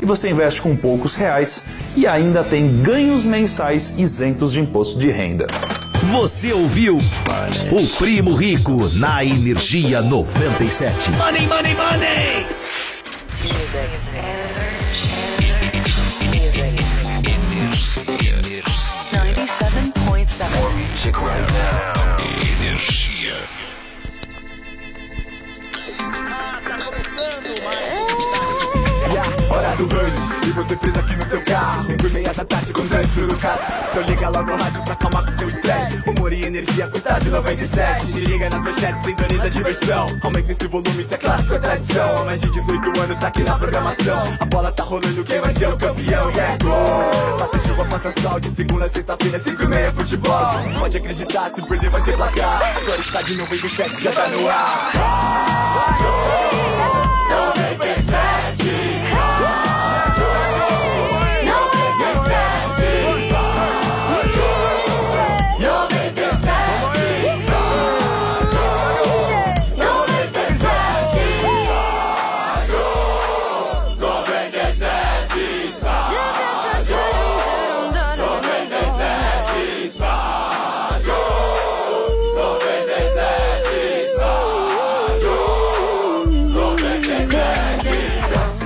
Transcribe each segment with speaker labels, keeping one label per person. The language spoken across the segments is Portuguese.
Speaker 1: e você investe com poucos reais e ainda tem ganhos mensais isentos de imposto de renda.
Speaker 2: Você ouviu o Primo Rico na Energia 97.
Speaker 3: Money, money, money!
Speaker 4: Music. Music.
Speaker 5: Energia.
Speaker 4: 97.7.
Speaker 5: More music right now. Energia.
Speaker 6: E a hora do ganho, e você presa aqui no seu carro. Cinco e meia da tarde com trânsito no carro. Então liga logo o rádio pra acalmar com seu estresse. Humor e energia com estádio 97. Se liga nas manchetes, sintoniza a diversão. Aumenta esse volume, isso é clássico, é tradição. Há mais de 18 anos aqui na programação. A bola tá rolando, quem vai ser o campeão? E é gol! Faça chuva, faça sol, de segunda a sexta-feira, cinco e meia futebol. Pode acreditar, se perder vai ter placar. Agora está de 97, já tá no ar. Rádio 97.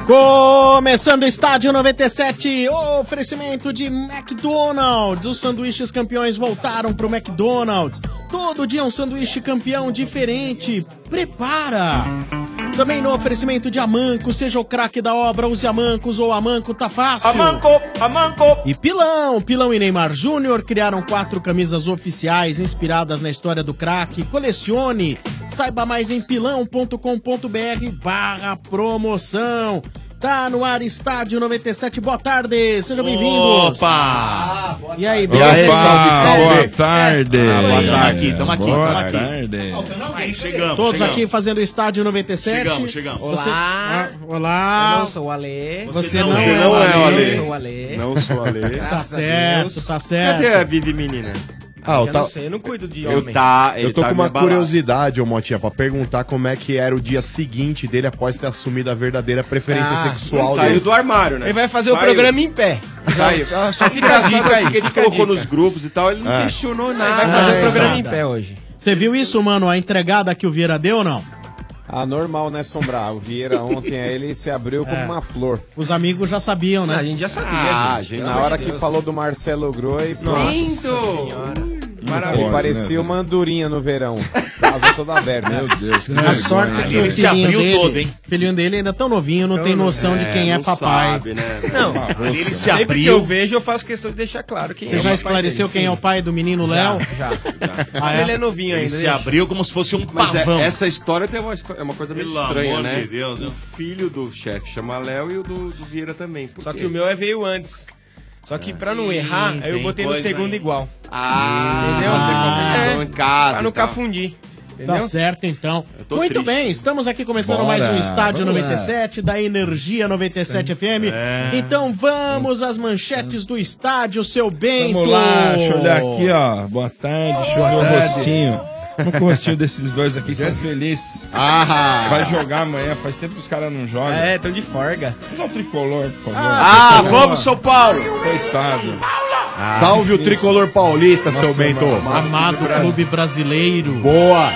Speaker 7: Começando o estádio 97, o oferecimento de McDonald's. Os sanduíches campeões voltaram pro McDonald's. Todo dia um sanduíche campeão diferente. Prepara! Também no oferecimento de Amanco, seja o craque da obra, use Amancos ou Amanco tá fácil.
Speaker 8: Amanco, Amanco.
Speaker 7: E Pilão, Pilão e Neymar Júnior criaram quatro camisas oficiais inspiradas na história do craque. Colecione. Saiba mais em pilão.com.br barra promoção. Tá no ar Estádio 97. Boa tarde, sejam bem-vindos.
Speaker 9: Opa!
Speaker 7: E aí,
Speaker 9: E aí, salve, salve. Boa é, tarde.
Speaker 7: Ah, boa
Speaker 9: Tamo
Speaker 7: tarde.
Speaker 9: aqui, tamo aqui,
Speaker 7: Boa
Speaker 9: tamo aqui.
Speaker 7: tarde.
Speaker 9: Aí, chegamos,
Speaker 7: Todos
Speaker 9: chegamos.
Speaker 7: aqui fazendo Estádio 97.
Speaker 9: Chegamos, chegamos.
Speaker 7: Você-
Speaker 9: Olá.
Speaker 7: Ah, olá.
Speaker 10: Eu não sou o Alê.
Speaker 7: Você não, é, o Ale.
Speaker 10: Eu sou o Alê.
Speaker 7: Não sou o Ale. Tá
Speaker 10: Graças a
Speaker 7: certo,
Speaker 10: Deus.
Speaker 7: tá certo.
Speaker 11: Cadê a Vivi menina?
Speaker 12: Ah, eu,
Speaker 10: Já
Speaker 12: tá-
Speaker 10: não sei, eu não cuido de
Speaker 12: eu,
Speaker 10: homem.
Speaker 11: tá- ele
Speaker 12: eu tô
Speaker 11: tá
Speaker 12: com uma
Speaker 11: meio abalado.
Speaker 12: curiosidade, ô Motinha, pra perguntar como é que era o dia seguinte dele após ter assumido a verdadeira preferência
Speaker 10: Ah,
Speaker 12: sexual
Speaker 11: saiu
Speaker 12: dele.
Speaker 11: do armário, né?
Speaker 10: Ele vai fazer o
Speaker 11: Saiu.
Speaker 10: programa em pé.
Speaker 11: Saiu.
Speaker 10: Só,
Speaker 11: A
Speaker 10: só fica a
Speaker 11: engraçado
Speaker 10: dica
Speaker 11: é
Speaker 10: aí.
Speaker 11: que a gente
Speaker 10: fica a
Speaker 11: colocou
Speaker 10: dica. Ah.
Speaker 11: nos grupos
Speaker 12: tá,
Speaker 11: e tal, ele não
Speaker 7: É.
Speaker 11: questionou
Speaker 10: Ele
Speaker 11: nada.
Speaker 10: vai
Speaker 7: Ah,
Speaker 10: fazer
Speaker 7: tá.
Speaker 10: o
Speaker 11: né?
Speaker 10: programa em
Speaker 11: Nada.
Speaker 10: pé hoje.
Speaker 7: Você viu isso, mano, a entregada que o Vieira deu ou não?
Speaker 13: Ah, normal, né, Sombrar? O Vieira ontem aí ele se abriu como
Speaker 7: É.
Speaker 13: uma flor.
Speaker 7: Os amigos já sabiam, né?
Speaker 13: A gente
Speaker 10: já sabia,
Speaker 13: Ah,
Speaker 10: gente.
Speaker 13: gente.
Speaker 10: Pelo
Speaker 13: Na
Speaker 10: amor
Speaker 13: hora
Speaker 10: de
Speaker 13: que
Speaker 10: Deus.
Speaker 13: falou do Marcelo Groi, pronto.
Speaker 10: Lindo!
Speaker 13: Maravilha.
Speaker 7: né?
Speaker 13: Ele parecia uma andorinha no verão. Casa toda aberta. Meu Deus.
Speaker 7: A sorte é que o filhinho dele, filhinho dele ainda tão novinho, não né? tem noção de quem é, papai.
Speaker 10: né? Não,
Speaker 7: Sempre
Speaker 10: Sempre que eu vejo, eu faço questão de deixar claro quem
Speaker 7: Você
Speaker 10: é o
Speaker 7: já
Speaker 10: papai
Speaker 7: esclareceu
Speaker 10: dele.
Speaker 7: quem é o pai do menino Léo?
Speaker 10: Já, já.
Speaker 7: Ah,
Speaker 10: Mas
Speaker 7: é?
Speaker 10: ele é novinho
Speaker 11: Ele
Speaker 10: ainda.
Speaker 11: se
Speaker 10: deixa.
Speaker 11: abriu como se fosse um pavão.
Speaker 12: é, essa história tem uma, histó- é uma coisa meio
Speaker 11: Pelo
Speaker 12: estranha,
Speaker 11: amor
Speaker 12: né?
Speaker 11: de Deus,
Speaker 12: o filho do chefe chama Léo e o do, do Vieira também. Por
Speaker 10: Só
Speaker 12: quê?
Speaker 10: que o meu é veio antes. Só que pra não errar, aí eu
Speaker 11: tem
Speaker 10: botei no
Speaker 11: coisa
Speaker 10: segundo
Speaker 11: aí.
Speaker 10: igual. É,
Speaker 11: Ah, tem confusão em casa
Speaker 10: tá.
Speaker 11: e
Speaker 10: pra não
Speaker 11: tal.
Speaker 10: então. cafundir. Entendeu?
Speaker 7: Tá certo, então.
Speaker 10: tô
Speaker 7: Muito
Speaker 10: triste.
Speaker 7: bem, estamos aqui começando
Speaker 10: Bora,
Speaker 7: mais um Estádio
Speaker 10: vamos lá. É.
Speaker 7: 97 da Energia 97 FM. Então vamos às manchetes do estádio, seu Bento.
Speaker 9: Vamos lá, deixa eu olhar aqui, ó. Boa tarde, deixa eu ver o rostinho. Vamos com o rostinho desses dois aqui, que é feliz.
Speaker 11: Ah!
Speaker 9: Vai jogar amanhã, faz tempo que os caras não jogam.
Speaker 10: É, tão de forga.
Speaker 9: Vamos dar o tricolor, por favor.
Speaker 11: Ah, vamos, São Paulo!
Speaker 9: Coitado.
Speaker 12: Salve o tricolor paulista, seu Bento.
Speaker 7: Amado clube brasileiro.
Speaker 12: Boa.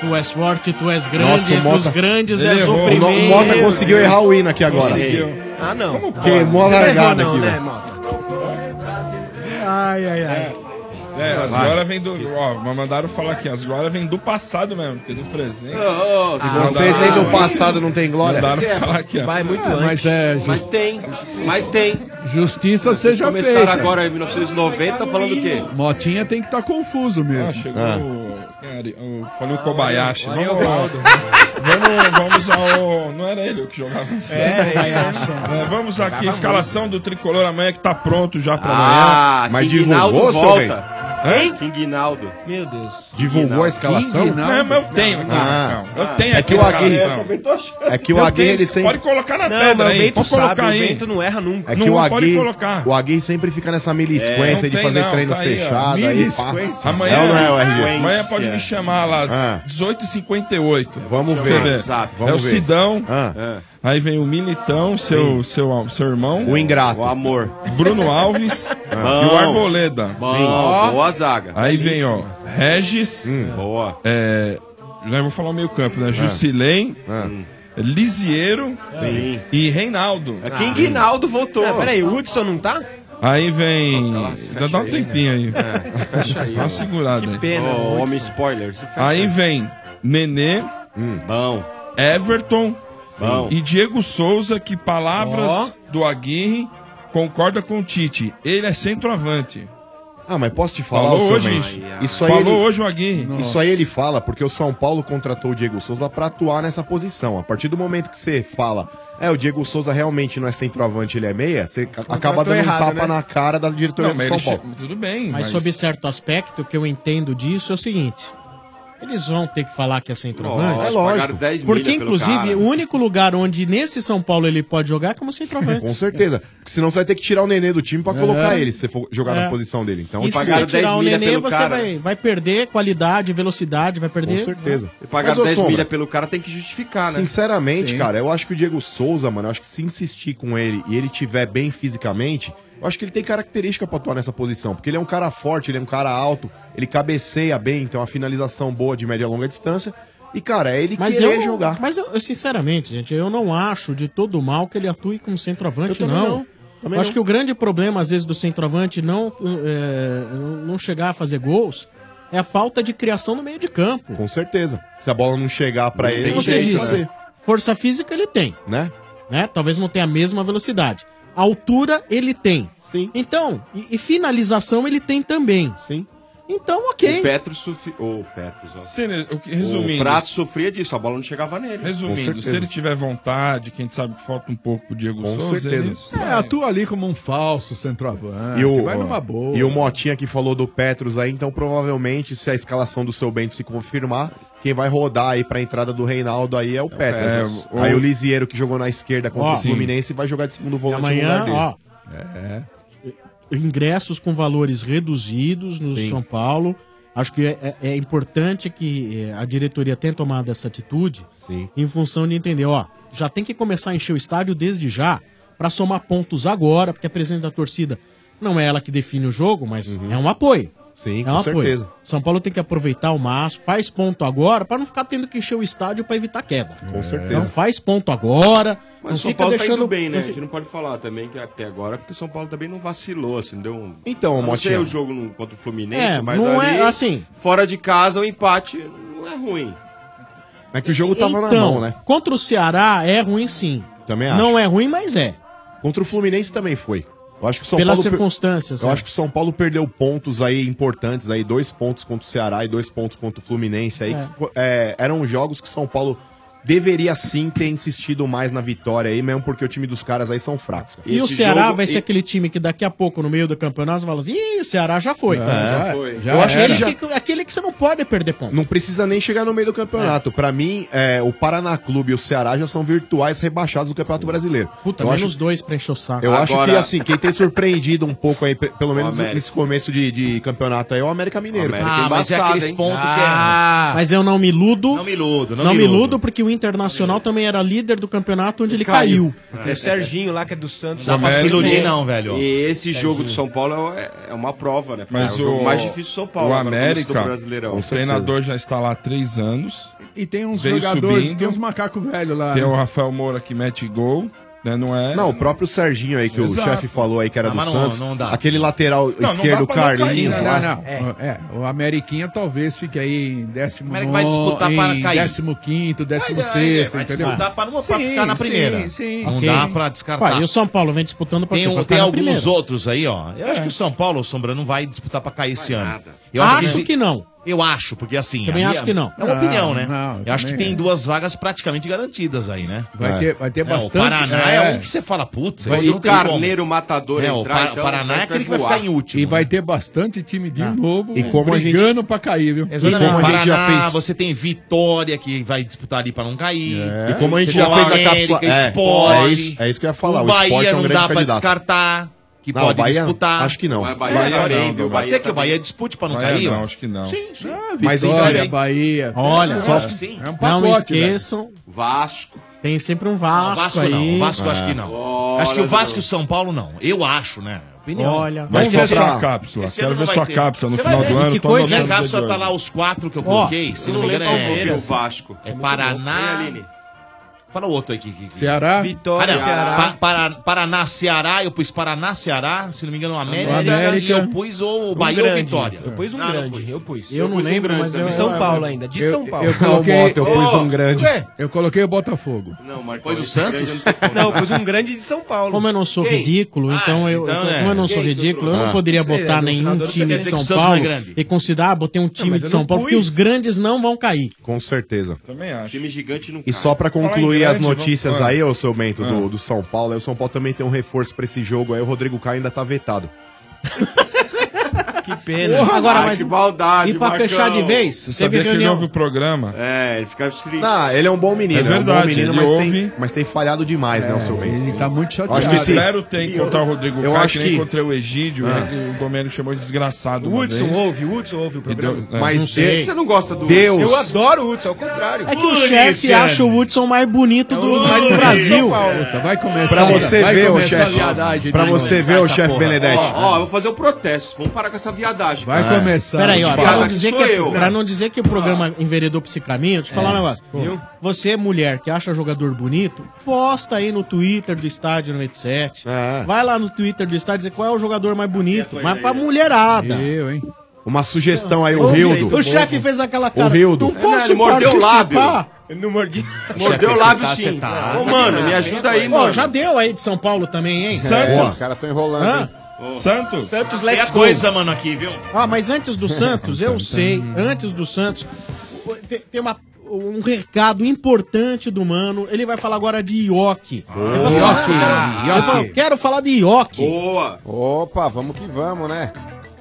Speaker 7: Tu és forte, tu és grande,
Speaker 12: Nossa, o
Speaker 7: entre os
Speaker 12: Mota-
Speaker 7: grandes
Speaker 12: Ele
Speaker 7: és o
Speaker 12: errou.
Speaker 7: primeiro.
Speaker 12: O Mota conseguiu errar o hino aqui agora.
Speaker 9: Conseguiu.
Speaker 10: Ah, não. né, Como
Speaker 12: Queimou a largada aqui, velho.
Speaker 7: Ai, ai, ai.
Speaker 9: É, as
Speaker 12: Vai.
Speaker 9: glórias vêm do. Ó, mas mandaram falar aqui, as glórias vêm do passado mesmo, porque do presente. Ah,
Speaker 11: Oh,
Speaker 14: Ah,
Speaker 12: E vocês nem do passado não tem glória?
Speaker 9: Mandaram falar aqui, ó.
Speaker 10: Vai muito
Speaker 14: Ah,
Speaker 11: É,
Speaker 10: antes.
Speaker 11: mas é just- Mas tem, mas tem.
Speaker 14: Justiça seja
Speaker 11: Começaram
Speaker 14: feita.
Speaker 11: agora em 1990 falando o quê?
Speaker 14: Motinha tem que estar confuso mesmo.
Speaker 9: Ah, chegou
Speaker 14: Ah.
Speaker 9: o. quem era? O Paulinho Kobayashi.
Speaker 14: Olha o
Speaker 9: Vamos, vamos, vamos ao. Não era ele o que jogava.
Speaker 14: É,
Speaker 9: Kobayashi. É, vamos aqui, escalação do tricolor amanhã que tá pronto já pra
Speaker 11: Ah,
Speaker 9: amanhã.
Speaker 11: Mas Quinginaldo divulgou, seu volta.
Speaker 9: Hein?
Speaker 11: Quinginaldo.
Speaker 10: Meu Deus.
Speaker 12: Divulgou a escalação?
Speaker 9: Não, mas eu tenho, calma,
Speaker 12: Ah.
Speaker 9: calma. Eu tenho
Speaker 12: É
Speaker 9: aqui
Speaker 12: que o
Speaker 9: a
Speaker 12: Aguirre-
Speaker 9: escalação.
Speaker 12: É que o
Speaker 9: Eu
Speaker 12: Aguirre,
Speaker 9: tenho,
Speaker 12: ele sempre-
Speaker 9: Pode colocar na
Speaker 10: Não,
Speaker 9: pedra
Speaker 10: mas o
Speaker 9: aí.
Speaker 10: Bento
Speaker 9: Pode colocar
Speaker 10: sabe, o
Speaker 9: aí.
Speaker 10: Bento não erra nunca.
Speaker 12: É que o
Speaker 9: pode
Speaker 12: Agui,
Speaker 9: colocar.
Speaker 12: o Agui sempre fica nessa milisquência
Speaker 9: É, não
Speaker 12: de
Speaker 9: tem
Speaker 12: fazer
Speaker 9: não,
Speaker 12: treino
Speaker 9: tá aí, ó.
Speaker 12: fechado. Aí, pá.
Speaker 9: Amanhã,
Speaker 12: É ou não é o RG?
Speaker 9: amanhã pode me chamar lá às
Speaker 12: Ah.
Speaker 9: 18h58.
Speaker 12: Vamos
Speaker 9: Deixa eu
Speaker 12: ver.
Speaker 9: ver.
Speaker 12: Sabe,
Speaker 9: é o
Speaker 12: vamos ver.
Speaker 9: Sidão.
Speaker 12: Ah.
Speaker 9: Aí vem o Militão, seu, seu, seu irmão.
Speaker 11: O ingrato. O amor.
Speaker 9: Bruno Alves e o
Speaker 11: Bom.
Speaker 9: Arboleda.
Speaker 11: Bom, Sim. boa zaga.
Speaker 9: Aí vem, ó,
Speaker 11: Belíssima. Hum,
Speaker 9: Regis.
Speaker 11: boa. Ah.
Speaker 9: É, já vou falar o meio campo, né? Jusilei. Lisieiro
Speaker 11: Sim. É
Speaker 9: e Reinaldo.
Speaker 11: Quem Guinaldo voltou.
Speaker 10: Ah, peraí, o Hudson não tá?
Speaker 9: Aí vem. Dá, dá um tempinho aí.
Speaker 11: né? É, fecha aí,
Speaker 9: Dá uma
Speaker 11: ó.
Speaker 9: segurada aí.
Speaker 11: Pena. Ô, homem spoiler. se fecha.
Speaker 9: Aí vem Nenê.
Speaker 11: Hum, Bom.
Speaker 9: Everton.
Speaker 11: Bom.
Speaker 9: E Diego Souza, que palavras
Speaker 11: Ó.
Speaker 9: do Aguirre concorda com o Tite. Ele é centroavante.
Speaker 12: Ah, mas posso te falar,
Speaker 9: Falou
Speaker 12: ô, seu
Speaker 9: hoje,
Speaker 12: Mendes?
Speaker 9: ai, ai.
Speaker 12: Isso aí
Speaker 9: Falou
Speaker 12: ele-
Speaker 9: hoje o Aguirre.
Speaker 12: Isso aí ele fala porque o São Paulo contratou o Diego Souza pra atuar nessa posição. A partir do momento que você fala, é, o Diego Souza realmente não é centroavante, ele é meia, você ca- acaba dando
Speaker 7: errado,
Speaker 12: um tapa
Speaker 7: né?
Speaker 12: na cara da diretoria
Speaker 7: Não,
Speaker 12: do
Speaker 7: mas
Speaker 12: São
Speaker 7: ele
Speaker 12: Paulo.
Speaker 7: che-
Speaker 9: Tudo bem,
Speaker 7: Mas, sob certo aspecto, o que eu entendo disso é o seguinte. Eles vão ter que falar que é centroavante.
Speaker 11: Lógico, É lógico. pagaram 10
Speaker 7: Porque,
Speaker 11: milha pelo
Speaker 7: inclusive,
Speaker 11: cara.
Speaker 7: o único lugar onde nesse São Paulo ele pode jogar é como centroavante.
Speaker 12: Com certeza. Porque senão você vai ter que tirar o Nenê do time pra
Speaker 7: É.
Speaker 12: colocar ele, se você for jogar
Speaker 7: É.
Speaker 12: na posição dele. Então,
Speaker 7: e se você tirar o Nenê, você vai, vai perder qualidade, velocidade, vai perder...
Speaker 12: Com certeza.
Speaker 7: Né?
Speaker 11: Pagar
Speaker 12: Mas, ô,
Speaker 11: 10
Speaker 12: Sombra,
Speaker 11: milha pelo cara tem que
Speaker 7: Ah,
Speaker 11: justificar, né?
Speaker 12: Sinceramente,
Speaker 11: Sim.
Speaker 12: cara, eu acho que o Diego Souza, mano, eu acho que se insistir com ele e ele tiver bem fisicamente, eu acho que ele tem característica pra atuar nessa posição, porque ele é um cara forte, ele é um cara alto, ele cabeceia bem, tem uma finalização boa de média e longa distância. E cara, é ele
Speaker 7: Mas
Speaker 12: querer
Speaker 7: eu,
Speaker 12: jogar.
Speaker 7: mas eu, eu, sinceramente, gente, eu não acho de todo mal que ele atue como centroavante,
Speaker 12: Eu também
Speaker 7: não.
Speaker 12: não. Também
Speaker 7: eu acho
Speaker 12: não.
Speaker 7: que o grande problema, às vezes, do centroavante não, eh, não chegar a fazer gols é a falta de criação no meio de campo.
Speaker 12: Com certeza. Se a bola não chegar pra ele,
Speaker 7: Como
Speaker 12: não
Speaker 7: você
Speaker 12: tem jeito,
Speaker 7: disse,
Speaker 12: né?
Speaker 7: força física ele tem.
Speaker 12: Né?
Speaker 7: né? Talvez não tenha a mesma velocidade. Altura ele tem. Então, e, e finalização ele tem também.
Speaker 12: Sim.
Speaker 7: Então, ok.
Speaker 11: O Petro sofria. O Petros, ó.
Speaker 9: Sene- o que- resumindo.
Speaker 11: O Prato sofria disso, a bola não chegava nele.
Speaker 9: Resumindo, se ele tiver vontade, quem sabe que falta um pouco pro Diego
Speaker 12: Com
Speaker 9: Souza.
Speaker 12: certeza.
Speaker 9: ele-
Speaker 14: É, atua ali como um falso centroavante.
Speaker 12: E o,
Speaker 14: Ah, vai numa boa.
Speaker 12: e o Motinha que falou do Petros aí, então provavelmente, se a escalação do seu Bento se confirmar, quem vai rodar aí pra entrada do Reinaldo aí é o Petros.
Speaker 9: Petros. É, o-
Speaker 12: Aí o Lisieiro que jogou na esquerda contra
Speaker 7: Ó,
Speaker 12: o Fluminense vai jogar de segundo volante
Speaker 7: amanhã,
Speaker 12: no
Speaker 7: ó. É.
Speaker 12: lugar
Speaker 7: Ingressos com valores reduzidos no
Speaker 12: Sim.
Speaker 7: São Paulo. Acho que é, é- é importante que eh, a diretoria tenha tomado essa atitude
Speaker 12: Sim.
Speaker 7: em função de entender, ó, já tem que começar a encher o estádio desde já para somar pontos agora, porque a presença da torcida não é ela que define o jogo, mas é um apoio.
Speaker 12: Uhum. Sim,
Speaker 7: é
Speaker 12: com certeza.
Speaker 7: São Paulo tem que aproveitar o máximo, faz ponto agora para não ficar tendo que encher o estádio para evitar queda.
Speaker 12: Com certeza.
Speaker 7: Então faz ponto agora,
Speaker 11: Mas
Speaker 7: não
Speaker 11: o São
Speaker 7: fica
Speaker 11: Paulo tá
Speaker 7: deixando
Speaker 11: indo bem, né?
Speaker 7: não
Speaker 11: A
Speaker 7: fi-
Speaker 11: gente não pode falar também que até agora, porque o São Paulo também não vacilou, assim, deu um...
Speaker 12: Então,
Speaker 11: Eu não sei
Speaker 12: Motinha.
Speaker 11: o jogo no- contra o Fluminense,
Speaker 12: É,
Speaker 11: mas
Speaker 12: não
Speaker 11: ali,
Speaker 12: é assim.
Speaker 11: fora de casa, o empate não é ruim.
Speaker 12: É que o jogo tava na
Speaker 7: Então,
Speaker 12: mão, né?
Speaker 7: Contra o Ceará é ruim sim.
Speaker 12: Também acho.
Speaker 7: Não é ruim, mas é.
Speaker 12: Contra o Fluminense também foi. Eu acho que o São
Speaker 7: Pelas
Speaker 12: Paulo per-
Speaker 7: circunstâncias,
Speaker 12: Eu
Speaker 7: é.
Speaker 12: acho que o São Paulo perdeu pontos aí importantes aí, dois pontos contra o Ceará e dois pontos contra o Fluminense aí.
Speaker 7: É.
Speaker 12: que fo- é, eram jogos que o São Paulo deveria sim ter insistido mais na vitória aí, mesmo porque o time dos caras aí são fracos. cara.
Speaker 7: E o Ceará vai ser aquele time que daqui a pouco, no meio do campeonato, fala assim: Ih, o Ceará já foi.
Speaker 12: É,
Speaker 7: Já
Speaker 12: já
Speaker 7: foi.
Speaker 12: foi. Já
Speaker 7: Eu acho
Speaker 12: era.
Speaker 7: aquele que, aquele que você não pode perder ponto.
Speaker 12: Não precisa nem chegar no meio do campeonato. Pra mim, é, o Paraná Clube e o Ceará já são virtuais rebaixados do Campeonato Brasileiro.
Speaker 7: Puta,
Speaker 12: eu
Speaker 7: menos
Speaker 12: acho,
Speaker 7: dois pra encher o saco.
Speaker 12: eu acho que, assim, quem tem surpreendido um pouco aí, pe- pelo menos
Speaker 7: América.
Speaker 12: nesse começo de, de campeonato aí, é o América Mineiro.
Speaker 7: América
Speaker 12: cara.
Speaker 7: Ah, mas é
Speaker 12: Embaçado,
Speaker 7: aqueles
Speaker 12: hein?
Speaker 7: pontos que é- Ah. Mas eu não me iludo. Não
Speaker 3: me iludo,
Speaker 7: Não, me iludo, porque o Internacional também era líder do campeonato onde ele caiu.
Speaker 11: Caiu.
Speaker 10: Tem o Serginho lá, que é do Santos.
Speaker 11: Dá pra se iludir, não,
Speaker 3: velho.
Speaker 11: E esse jogo do São Paulo é, é uma prova, né?
Speaker 9: Mas
Speaker 11: é o
Speaker 9: o,
Speaker 11: jogo mais difícil do São Paulo.
Speaker 9: o
Speaker 11: agora, no começo do
Speaker 9: América,
Speaker 11: Brasileirão.
Speaker 9: o treinador já está lá há três anos.
Speaker 14: E tem uns
Speaker 9: Vem
Speaker 14: jogadores,
Speaker 9: subindo.
Speaker 14: tem uns macacos velhos lá. né?
Speaker 9: Tem o Rafael Moura que mete gol, né? Não é?
Speaker 12: Não, o próprio Serginho aí, que
Speaker 9: Exato.
Speaker 12: o chefe falou aí que era
Speaker 9: Ah,
Speaker 12: do
Speaker 9: mas não-
Speaker 12: Santos.
Speaker 9: não dá.
Speaker 12: Aquele lateral
Speaker 14: não
Speaker 12: esquerdo,
Speaker 14: dá pra não
Speaker 12: Carlinhos.
Speaker 14: cair, né?
Speaker 12: lá.
Speaker 14: Não, não. É. o Ameriquinha talvez fique aí em décimo
Speaker 3: América vai disputar para cair.
Speaker 14: Décimo quinto, décimo
Speaker 3: Vai, vai,
Speaker 14: sexto,
Speaker 3: vai
Speaker 14: Tipo entendeu?
Speaker 3: disputar para não- para ficar na primeira.
Speaker 14: Sim, sim.
Speaker 3: Não dá pra descartar.
Speaker 7: Ué, e o São Paulo vem disputando pra
Speaker 3: Tem,
Speaker 7: quê?
Speaker 3: um-
Speaker 7: Pra ficar É.
Speaker 3: tem
Speaker 7: na
Speaker 3: alguns
Speaker 7: primeira.
Speaker 3: outros aí, ó. Eu acho que o São Paulo, Sombra, não vai disputar pra cair esse ano.
Speaker 7: Acho que não.
Speaker 3: Eu acho, porque assim.
Speaker 7: Também
Speaker 3: a
Speaker 7: acho que não.
Speaker 3: É uma opinião,
Speaker 7: Não,
Speaker 3: né?
Speaker 7: não,
Speaker 3: eu acho que
Speaker 7: também
Speaker 3: tem
Speaker 7: não.
Speaker 3: duas vagas praticamente garantidas aí, né?
Speaker 14: Vai ter- vai ter
Speaker 3: É,
Speaker 14: bastante-
Speaker 3: O Paraná é,
Speaker 14: é.
Speaker 3: um que você fala, putz,
Speaker 14: Vai-
Speaker 3: esse
Speaker 14: e
Speaker 3: não
Speaker 14: o
Speaker 3: tem como.
Speaker 14: Carneiro
Speaker 11: Matador
Speaker 3: é, o
Speaker 11: entrar,
Speaker 3: Par-
Speaker 11: então,
Speaker 3: Paraná é
Speaker 11: vai-
Speaker 3: aquele que
Speaker 11: vai
Speaker 3: vai ficar
Speaker 11: voar.
Speaker 3: em último.
Speaker 14: E vai ter bastante time de novo
Speaker 3: E como a gente-
Speaker 14: brigando pra cair, viu?
Speaker 3: Exatamente.
Speaker 14: E como a
Speaker 3: Paraná,
Speaker 14: gente já fez-
Speaker 3: você tem Vitória, que vai disputar ali pra não cair.
Speaker 12: E como a gente
Speaker 3: Você
Speaker 12: já
Speaker 3: tem
Speaker 12: fez
Speaker 3: o
Speaker 12: a
Speaker 3: América,
Speaker 12: cápsula. É,
Speaker 3: Sport,
Speaker 12: é isso, é isso que eu ia falar.
Speaker 3: o
Speaker 12: O,
Speaker 3: Bahia
Speaker 12: esporte é um
Speaker 3: não
Speaker 12: grande
Speaker 3: dá pra
Speaker 12: candidato.
Speaker 3: descartar, que
Speaker 12: Não,
Speaker 3: pode
Speaker 12: o Bahia-
Speaker 3: disputar.
Speaker 12: acho que não. Mas Bahia
Speaker 3: É,
Speaker 12: também,
Speaker 3: pode-
Speaker 12: viu?
Speaker 3: Pode
Speaker 12: Bahia
Speaker 3: ser que o
Speaker 12: também.
Speaker 3: Bahia dispute pra não
Speaker 9: Bahia
Speaker 3: cair?
Speaker 9: não,
Speaker 3: ó.
Speaker 9: acho que não.
Speaker 3: Sim, sim.
Speaker 14: Vitória, Bahia.
Speaker 3: Olha,
Speaker 14: Olha,
Speaker 3: só-
Speaker 14: só...
Speaker 3: sim.
Speaker 14: É um
Speaker 7: não
Speaker 14: pacote,
Speaker 7: esqueçam.
Speaker 11: Vasco.
Speaker 7: Tem sempre um Vasco,
Speaker 3: Vasco
Speaker 7: aí. Ah.
Speaker 3: não, Vasco acho que não. acho que o Vasco e o São Paulo não. Eu acho, né? Opinião.
Speaker 7: Olha,
Speaker 3: Mas
Speaker 9: Vamos ver
Speaker 3: esse-
Speaker 9: sua cápsula.
Speaker 3: esse
Speaker 9: Quero
Speaker 3: ano
Speaker 9: ver
Speaker 3: não
Speaker 9: sua
Speaker 3: vai ter.
Speaker 9: cápsula no
Speaker 3: Você
Speaker 9: final
Speaker 3: vai
Speaker 9: do
Speaker 3: ver.
Speaker 9: ano,
Speaker 3: Que
Speaker 9: tô
Speaker 3: coisa, minha
Speaker 9: anotando
Speaker 3: cápsula
Speaker 9: aqui
Speaker 3: tá
Speaker 9: hoje.
Speaker 3: lá os quatro que eu
Speaker 9: Ó,
Speaker 3: coloquei. Se
Speaker 9: eu
Speaker 3: não
Speaker 9: não
Speaker 3: me engano
Speaker 9: lembro qual
Speaker 3: é
Speaker 9: foi o
Speaker 11: Vasco.
Speaker 3: É Paraná. Fala outro aí. Que, que- que-
Speaker 14: Ceará.
Speaker 3: Ah,
Speaker 14: Vitória,
Speaker 3: não.
Speaker 14: Ceará.
Speaker 3: Pa- Pará- Paraná, Ceará. Eu pus Paraná, Ceará. Se não me engano, América.
Speaker 14: América.
Speaker 3: E eu pus ou
Speaker 14: Um
Speaker 3: Bahia ou
Speaker 14: grande.
Speaker 3: Vitória.
Speaker 14: Eu
Speaker 10: pus um
Speaker 9: Ah,
Speaker 3: não
Speaker 10: grande,
Speaker 3: pus.
Speaker 10: eu pus.
Speaker 14: Eu
Speaker 9: um
Speaker 14: não lembro, mas eu-
Speaker 10: De São Paulo ainda, de São Paulo.
Speaker 14: Eu coloquei...
Speaker 10: Ô,
Speaker 14: Ué? Eu coloquei o Botafogo.
Speaker 11: Não,
Speaker 10: mas
Speaker 11: pôs o
Speaker 10: Santos? Não, eu pus um grande de São Paulo.
Speaker 7: Como eu não sou ridículo, então eu.
Speaker 10: então,
Speaker 7: eu-
Speaker 10: né?
Speaker 7: Como eu não sou
Speaker 10: Quem
Speaker 7: ridículo,
Speaker 10: tudo?
Speaker 7: eu não
Speaker 10: Ah.
Speaker 7: poderia
Speaker 10: Sei,
Speaker 7: botar
Speaker 10: né, no final
Speaker 7: nenhum
Speaker 10: do ano você quer
Speaker 7: time de
Speaker 10: dizer que
Speaker 7: São
Speaker 10: Santos não é
Speaker 7: Paulo
Speaker 10: grande.
Speaker 7: e considerar, ah, botei um time
Speaker 12: mas
Speaker 7: de
Speaker 12: eu
Speaker 7: São
Speaker 12: não
Speaker 7: Paulo, porque
Speaker 12: pus.
Speaker 7: os grandes não vão cair.
Speaker 12: Com certeza.
Speaker 9: Também acho.
Speaker 11: Time gigante não
Speaker 12: E só
Speaker 11: Falar
Speaker 12: pra
Speaker 11: em
Speaker 12: concluir as
Speaker 11: Então, grande, vamos-
Speaker 12: notícias
Speaker 11: Ah.
Speaker 12: aí, ô seu Bento,
Speaker 11: Ah.
Speaker 12: do, do São Paulo, aí o São Paulo também tem um reforço pra esse jogo aí, o Rodrigo Caio ainda tá vetado.
Speaker 10: Que
Speaker 7: pena.
Speaker 11: Agora, mas... Que maldade,
Speaker 7: E pra
Speaker 11: Marcão.
Speaker 7: fechar Tá de vez,
Speaker 12: Você sabia que ele ouve
Speaker 9: o programa.
Speaker 11: É, ele ficava triste.
Speaker 12: Ah, ele é um bom menino,
Speaker 9: É
Speaker 12: é, um bom
Speaker 9: verdade,
Speaker 12: menino,
Speaker 9: ele
Speaker 12: mas,
Speaker 9: ouve.
Speaker 12: tem, mas tem falhado demais, né, o
Speaker 7: É,
Speaker 12: seu Bento?
Speaker 14: Ele tá muito
Speaker 12: chateado.
Speaker 9: Acho
Speaker 12: Acho que sim.
Speaker 9: espero ter encontrar o Rodrigo
Speaker 12: Eu
Speaker 9: Caio,
Speaker 12: acho
Speaker 9: que nem
Speaker 12: que-
Speaker 9: encontrei o Egídio,
Speaker 12: Ah.
Speaker 9: ele- o Romero chamou de desgraçado.
Speaker 10: O
Speaker 9: uma
Speaker 10: Hudson
Speaker 9: vez.
Speaker 10: ouve, o Hudson ouve o
Speaker 9: E
Speaker 10: programa.
Speaker 9: é.
Speaker 12: Mas
Speaker 9: sei.
Speaker 11: Você não gosta do
Speaker 9: Deus.
Speaker 10: Eu adoro o Hudson, ao contrário.
Speaker 7: É que o chefe acha o Hudson mais
Speaker 10: É
Speaker 7: bonito do, do Brasil.
Speaker 14: Ah. vai começar.
Speaker 12: Pra você
Speaker 14: vai
Speaker 12: ver, ô
Speaker 14: começar a
Speaker 12: chefe.
Speaker 14: viadagem de
Speaker 12: Pra
Speaker 14: novo.
Speaker 12: você ver, ô chefe Benedetti. É.
Speaker 11: Ó, ó, eu vou fazer o protesto. Vamos parar com essa viadagem.
Speaker 14: Vai
Speaker 11: cara.
Speaker 14: começar.
Speaker 7: Peraí, ó, pra
Speaker 11: Piada
Speaker 7: não,
Speaker 11: que
Speaker 7: dizer
Speaker 11: sou
Speaker 7: que, é
Speaker 11: eu. Ah.
Speaker 7: pra não dizer que o programa enveredou pra esse caminho, deixa eu te falar
Speaker 11: É.
Speaker 7: um negócio.
Speaker 11: Viu?
Speaker 7: Você, mulher que acha jogador bonito, posta aí no Twitter do Estádio 97.
Speaker 11: É.
Speaker 7: Vai lá no Twitter do Estádio dizer qual é o jogador mais bonito. Mas pra mulherada.
Speaker 14: Eu, hein?
Speaker 12: Uma sugestão aí, o
Speaker 7: Ouve,
Speaker 12: Rildo.
Speaker 7: O chefe fez aquela cara.
Speaker 12: O Rildo.
Speaker 7: Não posso
Speaker 11: É, ele mordeu o
Speaker 7: participar.
Speaker 10: Não mordi.
Speaker 11: Mordeu o lábio sim.
Speaker 7: tá
Speaker 11: Ô, mano, me ajuda aí,
Speaker 7: Pô,
Speaker 11: mano.
Speaker 7: né? já deu aí de São Paulo também, hein?
Speaker 11: Santos.
Speaker 7: Pô,
Speaker 11: É. Os caras
Speaker 7: tão
Speaker 11: enrolando,
Speaker 7: Hã?
Speaker 11: hein?
Speaker 9: Santos.
Speaker 10: Santos
Speaker 3: Tem
Speaker 7: let's
Speaker 3: a
Speaker 7: go.
Speaker 3: coisa, mano, aqui, viu?
Speaker 7: Ah, mas antes do Santos, eu sei, antes do Santos, tem- tem uma- um recado importante do mano. Ele vai falar agora de Ioki. Ele fala assim,
Speaker 13: Ah. Ioki,
Speaker 7: "Mano, quero- eu
Speaker 13: Ioki."
Speaker 7: falo, quero falar de Ioki.
Speaker 11: Boa!
Speaker 13: Opa, vamos que vamos, né?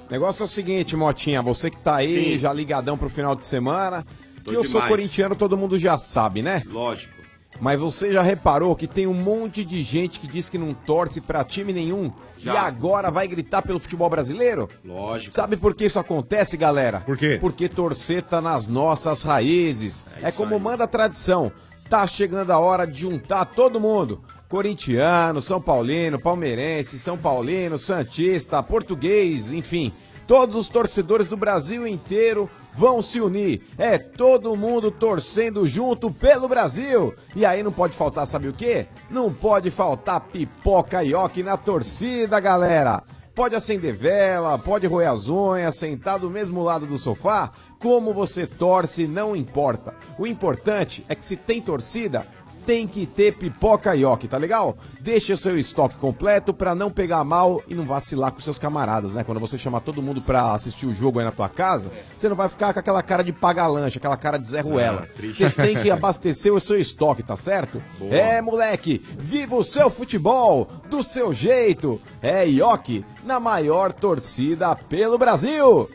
Speaker 13: Negócio é o seguinte, Motinha, você que tá aí
Speaker 11: Sim.
Speaker 13: já ligadão pro final de semana, que
Speaker 11: Tô
Speaker 13: eu sou
Speaker 11: demais.
Speaker 13: corintiano, todo mundo já sabe, né?
Speaker 11: Lógico.
Speaker 13: Mas você já reparou que tem um monte de gente que diz que não torce pra time nenhum e agora vai gritar pelo futebol brasileiro?
Speaker 11: Lógico.
Speaker 13: Sabe por que isso acontece, galera? Por
Speaker 12: quê?
Speaker 13: Porque torcer tá nas nossas raízes. É, como manda a tradição. Tá chegando a hora de juntar todo mundo. Corintiano, São Paulino, palmeirense, São Paulino, Santista, português, enfim. Todos os torcedores do Brasil inteiro vão se unir. É todo mundo torcendo junto pelo Brasil. E aí não pode faltar, sabe o quê? Não pode faltar pipoca e oque na torcida, galera. Pode acender vela, pode roer as unhas, sentar do mesmo lado do sofá. Como você torce, não importa. O importante é que se tem torcida, tem que ter pipoca e ok, tá legal? Deixa o seu estoque completo pra não pegar mal e não vacilar com seus camaradas, né? Quando você chamar todo mundo pra assistir o jogo aí na tua casa, você não vai ficar com aquela cara de paga-lanche, aquela cara de Zé Ruela.
Speaker 6: Ah, triste.
Speaker 13: Você tem que abastecer o seu estoque, tá certo?
Speaker 6: Boa.
Speaker 13: É, moleque, viva o seu futebol, do seu jeito. É Ioki, na maior torcida pelo Brasil.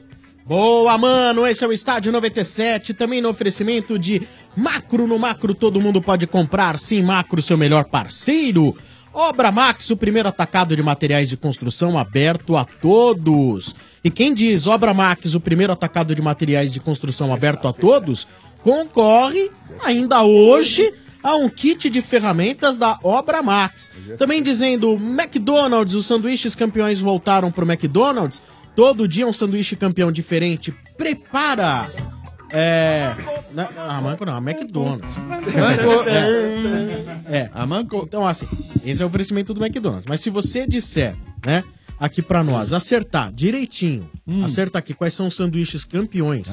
Speaker 7: Boa, mano! Esse é o Estádio 97, também no oferecimento de Macro. No Macro todo mundo pode comprar, sim, Macro, seu melhor parceiro. Obra Max, o primeiro atacado de materiais de construção aberto a todos. E quem diz Obra Max, o primeiro atacado de materiais de construção aberto a todos, concorre ainda hoje a um kit de ferramentas da Obra Max. Também dizendo McDonald's, os sanduíches campeões voltaram pro McDonald's. Todo dia um sanduíche campeão diferente. Prepara! É. na- Ah, Manco não, a McDonald's.
Speaker 14: Manco-
Speaker 7: É. é. A Manco. Então, assim, esse é o oferecimento do McDonald's. Mas se você disser, né, aqui pra nós, acertar direitinho,
Speaker 10: Hum.
Speaker 7: acertar aqui quais são os sanduíches campeões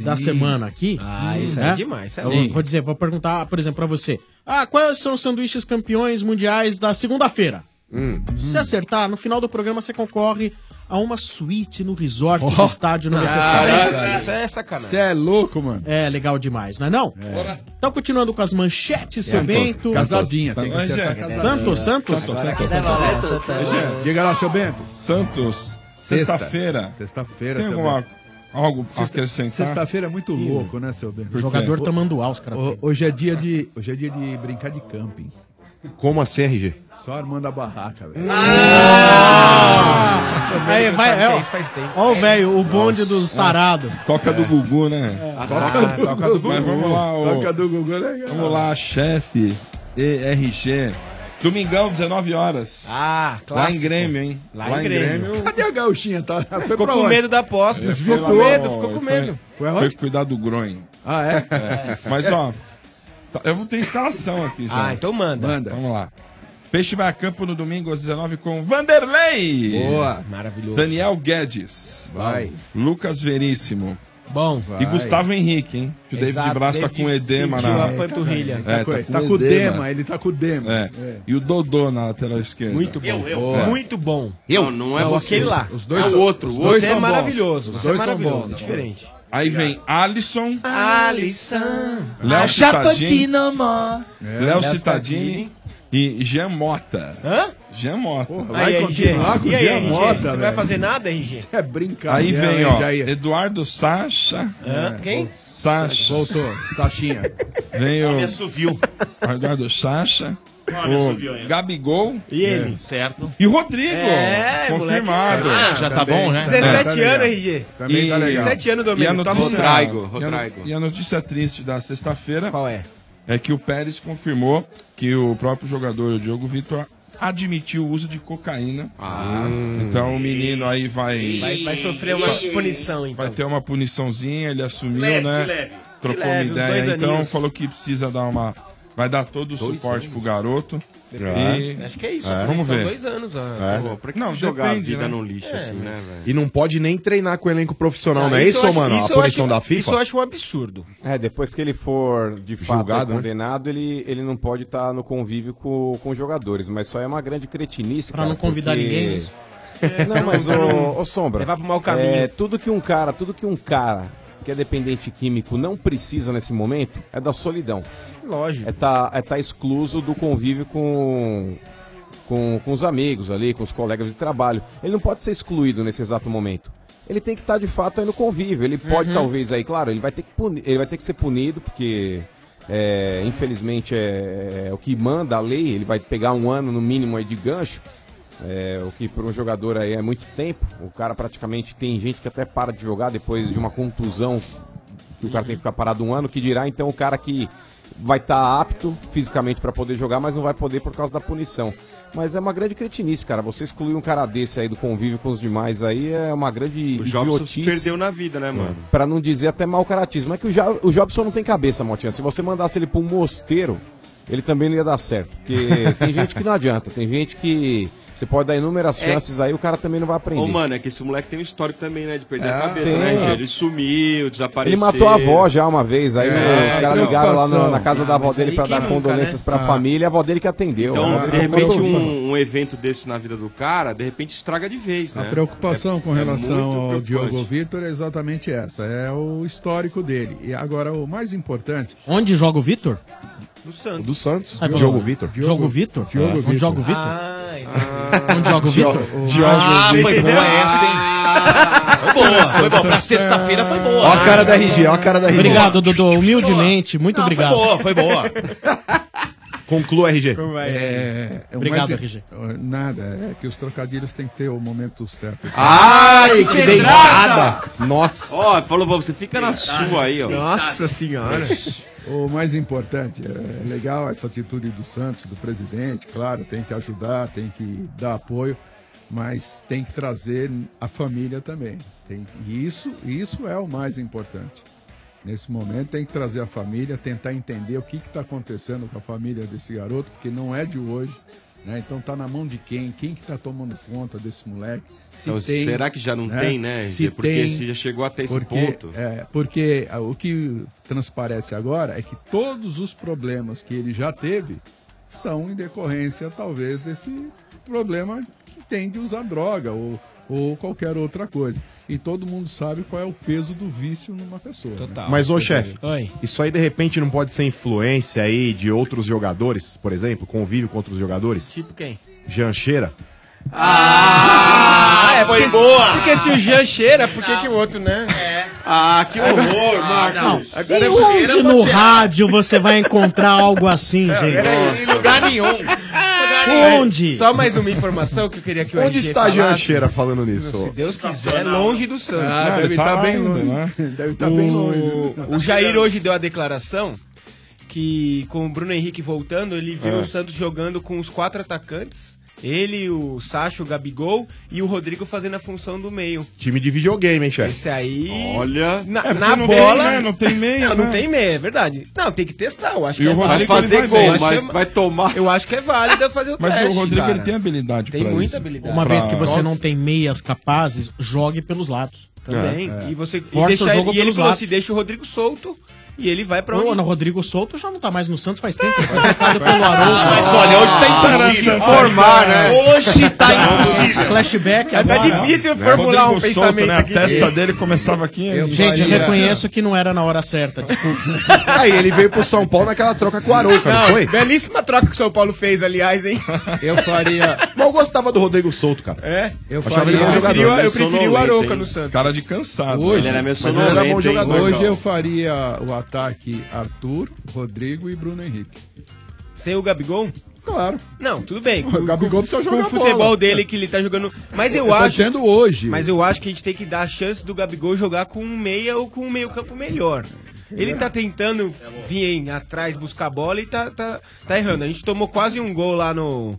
Speaker 7: da semana aqui.
Speaker 10: Ah, isso
Speaker 7: né?
Speaker 10: é demais, isso é
Speaker 7: Eu
Speaker 10: louco.
Speaker 7: Vou dizer, vou perguntar, por exemplo, pra você. Ah, quais são os sanduíches campeões mundiais da segunda-feira? Se você acertar, no final do programa você concorre a uma suíte no resort do estádio 97.
Speaker 10: Isso é sacanagem.
Speaker 7: é louco, mano. É legal demais, não é não? Então, continuando com as manchetes, seu
Speaker 14: Santos.
Speaker 7: Bento.
Speaker 14: Casadinha, tem que
Speaker 7: Mas,
Speaker 14: ser
Speaker 7: é,
Speaker 14: essa casadinha.
Speaker 7: Santos, Santos.
Speaker 9: Santos, Santos, Santos, Santos.
Speaker 14: Diga lá, seu Bento.
Speaker 9: Santos,
Speaker 14: Sexta.
Speaker 9: sexta-feira.
Speaker 14: Sexta-feira,
Speaker 9: Tem
Speaker 14: seu
Speaker 9: alguma,
Speaker 14: Bento.
Speaker 9: algo a
Speaker 14: Sexta-
Speaker 9: acrescentar?
Speaker 14: Sexta-feira é muito
Speaker 9: Ih,
Speaker 14: louco, né, seu Bento?
Speaker 9: O jogador
Speaker 7: tamanduá, os caras.
Speaker 14: Ho- Hoje é dia de, hoje é dia de brincar de camping.
Speaker 12: Como assim, RG?
Speaker 14: Só armando a barraca, velho.
Speaker 10: Ah!
Speaker 7: Aí, vai, é, ó, ó o velho, o bonde dos tarados.
Speaker 9: Toca
Speaker 12: É.
Speaker 9: do Gugu, né?
Speaker 14: Ah,
Speaker 7: Toca do
Speaker 9: Mas vamos lá, ô.
Speaker 14: Toca do Gugu, é legal.
Speaker 9: Vamos lá, chefe. STRG. Domingão, 19 horas.
Speaker 10: Ah,
Speaker 9: Lá em
Speaker 10: clássico.
Speaker 9: Grêmio, hein?
Speaker 10: Lá, em Grêmio.
Speaker 14: Cadê a gauchinha? Tá? Foi
Speaker 10: Ficou
Speaker 14: pra
Speaker 10: com
Speaker 14: onde?
Speaker 10: medo da aposta,
Speaker 14: Ele
Speaker 10: desvirtuou.
Speaker 14: foi lá,
Speaker 10: Medo, ficou
Speaker 9: ó,
Speaker 10: com
Speaker 9: foi-
Speaker 10: medo.
Speaker 14: Foi
Speaker 9: Foi,
Speaker 14: aonde?
Speaker 9: cuidar do Groen.
Speaker 14: Ah, é?
Speaker 9: Mas, ó, tá- eu vou ter escalação aqui já.
Speaker 10: Ah, então manda.
Speaker 14: Manda.
Speaker 9: Vamos lá. Peixe vai a campo no domingo às 19 com Vanderlei.
Speaker 14: Boa. Maravilhoso.
Speaker 9: Daniel Guedes.
Speaker 14: Vai.
Speaker 9: Lucas Veríssimo.
Speaker 10: Bom.
Speaker 9: E Gustavo Henrique, hein? Que o David
Speaker 14: Exato,
Speaker 9: Braz tá
Speaker 14: David
Speaker 9: com edema
Speaker 14: sentiu
Speaker 9: na...
Speaker 14: a panturrilha.
Speaker 9: É,
Speaker 14: Tá com- tá com edema, ele tá com edema.
Speaker 9: É.
Speaker 14: É.
Speaker 9: E o Dodô na lateral esquerda.
Speaker 14: Muito bom. Eu, eu. Muito
Speaker 10: É. bom.
Speaker 14: Eu? Não, não é você.
Speaker 10: aquele lá.
Speaker 14: Os dois
Speaker 10: é
Speaker 14: são-
Speaker 10: o outro.
Speaker 14: os
Speaker 10: O
Speaker 14: dois
Speaker 10: outro é
Speaker 14: são bons.
Speaker 10: maravilhoso.
Speaker 14: Os
Speaker 10: Os dois
Speaker 14: dois
Speaker 10: é
Speaker 14: são
Speaker 10: maravilhoso.
Speaker 14: bons.
Speaker 10: é diferente. Ah.
Speaker 9: Aí vem Alisson,
Speaker 10: Alisson.
Speaker 9: Léo Citadini, Léo
Speaker 10: Léo
Speaker 9: Citadini e Jean Mota.
Speaker 10: Hã?
Speaker 9: Jean Mota.
Speaker 10: Aí, RG.
Speaker 14: com
Speaker 10: E
Speaker 14: o
Speaker 10: aí,
Speaker 14: Jean
Speaker 10: RG?
Speaker 14: Mota,
Speaker 10: Você vai
Speaker 14: velho.
Speaker 10: fazer nada, RG?
Speaker 14: É brincadeira.
Speaker 9: Aí vem,
Speaker 14: hein,
Speaker 9: ó,
Speaker 14: Jair?
Speaker 9: Eduardo Sacha. É.
Speaker 10: Hã? Quem?
Speaker 9: Sacha.
Speaker 14: Voltou, Sachinha.
Speaker 9: Vem o...
Speaker 14: Me
Speaker 9: assoviu. Eduardo Sacha.
Speaker 14: Ah, me assoviou
Speaker 9: O
Speaker 14: ainda.
Speaker 9: Gabigol.
Speaker 10: E ele?
Speaker 9: É.
Speaker 3: Certo.
Speaker 9: E o Rodrigo.
Speaker 10: É,
Speaker 9: confirmado.
Speaker 10: moleque. Ah, já tá Também, bom, né? também,
Speaker 9: 17
Speaker 10: tá legal. Também tá legal. 17 anos, Domênico,
Speaker 9: E a
Speaker 10: tá
Speaker 9: notícia,
Speaker 10: bom. Rodrigo,
Speaker 9: e a no-
Speaker 10: Rodrigo.
Speaker 9: E a notícia triste da sexta-feira.
Speaker 10: Qual é?
Speaker 9: É que o Pérez confirmou que o próprio jogador, o Diogo Vitor, admitiu o uso de cocaína.
Speaker 11: Ah.
Speaker 9: Então o menino aí vai...
Speaker 10: Vai- Ah. vai sofrer uma punição, então.
Speaker 9: Vai ter uma puniçãozinha, ele assumiu,
Speaker 10: Leve,
Speaker 9: né?
Speaker 10: que leve.
Speaker 9: Trocou
Speaker 10: Que leve,
Speaker 9: uma
Speaker 10: os
Speaker 9: ideia,
Speaker 10: dois
Speaker 9: então
Speaker 10: aninhos.
Speaker 9: falou que precisa dar uma... Vai dar todo o
Speaker 10: Dois
Speaker 9: suporte
Speaker 10: anos.
Speaker 9: pro garoto.
Speaker 12: É.
Speaker 9: E-
Speaker 12: Acho que é isso,
Speaker 9: É. Vamos
Speaker 12: são
Speaker 9: ver.
Speaker 12: dois anos,
Speaker 10: É.
Speaker 12: É,
Speaker 11: Ah, pô, pra que
Speaker 9: Não,
Speaker 11: jogar
Speaker 9: depende,
Speaker 11: a vida
Speaker 9: né?
Speaker 11: no lixo assim, né, velho?
Speaker 12: E não pode nem treinar com o elenco profissional, não, é
Speaker 11: isso
Speaker 12: isso,
Speaker 11: eu acho-
Speaker 12: mano?
Speaker 11: isso
Speaker 12: a
Speaker 11: eu
Speaker 12: punição
Speaker 11: acho-
Speaker 12: da FIFA?
Speaker 11: isso eu acho
Speaker 12: um
Speaker 10: absurdo.
Speaker 13: É, depois que ele for de fato
Speaker 12: Julgado, né?
Speaker 13: condenado, ele, ele não pode estar no convívio com, com os jogadores. Mas só é uma grande cretinice.
Speaker 7: Pra
Speaker 13: cara,
Speaker 7: não convidar
Speaker 13: porque-
Speaker 7: ninguém, né?
Speaker 13: Não, mas
Speaker 7: Pra
Speaker 13: ô,
Speaker 7: não
Speaker 13: ô Sombra.
Speaker 7: levar pro mau caminho.
Speaker 13: é, tudo que um cara, tudo que um cara que é dependente químico não precisa nesse momento é da solidão.
Speaker 10: Lógico.
Speaker 13: É tá, é tá excluso do convívio com, com, com os amigos ali, com os colegas de trabalho. Ele não pode ser excluído nesse exato momento. Ele tem que estar de fato aí no convívio. Ele pode,
Speaker 8: Uhum.
Speaker 13: talvez, aí, claro, ele vai ter que, puni- ele vai ter que ser punido, porque é, infelizmente é, é o que manda a lei. Ele vai pegar um ano no mínimo aí de gancho. é, o que para um jogador aí é muito tempo. O cara praticamente tem gente que até para de jogar depois de uma contusão que o cara tem que ficar parado um ano, que dirá então o cara que vai estar apto fisicamente para poder jogar, mas não vai poder por causa da punição. Mas é uma grande cretinice, cara. Você excluir um cara desse aí do convívio com os demais aí é uma grande
Speaker 11: O Jobson
Speaker 13: idiotice.
Speaker 11: perdeu na vida, né,
Speaker 12: É.
Speaker 11: mano?
Speaker 13: Pra não dizer até mau caratismo. É que o, Jo- o Jobson não tem cabeça, Motinha. Se você mandasse ele pra um mosteiro, ele também não ia dar certo. Porque tem gente que não adianta. Tem gente que você pode dar inúmeras
Speaker 11: É-
Speaker 13: chances aí, o cara também não vai aprender.
Speaker 11: Ô, mano, é que esse moleque tem um histórico também, né? De perder
Speaker 13: Ah,
Speaker 11: a cabeça,
Speaker 13: tem.
Speaker 11: né? gente? Ele sumiu, desapareceu.
Speaker 13: Ele matou a avó já uma vez, aí
Speaker 11: É,
Speaker 13: né, os caras
Speaker 11: então,
Speaker 13: ligaram lá no-
Speaker 11: passou.
Speaker 13: na casa da avó dele pra
Speaker 11: quem
Speaker 13: dar
Speaker 11: nunca,
Speaker 13: condolências
Speaker 11: né?
Speaker 13: pra
Speaker 11: Ah.
Speaker 13: família, a avó dele que atendeu. A avó
Speaker 11: Então,
Speaker 13: dele
Speaker 11: de
Speaker 13: ficou
Speaker 11: repente,
Speaker 13: comovida.
Speaker 11: um, um evento desse na vida do cara, de repente estraga de vez, né?
Speaker 14: A preocupação com relação
Speaker 11: muito
Speaker 14: ao
Speaker 11: preocupante.
Speaker 14: Diogo Vitor é exatamente essa, é o histórico dele. E agora o mais importante.
Speaker 7: Onde joga o Vitor?
Speaker 14: Do Santos.
Speaker 12: Do Santos.
Speaker 7: Ah, Diogo Vitor. Diogo Vitor?
Speaker 14: Diogo
Speaker 7: Ah.
Speaker 14: Vitor.
Speaker 7: Onde joga o Vitor? Onde joga o Vitor?
Speaker 14: Ah,
Speaker 7: Vitor.
Speaker 14: foi boa
Speaker 7: essa, hein?
Speaker 3: Foi boa, foi boa. Pra sexta-feira foi boa.
Speaker 7: Ó a cara da RG,
Speaker 12: ó a cara da RG.
Speaker 7: Obrigado, Dudu. Humildemente, muito obrigado.
Speaker 3: Foi boa, foi boa.
Speaker 12: Conclua, RG.
Speaker 14: É, é o
Speaker 7: Obrigado,
Speaker 14: mais-
Speaker 7: RG.
Speaker 14: Nada, é que os trocadilhos têm que ter o momento certo.
Speaker 11: Ai, que
Speaker 14: pedrada!
Speaker 11: pedrada!
Speaker 14: Nossa!
Speaker 11: Ó, falou pra você, fica na sua aí, ó.
Speaker 14: O mais importante, é legal essa atitude do Santos, do presidente, claro, tem que ajudar, tem que dar apoio, mas tem que trazer a família também. Tem, e isso, isso é o mais importante. Nesse momento tem que trazer a família, tentar entender o que está acontecendo com a família desse garoto, porque não é de hoje. Né? Então tá na mão de quem? Quem que tá tomando conta desse moleque? Se
Speaker 11: Então,
Speaker 14: tem,
Speaker 11: será que já não tem, né,
Speaker 14: Se
Speaker 11: RG? Porque
Speaker 14: tem,
Speaker 11: se já chegou até esse
Speaker 14: porque,
Speaker 11: ponto.
Speaker 14: é, porque ah, o que transparece agora é que todos os problemas que ele já teve são em decorrência, talvez, desse problema que tem de usar droga ou, ou qualquer outra coisa. E todo mundo sabe qual é o peso do vício numa pessoa. né? Total.
Speaker 12: Mas, ô chefe, isso aí de repente não pode ser influência aí de outros jogadores, por exemplo, convívio com outros jogadores?
Speaker 10: Tipo quem?
Speaker 12: Jancheira.
Speaker 10: Ah, é
Speaker 11: foi
Speaker 10: porque,
Speaker 11: boa.
Speaker 10: Porque se o Jean cheira, por que, que o outro, né? É.
Speaker 11: Ah, que horror, Marcos.
Speaker 7: Não,
Speaker 11: Agora
Speaker 7: e
Speaker 11: eu
Speaker 7: onde
Speaker 11: cheiro,
Speaker 7: no
Speaker 11: Matias.
Speaker 7: rádio você vai encontrar algo assim, gente?
Speaker 10: Em lugar nenhum.
Speaker 7: Onde?
Speaker 10: Só mais uma informação que eu queria que o
Speaker 12: Onde
Speaker 10: RG
Speaker 12: está Jean
Speaker 10: falasse.
Speaker 12: Cheira falando nisso?
Speaker 10: Se Deus quiser, é longe do Santos.
Speaker 12: Ah,
Speaker 11: né?
Speaker 12: deve tá bem longe.
Speaker 14: Deve
Speaker 12: tá bem longe.
Speaker 10: O Jair hoje deu a declaração que com o Bruno Henrique voltando, ele viu
Speaker 11: É.
Speaker 10: o Santos jogando com os quatro atacantes. Ele, o Sacho, o Gabigol e o Rodrigo fazendo a função do meio.
Speaker 12: Time de videogame, hein, chefe?
Speaker 10: Esse aí.
Speaker 12: Olha.
Speaker 10: Na,
Speaker 12: É, porque
Speaker 10: na
Speaker 12: não tem,
Speaker 10: bola.
Speaker 12: né? Não tem meia,
Speaker 10: Não, não
Speaker 12: né?
Speaker 10: tem meia, é verdade. Não, tem que testar. Eu acho
Speaker 9: E
Speaker 10: que
Speaker 9: o
Speaker 10: é
Speaker 9: Rodrigo,
Speaker 10: válido.
Speaker 9: ele Fazer vai gol, bem.
Speaker 10: Eu acho que é-
Speaker 9: mas
Speaker 11: vai tomar.
Speaker 10: Eu acho que é válido fazer o
Speaker 9: Mas
Speaker 10: teste.
Speaker 9: o Rodrigo
Speaker 10: cara.
Speaker 9: ele tem habilidade
Speaker 10: Tem
Speaker 9: pra
Speaker 10: muita
Speaker 9: isso.
Speaker 10: habilidade.
Speaker 7: Uma
Speaker 9: Pra-
Speaker 7: vez que você não tem meias capazes, jogue pelos lados.
Speaker 10: Também.
Speaker 9: É,
Speaker 10: E você e
Speaker 7: É, força
Speaker 10: deixa,
Speaker 7: o jogo
Speaker 10: e ele
Speaker 7: pelos
Speaker 10: falou
Speaker 7: lados.
Speaker 10: assim: deixa o Rodrigo solto e ele vai pra
Speaker 7: Ô,
Speaker 10: onde.
Speaker 7: não, Rodrigo Souto já não tá mais no Santos faz tempo. Foi trocado pelo Arouca.
Speaker 10: Ah, mas olha, hoje tá impossível
Speaker 7: Olha,
Speaker 10: formar,
Speaker 7: cara.
Speaker 10: né? Hoje tá impossível.
Speaker 7: Flashback
Speaker 10: É, tá
Speaker 7: agora.
Speaker 10: difícil
Speaker 7: Né?
Speaker 10: formular um
Speaker 9: Rodrigo Souto,
Speaker 10: pensamento
Speaker 9: né? A
Speaker 10: aqui.
Speaker 9: testa dele começava aqui.
Speaker 7: Eu-
Speaker 9: ele
Speaker 7: Gente, eu
Speaker 9: varia.
Speaker 7: reconheço que não era na hora certa, desculpa.
Speaker 12: Aí ele veio pro São Paulo naquela troca com o Arouca, não,
Speaker 10: Não,
Speaker 12: foi?
Speaker 10: Belíssima troca que o São Paulo fez, aliás, hein?
Speaker 12: Eu faria. né? Mas eu gostava do Rodrigo Solto, cara.
Speaker 10: É?
Speaker 12: Eu
Speaker 10: Achava ele bom jogador.
Speaker 11: né?
Speaker 10: Eu preferi o Arouca no Santos.
Speaker 9: é um Cara de cansado. né?
Speaker 14: Hoje, né?
Speaker 9: Ele é era meio
Speaker 14: mas ele era bom
Speaker 9: sonolento, hein?
Speaker 14: jogador.
Speaker 9: Legal.
Speaker 11: então.
Speaker 14: Hoje eu faria o ataque Arthur, Rodrigo e Bruno Henrique.
Speaker 10: Sem o Gabigol?
Speaker 14: Claro.
Speaker 10: Não, tudo bem.
Speaker 14: O Gabigol precisa
Speaker 10: Com
Speaker 14: jogar
Speaker 10: o futebol
Speaker 14: bola.
Speaker 10: dele que ele tá jogando. Mas eu,
Speaker 14: Eu tô
Speaker 10: acho.
Speaker 14: dizendo hoje.
Speaker 10: Mas eu acho que a gente tem que dar a chance do Gabigol jogar com um meia ou com um meio-campo melhor. Ele tá tentando vir em atrás buscar a bola e tá, tá, tá errando. A gente tomou quase um gol lá no.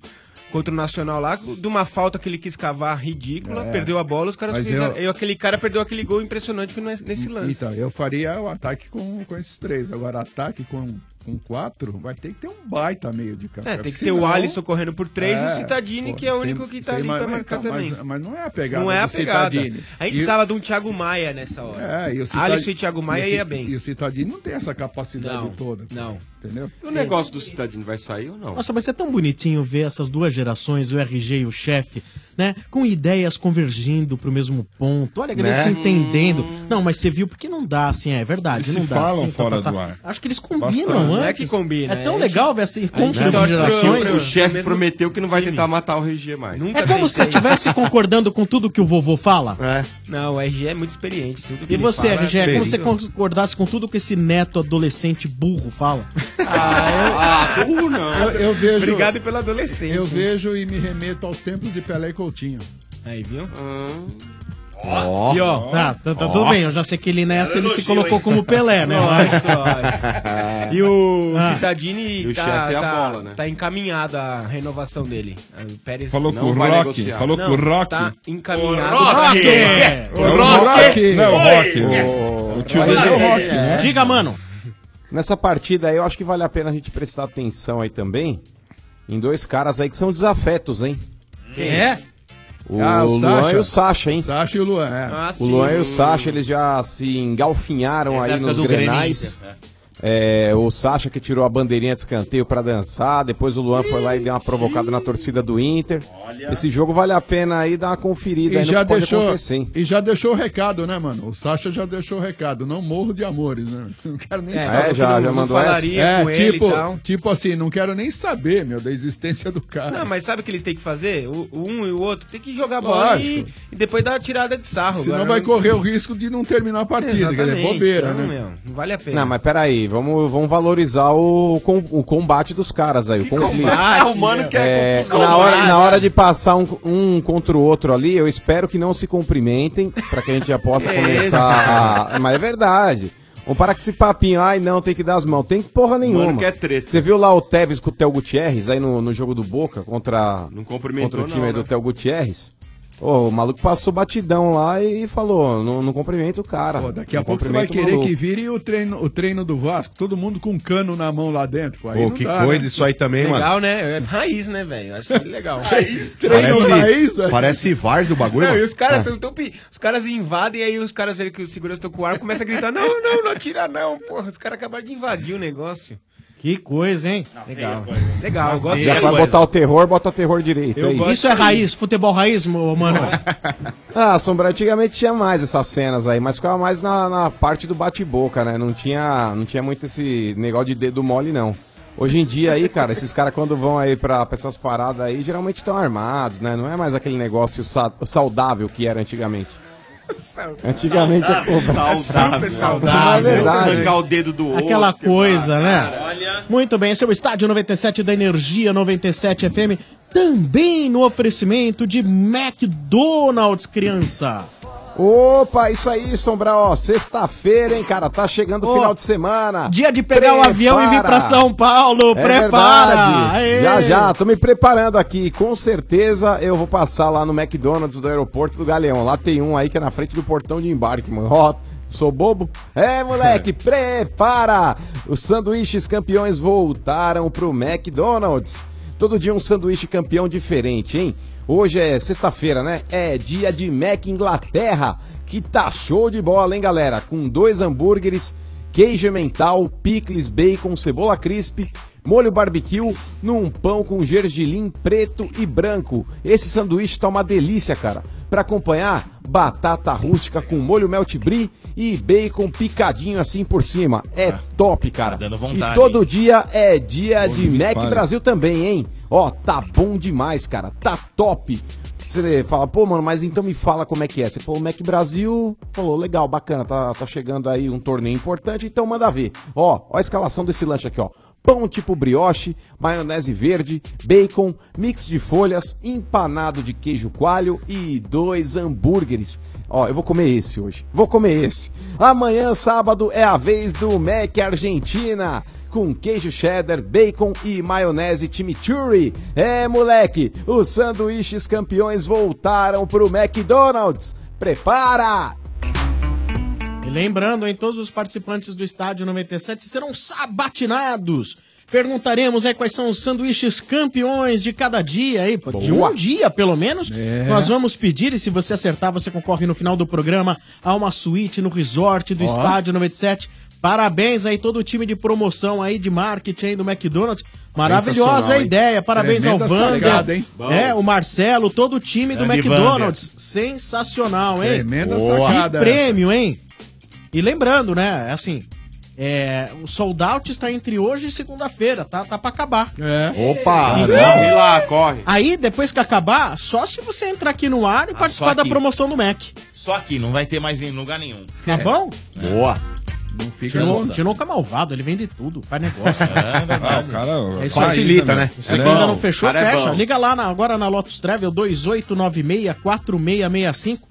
Speaker 10: Contra o Nacional lá, de uma falta que ele quis cavar ridícula,
Speaker 14: É.
Speaker 10: perdeu a bola, os caras
Speaker 14: Mas
Speaker 10: fizeram.
Speaker 14: eu-
Speaker 10: e Aquele cara perdeu aquele gol impressionante foi nesse- nesse lance.
Speaker 14: Então, eu faria o ataque com, com esses três. Agora, ataque com, com quatro, vai ter que ter um baita meio de campo.
Speaker 10: É, tem que ter
Speaker 14: Senão-
Speaker 10: o Alisson correndo por três e o Citadini,
Speaker 14: pô,
Speaker 10: que é o
Speaker 14: sem-
Speaker 10: único que tá
Speaker 14: sem
Speaker 10: ali
Speaker 14: mais-
Speaker 10: pra marcar
Speaker 14: então,
Speaker 10: também.
Speaker 14: Mas, mas não é a pegada
Speaker 10: Não é a
Speaker 14: do
Speaker 10: pegada.
Speaker 14: Citadini.
Speaker 10: A gente
Speaker 14: E-
Speaker 10: precisava de um Thiago Maia nessa hora.
Speaker 14: É, e o Citadini,
Speaker 10: Alisson e Thiago Maia
Speaker 14: e o Ci-
Speaker 10: ia bem.
Speaker 14: E o Citadini não tem essa capacidade
Speaker 10: Não,
Speaker 14: toda.
Speaker 10: Não.
Speaker 14: Entendeu?
Speaker 11: O negócio do Cidadinho vai sair ou não?
Speaker 7: Nossa, mas é tão bonitinho ver essas duas gerações, o RG e o chefe, né? Com ideias convergindo pro mesmo ponto. Olha, eles
Speaker 9: Né?
Speaker 7: se entendendo. Não, mas você viu porque não dá, assim, é verdade.
Speaker 9: Eles
Speaker 7: não
Speaker 9: se
Speaker 7: dá
Speaker 9: falam
Speaker 7: assim, tá,
Speaker 9: fora
Speaker 7: tá, tá.
Speaker 9: do ar.
Speaker 7: Acho que eles combinam
Speaker 11: Bastante.
Speaker 7: antes.
Speaker 11: Não é que combina,
Speaker 7: É
Speaker 10: né?
Speaker 7: tão
Speaker 11: é,
Speaker 7: legal ver esse
Speaker 3: Né?
Speaker 7: encontro de
Speaker 11: O,
Speaker 7: gerações.
Speaker 11: chefe prometeu que não vai tentar matar o RG mais.
Speaker 7: É como se você estivesse concordando com tudo que o vovô fala.
Speaker 10: Não, o RG é muito experiente. Tudo que
Speaker 7: E
Speaker 10: ele
Speaker 7: você,
Speaker 10: fala é
Speaker 7: RG, é como se você
Speaker 10: terrível.
Speaker 7: concordasse com tudo que esse neto adolescente burro fala?
Speaker 10: Ah, burro não.
Speaker 14: Eu, eu vejo,
Speaker 10: Obrigado pela adolescente.
Speaker 14: Eu vejo e me remeto aos tempos de Pelé e Coutinho.
Speaker 10: Aí, viu?
Speaker 14: Ó.
Speaker 7: E ó, ah, tá, tá, tudo
Speaker 14: Ó.
Speaker 7: bem, eu já sei que ele nessa ele se
Speaker 10: elogio,
Speaker 7: colocou
Speaker 10: hein?
Speaker 7: como Pelé, né?
Speaker 10: Nossa, olha. E o
Speaker 7: Ah.
Speaker 10: Citadini
Speaker 11: E o chefe é a bola, né?
Speaker 10: tá encaminhada a renovação dele. O Pérez
Speaker 9: Falou
Speaker 10: não
Speaker 9: com o
Speaker 10: vai
Speaker 9: Rock,
Speaker 10: negociar.
Speaker 9: falou com o Rock.
Speaker 10: Tá encaminhado.
Speaker 9: O Rock!
Speaker 10: O
Speaker 9: É o
Speaker 10: Rock!
Speaker 9: Não, o Rock.
Speaker 13: O-
Speaker 9: O tio dele é o Rock, né?
Speaker 7: Diga, mano.
Speaker 13: Nessa partida aí, eu acho que vale a pena a gente prestar atenção aí também em dois caras aí que são desafetos, hein?
Speaker 7: Quem é?
Speaker 13: O,
Speaker 14: Ah, o
Speaker 13: Luan
Speaker 14: Sacha.
Speaker 13: e o Sasha, hein?
Speaker 14: Sacha e o Luan, é.
Speaker 10: Ah,
Speaker 13: o Luan e o Sacha, eles já se engalfinharam
Speaker 14: Essa
Speaker 13: aí
Speaker 14: época
Speaker 13: nos
Speaker 14: do
Speaker 13: grenais. É, o Sacha que tirou a bandeirinha de escanteio pra dançar, depois o Luan foi lá e deu uma provocada na torcida do Inter. Esse jogo vale a pena aí dar uma conferida
Speaker 14: E
Speaker 13: aí no
Speaker 14: já,
Speaker 13: que pode
Speaker 14: deixou,
Speaker 13: acontecer, hein?
Speaker 14: e já deixou o recado, né, mano? O Sacha já deixou o recado. Não morro de amores, né? Não quero nem
Speaker 13: É, é, já- já mandou essa?
Speaker 10: falaria com ele e
Speaker 14: tipo,
Speaker 10: tal.
Speaker 14: tipo assim, não quero nem saber, meu, da existência do cara.
Speaker 10: Não, mas sabe o que eles têm que fazer? O, o um e o outro tem que jogar bola e,
Speaker 14: Lógico.
Speaker 10: e depois dar uma tirada de sarro.
Speaker 14: Senão
Speaker 10: Agora,
Speaker 14: vai
Speaker 10: não-
Speaker 14: correr o risco de não terminar a partida. Quer dizer,
Speaker 10: Exatamente,
Speaker 14: bobeira,
Speaker 10: não,
Speaker 14: né?
Speaker 10: meu, não vale a pena.
Speaker 13: Não, mas peraí, vamos, vamos valorizar o, com- o combate dos caras aí, o conflito.
Speaker 10: combate,
Speaker 13: o
Speaker 10: humano
Speaker 13: mano
Speaker 10: que é confusão.
Speaker 13: na, hora,
Speaker 10: Combate.
Speaker 13: na hora de passar um, um contra o outro ali, eu espero que não se cumprimentem, pra que a gente já possa
Speaker 8: Que isso,
Speaker 13: começar a... Mas é verdade. Vamos parar com esse papinho, ai não, tem que dar as mãos. Tem porra nenhuma.
Speaker 11: que é treta.
Speaker 13: Você viu lá o Tevez com o Theo Gutierrez aí no, no jogo do Boca contra,
Speaker 11: cumprimentou,
Speaker 13: contra o time
Speaker 11: não,
Speaker 13: aí do
Speaker 11: né?
Speaker 13: Theo Gutierrez? Ô, o maluco passou batidão lá e falou: não, não cumprimenta o cara.
Speaker 14: Daqui a
Speaker 13: Não
Speaker 14: pouco você vai
Speaker 13: cumprimenta o
Speaker 14: querer
Speaker 13: maluco.
Speaker 14: que vire o treino, o treino do Vasco, todo mundo com um cano na mão lá dentro. Pô, aí
Speaker 12: Pô,
Speaker 14: não
Speaker 12: que
Speaker 14: dá,
Speaker 12: coisa
Speaker 14: né?
Speaker 12: isso aí também,
Speaker 10: legal,
Speaker 12: mano.
Speaker 10: né? É raiz, né, velho? Acho que é legal.
Speaker 14: raiz,
Speaker 12: Parece, parece Vars o bagulho,
Speaker 10: Não,
Speaker 12: mano.
Speaker 10: e os caras
Speaker 12: Ah.
Speaker 10: são tão pe- Os caras invadem e aí os caras veem que os seguranças estão com o ar começa a gritar: Não, não, não atira, não, porra. Os caras acabaram de invadir o negócio.
Speaker 7: Que coisa, hein?
Speaker 10: Legal. Legal, eu gosto
Speaker 13: Já
Speaker 10: dessa
Speaker 13: vai
Speaker 10: coisa.
Speaker 13: botar o terror, bota o terror direito. é isso.
Speaker 7: Isso é raiz, futebol raiz, meu mano.
Speaker 13: Ah, Sombra, antigamente tinha mais essas cenas aí, mas ficava mais na, na parte do bate-boca, né? Não tinha, não tinha muito esse negócio de dedo mole, não. Hoje em dia aí, cara, esses caras quando vão aí pra, pra essas paradas aí, geralmente estão armados, né? Não é mais aquele negócio sa- saudável que era antigamente. Antigamente é cobra.
Speaker 11: Ah, Saudável.
Speaker 13: Saudável.
Speaker 11: É
Speaker 13: É verdade.
Speaker 11: Arrancar o dedo do outro.
Speaker 7: Aquela coisa, né? Muito bem, esse é o estádio 97 da Energia 97 FM, também no oferecimento de McDonald's, criança.
Speaker 13: Opa, isso aí, Sombral, ó, sexta-feira, hein, cara, tá chegando o
Speaker 7: Ô,
Speaker 13: final de semana.
Speaker 7: Dia de pegar o avião e vir pra São Paulo, prepara!
Speaker 13: verdade.
Speaker 7: Aê!
Speaker 13: É Já, já, tô me preparando aqui. Com certeza eu vou passar lá no McDonald's do aeroporto do Galeão. Lá tem um aí que é na frente do portão de embarque, mano. Ó, sou bobo? É, moleque, prepara! Os sanduíches campeões voltaram pro McDonald's. Todo dia um sanduíche campeão diferente, hein? Hoje é sexta-feira, né? É dia de Mac Inglaterra, que tá show de bola, hein, galera? Com dois hambúrgueres queijo mental, picles, bacon, cebola crisp, molho barbecue, num pão com gergelim preto e branco. Esse sanduíche tá uma delícia, cara. Pra acompanhar, batata rústica com molho melt brie e bacon picadinho assim por cima. É top, cara.
Speaker 3: dando
Speaker 13: e
Speaker 3: vontade,
Speaker 13: todo dia é dia de
Speaker 3: me
Speaker 13: Mac
Speaker 3: fale.
Speaker 13: Brasil. Brasil também, hein? Ó, tá bom demais, cara. Tá top. Você fala, pô, mano, mas então me fala como é que é. Você falou, Mac Brasil, falou, legal, bacana, tá, tá chegando aí um torneio importante, então manda ver. Ó, ó a escalação desse lanche aqui, ó. Pão tipo brioche, maionese verde, bacon, mix de folhas, empanado de queijo coalho e dois hambúrgueres. Ó, eu vou comer esse hoje. Vou comer esse. Amanhã, sábado, é a vez do Mac Argentina com queijo cheddar, bacon e maionese chimichurri. É, moleque, os sanduíches campeões voltaram pro McDonald's. Prepara!
Speaker 7: E lembrando, hein, todos os participantes do Estádio 97 serão sabatinados. Perguntaremos aí quais são os sanduíches campeões de cada dia aí, pô, de
Speaker 10: Boa. É.
Speaker 7: um dia pelo menos. Nós vamos pedir, e se você acertar, você concorre no final do programa a uma suíte no resort do
Speaker 10: Ó.
Speaker 7: Estádio 97. Parabéns aí todo o time de promoção aí de marketing aí do McDonald's. Maravilhosa a
Speaker 10: Sensacional, hein?
Speaker 7: ideia. Parabéns ao
Speaker 10: Tremenda sacada,
Speaker 7: Vander,
Speaker 10: hein? Bom.
Speaker 7: é, o Marcelo, todo o time do
Speaker 10: Grande
Speaker 7: McDonald's. Sensacional, hein?
Speaker 14: Tremenda
Speaker 7: Boa.
Speaker 14: sacada
Speaker 7: Que prêmio, hein? E lembrando, né, assim, é, o sold out está entre hoje e segunda-feira, tá? Tá pra acabar.
Speaker 14: É.
Speaker 7: Opa!
Speaker 11: Corre lá, corre.
Speaker 7: Aí, depois que acabar, só se você entrar aqui no ar e
Speaker 3: Ah, só
Speaker 7: participar
Speaker 3: aqui.
Speaker 7: da promoção do Mac.
Speaker 3: Só aqui, não vai ter mais em lugar nenhum.
Speaker 7: Tá bom?
Speaker 3: Boa. um É,
Speaker 7: Não
Speaker 3: fica
Speaker 7: Tino,
Speaker 3: nessa.
Speaker 7: Tinoco é malvado, ele vende tudo, faz negócio.
Speaker 3: É verdade.
Speaker 7: Ah, o cara-
Speaker 3: Isso facilita, né?
Speaker 7: Isso aqui ainda não fechou,
Speaker 3: Cara, é
Speaker 7: fecha.
Speaker 3: bom.
Speaker 7: Liga lá na- agora na Lotus Travel 2896-4665.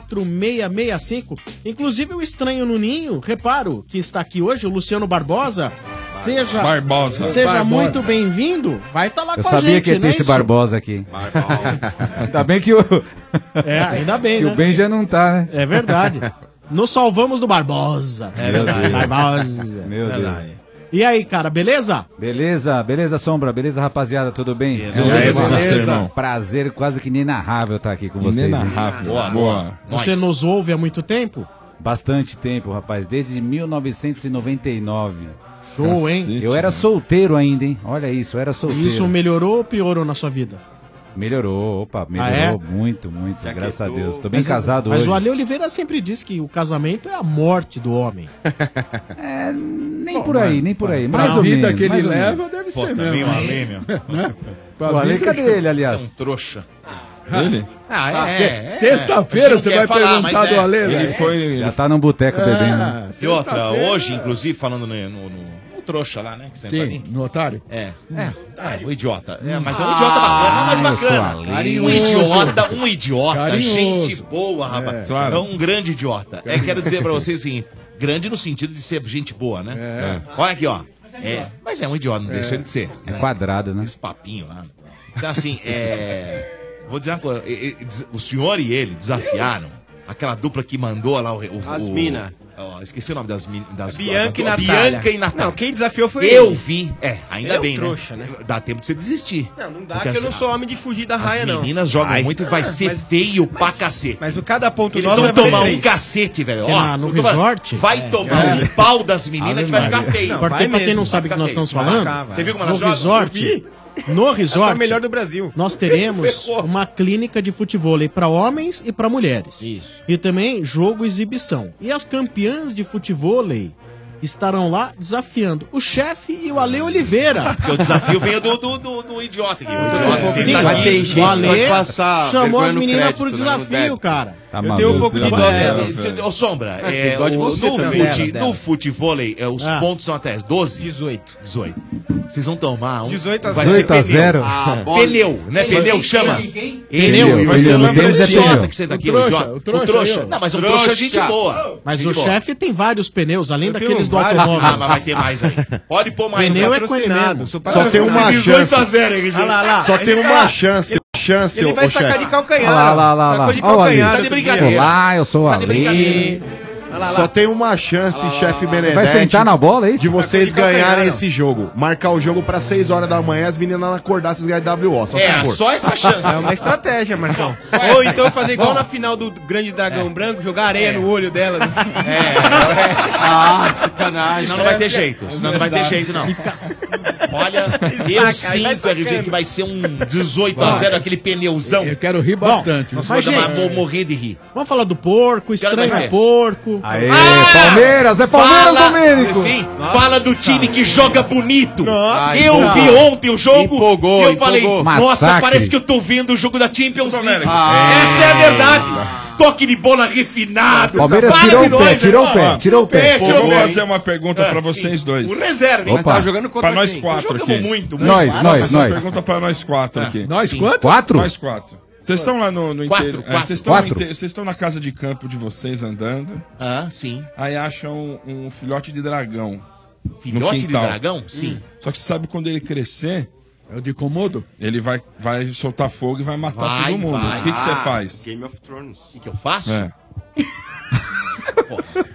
Speaker 7: 2896-4665. Inclusive o estranho no ninho, reparo, que está aqui hoje, o Luciano Barbosa. Seja,
Speaker 9: Barbosa.
Speaker 7: seja
Speaker 9: Barbosa.
Speaker 7: muito bem-vindo. Vai estar lá
Speaker 8: Eu
Speaker 7: com
Speaker 8: sabia
Speaker 7: a gente,
Speaker 8: que ia ter
Speaker 7: né?
Speaker 8: esse
Speaker 7: isso?
Speaker 8: Barbosa aqui. ainda bem que o.
Speaker 7: É, ainda bem,
Speaker 8: que
Speaker 7: né?
Speaker 8: o Ben já não tá, né?
Speaker 7: É verdade. Nos salvamos do Barbosa. É verdade. Barbosa. É
Speaker 8: Meu Deus.
Speaker 7: Verdade. E aí, cara, beleza?
Speaker 8: Beleza, beleza, Sombra, beleza, rapaziada, tudo bem? É um
Speaker 7: Beleza,
Speaker 9: beleza. irmão.
Speaker 8: Prazer quase que inenarrável estar aqui com vocês.
Speaker 9: Inenarrável, Boa, boa. boa.
Speaker 7: Você nos ouve há muito tempo?
Speaker 8: Bastante tempo, rapaz, desde 1999.
Speaker 7: Show, hein? Cacete,
Speaker 8: Eu era solteiro ainda, hein? Olha isso, eu era solteiro.
Speaker 7: Isso melhorou ou piorou na sua vida?
Speaker 8: Melhorou, opa, melhorou
Speaker 7: é?
Speaker 8: muito, muito, graças a Deus. Tô bem
Speaker 7: Mas-
Speaker 8: casado
Speaker 7: Mas
Speaker 8: hoje.
Speaker 7: o Ale Oliveira sempre diz que o casamento é a morte do homem.
Speaker 8: é, nem por aí, nem por aí.
Speaker 7: Pra
Speaker 8: mais ou
Speaker 7: vida
Speaker 8: menos,
Speaker 7: que ele
Speaker 8: mais ou
Speaker 7: leva,
Speaker 8: menos.
Speaker 7: deve né?
Speaker 3: Pô, também o Ale, meu.
Speaker 8: O Ale, cadê ele, aliás?
Speaker 3: Você é um trouxa.
Speaker 9: Ele?
Speaker 3: Ah,
Speaker 9: Ah,
Speaker 3: é.
Speaker 9: se-
Speaker 3: é.
Speaker 9: sexta-feira
Speaker 3: não
Speaker 9: você
Speaker 3: quer
Speaker 9: vai perguntar
Speaker 3: mas é.
Speaker 9: do Ale,
Speaker 8: né?
Speaker 9: Ele foi- ele-
Speaker 8: Já tá num boteco
Speaker 9: É,
Speaker 8: bebendo. né?
Speaker 3: E outra,
Speaker 9: sexta-feira-
Speaker 3: hoje, inclusive, falando no, no, no- no trouxa lá, né? Que senta
Speaker 9: Sim, Hum.
Speaker 3: ali.
Speaker 14: no otário?
Speaker 3: É. É, ah, o idiota. É, mas é um
Speaker 9: Ah,
Speaker 3: idiota bacana, mas
Speaker 9: eu sou
Speaker 3: bacana.
Speaker 9: alheio.
Speaker 3: Um idiota, um idiota,
Speaker 9: Carinhoso.
Speaker 3: gente boa, rapaz. É,
Speaker 9: claro.
Speaker 3: um grande idiota. É, quero dizer pra vocês assim, grande no sentido de ser gente boa, né? Olha aqui, ó. É, mas é um idiota, não
Speaker 8: É.
Speaker 3: deixa ele de ser.
Speaker 8: É quadrado, né?
Speaker 3: Esse papinho lá. Então, assim, é. Vou dizer uma coisa. e- e- des- O senhor e ele desafiaram aquela dupla que mandou lá o. o
Speaker 10: As
Speaker 3: o-
Speaker 10: mina. É
Speaker 3: ó, esqueci o nome das minas. Das,
Speaker 10: Bianca e
Speaker 3: da-
Speaker 10: Natália.
Speaker 3: Bianca e Natália.
Speaker 10: Não, quem desafiou foi
Speaker 3: eu.
Speaker 10: ele.
Speaker 3: Eu vi. É, ainda
Speaker 10: Ele é um
Speaker 3: bem,
Speaker 10: trouxa,
Speaker 3: né? Dá tempo de você desistir.
Speaker 10: Não, não dá
Speaker 3: Porque
Speaker 10: que eu não
Speaker 3: as-
Speaker 10: sou homem de fugir da raia,
Speaker 3: As
Speaker 10: não.
Speaker 3: meninas jogam
Speaker 10: Ai.
Speaker 3: muito e vai
Speaker 10: Ah,
Speaker 3: ser
Speaker 10: mas-
Speaker 3: feio pra cacete.
Speaker 10: Mas o cada ponto
Speaker 3: Eles
Speaker 10: nove
Speaker 3: vão
Speaker 10: vai valer
Speaker 3: tomar um
Speaker 10: três.
Speaker 3: cacete, velho.
Speaker 7: É
Speaker 3: Ó,
Speaker 7: lá no
Speaker 3: vou tomar-
Speaker 7: resort?
Speaker 3: Vai
Speaker 7: É.
Speaker 3: tomar
Speaker 7: É.
Speaker 3: um pau das meninas
Speaker 7: Ave
Speaker 3: que vai ficar
Speaker 7: Maria.
Speaker 3: feio.
Speaker 7: Não, Porque
Speaker 3: Vai
Speaker 7: pra quem
Speaker 3: mesmo,
Speaker 7: não sabe o
Speaker 3: vai
Speaker 7: que nós
Speaker 3: ficar
Speaker 7: estamos
Speaker 3: feio.
Speaker 7: falando,
Speaker 3: Vai, vai. Você viu como
Speaker 7: no
Speaker 3: ela joga?
Speaker 7: resort,
Speaker 3: um
Speaker 7: é no resort, nós teremos uma clínica de futebol para homens e para mulheres. Isso. E também jogo exibição. E as campeãs de futebol estarão lá desafiando o chefe e o Ale Oliveira. É.
Speaker 3: Porque o desafio veio do, do, do, do idiota aqui. O idiota
Speaker 7: Sim,
Speaker 3: tá
Speaker 7: vai
Speaker 3: aqui.
Speaker 7: ter gente que pode passar chamou as meninas pro desafio, cara.
Speaker 3: eu
Speaker 8: maluco.
Speaker 3: tenho um pouco de
Speaker 8: Tá
Speaker 3: dó.
Speaker 8: maluco,
Speaker 3: é,
Speaker 8: velho.
Speaker 3: se- Ô, Sombra,
Speaker 8: Ah,
Speaker 3: é,
Speaker 8: tem dó de
Speaker 3: o-
Speaker 8: você
Speaker 3: no,
Speaker 8: também.
Speaker 3: fute,
Speaker 8: Dela, dela.
Speaker 3: no futevôlei, é, os
Speaker 8: Ah.
Speaker 3: pontos são até 12? 18. 18. Vocês vão tomar um.
Speaker 10: 18
Speaker 8: a 0. 18 a 0.
Speaker 3: Ah,
Speaker 8: Quem?
Speaker 3: pneu, né?
Speaker 8: Quem?
Speaker 3: Pneu,
Speaker 8: Quem?
Speaker 3: chama.
Speaker 8: Quem? Quem?
Speaker 3: Pneu,
Speaker 8: Pneu,
Speaker 3: e
Speaker 8: pneu,
Speaker 3: você
Speaker 8: no
Speaker 3: lembra
Speaker 8: tênis
Speaker 3: do
Speaker 8: é
Speaker 3: idiota
Speaker 8: pneu.
Speaker 3: que você tá
Speaker 8: O
Speaker 3: aqui, o
Speaker 8: trouxa,
Speaker 3: idiota.
Speaker 8: o trouxa aí, ó.
Speaker 3: Não, mas um
Speaker 8: Trouxa.
Speaker 3: trouxa é gente boa.
Speaker 7: Mas
Speaker 3: Gente
Speaker 7: o
Speaker 3: boa.
Speaker 7: chefe tem vários pneus, além
Speaker 3: Eu tenho
Speaker 7: daqueles do
Speaker 3: vários.
Speaker 7: automóvel.
Speaker 3: Ah, mas vai ter mais aí. Pode pôr mais.
Speaker 7: Pneu
Speaker 3: né?
Speaker 7: é com ele
Speaker 3: Patrocinado.
Speaker 7: mesmo.
Speaker 3: Sou
Speaker 12: Só tem uma
Speaker 3: 18 a
Speaker 12: chance.
Speaker 3: 0, hein, gente?
Speaker 12: Olha lá, olha lá. Só tem uma chance, chance,
Speaker 10: Ele
Speaker 12: ô,
Speaker 10: vai
Speaker 12: ô,
Speaker 10: sacar
Speaker 12: chefe.
Speaker 10: de calcanhar.
Speaker 12: Olha lá, olha lá, olha lá.
Speaker 10: Sacou de
Speaker 12: Olha o
Speaker 10: calcanhar.
Speaker 12: Alisson. Tá de Tá
Speaker 10: outro dia.
Speaker 12: brincadeira.
Speaker 8: Olá, eu sou o Ali.
Speaker 12: Só tem uma chance, chefe Benedetti.
Speaker 8: Vai sentar na bola, é isso?
Speaker 12: De vocês
Speaker 8: Sacou de calcanhar,
Speaker 12: ganharem
Speaker 8: não.
Speaker 12: esse jogo. Marcar o jogo pra 6 horas da manhã, as meninas acordar, vocês ganharem WO. Só se
Speaker 10: É,
Speaker 12: for.
Speaker 10: só essa chance. É uma estratégia, Marcão. Ou então fazer igual na final do Grande Dragão
Speaker 3: É.
Speaker 10: Branco, jogar areia no olho delas. assim.
Speaker 3: Ah, sacanagem. Senão não vai ter
Speaker 10: É.
Speaker 3: jeito. Senão não vai ter jeito, não. Olha, eu
Speaker 10: vai
Speaker 3: sinto, RG, que vai ser um 18 a 0 aquele pneuzão. Eu
Speaker 14: quero rir
Speaker 7: bastante.
Speaker 3: Nossa,
Speaker 7: mas,
Speaker 3: vou, dar-
Speaker 7: gente-
Speaker 3: vou morrer de rir.
Speaker 7: Vamos falar do porco,
Speaker 3: Que hora vai
Speaker 7: estranho
Speaker 3: ser?
Speaker 7: porco.
Speaker 8: Aê, Palmeiras, é Palmeiras,
Speaker 3: Fala-
Speaker 8: Domênico.
Speaker 3: Sim, fala do time que joga bonito.
Speaker 8: Nossa.
Speaker 3: Eu
Speaker 8: Ai,
Speaker 3: vi
Speaker 8: cara.
Speaker 3: ontem o jogo
Speaker 8: Empolgou,
Speaker 3: e eu
Speaker 8: empolgou.
Speaker 3: falei, nossa,
Speaker 8: Massacre.
Speaker 3: parece que eu tô vendo o jogo da Champions League.
Speaker 8: né?
Speaker 3: Essa é a verdade. Toque de bola refinado.
Speaker 9: Palmeiras
Speaker 3: Para
Speaker 9: tirou
Speaker 3: de
Speaker 9: o pé,
Speaker 3: nós,
Speaker 9: tirou
Speaker 3: né?
Speaker 9: o pé,
Speaker 3: Ó,
Speaker 9: tirou o pé.
Speaker 5: um
Speaker 3: tirou o
Speaker 9: Vou
Speaker 3: pé.
Speaker 8: é
Speaker 9: fazer uma pergunta pra vocês dois.
Speaker 3: O reserva, hein?
Speaker 9: Opa.
Speaker 3: Mas tava jogando contra
Speaker 9: Pra nós
Speaker 3: quem?
Speaker 9: quatro
Speaker 3: Jogamos
Speaker 9: aqui.
Speaker 3: muito, Ah, muito.
Speaker 9: Nós,
Speaker 3: Para,
Speaker 9: nós,
Speaker 3: nós.
Speaker 9: nós. pergunta pra nós
Speaker 3: É.
Speaker 9: quatro
Speaker 3: Ah,
Speaker 9: aqui.
Speaker 14: Nós
Speaker 9: quanto?
Speaker 14: quanto? Quatro?
Speaker 9: Nós quatro. Vocês estão lá no, no
Speaker 3: Quatro,
Speaker 9: interior. é,
Speaker 3: quatro.
Speaker 9: Vocês estão no
Speaker 3: Quatro.
Speaker 9: interior- vocês estão na casa de campo de vocês andando.
Speaker 3: Ah, sim.
Speaker 9: Aí acham um, um filhote de dragão. no
Speaker 3: Filhote de
Speaker 9: quintal. Hum.
Speaker 3: dragão? Sim.
Speaker 9: Só que você sabe quando ele crescer.
Speaker 14: É o de comodo?
Speaker 9: Ele vai, vai soltar fogo e vai matar
Speaker 3: Vai,
Speaker 9: todo mundo.
Speaker 3: vai.
Speaker 9: O que que você
Speaker 3: Ah,
Speaker 9: faz?
Speaker 11: Game of Thrones. O
Speaker 3: que, que eu faço?
Speaker 9: É.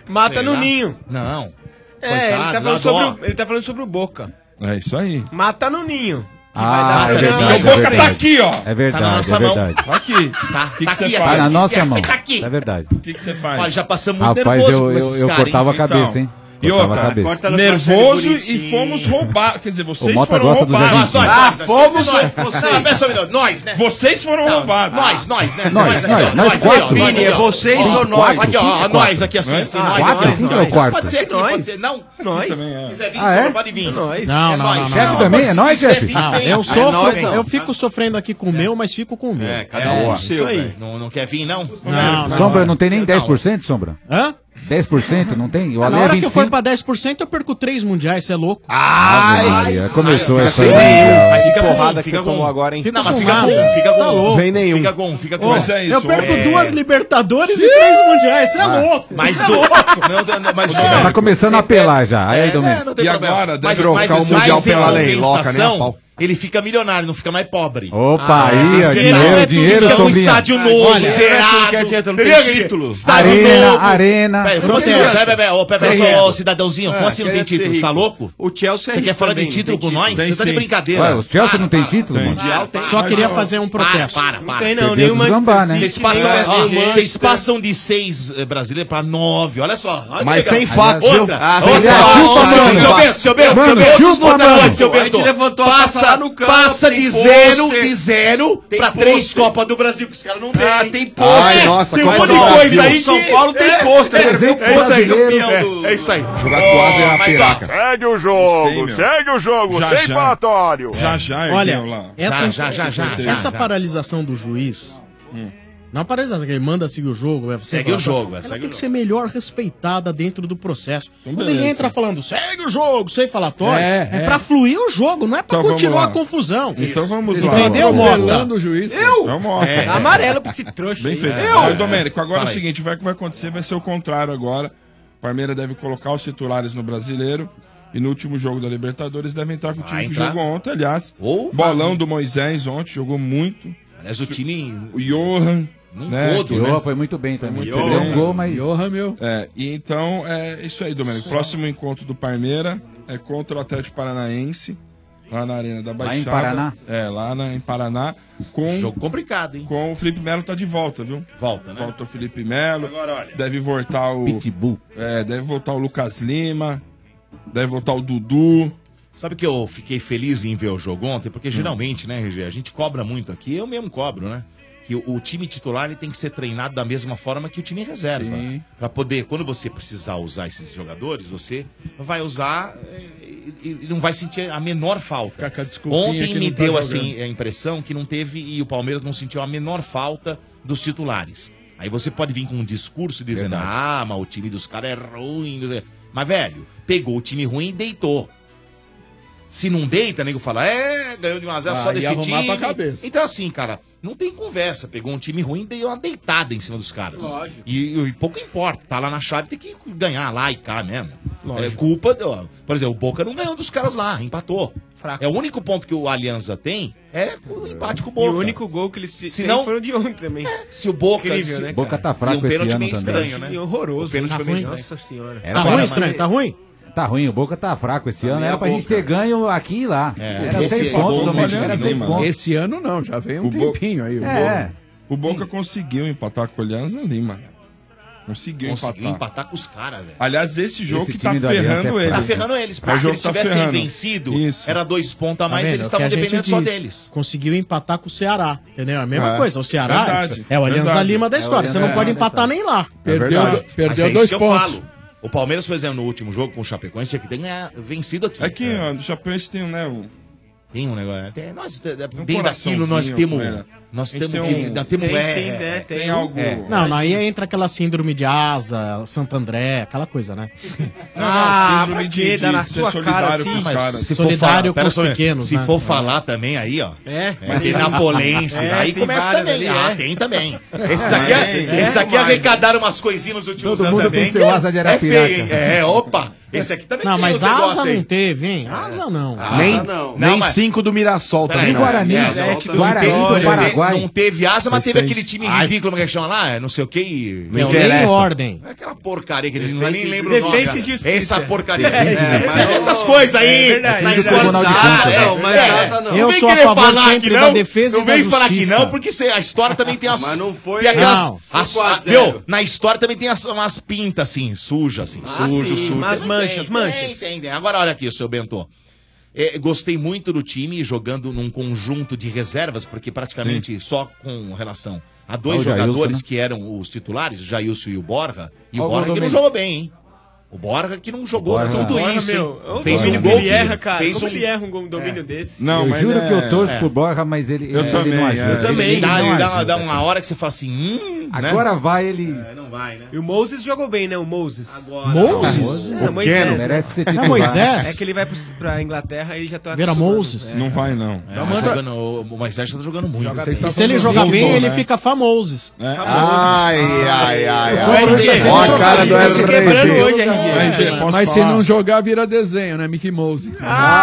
Speaker 10: Mata no
Speaker 3: Será?
Speaker 10: ninho.
Speaker 3: Não.
Speaker 10: É,
Speaker 3: Coitado,
Speaker 10: ele, tá
Speaker 3: dá
Speaker 10: falando sobre
Speaker 3: dó.
Speaker 10: o, ele tá falando sobre o Boca.
Speaker 9: É isso aí.
Speaker 10: Mata no ninho. Que
Speaker 8: Ah, é
Speaker 10: pra-
Speaker 8: verdade,
Speaker 10: Não,
Speaker 8: é
Speaker 10: o Boca
Speaker 8: verdade.
Speaker 10: tá aqui, ó.
Speaker 8: É verdade,
Speaker 10: Tá na nossa
Speaker 8: é
Speaker 10: mão.
Speaker 8: verdade.
Speaker 9: Aqui.
Speaker 3: Tá,
Speaker 9: que
Speaker 3: tá
Speaker 9: você
Speaker 3: aqui,
Speaker 9: faz?
Speaker 8: Tá na nossa
Speaker 3: Tá
Speaker 8: mão.
Speaker 3: aqui.
Speaker 8: É verdade.
Speaker 9: O que que você faz?
Speaker 3: Olha, já passamos muito
Speaker 8: Rapaz,
Speaker 3: nervoso
Speaker 8: eu,
Speaker 3: com
Speaker 8: eu,
Speaker 3: esses
Speaker 8: eu
Speaker 3: caras,
Speaker 8: cortava a
Speaker 3: hein?
Speaker 8: cabeça, hein?
Speaker 9: Então, E
Speaker 8: Cortava a
Speaker 9: outra,
Speaker 8: cabeça.
Speaker 9: nervoso e fomos roubados. Quer dizer, vocês
Speaker 8: Mota
Speaker 9: foram
Speaker 8: gosta do Zé
Speaker 9: roubados.
Speaker 8: Valentim.
Speaker 3: Ah, fomos
Speaker 9: Vocês-
Speaker 3: nós. Não, pensa um minuto, nós, né?
Speaker 9: Vocês foram roubados.
Speaker 3: Nós, nós, né?
Speaker 8: Nós, nós, nós
Speaker 3: aqui,
Speaker 8: quatro.
Speaker 3: ó, nós
Speaker 8: Vini,
Speaker 3: aqui,
Speaker 8: é
Speaker 3: ó.
Speaker 8: vocês
Speaker 3: Ó,
Speaker 8: ou nós?
Speaker 3: Aqui,
Speaker 8: Quem
Speaker 3: ó,
Speaker 8: que é
Speaker 3: ó, nós aqui assim,
Speaker 8: quatro?
Speaker 3: assim,
Speaker 8: Ah,
Speaker 3: nós.
Speaker 8: quatro?
Speaker 3: nós,
Speaker 8: Quem que é
Speaker 3: nós.
Speaker 8: o quarto?
Speaker 3: Pode ser aqui, pode ser. Não,
Speaker 10: nós.
Speaker 3: Quiser vir,
Speaker 8: Ah,
Speaker 3: só
Speaker 8: é?
Speaker 3: não pode vir.
Speaker 10: Nós.
Speaker 7: Não,
Speaker 3: É
Speaker 7: não,
Speaker 3: nós.
Speaker 7: não, não.
Speaker 8: Chefe
Speaker 7: não.
Speaker 8: também? É nós,
Speaker 7: Quiser
Speaker 8: chefe?
Speaker 7: vir,
Speaker 8: Não,
Speaker 7: vem.
Speaker 8: é
Speaker 7: eu sofro,
Speaker 8: nós, não.
Speaker 7: eu fico sofrendo aqui com o meu, mas fico com o meu. É,
Speaker 8: cada um o
Speaker 7: isso
Speaker 8: seu,
Speaker 7: aí.
Speaker 8: velho.
Speaker 3: Não, não quer vir, não?
Speaker 7: Não, não.
Speaker 8: Sombra, não tem nem 10%, Sombra?
Speaker 7: Hã?
Speaker 8: 10% não tem? O Ale
Speaker 7: Na
Speaker 8: é
Speaker 7: hora que eu for
Speaker 8: 25.
Speaker 7: pra 10%, eu perco três mundiais, você é louco.
Speaker 8: Ave Maria, começou essa.
Speaker 12: Mas fica
Speaker 7: porrada
Speaker 12: que você tomou agora, hein?
Speaker 7: Fica
Speaker 12: Não, mas
Speaker 7: com
Speaker 12: fica
Speaker 7: nada.
Speaker 12: com- fica com-
Speaker 7: Tá louco.
Speaker 12: Vem nenhum.
Speaker 3: Fica com, fica com.
Speaker 7: Ô,
Speaker 8: é
Speaker 7: eu perco duas Libertadores e três Mundiais, você é
Speaker 3: Ah.
Speaker 7: louco.
Speaker 3: Mas
Speaker 7: cê é
Speaker 3: do-
Speaker 7: louco.
Speaker 3: Não, não, mas
Speaker 8: Você tá começando a apelar já. Aí, Domênico.
Speaker 3: É, não tem
Speaker 8: E
Speaker 3: problema.
Speaker 8: agora,
Speaker 3: mas,
Speaker 8: trocar
Speaker 3: mas,
Speaker 8: o
Speaker 3: mas
Speaker 8: Mundial
Speaker 3: em
Speaker 8: pela lei,
Speaker 3: compensação,
Speaker 8: loca, né, pau?
Speaker 3: Ele fica milionário, não fica mais pobre. Ah,
Speaker 8: Opa, aí, ó,
Speaker 3: será?
Speaker 8: dinheiro,
Speaker 3: Ele
Speaker 8: dinheiro,
Speaker 3: Fica um
Speaker 8: Sombrinha.
Speaker 3: estádio novo,
Speaker 8: Olha,
Speaker 3: zerado.
Speaker 8: não é quer dinheiro, não tem
Speaker 3: Entendeu, gente?
Speaker 8: título.
Speaker 3: Estádio
Speaker 8: Arena,
Speaker 3: novo.
Speaker 8: arena.
Speaker 3: Peraí, como
Speaker 8: Não
Speaker 3: assim?
Speaker 8: tem
Speaker 3: Peraí,
Speaker 8: essa.
Speaker 3: peraí, peraí, ô, peraí,
Speaker 8: Sem
Speaker 3: só, ô,
Speaker 8: essa.
Speaker 3: cidadãozinho, como
Speaker 8: Ah,
Speaker 3: assim não
Speaker 8: quer
Speaker 3: tem
Speaker 8: ser
Speaker 3: título? Você
Speaker 8: rico.
Speaker 3: tá louco?
Speaker 11: O Chelsea
Speaker 3: Você quer falar de título com nós? Você tá de
Speaker 8: Ué,
Speaker 3: brincadeira.
Speaker 8: o Chelsea não tem título, mano?
Speaker 7: Só queria fazer um protesto.
Speaker 3: Para, para, para.
Speaker 7: tem, não,
Speaker 8: Perdeu nem o do Manchester Zambá, né?
Speaker 3: Vocês
Speaker 8: City,
Speaker 3: passam,
Speaker 8: nem o
Speaker 3: ó,
Speaker 8: PSG.
Speaker 3: vocês passam de seis eh, brasileiros pra nove, olha só. Olha
Speaker 12: Mas
Speaker 3: que
Speaker 12: sem
Speaker 3: legal.
Speaker 12: fatos, viu?
Speaker 3: Outra,
Speaker 12: Ah, sem
Speaker 3: outra.
Speaker 12: fatos.
Speaker 3: Ó, ó,
Speaker 12: Chupa,
Speaker 3: seu-
Speaker 12: mano.
Speaker 3: Seu Bento, seu Bento, seu
Speaker 12: Mano,
Speaker 3: Bento.
Speaker 12: chupa,
Speaker 3: Outra
Speaker 12: mano.
Speaker 3: coisa, seu
Speaker 12: A gente
Speaker 3: Bento.
Speaker 12: levantou a taça
Speaker 3: Passa,
Speaker 12: lá no campo,
Speaker 3: passa
Speaker 12: tem
Speaker 3: de zero,
Speaker 12: pôster.
Speaker 3: de zero pra três Copas do Brasil, que os caras não têm. Ah,
Speaker 11: tem
Speaker 12: pôster. Ai, nossa,
Speaker 3: tem um
Speaker 12: Copa
Speaker 3: monte
Speaker 12: do
Speaker 3: de
Speaker 12: Brasil.
Speaker 3: coisa aí.
Speaker 12: São
Speaker 3: que-
Speaker 12: Paulo tem
Speaker 3: é,
Speaker 12: pôster,
Speaker 3: é,
Speaker 12: quero ver o
Speaker 3: É isso aí,
Speaker 12: brasileiro,
Speaker 3: campeão do- é isso aí.
Speaker 12: Jogar quase é a
Speaker 3: Mas, ó,
Speaker 12: peraca.
Speaker 15: Segue o
Speaker 9: Tem,
Speaker 15: jogo,
Speaker 9: meu.
Speaker 15: segue o jogo,
Speaker 9: Já,
Speaker 15: sem
Speaker 9: já.
Speaker 15: falatório.
Speaker 5: É.
Speaker 9: Já, já,
Speaker 7: Olha,
Speaker 9: ergueu lá.
Speaker 7: um essa,
Speaker 9: Já, já, já, já, já, já.
Speaker 7: essa paralisação do juiz. Não paralisação, que ele manda seguir o jogo. vai- você
Speaker 3: Segue
Speaker 7: fala,
Speaker 3: o jogo, é,
Speaker 7: Ela
Speaker 3: segue
Speaker 7: tem
Speaker 3: o
Speaker 7: que ser melhor respeitada dentro do processo. Quando ele
Speaker 3: beleza.
Speaker 7: entra falando, segue o jogo, sem falatório,
Speaker 14: É,
Speaker 7: é,
Speaker 14: é.
Speaker 7: pra fluir o jogo, não é pra
Speaker 14: Então vamos
Speaker 7: continuar
Speaker 14: lá.
Speaker 7: a confusão.
Speaker 9: Então vamos
Speaker 7: Isso.
Speaker 9: lá.
Speaker 7: Entendeu, Mota?
Speaker 9: né?
Speaker 14: Pelando o juiz.
Speaker 7: Eu?
Speaker 9: É o Mota.
Speaker 7: É, amarelo pra esse trouxa
Speaker 9: Bem
Speaker 7: aí.
Speaker 9: feito.
Speaker 7: Eu?
Speaker 9: Ô, Domênico, agora é o
Speaker 7: Fala aí.
Speaker 9: seguinte, vai o que vai acontecer, vai ser o contrário agora. O Palmeiras deve colocar os titulares no Brasileiro. E no último jogo da Libertadores deve entrar com o time
Speaker 3: Vai
Speaker 9: que
Speaker 3: entrar.
Speaker 9: jogou ontem, aliás. Bolão do Moisés ontem, jogou muito.
Speaker 3: Aliás, o time...
Speaker 9: O Johan.
Speaker 3: Num
Speaker 9: né?
Speaker 3: todo, né? Johan
Speaker 8: foi muito bem também.
Speaker 9: Muito
Speaker 8: Perdeu
Speaker 9: bem.
Speaker 8: um gol, mas-
Speaker 14: Johan, meu.
Speaker 9: É, e então, é isso aí, Domênico. Próximo encontro do Palmeiras é contra o Atlético Paranaense. Lá na Arena da Baixada.
Speaker 8: em Paraná?
Speaker 9: É, lá na- em Paraná. Com,
Speaker 3: Jogo complicado, hein?
Speaker 9: Com o Felipe Melo tá de volta, viu?
Speaker 3: Volta, né?
Speaker 9: Volta o Felipe Melo.
Speaker 3: Agora, olha.
Speaker 9: Deve voltar o...
Speaker 8: Pitbull.
Speaker 9: É, deve voltar o Lucas Lima. Deve voltar o Dudu.
Speaker 3: Sabe que eu fiquei feliz em ver o jogo ontem?
Speaker 14: Hum.
Speaker 3: Porque geralmente, né, RG, a gente cobra muito aqui, eu mesmo cobro, né? Que o, o time titular ele tem que ser treinado da mesma forma que o time reserva. Pra poder, quando você precisar usar esses jogadores, você vai usar eh, e, e não vai sentir a menor falta.
Speaker 14: desculpinha que
Speaker 3: Ontem
Speaker 14: não
Speaker 3: me
Speaker 14: tá
Speaker 3: deu
Speaker 14: jogando.
Speaker 3: assim a impressão que não teve e o Palmeiras não sentiu a menor falta dos titulares. Aí você pode vir com um discurso dizendo, ah, mas o time dos caras é ruim. não sei". Mas, velho, pegou o time ruim e deitou. Se não deita, nego fala, é, ganhou de 1x0 só
Speaker 15: Vai
Speaker 3: desse
Speaker 15: arrumar
Speaker 3: time.
Speaker 15: pra cabeça.
Speaker 3: Então, assim, cara, não tem conversa. Pegou um time ruim e deu uma deitada em cima dos caras.
Speaker 15: Lógico.
Speaker 3: E, e pouco importa, tá lá na chave, tem que ganhar lá e cá mesmo. É culpa, do- ó, por exemplo, o Boca não ganhou dos caras lá, empatou. É o único ponto que o Alianza tem, é o empate com o Boca.
Speaker 10: E o único gol que eles se
Speaker 3: Se
Speaker 10: têm
Speaker 3: não- É,
Speaker 10: foi o de ontem também.
Speaker 3: Se o Boca.
Speaker 10: Incrível,
Speaker 3: se-
Speaker 10: né,
Speaker 8: Boca tá
Speaker 3: E
Speaker 8: fraco
Speaker 3: um
Speaker 8: esse
Speaker 3: pênalti
Speaker 8: ano
Speaker 3: meio
Speaker 8: também.
Speaker 3: estranho, né?
Speaker 10: E horroroso.
Speaker 3: O pênalti
Speaker 10: Tá
Speaker 3: foi meio
Speaker 10: ruim?
Speaker 3: estranho.
Speaker 10: Nossa senhora.
Speaker 8: Era É pra-
Speaker 7: Tá ruim?
Speaker 8: Tá ruim, o Boca tá fraco esse ano.
Speaker 14: meia
Speaker 8: Era pra gente ter ganho aqui e lá.
Speaker 9: É,
Speaker 8: Era seis pontos, Domingos. Era seis pontos.
Speaker 14: Esse ano não, já vem um
Speaker 9: O Bo-
Speaker 14: tempinho aí. o
Speaker 8: É.
Speaker 9: O Boca conseguiu empatar com o Alianza Lima. Conseguiu,
Speaker 3: Conseguiu
Speaker 9: empatar.
Speaker 3: empatar com os caras, velho.
Speaker 9: Aliás, esse jogo
Speaker 3: Esse
Speaker 9: que tá
Speaker 3: time do
Speaker 9: ferrando
Speaker 3: Alianza é
Speaker 9: eles.
Speaker 3: fraco. Tá ferrando eles, porque
Speaker 9: É o
Speaker 3: se
Speaker 9: jogo
Speaker 3: eles
Speaker 9: que tá
Speaker 3: tivessem
Speaker 9: ferrando.
Speaker 3: vencido, era dois pontos a mais,
Speaker 7: Tá
Speaker 3: eles
Speaker 7: vendo? É o que
Speaker 3: estavam
Speaker 7: a gente
Speaker 3: dependendo só
Speaker 7: diz.
Speaker 3: deles.
Speaker 7: Conseguiu empatar com o Ceará, entendeu? É a mesma
Speaker 14: É.
Speaker 7: coisa. O Ceará
Speaker 14: Verdade.
Speaker 7: é o Alianza
Speaker 14: Verdade.
Speaker 7: Lima da
Speaker 14: É o
Speaker 7: história. Você não
Speaker 14: Alianza
Speaker 7: pode
Speaker 14: Lima da
Speaker 7: empatar nem lá.
Speaker 14: Perdeu,
Speaker 3: É Mas é
Speaker 14: perdeu
Speaker 3: isso
Speaker 14: dois
Speaker 3: que eu
Speaker 14: pontos.
Speaker 3: falo. O Palmeiras, por exemplo, no último jogo com o Chapecoense, tinha que ter ganha- vencido aqui.
Speaker 9: É que ó, o Chapecoense tem, né? Um...
Speaker 3: Tem um negócio. Até, nós,
Speaker 9: um né?
Speaker 3: dentro daquilo, nós temos- nós temos que- nós temos- Tem, é, sim, né?
Speaker 9: Tem,
Speaker 3: tem
Speaker 9: algo.
Speaker 7: É. Não, não, aí entra aquela síndrome de asa, Santo André, aquela coisa, né? Ah,
Speaker 10: pra
Speaker 9: de-
Speaker 10: quê? Dá
Speaker 9: de
Speaker 10: na
Speaker 9: ser
Speaker 10: sua cara
Speaker 9: solidário
Speaker 10: assim?
Speaker 9: com os
Speaker 10: Mas
Speaker 9: caras.
Speaker 3: Se
Speaker 7: Solidário
Speaker 3: for falar,
Speaker 7: com
Speaker 3: pera
Speaker 7: os
Speaker 3: só um minuto.
Speaker 7: pequenos,
Speaker 3: Se
Speaker 7: né?
Speaker 3: for
Speaker 7: É.
Speaker 3: falar também aí, ó.
Speaker 10: É,
Speaker 3: é tem Napolense.
Speaker 10: É,
Speaker 3: aí
Speaker 10: tem
Speaker 3: começa
Speaker 10: várias
Speaker 3: também.
Speaker 10: ali,
Speaker 3: ah,
Speaker 10: é.
Speaker 3: tem também. Esses aqui,
Speaker 10: É,
Speaker 3: é, esses
Speaker 10: é.
Speaker 3: aqui arrecadaram umas coisinhas nos últimos
Speaker 8: Todo
Speaker 3: anos
Speaker 8: mundo
Speaker 3: também.
Speaker 8: tem seu asa de
Speaker 3: é
Speaker 8: Arapiraca.
Speaker 3: feio, hein? É, opa. Esse aqui também
Speaker 7: Não,
Speaker 3: tem
Speaker 7: mas
Speaker 3: uns negócios
Speaker 7: asa
Speaker 3: aí. Ah,
Speaker 7: não teve, hein? Asa não.
Speaker 12: nem nem
Speaker 3: mas-
Speaker 12: cinco do Mirassol também.
Speaker 3: Peraí, não,
Speaker 12: não.
Speaker 3: é, não,
Speaker 12: É,
Speaker 3: não
Speaker 12: Guarani
Speaker 3: teve-
Speaker 12: do
Speaker 3: não teve-
Speaker 12: Paraguai.
Speaker 3: Não teve asa, mas
Speaker 12: Foi
Speaker 3: teve
Speaker 12: seis.
Speaker 3: aquele time ridículo, como é que chama lá? Não sei o que. e-
Speaker 12: Não nem interessa.
Speaker 7: ordem.
Speaker 3: É aquela porcaria que eles não
Speaker 12: Defesa
Speaker 3: nem
Speaker 12: e
Speaker 3: lembram o nome.
Speaker 12: Defesa e
Speaker 3: cara.
Speaker 12: justiça.
Speaker 3: Essa porcaria.
Speaker 12: É, é,
Speaker 3: Teve
Speaker 12: mas-
Speaker 3: essas coisas aí.
Speaker 12: É verdade.
Speaker 3: na
Speaker 12: Do
Speaker 3: escola
Speaker 12: Tribunal
Speaker 5: Ah,
Speaker 12: de
Speaker 3: de
Speaker 12: Contas,
Speaker 3: Sara,
Speaker 12: né?
Speaker 3: não, mas
Speaker 12: É.
Speaker 3: asa não.
Speaker 12: Eu
Speaker 3: Não vem
Speaker 12: sou a
Speaker 3: querer
Speaker 12: favor
Speaker 3: falar
Speaker 12: sempre
Speaker 3: que
Speaker 12: da
Speaker 3: não,
Speaker 12: defesa e
Speaker 3: Não
Speaker 12: da
Speaker 3: vem falar que
Speaker 12: justiça.
Speaker 3: não, porque cê- a história também tem as...
Speaker 12: Mas não foi-
Speaker 3: E aquelas...
Speaker 12: Não.
Speaker 3: as-
Speaker 12: Cinco a zero.
Speaker 3: meu, na história também tem as, umas pintas, assim, sujas, assim.
Speaker 10: Ah,
Speaker 3: sujo,
Speaker 10: sim,
Speaker 3: sujo.
Speaker 10: mas
Speaker 3: Tem,
Speaker 10: manchas,
Speaker 3: tem,
Speaker 10: manchas.
Speaker 3: tem, tem. Agora olha aqui, seu Bento. É, gostei muito do time jogando num conjunto de reservas, porque praticamente só com relação a dois
Speaker 15: Ao Jailson,
Speaker 3: jogadores
Speaker 15: né?
Speaker 3: que eram os titulares, o Jailson e o Borja, e
Speaker 15: Olha
Speaker 3: o
Speaker 15: o
Speaker 3: Borja
Speaker 15: gol do
Speaker 3: que não
Speaker 15: Mendes.
Speaker 3: jogou bem, hein? O Borja que não jogou
Speaker 15: Borja.
Speaker 3: tudo
Speaker 10: Borja,
Speaker 3: isso,
Speaker 10: meu,
Speaker 3: hein?
Speaker 10: eu
Speaker 3: Fez
Speaker 10: vi
Speaker 3: um
Speaker 10: como
Speaker 3: gol.
Speaker 10: ele erra, cara.
Speaker 3: Fez
Speaker 10: Como
Speaker 3: um...
Speaker 10: ele erra um gol-
Speaker 8: É.
Speaker 10: domínio desse?
Speaker 8: eu juro que eu torço pro Borja, mas ele,
Speaker 3: Eu
Speaker 8: ele
Speaker 3: também,
Speaker 8: não ajuda.
Speaker 3: é. Eu também.
Speaker 8: Ele não
Speaker 3: Dá-
Speaker 8: ajuda.
Speaker 3: dá- dá uma hora que você fala assim, hum, né?
Speaker 8: Agora vai ele...
Speaker 3: não vai, né?
Speaker 10: E o Moses jogou bem, né? O Moses. Agora.
Speaker 8: Moses?
Speaker 10: É,
Speaker 8: Pequeno,
Speaker 10: Moisés.
Speaker 8: merece ser
Speaker 10: né?
Speaker 8: titular. É Moisés?
Speaker 10: É que ele vai pro- pra Inglaterra e ele já tá.
Speaker 7: Vera
Speaker 10: acostumado.
Speaker 7: Moses?
Speaker 10: É.
Speaker 9: Não vai, não. Tá
Speaker 3: É,
Speaker 10: Então
Speaker 3: mas
Speaker 10: manda-
Speaker 3: jogando, o Moisés tá jogando muito.
Speaker 10: Joga
Speaker 7: E se ele jogar bem,
Speaker 8: né?
Speaker 7: ele fica famoso.
Speaker 3: É. tá
Speaker 12: Ai, ai, ai,
Speaker 14: É,
Speaker 7: Só
Speaker 12: ai.
Speaker 7: RG.
Speaker 12: Ó a cara do
Speaker 7: Tá se quebrando hoje,
Speaker 3: É,
Speaker 12: RG.
Speaker 14: Mas se não jogar, vira desenho, né? Mickey Mouse.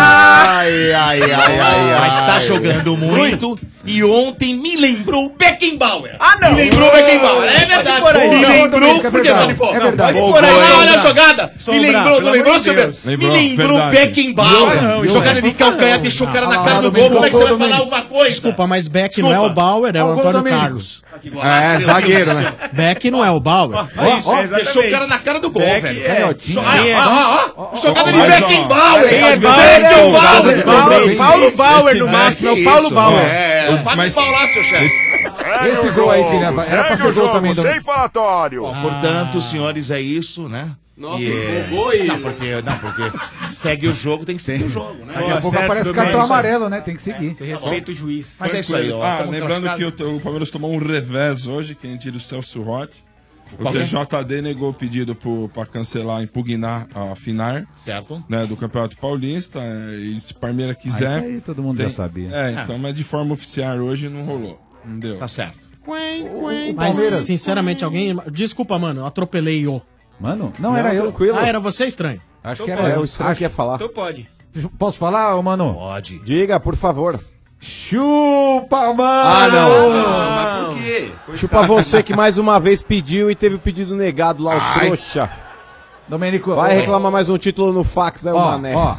Speaker 12: Ai, ai, ai, ai, ai.
Speaker 3: Ah! Mas tá jogando muito. E ontem me lembrou o Beckenbauer.
Speaker 15: Ah, não.
Speaker 3: Me lembrou o Beckenbauer. É
Speaker 15: Pode
Speaker 3: verdade.
Speaker 15: pôr aí.
Speaker 3: Me
Speaker 15: Não,
Speaker 3: lembrou
Speaker 15: Domênico, é
Speaker 3: porque
Speaker 15: verdade.
Speaker 3: vale pôr.
Speaker 15: É verdade.
Speaker 3: Pode
Speaker 15: Pôr
Speaker 3: pôr
Speaker 15: aí.
Speaker 3: aí.
Speaker 15: Sombra.
Speaker 3: Olha a jogada. Me
Speaker 15: Sombra,
Speaker 3: lembrou,
Speaker 15: pelo
Speaker 3: não
Speaker 15: amor
Speaker 3: lembrou,
Speaker 15: de
Speaker 3: seu
Speaker 15: Deus.
Speaker 3: Me
Speaker 15: Lembrou,
Speaker 3: lembrou o
Speaker 15: verdade.
Speaker 3: Beckenbauer.
Speaker 15: Não, não,
Speaker 3: Jogada
Speaker 15: não.
Speaker 3: de calcanhar, deixou o cara na cara do gol. Como é que você vai falar alguma coisa?
Speaker 7: Desculpa, mas Beck não é o
Speaker 3: Desculpa.
Speaker 7: Bauer, é
Speaker 3: Olha
Speaker 7: o
Speaker 3: o gol do
Speaker 7: Antônio
Speaker 3: Domingos.
Speaker 7: Carlos.
Speaker 3: É, zagueiro, né?
Speaker 7: Beck não é o Bauer.
Speaker 3: Ó, ó, deixou o cara na cara do gol,
Speaker 7: Beck
Speaker 3: velho.
Speaker 7: é-
Speaker 3: Ó,
Speaker 7: Quem é?
Speaker 3: ó, ó, ó, Jogada de
Speaker 7: Mas, ó,
Speaker 3: Beckenbauer.
Speaker 7: quem é Bauer?
Speaker 3: Beckenbauer.
Speaker 10: Paulo, Paulo Bauer no
Speaker 3: Esse
Speaker 10: máximo, é
Speaker 3: moleque,
Speaker 10: o Paulo
Speaker 3: isso,
Speaker 10: Bauer.
Speaker 3: É, é, paga o pau lá, seu chefe.
Speaker 8: Esse gol aí que leva-
Speaker 5: é
Speaker 8: era pra ser gol também, Domingos.
Speaker 5: né?
Speaker 3: falatório.
Speaker 8: Ah.
Speaker 3: Portanto, senhores, é isso, né?
Speaker 15: Nossa,
Speaker 3: E é-
Speaker 15: empolgou ele.
Speaker 3: Não, porque, não, porque segue o jogo, tem que seguir o jogo, né?
Speaker 8: Daqui a pouco aparece cartão amarelo, né? Tem que seguir. Você
Speaker 10: respeita o juiz.
Speaker 3: Mas é isso aí,
Speaker 9: Tranquilo.
Speaker 3: ó.
Speaker 9: Ah,
Speaker 3: Tamo
Speaker 9: lembrando
Speaker 3: classificado.
Speaker 9: que o, o Palmeiras tomou um revés hoje, quem tira o Celso Roth. O
Speaker 3: Qual que é?
Speaker 9: TJD negou o pedido para cancelar, impugnar a FINAR.
Speaker 3: Certo.
Speaker 9: Né, do Campeonato Paulista. é, E se o Palmeiras quiser.
Speaker 8: isso aí todo mundo já sabia.
Speaker 9: É,
Speaker 8: Ah.
Speaker 9: então, mas de forma oficial hoje não rolou. Não deu.
Speaker 3: Tá certo.
Speaker 7: Mas,
Speaker 9: Palmeiras.
Speaker 7: sinceramente, alguém. Desculpa, mano, eu atropelei o.
Speaker 8: Mano, não, era eu.
Speaker 7: Ah, era você estranho.
Speaker 8: Acho que era eu. Acho-
Speaker 10: Então pode.
Speaker 8: Posso falar, ô, mano?
Speaker 3: Pode.
Speaker 13: Diga, por favor.
Speaker 8: Chupa, mano!
Speaker 13: Ah, não.
Speaker 15: Ah, mas por quê?
Speaker 13: Chupa você que mais uma vez pediu e teve o pedido negado lá, o trouxa.
Speaker 8: Domênico.
Speaker 13: Vai
Speaker 8: ó,
Speaker 13: reclamar mais um título no fax, é o
Speaker 8: Ó,
Speaker 13: Mané.
Speaker 8: ó.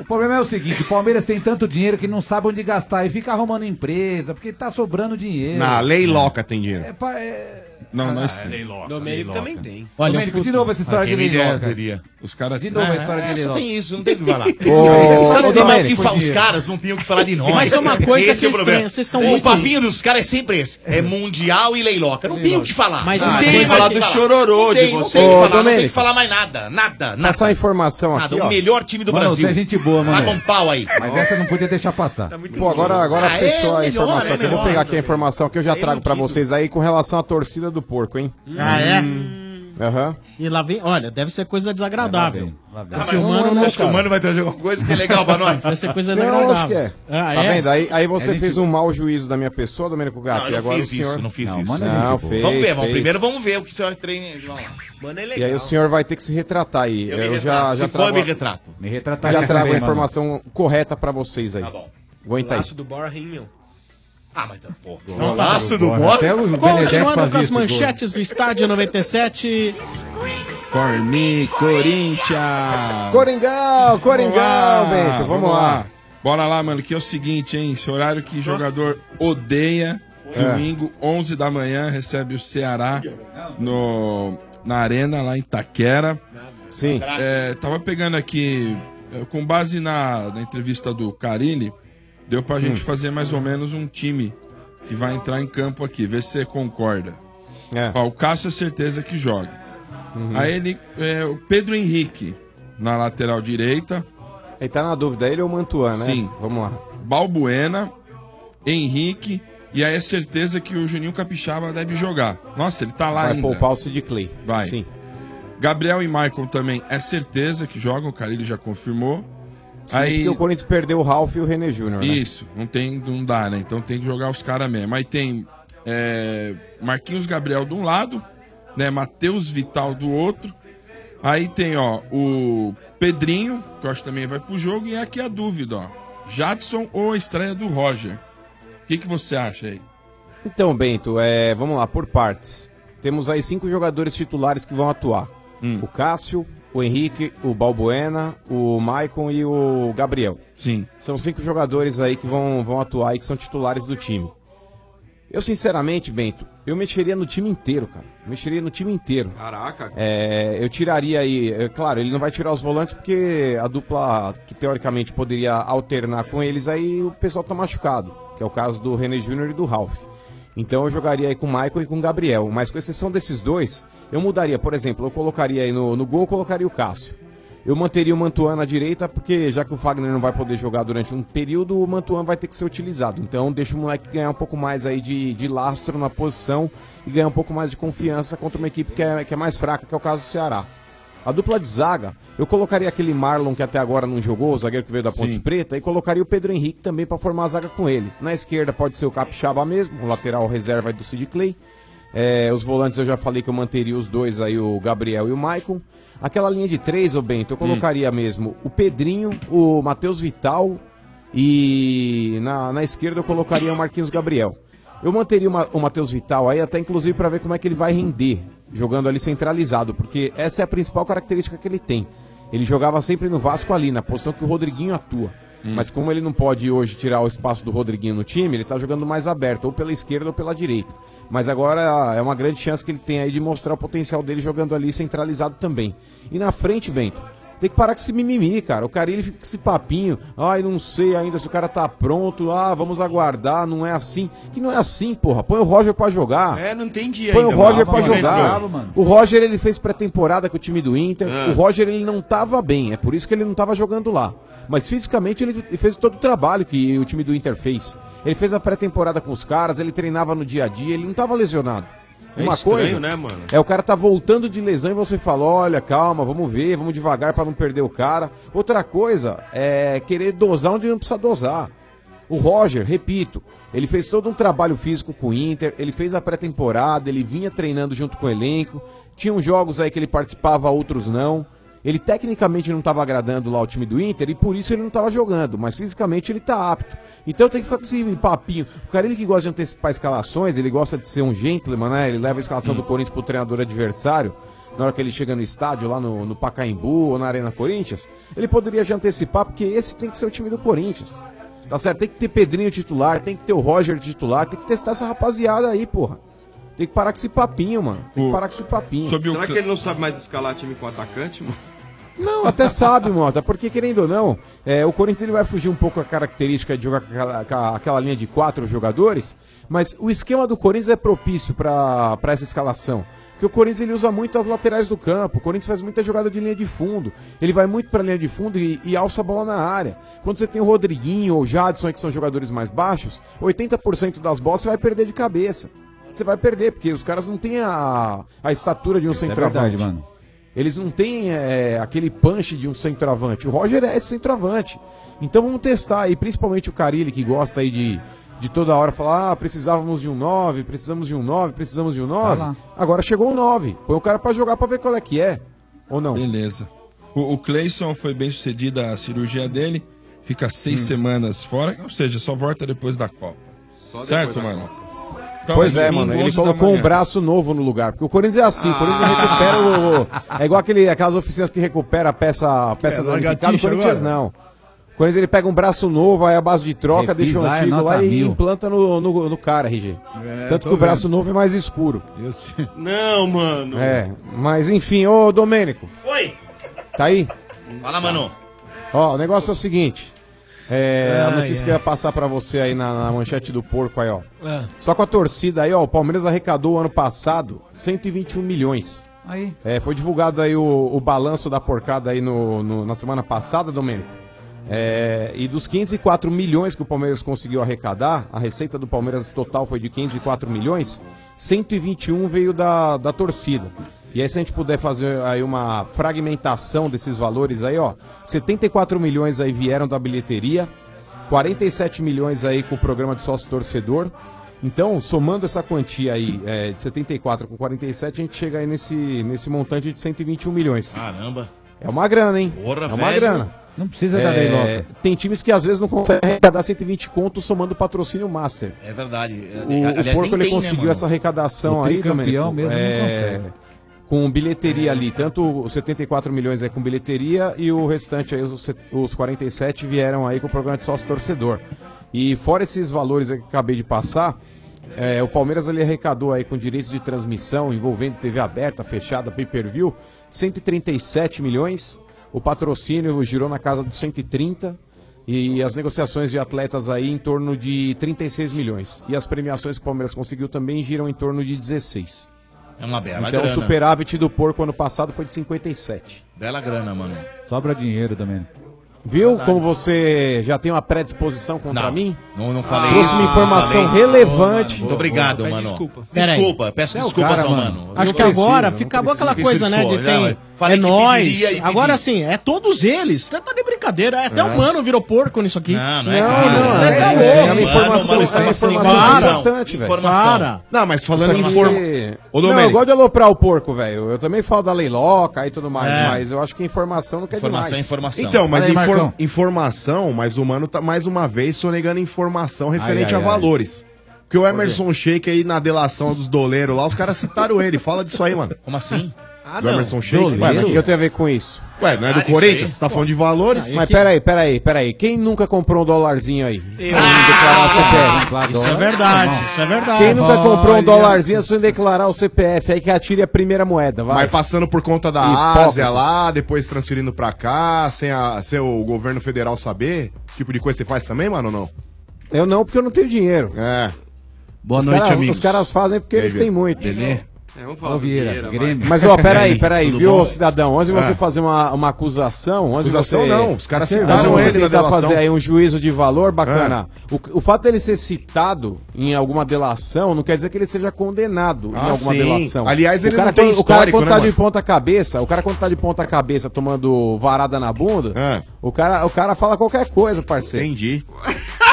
Speaker 8: O problema é o seguinte: o Palmeiras tem tanto dinheiro que não sabe onde gastar e fica arrumando empresa, porque tá sobrando dinheiro.
Speaker 12: Na lei loca tem dinheiro.
Speaker 8: É, pa- é-
Speaker 9: Não,
Speaker 10: Ah,
Speaker 9: nós
Speaker 10: é
Speaker 9: temos.
Speaker 10: Leiloca, Domênico Leiloca. também tem.
Speaker 9: Olha,
Speaker 10: Domênico,
Speaker 9: o
Speaker 10: de novo essa história de
Speaker 9: Aquele
Speaker 10: Leiloca.
Speaker 9: ideia teria. É. Os caras
Speaker 10: De novo
Speaker 9: É,
Speaker 10: a história de
Speaker 9: é, só
Speaker 10: Leiloca.
Speaker 9: tem
Speaker 3: isso, não tem o que falar.
Speaker 9: Ô,
Speaker 3: Os caras não têm
Speaker 9: ô,
Speaker 3: mais o
Speaker 9: Domênico,
Speaker 3: que falar, os
Speaker 9: podia.
Speaker 3: caras não têm o que falar de nós.
Speaker 7: Mas é uma coisa que
Speaker 3: é o
Speaker 7: vocês
Speaker 3: problema.
Speaker 7: têm, vocês estão
Speaker 3: O
Speaker 7: muito-
Speaker 3: papinho dos caras é sempre esse. É mundial e leiloca. Não tem o que falar.
Speaker 7: Mas
Speaker 3: não
Speaker 7: uma
Speaker 3: tem
Speaker 7: coisa-
Speaker 3: mais o
Speaker 7: falar do
Speaker 3: que
Speaker 7: chororô
Speaker 3: Não
Speaker 7: de
Speaker 3: tem, Não
Speaker 7: vocês.
Speaker 3: tem o que
Speaker 7: Ô,
Speaker 3: falar, não tem o que
Speaker 7: Domênico.
Speaker 3: falar mais nada. Nada, nada.
Speaker 13: Passar é a informação
Speaker 3: Nada,
Speaker 13: aqui,
Speaker 3: o
Speaker 13: ó.
Speaker 3: melhor time do
Speaker 13: Mano,
Speaker 3: Brasil.
Speaker 13: você é gente Tá boa, mano.
Speaker 3: Paga um pau aí.
Speaker 8: Mas essa não podia deixar
Speaker 3: Tá
Speaker 8: passar.
Speaker 13: Pô, agora, agora
Speaker 8: Ah, é
Speaker 13: fechou a
Speaker 8: melhor,
Speaker 13: informação.
Speaker 8: é
Speaker 7: né,
Speaker 13: que eu vou
Speaker 8: melhor,
Speaker 13: pegar aqui a informação que eu já
Speaker 7: É
Speaker 13: trago pra vocês aí com relação à torcida do porco, hein?
Speaker 3: Hum.
Speaker 13: Hum.
Speaker 7: Ah, é?
Speaker 13: Aham.
Speaker 7: E lá vem, olha, deve ser coisa
Speaker 3: Tá,
Speaker 7: desagradável.
Speaker 13: vem.
Speaker 7: Porque
Speaker 13: Ah, mas
Speaker 7: o
Speaker 13: não,
Speaker 7: mano
Speaker 13: não,
Speaker 7: não.
Speaker 13: acho que o mano
Speaker 3: vai trazer alguma coisa que é legal pra nós?
Speaker 7: Vai ser coisa
Speaker 13: Eu acho que
Speaker 7: desagradável.
Speaker 13: é.
Speaker 7: Ah,
Speaker 13: tá
Speaker 7: é?
Speaker 13: vendo? Aí, aí você
Speaker 7: É gente
Speaker 13: fez um mau juízo da minha pessoa, Domênico Gato.
Speaker 3: Não,
Speaker 13: e
Speaker 3: eu
Speaker 13: tá agora
Speaker 3: não
Speaker 13: o
Speaker 3: fiz
Speaker 13: senhor...
Speaker 3: isso, não fiz isso.
Speaker 13: Não, fez,
Speaker 3: vamos ver, vamos.
Speaker 13: fez.
Speaker 3: Primeiro vamos ver o que o senhor treina, João. Mano, é
Speaker 13: E aí o senhor vai ter que se retratar aí. Eu,
Speaker 3: Eu me
Speaker 13: já,
Speaker 3: retrato.
Speaker 13: já
Speaker 3: Se for, eu me
Speaker 13: a-
Speaker 3: retrato. Me retratar
Speaker 13: Já
Speaker 3: aqui
Speaker 13: trago a
Speaker 3: também, mano.
Speaker 13: informação correta pra vocês aí. Tá bom. Aguenta aí.
Speaker 10: Laço do Bora Rinho.
Speaker 3: Ah, mas tá porra.
Speaker 13: Golaço do
Speaker 3: Laço do
Speaker 13: Borja.
Speaker 3: Borja.
Speaker 13: Até
Speaker 10: é
Speaker 13: o
Speaker 7: Continuando com as manchetes do estádio 97.
Speaker 9: Formi, Corinthians.
Speaker 13: Coringão, Coringão, Bento. Vamos, lá.
Speaker 9: Bora lá, mano, que é o seguinte, hein? Esse horário que jogador odeia.
Speaker 13: É.
Speaker 9: Domingo, 11 da manhã, recebe o Ceará no, na Arena, lá em Itaquera.
Speaker 13: Sim.
Speaker 9: É, tava pegando aqui, é, com base na, na entrevista do Carini, deu
Speaker 13: Hum.
Speaker 9: pra gente fazer mais ou menos um time que vai entrar em campo aqui, ver se você concorda. Ó, o Cássio é certeza que joga.
Speaker 13: Uhum.
Speaker 9: Aí ele, é, o Pedro Henrique, na lateral direita.
Speaker 13: Ele tá na dúvida, ele ou Mantuan, né?
Speaker 9: Sim.
Speaker 13: Vamos lá.
Speaker 9: Balbuena, Henrique, e aí é certeza que o Juninho Capixaba deve jogar. Nossa, ele tá lá
Speaker 13: Vai
Speaker 9: ainda.
Speaker 13: poupar o Sid Clay.
Speaker 9: Vai.
Speaker 13: Sim.
Speaker 9: Gabriel e Michael também é certeza que jogam, o Carilho já confirmou.
Speaker 13: Sim,
Speaker 9: aí
Speaker 13: Porque o Corinthians perdeu o Ralf e o René Júnior, né?
Speaker 9: Isso, não tem, não dá, né? Então tem que jogar os caras mesmo. Aí tem é, Marquinhos Gabriel de um lado, né? Matheus Vital do outro. Aí tem, ó, o Pedrinho, que eu acho que também vai pro jogo, e aqui a dúvida, ó. Jadson ou a estreia do Roger? O que, que você acha aí?
Speaker 13: Então, Bento, é, vamos lá, por partes. Temos aí cinco jogadores titulares que vão atuar. O Cássio, o Henrique, o Balbuena, o Maicon e o Gabriel.
Speaker 9: Sim.
Speaker 13: São cinco jogadores aí que vão, vão atuar e que são titulares do time. Eu, sinceramente, Bento, eu mexeria no time inteiro, cara. Mexeria no time inteiro.
Speaker 11: Caraca.
Speaker 13: É, eu tiraria aí, é, claro, ele não vai tirar os volantes porque a dupla que teoricamente poderia alternar com eles aí o pessoal tá machucado, que é o caso do René Júnior e do Ralf. Então eu jogaria aí com o Michael e com o Gabriel, mas com exceção desses dois, eu mudaria, por exemplo, eu colocaria aí no, no gol, eu colocaria o Cássio. Eu manteria o Mantuan na direita, porque já que o Fagner não vai poder jogar durante um período, o Mantuan vai ter que ser utilizado. Então deixa o moleque ganhar um pouco mais aí de, de lastro na posição e ganhar um pouco mais de confiança contra uma equipe que é, que é mais fraca, que é o caso do Ceará. A dupla de zaga, eu colocaria aquele Marlon que até agora não jogou, o zagueiro que veio da Ponte Preta, e colocaria o Pedro Henrique também para formar a zaga com ele. Na esquerda pode ser o Capixaba mesmo, o lateral reserva do Sid Clay. É, os volantes eu já falei que eu manteria os dois aí, o Gabriel e o Maicon. Aquela linha de três, ô Bento, eu colocaria mesmo o Pedrinho, o Matheus Vital e na, na esquerda eu colocaria o Marquinhos Gabriel. Eu manteria o Ma- o Matheus Vital aí até inclusive para ver como é que ele vai render jogando ali centralizado, porque essa é a principal característica que ele tem. Ele jogava sempre no Vasco ali, na posição que o Rodriguinho atua. Mas como ele não pode hoje tirar o espaço do Rodriguinho no time, ele tá jogando mais aberto, ou pela esquerda ou pela direita. Mas agora é uma grande chance que ele tem aí de mostrar o potencial dele jogando ali centralizado também. E na frente, Bento, tem que parar com esse mimimi, cara. O cara ele fica com esse papinho. Ai, não sei ainda se o cara tá pronto. Ah, vamos aguardar, não é assim. Que não é assim, porra. Põe o Roger pra jogar.
Speaker 11: É, não entendi
Speaker 13: Põe
Speaker 11: ainda,
Speaker 13: o Roger
Speaker 11: mano.
Speaker 13: pra
Speaker 11: Bravo,
Speaker 13: jogar.
Speaker 11: bravo, mano.
Speaker 13: O Roger ele fez pré-temporada com o time do Inter.
Speaker 11: Ah.
Speaker 13: O Roger ele não tava bem, é por isso que ele não tava jogando lá. Mas fisicamente ele fez todo o trabalho que o time do Inter fez. Ele fez a pré-temporada com os caras, ele treinava no dia a dia, ele não tava lesionado.
Speaker 11: É
Speaker 13: Uma
Speaker 11: estranho,
Speaker 13: coisa,
Speaker 11: né, mano?
Speaker 13: é, o cara tá voltando de lesão e você fala: olha, calma, vamos ver, vamos devagar pra não perder o cara. Outra coisa é querer dosar onde não precisa dosar. O Roger, repito, ele fez todo um trabalho físico com o Inter, ele fez a pré-temporada, ele vinha treinando junto com o elenco, tinham jogos aí que ele participava, outros não. Ele tecnicamente não estava agradando lá o time do Inter e por isso ele não estava jogando, mas fisicamente ele tá apto. Então tem que ficar com esse papinho. O cara ele que gosta de antecipar escalações, ele gosta de ser um gentleman, né? Ele leva a escalação do Corinthians pro treinador adversário. Na hora que ele chega no estádio, lá no, no Pacaembu ou na Arena Corinthians, ele poderia já antecipar, porque esse tem que ser o time do Corinthians. Tá certo? Tem que ter Pedrinho titular, tem que ter o Roger titular, tem que testar essa rapaziada aí, porra. Tem que parar com esse papinho, mano. Tem que parar com esse papinho.
Speaker 11: Será que ele não sabe mais escalar time com atacante, mano?
Speaker 13: Não, até sabe, Mota, porque querendo ou não, é, o Corinthians ele vai fugir um pouco a característica de jogar com aquela, com aquela linha de quatro jogadores, mas o esquema do Corinthians é propício para essa escalação. Porque o Corinthians ele usa muito as laterais do campo, o Corinthians faz muita jogada de linha de fundo, ele vai muito para linha de fundo e, e alça a bola na área. Quando você tem o Rodriguinho ou o Jadson, que são jogadores mais baixos, 80% das bolas você vai perder de cabeça. Você vai perder, porque os caras não têm a, a estatura de um
Speaker 8: é
Speaker 13: centroavante.
Speaker 8: verdade, mano.
Speaker 13: Eles não têm é, aquele punch de um centroavante. O Roger é esse centroavante. Então vamos testar aí, principalmente o Carilli, que gosta aí de, de toda hora falar: ah, precisávamos de um 9, precisamos de um 9, precisamos de um 9.
Speaker 9: Vai lá.
Speaker 13: Agora chegou um 9. Põe o cara pra jogar pra ver qual é que é. Ou não?
Speaker 9: Beleza. O, o Cleison foi bem sucedida a cirurgia dele, fica
Speaker 13: Hum.
Speaker 9: seis semanas fora, ou seja, só volta depois da Copa.
Speaker 13: depois
Speaker 9: certo,
Speaker 13: da
Speaker 9: mano? Então,
Speaker 13: Pois é,
Speaker 9: domingo,
Speaker 13: mano. Ele
Speaker 9: 11 da
Speaker 13: colocou um
Speaker 9: manhã.
Speaker 13: braço novo no lugar. Porque o Corinthians é assim, o Corinthians não recupera o. o- É igual aquele, aquelas oficinas que recupera a peça, a peça
Speaker 14: É,
Speaker 13: danificada. O
Speaker 14: lagartixa
Speaker 13: Corinthians
Speaker 14: agora.
Speaker 13: não. O Corinthians ele pega um braço novo, aí a base de troca,
Speaker 14: Refis
Speaker 13: deixa o
Speaker 14: lá é
Speaker 13: antigo
Speaker 14: nota
Speaker 13: lá e
Speaker 14: mil.
Speaker 13: implanta no, no, no cara, RG.
Speaker 14: É,
Speaker 13: Tanto
Speaker 14: tô
Speaker 13: que o braço
Speaker 14: vendo.
Speaker 13: novo é mais escuro.
Speaker 14: Eu sei.
Speaker 11: Não, mano.
Speaker 13: É, mas enfim, ô Domênico,
Speaker 3: Oi!
Speaker 13: tá aí?
Speaker 3: Fala, mano.
Speaker 13: Ó, o negócio é o seguinte. É, a
Speaker 3: Ai,
Speaker 13: notícia
Speaker 3: ai.
Speaker 13: que eu ia passar pra você aí na, na manchete do porco aí, ó.
Speaker 10: Ah.
Speaker 13: Só com a torcida aí, ó, o Palmeiras arrecadou ano passado 121 milhões.
Speaker 8: Aí.
Speaker 13: É, foi divulgado aí o, o balanço da porcada aí no, no- na semana passada, Domênico. É, e dos 504 milhões que o Palmeiras conseguiu arrecadar, a receita do Palmeiras total foi de 504 milhões, 121 veio da, da torcida. E aí se a gente puder fazer aí uma fragmentação desses valores aí, ó, 74 milhões aí vieram da bilheteria, 47 milhões aí com o programa de sócio torcedor. Então, somando essa quantia aí é, de 74 com 47, a gente chega aí nesse, nesse montante de 121 milhões.
Speaker 3: Caramba.
Speaker 13: É uma grana, hein?
Speaker 3: Porra,
Speaker 13: é uma
Speaker 3: velho.
Speaker 13: grana. É,
Speaker 8: Não precisa da lei louca.
Speaker 13: Tem times que às vezes não conseguem arrecadar 120 conto somando o patrocínio master.
Speaker 3: É verdade.
Speaker 13: O, o Porco
Speaker 3: né,
Speaker 13: ele conseguiu essa arrecadação
Speaker 8: O
Speaker 13: aí,
Speaker 8: tricampeão
Speaker 13: Domênico,
Speaker 8: mesmo não
Speaker 13: é, com bilheteria ali. Tanto os 74 milhões é com bilheteria e o restante aí, os, set- os 47 vieram aí com o programa de sócio-torcedor. E fora esses valores aí que eu acabei de passar, é, o Palmeiras ele arrecadou aí com direitos de transmissão envolvendo TV aberta, fechada, pay-per-view, 137 milhões. O patrocínio girou na casa dos 130. E as negociações de atletas aí em torno de 36 milhões. E as premiações que o Palmeiras conseguiu também giram em torno de 16.
Speaker 3: É uma bela
Speaker 13: então
Speaker 3: grana.
Speaker 13: o superávit do porco ano passado foi de 57.
Speaker 3: Bela grana, mano.
Speaker 8: Sobra dinheiro também.
Speaker 13: Viu como você já tem uma predisposição contra
Speaker 3: Não,
Speaker 13: mim?
Speaker 3: Não, não falei
Speaker 13: Trouxe
Speaker 3: isso.
Speaker 13: uma
Speaker 3: não
Speaker 13: informação
Speaker 3: falei.
Speaker 13: relevante.
Speaker 3: Muito obrigado, mano.
Speaker 7: Pera aí.
Speaker 3: Desculpa, peço
Speaker 7: Você é o
Speaker 3: desculpas
Speaker 7: cara,
Speaker 3: ao
Speaker 7: mano.
Speaker 3: mano.
Speaker 7: Acho
Speaker 3: Não
Speaker 7: que
Speaker 3: precisa,
Speaker 7: agora
Speaker 3: não
Speaker 7: fica- acabou
Speaker 3: precisa.
Speaker 7: aquela coisa, né? De
Speaker 3: Desculpa,
Speaker 7: tem.
Speaker 3: não, falei
Speaker 7: é
Speaker 3: que
Speaker 7: nós.
Speaker 3: pediria e pedi.
Speaker 7: Agora sim, é todos eles. Você tá de brincadeira. É, até o
Speaker 3: É.
Speaker 7: mano virou porco nisso aqui.
Speaker 3: Não,
Speaker 13: não é Não, não,
Speaker 7: Você
Speaker 13: é-
Speaker 7: tá
Speaker 13: é
Speaker 7: louco.
Speaker 13: uma informação,
Speaker 7: Mano,
Speaker 13: isso é uma
Speaker 7: mano,
Speaker 13: informação
Speaker 7: para.
Speaker 13: importante, velho.
Speaker 7: Para.
Speaker 12: Não, mas falando em
Speaker 13: Só que-
Speaker 12: informa- Ô,
Speaker 13: Não, eu
Speaker 12: Domênico.
Speaker 13: gosto de aloprar o porco, velho. Eu também falo da leiloca e tudo mais,
Speaker 12: É.
Speaker 13: mas eu acho que informação não quer
Speaker 3: Informação
Speaker 13: demais.
Speaker 3: é informação.
Speaker 12: Então, mas
Speaker 13: Fala aí,
Speaker 12: infor-
Speaker 13: Marcão.
Speaker 12: informação, mas o mano tá mais uma vez sonegando informação
Speaker 13: Ai, ai,
Speaker 12: referente a
Speaker 13: ai.
Speaker 12: valores. Porque o Emerson Sheik aí na delação dos doleiros lá, os caras citaram ele. Fala disso aí, mano.
Speaker 3: Como assim?
Speaker 12: Ah, do Emerson Sheik.
Speaker 13: Ué, mas o que eu tenho a ver com isso?
Speaker 12: Ué, não é do Corinthians? Você tá falando de valores?
Speaker 13: Mas peraí, peraí, peraí. Quem nunca comprou um dólarzinho aí? Sem
Speaker 7: Ah,
Speaker 13: declarar o CPF.
Speaker 7: Isso é verdade, isso é verdade.
Speaker 13: Quem nunca comprou um
Speaker 7: Olha.
Speaker 13: dólarzinho sem declarar o CPF? Aí que atire a primeira moeda, vai.
Speaker 12: Vai passando por conta da
Speaker 13: Hipócritas.
Speaker 12: Ásia lá, depois transferindo pra cá, sem, a, sem o governo federal saber. Esse tipo de coisa você faz também, mano, ou não?
Speaker 13: Eu não, porque eu não tenho dinheiro.
Speaker 12: É.
Speaker 13: Boa os
Speaker 12: noite,
Speaker 13: caras,
Speaker 12: amigos.
Speaker 13: Os caras fazem porque
Speaker 12: E aí,
Speaker 13: eles
Speaker 12: Vieira?
Speaker 13: têm muito.
Speaker 12: Beleza?
Speaker 11: É, vamos falar
Speaker 8: Ô,
Speaker 11: do
Speaker 8: Vieira,
Speaker 11: Vieira, vai.
Speaker 8: Grêmio.
Speaker 13: Mas, ó, peraí, peraí,
Speaker 8: Tudo
Speaker 13: viu,
Speaker 8: bom?
Speaker 13: cidadão? Antes de você
Speaker 8: Ah.
Speaker 13: fazer uma, uma acusação, antes de
Speaker 12: É. Acusação
Speaker 13: você...
Speaker 12: não, os caras
Speaker 13: Antes de
Speaker 12: citaram
Speaker 13: você
Speaker 12: ele na
Speaker 13: tentar
Speaker 12: delação. É.
Speaker 13: fazer aí um juízo de valor, bacana. O, o fato dele ser citado em alguma delação não quer dizer que ele seja condenado em
Speaker 12: Ah,
Speaker 13: alguma
Speaker 12: sim.
Speaker 13: delação.
Speaker 12: Aliás, ele
Speaker 13: o cara,
Speaker 12: não tem
Speaker 13: quando- O cara
Speaker 12: histórico,
Speaker 13: quando
Speaker 12: né,
Speaker 13: tá de
Speaker 12: mano?
Speaker 13: ponta cabeça, o cara quando tá de ponta cabeça tomando varada na bunda, o, cara, o cara fala qualquer coisa, parceiro.
Speaker 12: É. Entendi.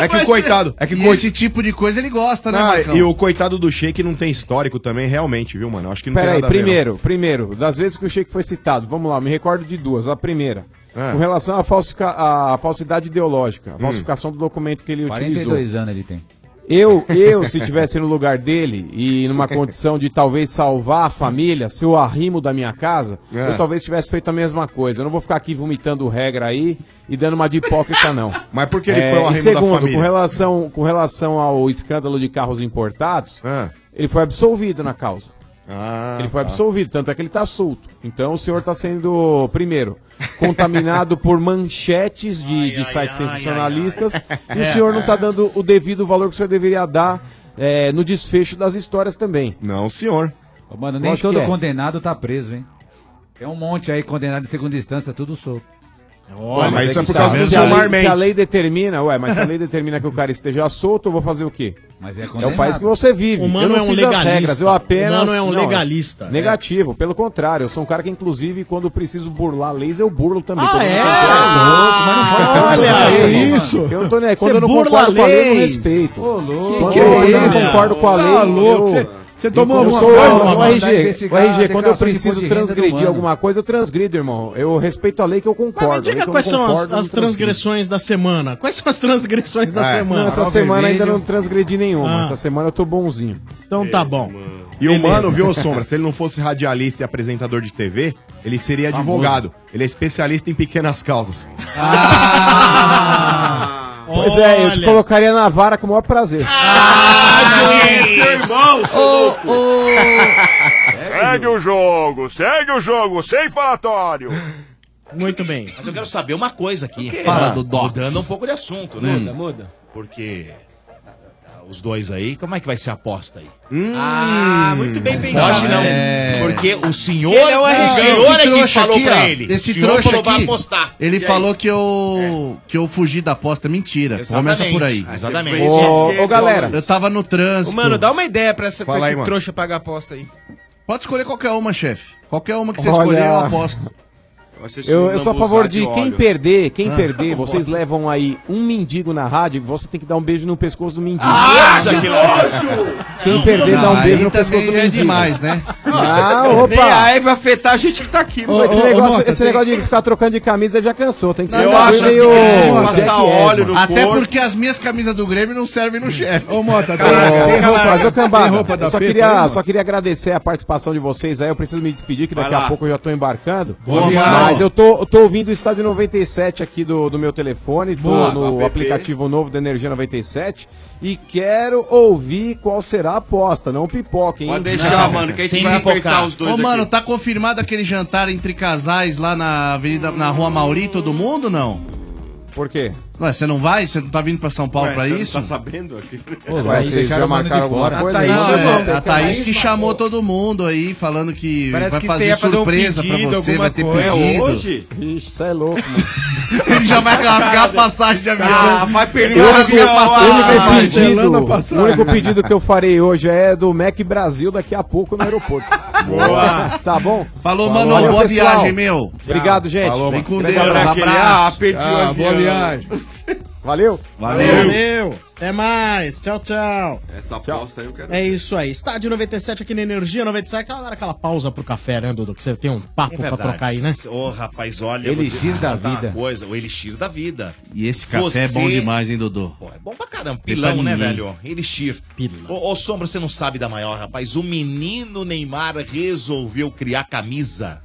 Speaker 12: É que o coitado. É que
Speaker 15: E
Speaker 12: coi-
Speaker 15: esse tipo de coisa ele
Speaker 13: Tá
Speaker 15: gosta, né,
Speaker 12: Ah,
Speaker 15: Marcão?
Speaker 12: e o coitado do Sheik não tem histórico também, realmente, viu, mano? Acho que não tem
Speaker 13: Peraí,
Speaker 12: nada a ver, não.
Speaker 13: primeiro, primeiro, das vezes que o Sheik foi citado, vamos lá, me recordo de duas. A primeira,
Speaker 12: É.
Speaker 13: com
Speaker 12: Hum.
Speaker 13: relação à, falsica- à falsidade ideológica, a falsificação do documento que ele utilizou.
Speaker 8: 42 anos ele tem.
Speaker 13: Eu, eu, se tivesse no lugar dele e numa condição de talvez salvar a família, se eu arrimo da minha casa,
Speaker 12: É.
Speaker 13: eu talvez tivesse feito a mesma coisa. Eu não vou ficar aqui vomitando regra aí e dando uma de hipócrita, não. É,
Speaker 12: Mas por que ele foi o
Speaker 13: e
Speaker 12: arrimo da
Speaker 13: segundo,
Speaker 12: família?
Speaker 13: com relação, com relação ao escândalo de carros importados, ele foi absolvido na causa. ele foi
Speaker 12: É. tá.
Speaker 13: absolvido, tanto é que ele está solto. Então o senhor está sendo, primeiro, contaminado por manchetes de, de sites sensacionalistas e o senhor não tá está dando o devido valor que o senhor deveria dar é, no desfecho das histórias também.
Speaker 12: Não, senhor.
Speaker 8: Mano, nem todo
Speaker 13: é.
Speaker 8: condenado tá preso, hein? Tem um monte aí condenado em segunda instância, tudo solto.
Speaker 13: Olha,
Speaker 12: mas
Speaker 13: é
Speaker 12: isso é
Speaker 13: que
Speaker 12: por causa do
Speaker 13: se a
Speaker 12: Gilmar
Speaker 13: lei- Se
Speaker 12: Mendes.
Speaker 13: a lei determina, ué, mas se a lei determina que o cara esteja solto, eu vou fazer o quê?
Speaker 8: Mas
Speaker 13: É o país que você vive.
Speaker 7: O Mano
Speaker 13: eu não
Speaker 7: é um
Speaker 13: fiz
Speaker 7: legalista.
Speaker 13: as regras, eu apenas.
Speaker 7: O Mano é um
Speaker 13: não,
Speaker 7: legalista.
Speaker 13: Negativo, pelo contrário. Eu sou um cara que, inclusive, quando preciso burlar leis, eu burlo também.
Speaker 7: Ah,
Speaker 13: Quando eu
Speaker 7: é?
Speaker 13: não concordo-
Speaker 7: Olha,
Speaker 13: Ah,
Speaker 7: que
Speaker 13: irmão.
Speaker 7: isso?
Speaker 13: Eu tô, né, quando
Speaker 7: Você
Speaker 13: eu não
Speaker 7: burla
Speaker 13: concordo com a lei, eu não
Speaker 7: leis.
Speaker 13: respeito.
Speaker 7: Ô, louco.
Speaker 13: Quando
Speaker 7: Que
Speaker 13: eu
Speaker 7: que
Speaker 13: não
Speaker 7: isso?
Speaker 13: concordo com a
Speaker 7: Tá
Speaker 13: lei,
Speaker 7: louco,
Speaker 13: eu-
Speaker 7: você- você tomou
Speaker 13: eu
Speaker 7: alguma
Speaker 13: sou,
Speaker 7: coisa,
Speaker 13: o
Speaker 7: mano? Vai
Speaker 13: RG, o
Speaker 7: investigar
Speaker 13: RG, quando eu
Speaker 7: declarações de
Speaker 13: preciso
Speaker 7: imposto de renda do
Speaker 13: transgredir
Speaker 7: Mano.
Speaker 13: alguma coisa, eu transgrido, irmão. Eu respeito a lei que eu concordo.
Speaker 7: Mas me
Speaker 13: a lei
Speaker 7: diga
Speaker 13: que eu
Speaker 7: quais
Speaker 13: não
Speaker 7: são as,
Speaker 13: concordo, eu
Speaker 7: as
Speaker 13: não transgrido.
Speaker 7: transgressões da semana. Quais são as transgressões da
Speaker 13: É.
Speaker 7: semana?
Speaker 13: Não, essa semana ainda não transgredi nenhuma.
Speaker 7: Ah.
Speaker 13: Essa semana eu tô bonzinho.
Speaker 7: Então tá bom.
Speaker 12: E o
Speaker 13: Beleza.
Speaker 12: mano, viu, Sombra? Se ele não fosse radialista e apresentador de TV, ele seria
Speaker 13: Tá
Speaker 12: advogado. Ele é especialista em pequenas causas.
Speaker 13: Pois é, eu te colocaria na vara com o maior prazer.
Speaker 7: Ah,
Speaker 16: Ô, ô.
Speaker 17: Segue o jogo, segue o jogo, sem falatório.
Speaker 7: Muito bem.
Speaker 3: Mas eu quero saber uma coisa aqui.
Speaker 17: Fala do Docs.
Speaker 3: Mudando um pouco de assunto, né?
Speaker 17: Muda,
Speaker 3: muda. Porque os dois aí, como é que vai ser a aposta aí?
Speaker 10: Ah, muito bem pensado.
Speaker 3: Foge não,
Speaker 16: né?
Speaker 10: É.
Speaker 3: porque o senhor
Speaker 10: Ele é o
Speaker 3: o
Speaker 10: RG.
Speaker 3: senhor é que
Speaker 16: trouxa
Speaker 3: falou
Speaker 16: aqui,
Speaker 3: pra
Speaker 16: ó,
Speaker 3: ele.
Speaker 16: Esse
Speaker 3: O senhor
Speaker 16: trouxa
Speaker 3: falou, "Vai
Speaker 16: aqui,
Speaker 3: apostar. É.
Speaker 16: ele
Speaker 3: E aí?
Speaker 16: falou que eu, que eu fugi da aposta. Mentira.
Speaker 10: Exatamente.
Speaker 16: Começa por aí.
Speaker 10: Exatamente.
Speaker 16: Ô,
Speaker 10: Ô,
Speaker 16: ô, galera. Eu tava no trânsito.
Speaker 10: Ô, mano, dá um- uma ideia pra, essa, pra
Speaker 16: Fala
Speaker 10: esse
Speaker 16: aí, mano.
Speaker 10: trouxa pagar aposta aí.
Speaker 16: Pode escolher qualquer uma, chefe. Qualquer uma que você
Speaker 13: Olha.
Speaker 16: escolher, eu aposto.
Speaker 13: Eu, eu sou a favor de quem perder, quem
Speaker 16: Ah.
Speaker 13: perder, vocês levam aí um mendigo na rádio, você tem que dar um beijo no pescoço do mendigo.
Speaker 16: Nossa, Ah, que nojo!
Speaker 13: Quem perder, dá um beijo no pescoço do
Speaker 16: é
Speaker 13: mendigo.
Speaker 16: demais, né?
Speaker 13: Ah, opa!
Speaker 18: Nem a Eve vai afetar a gente que tá aqui,
Speaker 13: Ô,
Speaker 18: mano.
Speaker 13: esse negócio, esse negócio de ficar trocando de camisa já cansou, tem que ser
Speaker 16: Eu
Speaker 13: um
Speaker 16: acho
Speaker 13: bagulho
Speaker 16: assim,
Speaker 13: meio
Speaker 16: é,
Speaker 13: Jack
Speaker 16: passar
Speaker 13: Esma.
Speaker 16: óleo no Até porque as minhas camisas do Grêmio não servem
Speaker 3: Hum.
Speaker 16: no chefe. Ô, Mota,
Speaker 10: tá
Speaker 13: Ô, Mas ô Cambada, eu só queria,
Speaker 16: aí,
Speaker 13: só queria agradecer a participação de vocês aí. Eu preciso me despedir, que daqui
Speaker 16: Vai lá.
Speaker 13: a pouco eu já tô embarcando.
Speaker 16: Boa,
Speaker 13: Mas
Speaker 16: mano.
Speaker 13: eu tô, eu tô ouvindo o estádio 97 aqui do, do meu telefone, tô
Speaker 16: Boa,
Speaker 13: no
Speaker 16: app.
Speaker 13: aplicativo novo da Energia 97. E quero ouvir qual será a aposta, não pipoca, hein?
Speaker 18: Pode deixar, mano, que a gente vai apertar os dois
Speaker 16: Ô,
Speaker 18: aqui.
Speaker 16: mano, tá confirmado aquele jantar entre casais lá na Avenida, na Rua Mauri, todo mundo, não?
Speaker 13: Por quê?
Speaker 16: Ué, você não vai? Você não tá vindo pra São Paulo
Speaker 18: Ué,
Speaker 16: pra
Speaker 18: você não
Speaker 16: isso?
Speaker 18: Tá sabendo aqui?
Speaker 16: Ô, Ué, vocês
Speaker 13: já marcaram alguma coisa?
Speaker 16: A Thaís,
Speaker 13: Não,
Speaker 16: não,
Speaker 13: é,
Speaker 16: a Thaís que chamou todo mundo aí, falando que
Speaker 13: Parece
Speaker 16: vai
Speaker 13: que você
Speaker 16: fazer
Speaker 13: ia fazer um
Speaker 16: surpresa
Speaker 13: pedido,
Speaker 16: pra você,
Speaker 13: alguma
Speaker 16: vai ter
Speaker 13: coisa. É
Speaker 16: pedido.
Speaker 13: hoje? Ixi, isso é louco, mano.
Speaker 16: Ele já vai rasgar a passagem de avião. Ah, vai perder
Speaker 13: o
Speaker 16: o avião.
Speaker 13: único,
Speaker 16: Ah,
Speaker 13: pedido,
Speaker 16: Zelanda
Speaker 13: o
Speaker 16: passou.
Speaker 13: único pedido que eu farei hoje é do Mac Brasil daqui a pouco no aeroporto.
Speaker 16: Boa.
Speaker 13: tá bom?
Speaker 16: Falou, mano, boa viagem, meu.
Speaker 13: Obrigado, gente.
Speaker 16: Falou,
Speaker 13: Vem
Speaker 16: mano.
Speaker 13: com
Speaker 16: Grande
Speaker 13: Deus.
Speaker 16: abraço. Ah, perdi o avião.
Speaker 13: boa viagem. Valeu.
Speaker 7: Valeu. Valeu. Até mais. Tchau, tchau.
Speaker 18: Essa aposta aí eu quero.
Speaker 7: É isso aí. Estádio 97 aqui na Energia 97. Aquela hora, aquela pausa pro café, né, Dudu? Que você tem um papo pra trocar aí, né?
Speaker 3: É Ô, rapaz, olha.
Speaker 7: Elixir
Speaker 3: eu vou te
Speaker 7: da
Speaker 3: contar uma
Speaker 7: vida.
Speaker 3: Coisa, o elixir da vida.
Speaker 16: E esse café é bom
Speaker 3: Você-
Speaker 16: demais, hein, Dodô?
Speaker 3: É bom pra caramba.
Speaker 16: Tem
Speaker 3: Pilão,
Speaker 16: pra
Speaker 3: né,
Speaker 16: ninguém.
Speaker 3: velho? Elixir. Pilão. Ô, ô, Sombra, você não sabe da maior, rapaz. O menino Neymar resolveu criar camisa.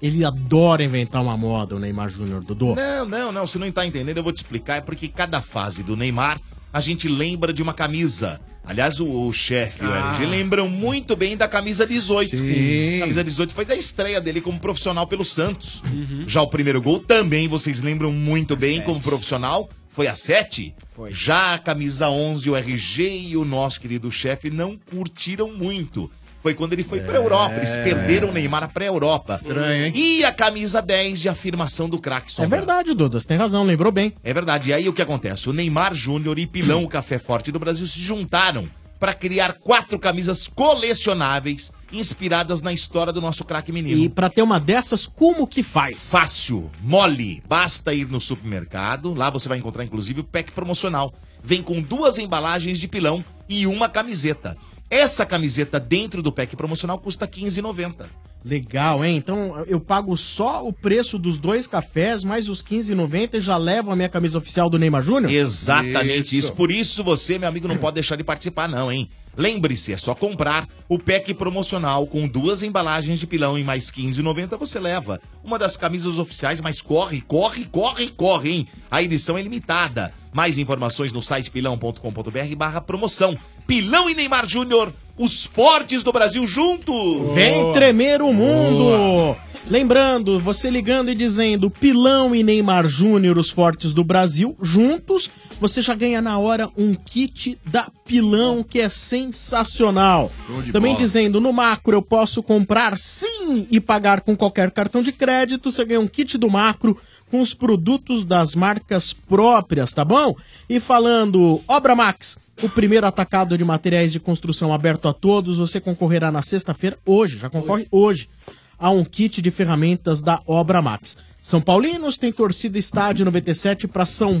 Speaker 7: Ele adora inventar uma moda, o Neymar Júnior, Dudu.
Speaker 3: Não, não, não, você não tá entendendo, eu vou te explicar. É porque cada fase do Neymar, a gente lembra de uma camisa. Aliás, o, o chefe, o
Speaker 18: Ah.
Speaker 3: LG, lembram muito bem da camisa 18. Sim. Camisa 18 foi da estreia dele como profissional pelo Santos. Já o primeiro gol também vocês lembram muito bem como profissional. Foi a 7. Já a camisa 11, o RG e o nosso querido chefe não curtiram muito. Foi quando ele foi pra Europa. Eles perderam o Neymar pra Europa. É. Estranho, hein? E a camisa 10 de afirmação do craque
Speaker 7: É
Speaker 3: Sombra.
Speaker 7: verdade, Dudu. Você tem razão, lembrou bem.
Speaker 3: É verdade. E aí o que acontece? O Neymar Júnior e Pilão, o Café Forte do Brasil, se juntaram para criar quatro camisas colecionáveis inspiradas na história do nosso craque menino.
Speaker 7: E pra ter uma dessas, como que faz?
Speaker 3: Fácil, mole. Basta ir no supermercado. Lá você vai encontrar, inclusive, o pack promocional. Vem com duas embalagens de pilão e uma camiseta. Essa camiseta dentro do pack promocional custa R$15,90.
Speaker 7: Legal, hein? Então eu pago só o preço dos dois cafés, mais os 15,90 e já levo a minha camisa oficial do Neymar Júnior?
Speaker 3: Exatamente isso. Por isso você, meu amigo, não pode deixar de participar, não, hein? Lembre-se, é só comprar o pack promocional com duas embalagens de pilão e mais 15,90 você leva. Uma das camisas oficiais, mas corre, corre, corre, corre, hein? A edição é limitada. Mais informações no site pilão.com.br barra promoção. Pilão e Neymar Júnior, os fortes do Brasil juntos!
Speaker 7: Vem tremer o mundo! Lembrando, você ligando e dizendo Pilão e Neymar Júnior, os fortes do Brasil, juntos, você já ganha na hora um kit da Pilão, que é sensacional.
Speaker 19: Show de
Speaker 7: Também
Speaker 19: bola.
Speaker 7: dizendo, no macro eu posso comprar sim e pagar com qualquer cartão de crédito, você ganha um kit do macro com os produtos das marcas próprias, tá bom? E falando Obra Max, o primeiro atacado de materiais de construção aberto a todos, você concorrerá na sexta-feira, hoje, já concorre hoje, a um kit de ferramentas da Obra Max. São Paulinos tem torcida estádio 97 para São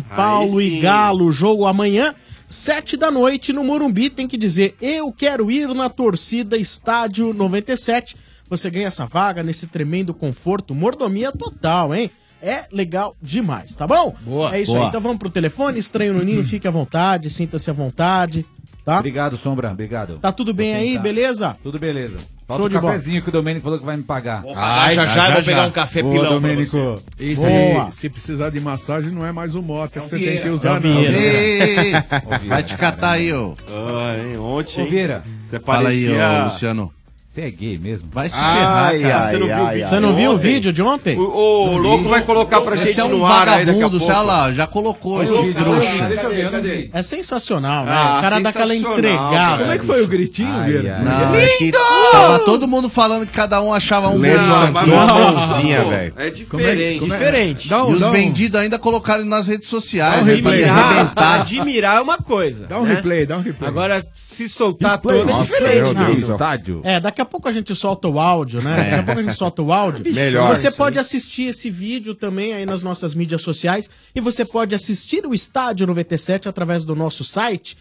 Speaker 10: sim.
Speaker 7: Paulo e Galo, jogo amanhã. Sete da noite no Morumbi tem que dizer eu quero ir na torcida estádio 97. Você ganha essa vaga nesse tremendo conforto, mordomia total, hein? É legal demais, tá bom? Boa, é isso
Speaker 8: boa.
Speaker 7: aí. Então vamos pro telefone, estranho no ninho, fique à vontade, sinta-se à vontade, tá?
Speaker 8: Obrigado, Sombra. Obrigado.
Speaker 7: Tá tudo bem
Speaker 8: Vou
Speaker 7: aí,
Speaker 8: tentar.
Speaker 7: beleza?
Speaker 8: Tudo beleza.
Speaker 7: Show
Speaker 8: Falta o
Speaker 7: de bola.
Speaker 8: cafezinho que o Domênico falou que vai me pagar.
Speaker 3: pagar
Speaker 12: Tá
Speaker 3: já já, vou pegar um café
Speaker 8: Boa,
Speaker 3: pilão pra
Speaker 8: Domênico.
Speaker 14: E se-
Speaker 8: Boa.
Speaker 14: se precisar de massagem, não é mais o Mota
Speaker 3: um
Speaker 14: que você tem
Speaker 16: Vieira.
Speaker 14: que usar,
Speaker 16: É o
Speaker 14: não.
Speaker 16: Vieira. Ei, ei, ei. Vai te catar aí, ô.
Speaker 18: Ah, hein? Ontem.
Speaker 16: Ô,
Speaker 18: hein?
Speaker 16: Vieira.
Speaker 18: Você
Speaker 16: Fala aí,
Speaker 18: parecia.
Speaker 16: ô, Luciano.
Speaker 8: Você é gay mesmo?
Speaker 16: Vai se
Speaker 18: Ah,
Speaker 16: ferrar, cara.
Speaker 18: você não viu o vídeo
Speaker 7: Você não
Speaker 18: de
Speaker 7: viu o
Speaker 18: ontem?
Speaker 7: vídeo de ontem?
Speaker 18: O, o
Speaker 16: Não
Speaker 18: louco
Speaker 16: vi.
Speaker 18: vai colocar pra
Speaker 16: Esse
Speaker 18: gente
Speaker 16: é um
Speaker 18: no ar aí daqui a
Speaker 16: vagabundo,
Speaker 18: pouco.
Speaker 16: sei lá, já colocou esse trouxa.
Speaker 18: Deixa eu ver, cadê?
Speaker 7: É sensacional, né?
Speaker 16: Ah,
Speaker 7: o cara dá aquela
Speaker 16: sensacional,
Speaker 7: entregada.
Speaker 16: cara. Como é que foi
Speaker 14: o gritinho,
Speaker 16: Não, é que Tava todo mundo falando que cada um achava um
Speaker 18: Lembra
Speaker 16: bonito
Speaker 18: uma
Speaker 16: aqui.
Speaker 18: mãozinha,
Speaker 16: Pô,
Speaker 18: velho.
Speaker 16: É
Speaker 18: Como é-
Speaker 16: diferente.
Speaker 18: como é? Diferente.
Speaker 16: E
Speaker 18: Dá um-
Speaker 16: os
Speaker 18: dá um-
Speaker 16: vendidos ainda colocaram nas redes sociais. né, pra
Speaker 10: Admirar,
Speaker 16: arrebentar.
Speaker 10: admirar é uma coisa.
Speaker 16: Dá um
Speaker 14: replay, dá um replay.
Speaker 10: Agora, se soltar
Speaker 7: Play.
Speaker 10: todo é diferente,
Speaker 7: não.
Speaker 10: né?
Speaker 7: É, daqui a pouco a gente solta o áudio, né? Daqui a pouco a gente solta o áudio.
Speaker 10: Melhor
Speaker 7: Você
Speaker 10: isso
Speaker 7: pode assistir esse vídeo também aí nas nossas mídias sociais e você pode assistir o Estádio 97 através do nosso site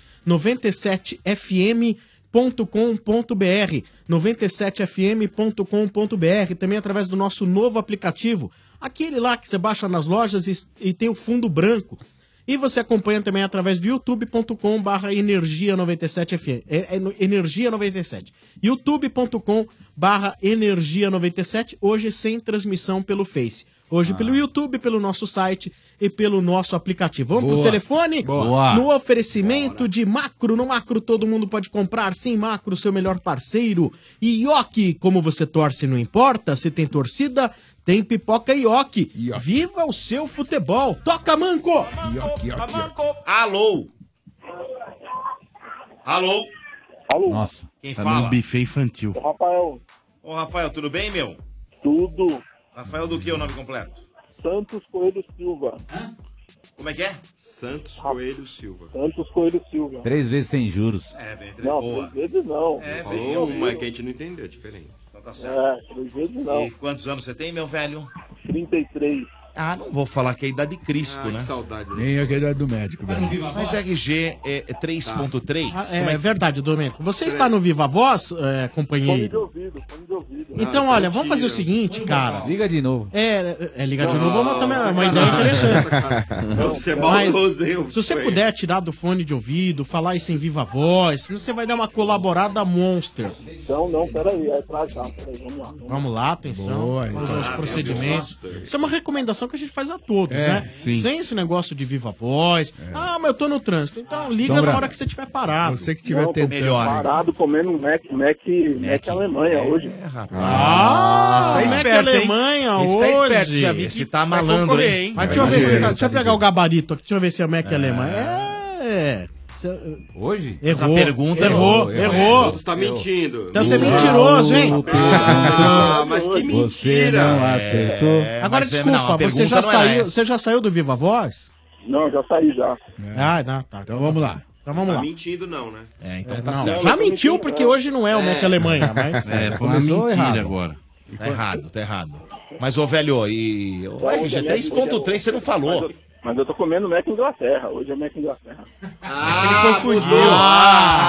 Speaker 7: 97fm.com.br 97fm.com.br também através do nosso novo aplicativo, aquele lá que você baixa nas lojas e, e tem o fundo branco. E você acompanha também através do youtube.com barra energia 97 FM. É, é no- energia 97. youtube.com barra energia 97. Hoje sem transmissão pelo Face. Hoje pelo YouTube, pelo nosso site e pelo nosso aplicativo. Vamos
Speaker 16: Boa.
Speaker 7: pro telefone?
Speaker 16: Boa.
Speaker 7: No oferecimento de macro. No macro todo mundo pode comprar. Sem macro, seu melhor parceiro. E Ioki, como você torce, não importa. Se tem torcida, tem pipoca Ioki. Viva o seu futebol. Toca, Manco!
Speaker 3: Alô? Alô?
Speaker 20: Alô?
Speaker 8: Nossa.
Speaker 3: Quem
Speaker 16: Tá
Speaker 3: fala?
Speaker 16: num buffet infantil.
Speaker 20: Rafael,
Speaker 3: Ô, Rafael, tudo bem, meu?
Speaker 20: Tudo.
Speaker 3: Rafael do que é o nome completo?
Speaker 20: Santos Coelho Silva.
Speaker 3: Como é que é?
Speaker 18: Santos Coelho Silva.
Speaker 20: Santos Coelho Silva.
Speaker 8: Três vezes sem juros.
Speaker 3: É, bem,
Speaker 20: Não,
Speaker 3: boa.
Speaker 20: três vezes não.
Speaker 3: É,
Speaker 20: Falou
Speaker 3: bem,
Speaker 18: Uma é
Speaker 3: uma
Speaker 18: que a gente não entendeu, é diferente.
Speaker 3: Então tá
Speaker 20: É,
Speaker 3: certo.
Speaker 20: três vezes não.
Speaker 3: E quantos anos você tem, meu velho?
Speaker 18: Ah,
Speaker 20: 33.
Speaker 3: Ah, não vou falar que é a idade de Cristo, né? saudade.
Speaker 14: Nem aquele é do médico, velho.
Speaker 3: Mas RG é
Speaker 18: Tá.
Speaker 3: 3.3?
Speaker 7: Ah,
Speaker 3: Como
Speaker 7: é, verdade, Domênico. Você está no Viva Voz, é,
Speaker 20: Fone de
Speaker 7: companheiro?
Speaker 20: ouvido, fone de ouvido. Ah,
Speaker 7: Então, olha, vamos fazer o seguinte, cara.
Speaker 8: Liga de novo.
Speaker 7: É, é ligar de
Speaker 20: Não,
Speaker 7: novo é uma, também é uma
Speaker 20: Ah, sacanagem,
Speaker 7: ideia interessante.
Speaker 20: sacanagem. Não, você é
Speaker 7: Mas,
Speaker 20: maldoso, hein,
Speaker 7: se você
Speaker 20: Fred?
Speaker 7: puder tirar do fone de ouvido, falar isso em viva voz, você vai dar uma colaborada monster.
Speaker 20: Então, não, peraí, é pra já, peraí, vamos lá.
Speaker 7: Vamos lá, atenção.
Speaker 20: Boa,
Speaker 7: vamos
Speaker 20: então.
Speaker 7: aos
Speaker 20: Ah,
Speaker 7: procedimentos.
Speaker 20: meu Deus.
Speaker 7: Isso é uma recomendação que a gente faz a todos,
Speaker 20: É,
Speaker 7: né?
Speaker 14: sim.
Speaker 7: Sem esse negócio de viva voz. Ah, mas eu tô no trânsito. Então liga
Speaker 14: Sombra,
Speaker 7: na hora que você estiver parado.
Speaker 14: você que estiver Não, tô tentando. melhor, hein?
Speaker 20: Parado comendo um Mac, Mac, Mac,
Speaker 21: É,
Speaker 20: Alemanha hoje.
Speaker 7: Ah, como
Speaker 20: Tá
Speaker 7: é que a
Speaker 20: esperto, hein?
Speaker 7: Alemanha
Speaker 20: Esse
Speaker 7: hoje?
Speaker 20: tá esperto, já vi
Speaker 3: Esse
Speaker 20: que
Speaker 3: tá
Speaker 20: vai
Speaker 3: malandro,
Speaker 20: concorrer,
Speaker 3: hein?
Speaker 20: hein?
Speaker 7: Mas deixa eu ver se tá, deixa eu pegar o gabarito aqui, deixa eu ver se é Mac é alemã. É.
Speaker 8: Hoje?
Speaker 7: Errou.
Speaker 3: Essa pergunta
Speaker 7: errou,
Speaker 3: errou,
Speaker 7: errou.
Speaker 3: errou.
Speaker 18: Você tá mentindo.
Speaker 7: Então você é mentiroso, hein?
Speaker 18: Ah, mas que mentira.
Speaker 7: Agora
Speaker 18: mas é-
Speaker 7: desculpa,
Speaker 18: não, a
Speaker 7: você
Speaker 18: pergunta
Speaker 7: já
Speaker 18: não é
Speaker 7: saiu,
Speaker 18: essa.
Speaker 7: você já saiu do Viva Voz?
Speaker 20: Não, já saí já.
Speaker 7: Ah, não, tá. Então vamos lá. Então vamos
Speaker 18: Tá
Speaker 7: lá.
Speaker 18: mentindo não, né?
Speaker 3: É,
Speaker 18: então
Speaker 7: Não, já mentiu porque hoje não é o Mac Alemanha, mas
Speaker 3: agora. Tá errado, tá errado. Mas, ô velho, e. Ô,
Speaker 20: Tá,
Speaker 3: RG,
Speaker 21: é
Speaker 20: olha,
Speaker 3: 3.3 você não falou.
Speaker 21: Mas eu tô comendo Mac Inglaterra. Hoje é Mac Inglaterra.
Speaker 10: ele confundiu.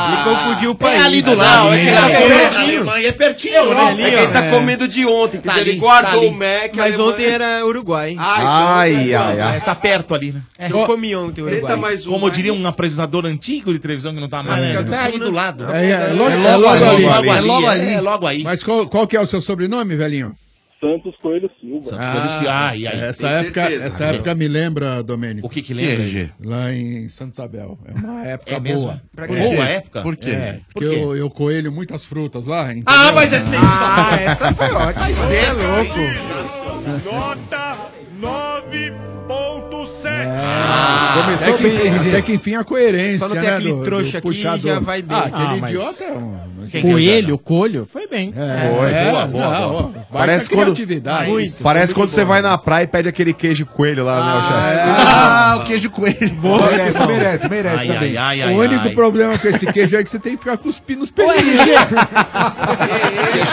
Speaker 10: ele confundiu o país.
Speaker 21: Ah, ali do
Speaker 10: lado,
Speaker 21: é
Speaker 10: é pertinho.
Speaker 11: Alemanha é pertinho, né?
Speaker 10: ali,
Speaker 11: É quem
Speaker 10: ó.
Speaker 11: tá
Speaker 10: É.
Speaker 11: comendo de ontem,
Speaker 10: Tá
Speaker 11: entendeu?
Speaker 10: ali,
Speaker 11: Ele guardou
Speaker 10: tá ali.
Speaker 11: o Mac.
Speaker 10: Mas ontem era Uruguai, hein?
Speaker 3: Ai, ai, ai. É,
Speaker 10: Tá perto ali, né? eu comi ontem o Uruguai.
Speaker 3: Como diria um apresentador antigo de televisão que não tá mais, fica até aí do lado.
Speaker 14: É, é logo,
Speaker 3: É
Speaker 14: é logo ali.
Speaker 3: É logo ali. É logo ali.
Speaker 14: Mas qual, qual que é o seu sobrenome, velhinho? Ah,
Speaker 21: Santos Coelho Silva.
Speaker 3: Santos Coelho Silva. Ai,
Speaker 21: É,
Speaker 3: ai,
Speaker 14: essa
Speaker 3: tem
Speaker 14: época,
Speaker 3: certeza.
Speaker 14: essa época me lembra, Domênico. O
Speaker 3: que que lembra, Gê?
Speaker 14: Lá em Santo Isabel. É uma época
Speaker 3: É mesmo?
Speaker 14: boa.
Speaker 3: Pra quê? Boa época?
Speaker 14: Por quê?
Speaker 3: É.
Speaker 14: É, porque eu, eu coelho muitas frutas lá, entendeu?
Speaker 5: Ah, mas é sensacional.
Speaker 14: Ah, essa foi ótima.
Speaker 5: Mas
Speaker 14: Você
Speaker 5: é
Speaker 14: Nota 9.7.
Speaker 5: Ah,
Speaker 14: até,
Speaker 5: começou
Speaker 14: é que,
Speaker 5: bem,
Speaker 14: enfim-
Speaker 5: hein,
Speaker 14: até
Speaker 5: Gê?
Speaker 14: que enfim a coerência,
Speaker 5: Só não tem
Speaker 14: né,
Speaker 5: aquele
Speaker 14: do- do
Speaker 5: trouxa aqui,
Speaker 14: puxado.
Speaker 5: já vai bem.
Speaker 14: Ah, aquele
Speaker 10: Ah, mas-
Speaker 14: idiota é um...
Speaker 10: Quem Coelho, colho? Foi bem.
Speaker 14: É,
Speaker 22: Foi, boa, boa, boa. Parece quando,
Speaker 14: Ah,
Speaker 22: parece quando você vai na praia e pede aquele queijo coelho lá, né, o
Speaker 13: é.
Speaker 22: chefe?
Speaker 16: Ah, o queijo coelho.
Speaker 22: Boa,
Speaker 16: Merece,
Speaker 22: irmão.
Speaker 16: merece, merece
Speaker 22: Ai,
Speaker 16: também.
Speaker 22: ai, ai,
Speaker 14: o único problema com esse queijo é que você tem que ficar cuspindo os pelinhos.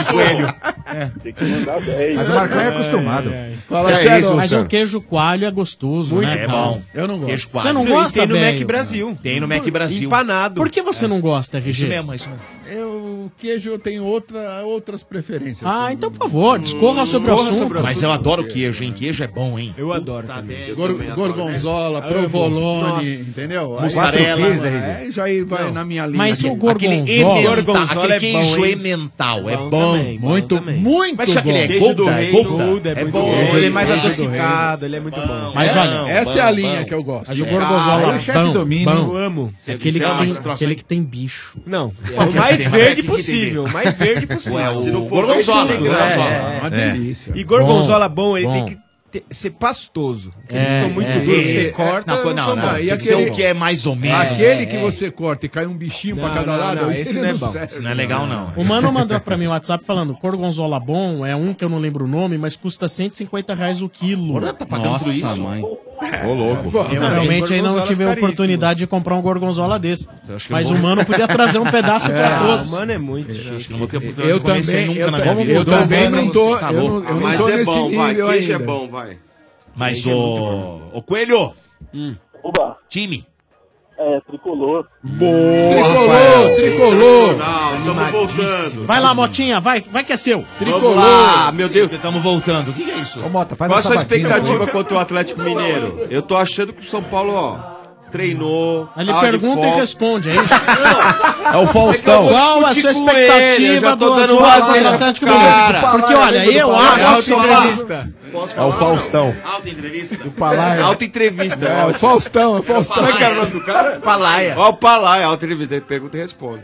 Speaker 21: Coelho.
Speaker 7: É.
Speaker 21: Tem que mandar 10.
Speaker 14: Mas o Marcão é acostumado.
Speaker 7: Fala,
Speaker 14: Se é
Speaker 7: Sharon.
Speaker 14: isso,
Speaker 7: mas
Speaker 14: Luciano.
Speaker 7: um queijo coalho é gostoso,
Speaker 14: Muito
Speaker 7: né?
Speaker 14: bom.
Speaker 7: cara?
Speaker 14: Eu não gosto.
Speaker 7: Queijo coalho. Você não gosta,
Speaker 10: Tem no
Speaker 7: velho?
Speaker 10: Mac Brasil.
Speaker 3: Tem no Mac Brasil.
Speaker 10: Empanado.
Speaker 7: Por que você não gosta, RG?
Speaker 3: Isso mesmo, isso mesmo.
Speaker 14: Eu, queijo eu tenho outra, outras preferências. Hum,
Speaker 7: Ah, então, por favor, discorra sobre o
Speaker 3: Porra,
Speaker 7: assunto.
Speaker 3: sobre- Mas eu adoro queijo, hein? Queijo é bom, hein?
Speaker 10: Eu adoro.
Speaker 14: Gor- gorgonzola, provolone,
Speaker 3: Nossa.
Speaker 14: entendeu? Aí-
Speaker 3: Mussarela.
Speaker 14: Quatro queijos, RG. Aí já aí vai na minha linha.
Speaker 3: Mas o
Speaker 14: Aquele tá,
Speaker 3: gorgonzola-
Speaker 14: gorgonzola
Speaker 10: é
Speaker 3: aquele queijo emmental, é bom.
Speaker 14: muito, muito
Speaker 3: Mas aquele é
Speaker 14: Queijo do
Speaker 3: Golda, é
Speaker 14: reino.
Speaker 3: Golda?
Speaker 14: Golda
Speaker 3: É
Speaker 14: muito
Speaker 3: bom.
Speaker 10: Ele é mais
Speaker 14: Queijo do
Speaker 10: adocicado, ele é muito bom.
Speaker 7: Mas olha,
Speaker 14: essa é a linha que eu gosto.
Speaker 7: Mas o gorgonzola
Speaker 10: Ah,
Speaker 7: é
Speaker 10: o chefe
Speaker 7: pão,
Speaker 10: domina.
Speaker 7: pão.
Speaker 10: Eu amo.
Speaker 7: É aquele
Speaker 10: Você
Speaker 7: que,
Speaker 10: ama
Speaker 7: tem,
Speaker 10: esse troço
Speaker 7: aquele
Speaker 10: aí?
Speaker 7: que tem bicho.
Speaker 10: Não, é o mais verde possível, o mais verde possível.
Speaker 7: Ué, o
Speaker 10: Se não for
Speaker 7: gorgonzola,
Speaker 10: feito,
Speaker 7: gorgonzola,
Speaker 10: é,
Speaker 7: uma
Speaker 10: é.
Speaker 7: delícia.
Speaker 10: E gorgonzola bom, ele
Speaker 7: Bom,
Speaker 10: tem que ter-
Speaker 14: é
Speaker 10: ser pastoso. porque Eles são muito duros, você corta,
Speaker 14: não, não, não.
Speaker 10: bons.
Speaker 14: E aquele que é mais ou menos. Aquele que
Speaker 10: É, é.
Speaker 14: você corta e cai um bichinho pra
Speaker 10: Não,
Speaker 14: cada
Speaker 10: não,
Speaker 14: lado.
Speaker 10: não,
Speaker 14: aí
Speaker 10: esse
Speaker 14: ele
Speaker 10: não é bom.
Speaker 14: serve.
Speaker 3: Não é legal, não.
Speaker 7: O mano mandou pra mim um WhatsApp falando: Gorgonzola bom é um que eu não lembro o nome, mas custa 150 reais o quilo. Porra, tá
Speaker 22: pagando Nossa, por isso? mãe. Ô, louco.
Speaker 7: Eu realmente ainda não tive a oportunidade de comprar um gorgonzola desse.
Speaker 22: que
Speaker 7: Mas
Speaker 22: eu
Speaker 7: o
Speaker 22: vou-
Speaker 7: mano podia trazer um pedaço
Speaker 22: É.
Speaker 7: pra
Speaker 22: Ah,
Speaker 7: todos.
Speaker 22: o
Speaker 10: mano é muito chique.
Speaker 3: Acho que não vou ter oportunidade
Speaker 7: Eu
Speaker 3: de comer isso aí
Speaker 7: também-
Speaker 3: nunca
Speaker 7: eu
Speaker 3: na
Speaker 7: também-
Speaker 3: minha vida.
Speaker 7: eu também não tô-
Speaker 3: Tá
Speaker 7: eu não-
Speaker 11: Ah,
Speaker 3: louco.
Speaker 7: eu não Mas tô é nesse bom, vai, nível queijo ainda. é bom,
Speaker 11: vai.
Speaker 3: Mas
Speaker 11: Queijo é muito
Speaker 3: o... Ô, Coelho!
Speaker 21: Oba.
Speaker 3: Time.
Speaker 21: É, tricolor.
Speaker 3: Boa,
Speaker 21: Rafael.
Speaker 14: tricolor.
Speaker 11: Não, estamos voltando.
Speaker 7: Vai lá, Motinha, vai, vai que é seu.
Speaker 11: Vamos lá, meu Deus.
Speaker 3: Estamos voltando. O que é isso?
Speaker 11: Ô, Mota,
Speaker 7: faz
Speaker 11: Qual a
Speaker 7: essa
Speaker 11: sua
Speaker 7: batida.
Speaker 11: expectativa contra o Atlético Mineiro? Eu tô achando que o São Paulo, ó, treinou.
Speaker 7: Ele
Speaker 11: tava de
Speaker 7: pergunta e
Speaker 11: folga.
Speaker 7: responde, é isso?
Speaker 11: É o Faustão.
Speaker 7: Qual a sua
Speaker 11: discutir com ele, eu
Speaker 7: expectativa
Speaker 11: já tô
Speaker 7: do
Speaker 11: dando
Speaker 7: Azul
Speaker 11: uma
Speaker 7: contra
Speaker 11: deixa pro
Speaker 7: o Atlético
Speaker 11: cara.
Speaker 7: Mineiro? Porque,
Speaker 11: Fala,
Speaker 7: olha,
Speaker 11: lembra do
Speaker 7: eu
Speaker 11: Paulo?
Speaker 7: acho...
Speaker 11: Posso falar?
Speaker 12: É o Faustão.
Speaker 3: Alta entrevista.
Speaker 12: Palaia.
Speaker 11: Alta entrevista.
Speaker 12: É, o Faustão, é o Faustão.
Speaker 11: Como é que era o nome do cara?
Speaker 12: Palaia.
Speaker 11: Ó, o Palaia, alta entrevista. Ele pergunta e responde.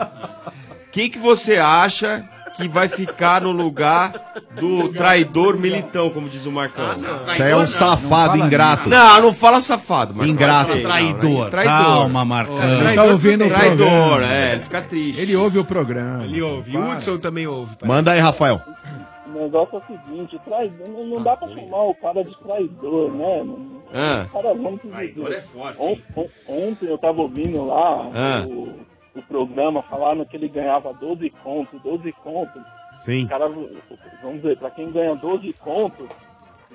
Speaker 11: Quem que você acha que vai ficar no lugar do traidor militão, como diz o Marcão?
Speaker 12: Isso aí é um safado ingrato.
Speaker 11: Não, não fala safado, Marcão.
Speaker 12: Ingrato.
Speaker 11: Não, não,
Speaker 12: Traidor.
Speaker 11: é um Traidor. né?
Speaker 12: Calma, Marcão.
Speaker 11: É,
Speaker 12: Ele
Speaker 11: traidor
Speaker 12: tá ouvindo
Speaker 11: tudo
Speaker 12: o
Speaker 11: bem. Traidor,
Speaker 12: programa.
Speaker 11: é. Ele fica triste.
Speaker 14: Ele ouve o programa.
Speaker 10: Ele ouve. E o Hudson também ouve.
Speaker 12: Manda aí, Rafael.
Speaker 21: O negócio é o seguinte, traidor, não, não dá pra chamar o cara de traidor, né? mano?
Speaker 11: Ah.
Speaker 21: O cara, vamos te
Speaker 11: Traidor
Speaker 21: dizer,
Speaker 11: é forte,
Speaker 21: on- on- ontem eu tava ouvindo lá
Speaker 11: Ah.
Speaker 21: o, o programa falando que ele ganhava 12 contos, 12 contos.
Speaker 12: Sim.
Speaker 21: O cara, vamos dizer, pra quem ganha 12 contos,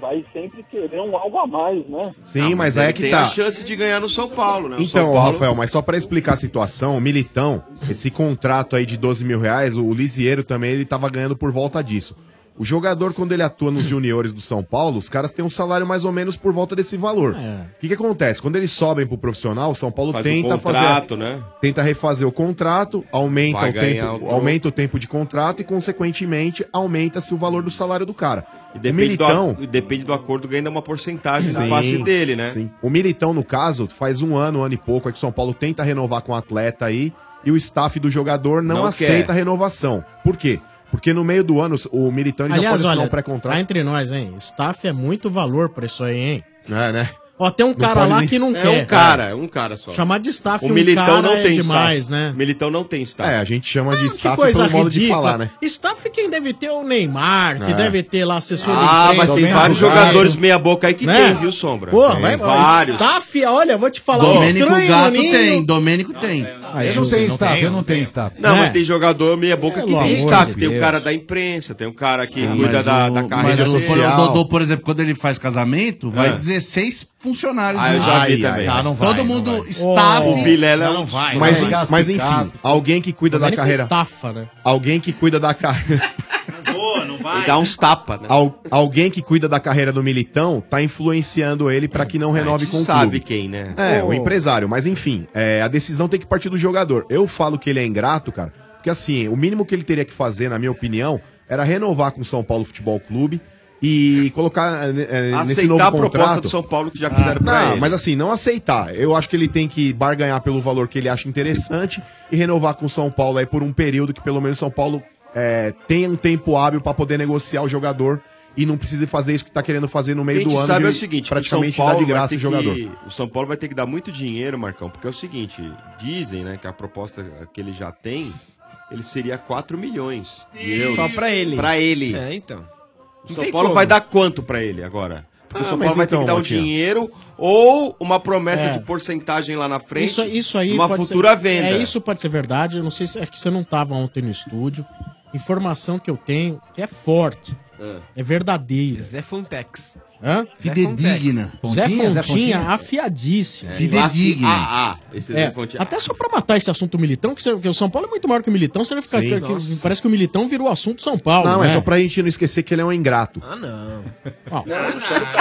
Speaker 21: vai sempre querer um algo a mais, né?
Speaker 12: Sim, mas aí é que
Speaker 11: tem
Speaker 12: tá.
Speaker 11: a chance de ganhar no São Paulo, né? O
Speaker 12: Então,
Speaker 11: São
Speaker 12: ô,
Speaker 11: Paulo-
Speaker 12: Rafael, mas só pra explicar a situação, o Militão, esse contrato aí de 12 mil reais, o Lisieiro também, ele tava ganhando por volta disso. O jogador, quando ele atua nos juniores do São Paulo, os caras têm um salário mais ou menos por volta desse valor. O que, que acontece? Quando eles sobem pro profissional, o São Paulo
Speaker 11: Faz o
Speaker 12: tenta
Speaker 11: contrato,
Speaker 12: fazer.
Speaker 11: né?
Speaker 12: Tenta refazer o contrato, aumenta
Speaker 11: Vai
Speaker 12: o,
Speaker 11: ganhar
Speaker 12: tempo,
Speaker 11: o troco.
Speaker 12: aumenta o tempo de contrato e, consequentemente, aumenta-se o valor do salário do cara. E
Speaker 11: Depende do, depende do acordo, ganha uma porcentagem do passe dele, né?
Speaker 12: Sim. O Militão, no caso, faz um ano, um ano e pouco, é que o São Paulo tenta renovar com o atleta aí e o staff do jogador não,
Speaker 11: Não
Speaker 12: aceita
Speaker 11: quer.
Speaker 12: a renovação. Por quê? Porque no meio do ano o Militão ele
Speaker 7: Aliás,
Speaker 12: já pode
Speaker 7: olha,
Speaker 12: um pré-contrato.
Speaker 7: tá entre nós, hein? Staff é muito valor pra isso aí, hein?
Speaker 12: É, né?
Speaker 7: Ó, tem um cara
Speaker 11: pode
Speaker 7: lá
Speaker 11: nem-
Speaker 7: que não
Speaker 11: É
Speaker 7: quer.
Speaker 11: um cara, é um cara só.
Speaker 7: Chamar de staff
Speaker 11: O
Speaker 7: um
Speaker 11: militão
Speaker 7: cara
Speaker 11: não
Speaker 7: é
Speaker 11: tem
Speaker 7: demais,
Speaker 11: staff.
Speaker 7: né?
Speaker 11: Militão não tem staff.
Speaker 12: É, a gente chama de
Speaker 7: Que
Speaker 12: staff
Speaker 7: coisa
Speaker 12: pelo
Speaker 7: ridícula.
Speaker 12: modo de falar, né?
Speaker 7: Staff quem deve ter é o Neymar, que
Speaker 12: É.
Speaker 7: deve ter lá assessor de
Speaker 11: Ah,
Speaker 7: imprensa,
Speaker 11: mas tem
Speaker 7: Domênico
Speaker 11: vários
Speaker 7: Gaio.
Speaker 11: jogadores meia-boca aí que
Speaker 7: Né?
Speaker 11: tem, viu, Sombra?
Speaker 7: Pô,
Speaker 11: Tem
Speaker 7: vai,
Speaker 11: vários.
Speaker 7: staff, olha, vou te falar,
Speaker 16: Domênico
Speaker 7: estranho,
Speaker 16: Gato
Speaker 7: Maninho.
Speaker 16: tem, Domênico tem.
Speaker 23: Ah, eu não tenho staff, eu não tenho staff.
Speaker 11: Não, mas tem jogador meia boca que
Speaker 16: amor
Speaker 11: tem
Speaker 16: de
Speaker 11: staff. Tem o
Speaker 16: Deus.
Speaker 11: cara da imprensa, tem o cara
Speaker 4: Ah,
Speaker 11: que
Speaker 16: Sim,
Speaker 11: cuida
Speaker 16: mas
Speaker 11: da, da
Speaker 16: o-
Speaker 11: carreira
Speaker 16: mas o-
Speaker 11: social.
Speaker 16: O Dodô, por exemplo, quando ele faz casamento, vai
Speaker 11: É.
Speaker 16: 16 funcionários.
Speaker 11: Ah, eu já vi
Speaker 16: Ai,
Speaker 11: também.
Speaker 16: ai,
Speaker 11: Ah, não vai,
Speaker 16: Todo
Speaker 11: não
Speaker 16: mundo
Speaker 11: vai.
Speaker 16: staff.
Speaker 11: O Vilela é um Não, não vai, né?
Speaker 12: Mas,
Speaker 11: não vai.
Speaker 12: mas enfim, alguém que cuida da
Speaker 11: Domênico
Speaker 12: carreira.
Speaker 11: estafa, né?
Speaker 12: Alguém que cuida da carreira.
Speaker 11: E dá uns tapas, né?
Speaker 12: Al- alguém que cuida da carreira do Militão tá influenciando ele pra que não renove com o
Speaker 11: sabe
Speaker 12: clube.
Speaker 11: quem, né?
Speaker 12: É,
Speaker 11: Pô.
Speaker 12: o empresário. Mas enfim, é, a decisão tem que partir do jogador. Eu falo que ele é ingrato, cara, porque assim, o mínimo que ele teria que fazer, na minha opinião, era renovar com o São Paulo Futebol Clube e colocar é, é, nesse novo
Speaker 11: Aceitar a
Speaker 12: contrato. Ah,
Speaker 11: proposta do São Paulo que já fizeram pra
Speaker 12: Não,
Speaker 11: ele.
Speaker 12: mas assim, não aceitar. Eu acho que ele tem que barganhar pelo valor que ele acha interessante e renovar com o São Paulo aí por um período que pelo menos o São Paulo é, tenha um tempo hábil pra poder negociar o jogador e não precise fazer isso que tá querendo fazer no
Speaker 11: O que a
Speaker 12: meio
Speaker 11: gente
Speaker 12: do ano.
Speaker 11: sabe
Speaker 12: de
Speaker 11: é o seguinte, que o
Speaker 12: praticamente dar de graça o jogador.
Speaker 11: Que, o São Paulo vai ter que dar muito dinheiro, Marcão, porque é o seguinte, dizem, né, que a proposta que ele já tem, ele seria 4 milhões de euros.
Speaker 10: Só pra ele.
Speaker 11: Pra ele.
Speaker 10: É, então.
Speaker 11: O
Speaker 10: Não
Speaker 11: São
Speaker 10: tem
Speaker 11: Paulo
Speaker 10: como.
Speaker 11: vai dar quanto pra ele agora? Porque
Speaker 10: Ah,
Speaker 11: o São
Speaker 10: mas
Speaker 11: Paulo vai ter
Speaker 10: então,
Speaker 11: que dar um
Speaker 10: Motinha.
Speaker 11: dinheiro ou uma promessa
Speaker 7: É.
Speaker 11: de porcentagem lá na frente.
Speaker 7: Isso, isso aí
Speaker 11: Uma
Speaker 7: pode
Speaker 11: futura
Speaker 7: ser-
Speaker 11: venda.
Speaker 7: É, isso pode ser verdade. Eu não sei se é que você não estava ontem no estúdio. Informação que eu tenho que é forte, é verdadeira.
Speaker 10: Zé Fontex.
Speaker 7: Hã?
Speaker 10: Fidedigna.
Speaker 7: Zé
Speaker 10: Pontinha,
Speaker 7: Fontinha,
Speaker 10: Zé Pontinha?
Speaker 7: afiadíssimo.
Speaker 10: É, Fidedigna. Ah, ah, esse Zé
Speaker 7: É,
Speaker 10: Fontinha.
Speaker 7: Até só pra matar esse assunto militão, que, você- que o São Paulo é muito maior que o militão, você vai ficar.
Speaker 12: Sim.
Speaker 7: que- que-
Speaker 12: Nossa.
Speaker 7: parece que o militão virou assunto São Paulo.
Speaker 12: não,
Speaker 7: né?
Speaker 12: é só pra gente não esquecer que ele é um ingrato.
Speaker 10: Ah, não.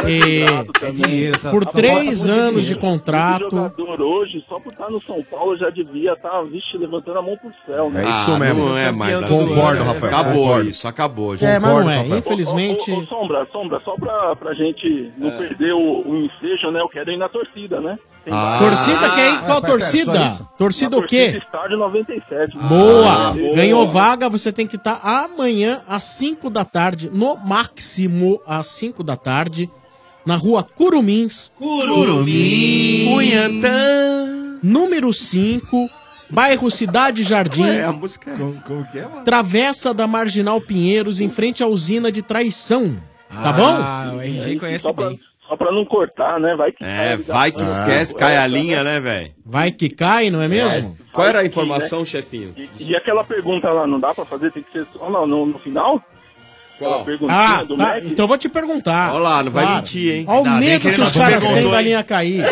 Speaker 7: E por três anos de
Speaker 21: O
Speaker 7: contrato.
Speaker 21: jogador hoje, só por estar no São Paulo, já devia estar, vixe, levantando a mão pro céu, né?
Speaker 11: É
Speaker 7: Ah,
Speaker 11: isso mesmo. Não é mais. assim.
Speaker 12: Concordo, Rafael,
Speaker 11: Acabou
Speaker 12: concordo.
Speaker 11: isso, acabou.
Speaker 7: né? É, mas não é.
Speaker 11: Rafael.
Speaker 7: Infelizmente.
Speaker 21: Ô, ô, Sombra, Sombra, só pra, pra gente não
Speaker 11: É.
Speaker 21: perder o, o ensejo, né? Eu quero ir na torcida, né? Tem
Speaker 7: Ah.
Speaker 21: várias-
Speaker 7: Torcida quem? Qual
Speaker 21: Ah, pera,
Speaker 7: torcida?
Speaker 21: pera, só isso.
Speaker 7: Torcida
Speaker 21: Na
Speaker 7: o quê?
Speaker 21: Torcida Estádio 97.
Speaker 7: Boa!
Speaker 21: Ah, boa.
Speaker 7: Ganhou vaga, você tem que estar amanhã às 5 da tarde, no máximo às 5 da tarde, na rua Curumins.
Speaker 16: Curumins.
Speaker 7: Cunhantã. Número 5, bairro Cidade Jardim.
Speaker 11: Ué, a música é essa.
Speaker 21: Como que é, mano?
Speaker 7: Travessa da Marginal Pinheiros, em frente à usina de traição. Tá bom?
Speaker 10: Ah, o RG conhece
Speaker 21: só pra, bem. Só pra não cortar, né? Vai que né? É,
Speaker 11: É, vai
Speaker 21: Ah.
Speaker 11: que esquece, cai a linha, né, velho?
Speaker 7: Vai que cai, não é mesmo?
Speaker 11: Qual era a
Speaker 21: que,
Speaker 11: informação, chefinho?
Speaker 21: E aquela pergunta lá, não dá pra fazer? Tem que ser só no, no, no final? Aquela perguntinha
Speaker 7: Ah,
Speaker 21: do
Speaker 7: tá,
Speaker 21: Mac?
Speaker 7: então eu vou te perguntar. Olha
Speaker 11: lá, não vai mentir, hein?
Speaker 7: Olha o
Speaker 11: Ainda bem
Speaker 7: medo
Speaker 11: que ele
Speaker 7: que
Speaker 11: não
Speaker 7: os caras
Speaker 11: perguntou,
Speaker 7: têm da
Speaker 11: hein?
Speaker 7: linha cair.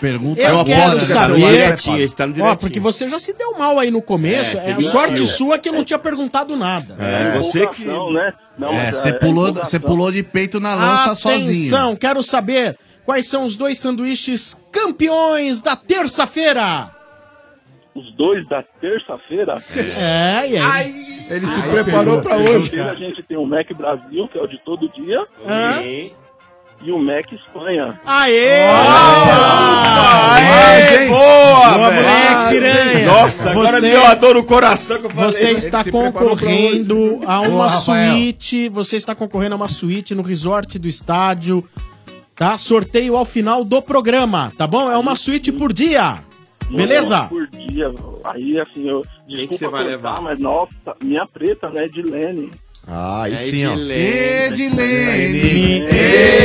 Speaker 16: Pergunta
Speaker 7: Eu, quero
Speaker 11: aposto que tá no
Speaker 7: saber.
Speaker 11: direitinho, esse tá no
Speaker 7: Ó,
Speaker 11: direitinho.
Speaker 7: porque você já se deu mal aí no começo.
Speaker 11: É,
Speaker 7: É,
Speaker 11: você
Speaker 7: a
Speaker 11: mentiu.
Speaker 7: sorte sua que eu não tinha perguntado nada.
Speaker 11: É, você que.
Speaker 21: né?
Speaker 16: é, você pulou, você pulou de peito na lança sozinho.
Speaker 7: Atenção, quero saber quais são os dois sanduíches campeões da terça-feira.
Speaker 21: Os dois da terça-feira?
Speaker 7: É, e aí?
Speaker 21: Ele
Speaker 7: se preparou pra hoje,
Speaker 21: A gente tem o Mac Brasil, que é o de todo dia.
Speaker 7: Hã?
Speaker 21: E o Mac Espanha.
Speaker 7: Aê!
Speaker 11: Aê, boa,
Speaker 7: Boa,
Speaker 11: velho.
Speaker 7: moleque,
Speaker 11: Ah,
Speaker 7: piranha.
Speaker 11: Nossa, agora
Speaker 7: Você-
Speaker 11: me deu a dor no coração que eu falei. né?
Speaker 7: Você está concorrendo a uma
Speaker 11: Boa, Rafael.
Speaker 7: suíte. Você está concorrendo a uma suíte no resort do estádio. Tá? Sorteio ao final do programa, tá bom? É uma suíte por dia. Beleza?
Speaker 21: Por dia. Aí, assim, eu. Desculpa
Speaker 11: que você vai
Speaker 21: cortar,
Speaker 11: levar?
Speaker 21: Mas, nossa, minha preta, né? De Lene.
Speaker 12: Ah,
Speaker 7: É
Speaker 21: aí
Speaker 12: sim, ó.
Speaker 21: Edilene,
Speaker 7: É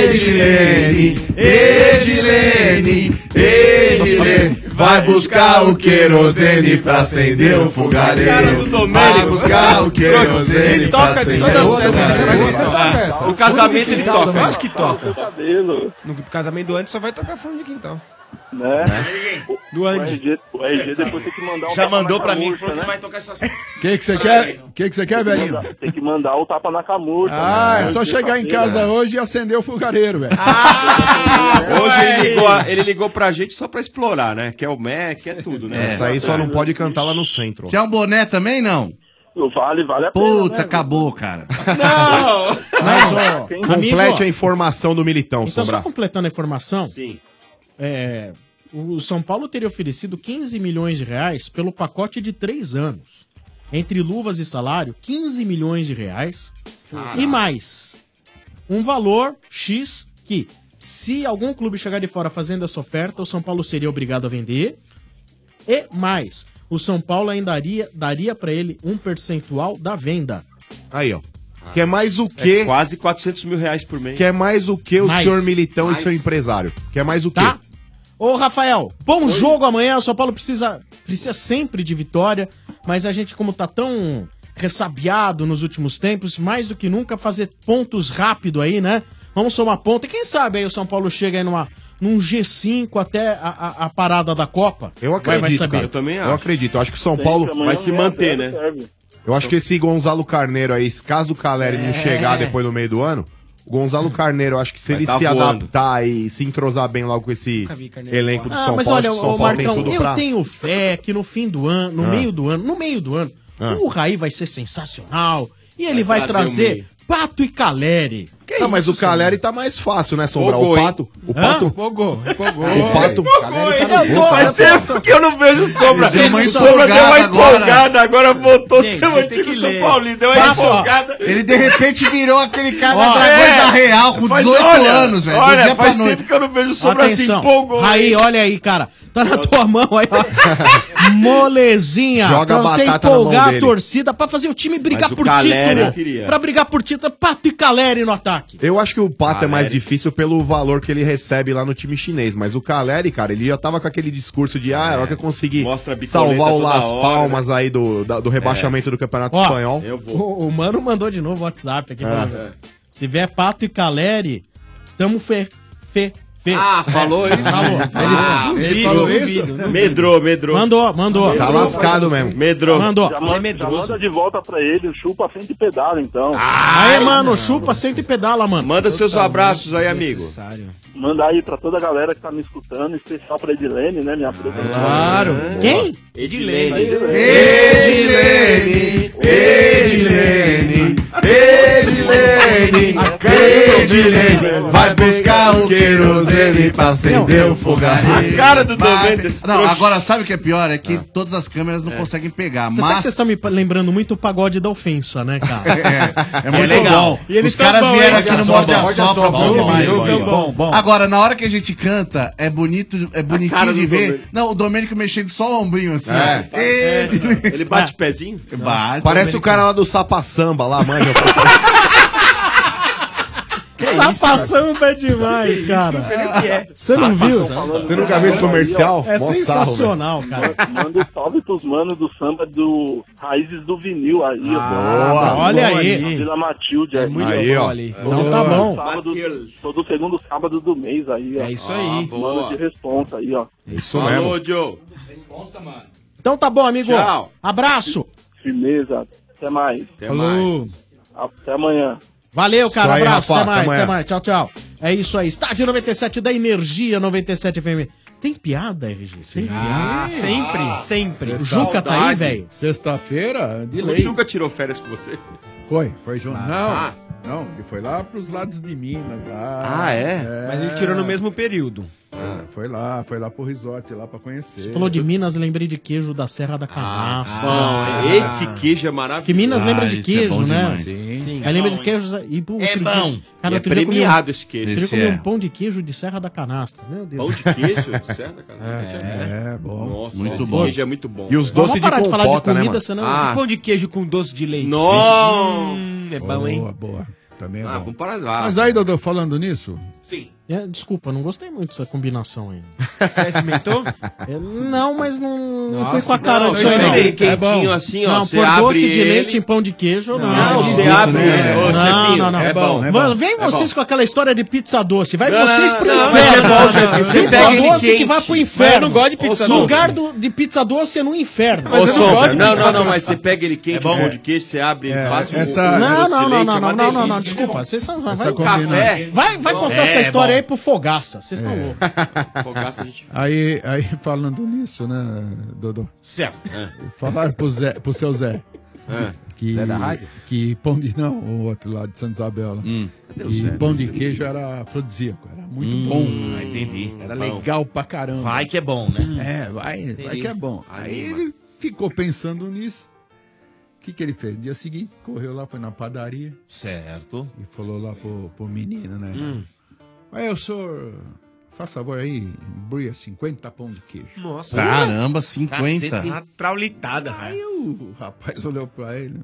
Speaker 11: Edilene, Edilene, Edilene, vai buscar o querosene pra acender o fogareiro. Vai buscar o querosene pra
Speaker 10: assim, né?
Speaker 11: acender o fogareiro. O casamento ele toca, eu acho que toca.
Speaker 10: No casamento do Andy só vai tocar fundo de quintal.
Speaker 21: Né?
Speaker 10: Do Andy.
Speaker 21: O RG depois tem que mandar um
Speaker 10: Já
Speaker 21: tapa na
Speaker 10: mandou pra mim,
Speaker 21: camurça,
Speaker 10: falou que
Speaker 21: né?
Speaker 10: vai tocar essas.
Speaker 14: O que que você quer? O que que você quer, velhinho?
Speaker 21: Tem que mandar o tapa na camurça.
Speaker 14: Ah,
Speaker 21: né?
Speaker 14: é só
Speaker 21: Hoje,
Speaker 14: chegar em
Speaker 21: terça-feira.
Speaker 14: casa hoje e acender o fogareiro, velho.
Speaker 11: Hoje ele ligou, ele ligou pra gente só pra explorar, né? Que é o Mac, é tudo, né?
Speaker 12: Essa aí só não pode cantar Tá lá no centro.
Speaker 16: Quer um boné também, não?
Speaker 21: Vale,
Speaker 7: Tá
Speaker 21: vale
Speaker 7: né,
Speaker 21: a né?
Speaker 16: Puta, acabou, cara.
Speaker 11: Não!
Speaker 7: Mas, ó, amigo,
Speaker 12: Complete a informação do Militão,
Speaker 7: Então, só
Speaker 12: Sombra.
Speaker 7: completando a informação,
Speaker 11: Sim.
Speaker 7: é, o São Paulo teria oferecido 15 milhões de reais pelo pacote de três anos. Entre luvas e salário, 15 milhões de reais
Speaker 10: Caraca.
Speaker 7: e mais. Um valor X que, se algum clube chegar de fora fazendo essa oferta, o São Paulo seria obrigado a vender. E mais, o São Paulo ainda daria, daria para ele um percentual da venda.
Speaker 12: Aí, ó. Que é mais o quê?
Speaker 11: quase 400 mil reais por mês.
Speaker 12: Que é mais o que o
Speaker 7: Mais.
Speaker 12: senhor Militão
Speaker 7: Mais. Tá.
Speaker 12: e seu empresário? Que é mais o quê?
Speaker 7: Ô, Rafael, bom jogo amanhã. O São Paulo precisa precisa sempre de vitória, mas a gente, como tá tão ressabiado nos últimos tempos, mais do que nunca fazer pontos rápido aí, né? Vamos somar ponto. E quem sabe aí o São Paulo chega aí numa, num G5 até a, a- a parada da Copa.
Speaker 12: Eu acredito, cara.
Speaker 11: Eu também
Speaker 12: Eu
Speaker 11: acho.
Speaker 12: acredito. Eu acho que o São Paulo
Speaker 11: Vai se manter, né?
Speaker 12: Eu acho que esse Gonzalo Carneiro aí, se caso o Caleri
Speaker 11: É.
Speaker 12: não chegar depois no meio do ano, o Gonzalo Carneiro, eu acho que se
Speaker 11: Vai
Speaker 12: ele
Speaker 11: tá
Speaker 12: se
Speaker 11: voando.
Speaker 12: adaptar e se entrosar bem logo com esse elenco do
Speaker 7: Ah,
Speaker 12: São
Speaker 7: mas
Speaker 12: Paulo,
Speaker 7: olha,
Speaker 12: acho que o São
Speaker 7: ô,
Speaker 12: Paulo
Speaker 7: Marcão,
Speaker 12: tem tudo
Speaker 7: eu
Speaker 12: pra...
Speaker 7: tenho fé que no fim do ano, no
Speaker 12: Ah.
Speaker 7: meio do ano, no meio do ano,
Speaker 12: Ah.
Speaker 7: o Raí vai ser sensacional. E ele
Speaker 12: Vai
Speaker 7: vai,
Speaker 12: trazer o
Speaker 7: trazer
Speaker 12: meio.
Speaker 7: Pato e Caleri.
Speaker 12: não, mas o Caleri tá mais fácil, né, Sombra?
Speaker 7: Pogou,
Speaker 12: o
Speaker 7: hein?
Speaker 12: Pato... O
Speaker 7: Hã?
Speaker 12: Pato...
Speaker 10: Pogou, pogou.
Speaker 12: O Pato...
Speaker 10: Caleri
Speaker 12: tá no gol, cara.
Speaker 10: tempo que eu não vejo
Speaker 12: Ele deu uma
Speaker 10: agora voltou
Speaker 16: Gente,
Speaker 10: seu
Speaker 16: vocês têm
Speaker 10: antigo
Speaker 16: que
Speaker 10: São
Speaker 16: ler.
Speaker 10: Paulino, deu uma
Speaker 16: Papo,
Speaker 10: empolgada.
Speaker 16: Ele de repente virou aquele cara da
Speaker 10: Ó,
Speaker 16: Dragões
Speaker 10: é.
Speaker 16: da Real com
Speaker 10: Mas
Speaker 16: 18
Speaker 10: olha,
Speaker 16: anos, velho.
Speaker 10: olha,
Speaker 16: do dia
Speaker 10: faz
Speaker 16: pra noite.
Speaker 10: tempo que eu não vejo assim,
Speaker 7: Atenção. Raí, olha aí, cara. Tá na tua mão aí, ó. Molezinha.
Speaker 12: Joga
Speaker 7: pra
Speaker 12: a
Speaker 7: você
Speaker 12: batata na mão
Speaker 7: empolgar a
Speaker 12: dele.
Speaker 7: torcida pra fazer o time brigar
Speaker 12: Mas o
Speaker 7: por
Speaker 12: Caleri eu
Speaker 7: título.
Speaker 12: queria.
Speaker 7: Pra brigar por título, Pato e Caleri no ataque.
Speaker 12: Eu acho que o Pato é mais
Speaker 7: Caleri.
Speaker 12: difícil pelo valor que ele recebe lá no time chinês, mas o Caleri, cara, ele já tava com aquele discurso de, ah, é. hora que eu conseguir
Speaker 7: bicoleta
Speaker 12: salvar o
Speaker 7: toda
Speaker 12: Las
Speaker 7: hora.
Speaker 12: Palmas aí do, da- do rebaixamento do Campeonato
Speaker 7: Ó,
Speaker 12: Espanhol.
Speaker 7: O, o Mano mandou de novo o WhatsApp aqui.
Speaker 12: É.
Speaker 7: falando, Se vier Pato e Caleri, tamo fe, fe, fe.
Speaker 11: Ah, falou isso?
Speaker 7: Falou.
Speaker 11: Ah,
Speaker 7: Ele-
Speaker 11: ele
Speaker 7: ele
Speaker 11: falou
Speaker 7: falou
Speaker 11: isso?
Speaker 7: isso?
Speaker 11: Medrou, medrou.
Speaker 7: Mandou, mandou.
Speaker 11: Tá lascado mesmo. Medrou.
Speaker 7: Mandou.
Speaker 20: Já manda, já manda de volta pra ele, chupa sem de pedala, então.
Speaker 11: Ah, é
Speaker 7: Aí, mano, chupa, senta e pedala, mano.
Speaker 11: Manda seus abraços aí, amigo.
Speaker 20: Manda aí pra toda a galera que tá me escutando, especial pra Edilene, né, minha professora.
Speaker 11: claro.
Speaker 7: Quem?
Speaker 11: Edilene.
Speaker 20: Edilene,
Speaker 18: Edilene, Edilene, Edilene, vai buscar o querosene pra acender o fogareiro.
Speaker 16: cara do Não, agora sabe o que é pior? É que
Speaker 11: Ah.
Speaker 16: todas as câmeras
Speaker 11: É.
Speaker 16: não conseguem pegar.
Speaker 7: Você sabe que
Speaker 16: mas
Speaker 7: vocês estão me lembrando muito o pagode da ofensa, né, cara?
Speaker 16: É muito legal.
Speaker 7: E eles
Speaker 16: Os caras vieram aqui no Morde a Sopra, bom demais.
Speaker 7: Bom, bom, bom.
Speaker 16: Agora, na hora que a gente canta, é bonito, é
Speaker 11: cara
Speaker 16: bonitinho
Speaker 11: do
Speaker 16: de ver.
Speaker 11: Domênico.
Speaker 16: Não, o Domênico mexendo só o ombrinho assim.
Speaker 12: É.
Speaker 16: ó. Ele-
Speaker 11: Ele
Speaker 7: É.
Speaker 11: bate pezinho?
Speaker 16: Bate.
Speaker 12: Parece o cara É lá do Sapa Samba, lá, manja.
Speaker 7: Sapassamba é demais, cara.
Speaker 1: é.
Speaker 7: Tá Você
Speaker 1: Tá
Speaker 7: não viu?
Speaker 12: Você nunca viu esse um comercial?
Speaker 7: É
Speaker 12: Mó sarro,
Speaker 7: sensacional, cara.
Speaker 20: Manda um salve pros manos do samba do Raízes do Vinil aí.
Speaker 12: Ah,
Speaker 20: ó.
Speaker 12: boa, olha
Speaker 20: Na
Speaker 12: aí.
Speaker 20: Vila Matilde. aí.
Speaker 12: muito Aí, bom ó. ali.
Speaker 20: Todo
Speaker 12: Não tá
Speaker 20: segundo
Speaker 12: bom.
Speaker 20: sábado- todo segundo sábado do mês aí, ó. É
Speaker 10: isso aí.
Speaker 20: Mano de responsa aí, ó.
Speaker 12: Isso
Speaker 11: Falou, Joe.
Speaker 7: Então tá bom, amigo.
Speaker 20: Tchau.
Speaker 7: Abraço.
Speaker 20: Firmeza. Até mais. Até Até amanhã.
Speaker 7: Valeu, cara.
Speaker 20: Isso aí,
Speaker 7: abraço.
Speaker 20: rapaz.
Speaker 7: até mais,
Speaker 20: Até
Speaker 7: até
Speaker 20: amanhã.
Speaker 7: mais. Tchau, tchau. É isso aí. Estádio 97 da Energia 97 FM. Tem piada, RG? Tem piada?
Speaker 10: Ah, sempre, sempre.
Speaker 7: O Juca tá aí, velho?
Speaker 14: Sexta-feira, de
Speaker 11: O
Speaker 14: lei.
Speaker 11: Juca tirou férias com você.
Speaker 14: Foi, foi junto.
Speaker 11: Ah.
Speaker 14: Não, não, ele foi lá pros lados de Minas. Lá.
Speaker 10: Ah, é? Mas ele tirou no mesmo período.
Speaker 14: Ah, foi lá, foi lá pro resort, lá pra conhecer.
Speaker 7: Você falou de Minas, lembrei de queijo da Serra da Canastra.
Speaker 11: Ah,
Speaker 7: Ah.
Speaker 11: esse queijo é maravilhoso.
Speaker 7: Que
Speaker 14: Ah,
Speaker 7: Minas lembra
Speaker 14: é
Speaker 7: de queijo, né?
Speaker 11: Sim.
Speaker 7: Aí lembra de queijo e pô,
Speaker 11: É
Speaker 7: outro
Speaker 11: bom.
Speaker 7: Dia,
Speaker 11: E é
Speaker 7: outro dia eu comi um-
Speaker 11: premiado esse queijo.
Speaker 7: Outro dia eu
Speaker 11: Esse
Speaker 7: comi
Speaker 11: é.
Speaker 7: um pão de queijo de Serra da Canastra. né? Meu Deus.
Speaker 11: Pão de queijo? Certo, cara?
Speaker 14: É, bom.
Speaker 11: muito
Speaker 14: bom.
Speaker 11: queijo é muito bom.
Speaker 14: E os
Speaker 11: velho.
Speaker 14: doces de
Speaker 7: parar de falar de
Speaker 14: compota, né,
Speaker 7: comida,
Speaker 14: mano?
Speaker 7: senão-
Speaker 11: Ah,
Speaker 10: Pão de queijo com doce de leite.
Speaker 11: Nossa!
Speaker 10: Hum, é bom, hein?
Speaker 14: Boa, boa. Também é
Speaker 11: Ah,
Speaker 14: bom.
Speaker 11: vamos parar lá.
Speaker 14: Mas aí, Dodô, falando nisso,
Speaker 11: Sim.
Speaker 7: É, desculpa, não gostei muito dessa combinação aí.
Speaker 10: Você experimentou?
Speaker 7: não, mas não, não
Speaker 10: Nossa,
Speaker 7: foi com a cara
Speaker 10: não,
Speaker 7: disso aí,
Speaker 10: eu
Speaker 7: não.
Speaker 10: experimentei
Speaker 11: quentinho assim, ó,
Speaker 7: Não,
Speaker 11: você
Speaker 7: por
Speaker 11: abre
Speaker 7: doce de
Speaker 11: ele-
Speaker 7: leite em pão de queijo, não.
Speaker 11: Não, você abre ele. Ô,
Speaker 7: Não,
Speaker 11: Cepinho,
Speaker 7: não, não.
Speaker 11: é bom, é
Speaker 7: Mano,
Speaker 11: bom.
Speaker 7: vem
Speaker 11: É
Speaker 7: vocês com aquela história de pizza doce. Vai
Speaker 11: Não,
Speaker 7: vocês
Speaker 11: não,
Speaker 7: pro
Speaker 11: não,
Speaker 7: inferno.
Speaker 11: não, não, não, não. Você pega
Speaker 7: Pizza
Speaker 11: ele
Speaker 7: doce que
Speaker 11: quente.
Speaker 7: vai pro
Speaker 11: Mas eu
Speaker 7: inferno.
Speaker 10: não gosto de pizza
Speaker 7: doce. Lugar
Speaker 10: doce.
Speaker 7: do- de pizza doce é no inferno.
Speaker 11: Ô, Sombra, não, não, não, mas você pega ele quente, com pão de queijo, você abre, ele passa um- um
Speaker 7: É, Essa... Não,
Speaker 11: doce
Speaker 7: não,
Speaker 11: de
Speaker 7: não,
Speaker 11: leite,
Speaker 7: não,
Speaker 11: é uma
Speaker 7: não, não, não, não,
Speaker 11: delícia.
Speaker 7: desculpa. Vocês são. Vai,
Speaker 11: Essa
Speaker 7: vai,
Speaker 11: combina.
Speaker 7: vai, vai contar
Speaker 11: É,
Speaker 7: essa história
Speaker 11: bom.
Speaker 7: aí pro Fogaça. Vocês estão loucos.
Speaker 11: Fogaça, a gente-
Speaker 14: aí, aí falando nisso, né, Dodô?
Speaker 11: Certo.
Speaker 14: Falaram pro, Zé, pro seu Zé.
Speaker 11: É.
Speaker 14: Que,
Speaker 11: Zé da rádio?
Speaker 14: que pão de. Não, o outro lá de Santa Isabel. Né?
Speaker 11: Cadê o
Speaker 14: e
Speaker 11: Zé?
Speaker 14: pão de queijo era afrodisíaco. Era muito bom.
Speaker 11: Ah, entendi.
Speaker 14: Era
Speaker 11: Bom.
Speaker 14: legal pra caramba.
Speaker 11: Vai que é bom, né?
Speaker 14: É, vai, vai
Speaker 11: Entendi.
Speaker 14: que é bom. Aí
Speaker 11: Anima.
Speaker 14: ele ficou pensando nisso. O que, que ele fez? Dia seguinte, correu lá, foi na padaria.
Speaker 11: Certo.
Speaker 14: E falou lá pro, pro menino, né?
Speaker 11: Hum.
Speaker 14: Aí, o senhor, faz favor aí, embrulha 50 pão de queijo.
Speaker 10: Nossa.
Speaker 16: Caramba, 50.
Speaker 10: Cacete, Uma Tá traulitada. né?
Speaker 14: Aí o rapaz olhou pra ele, né?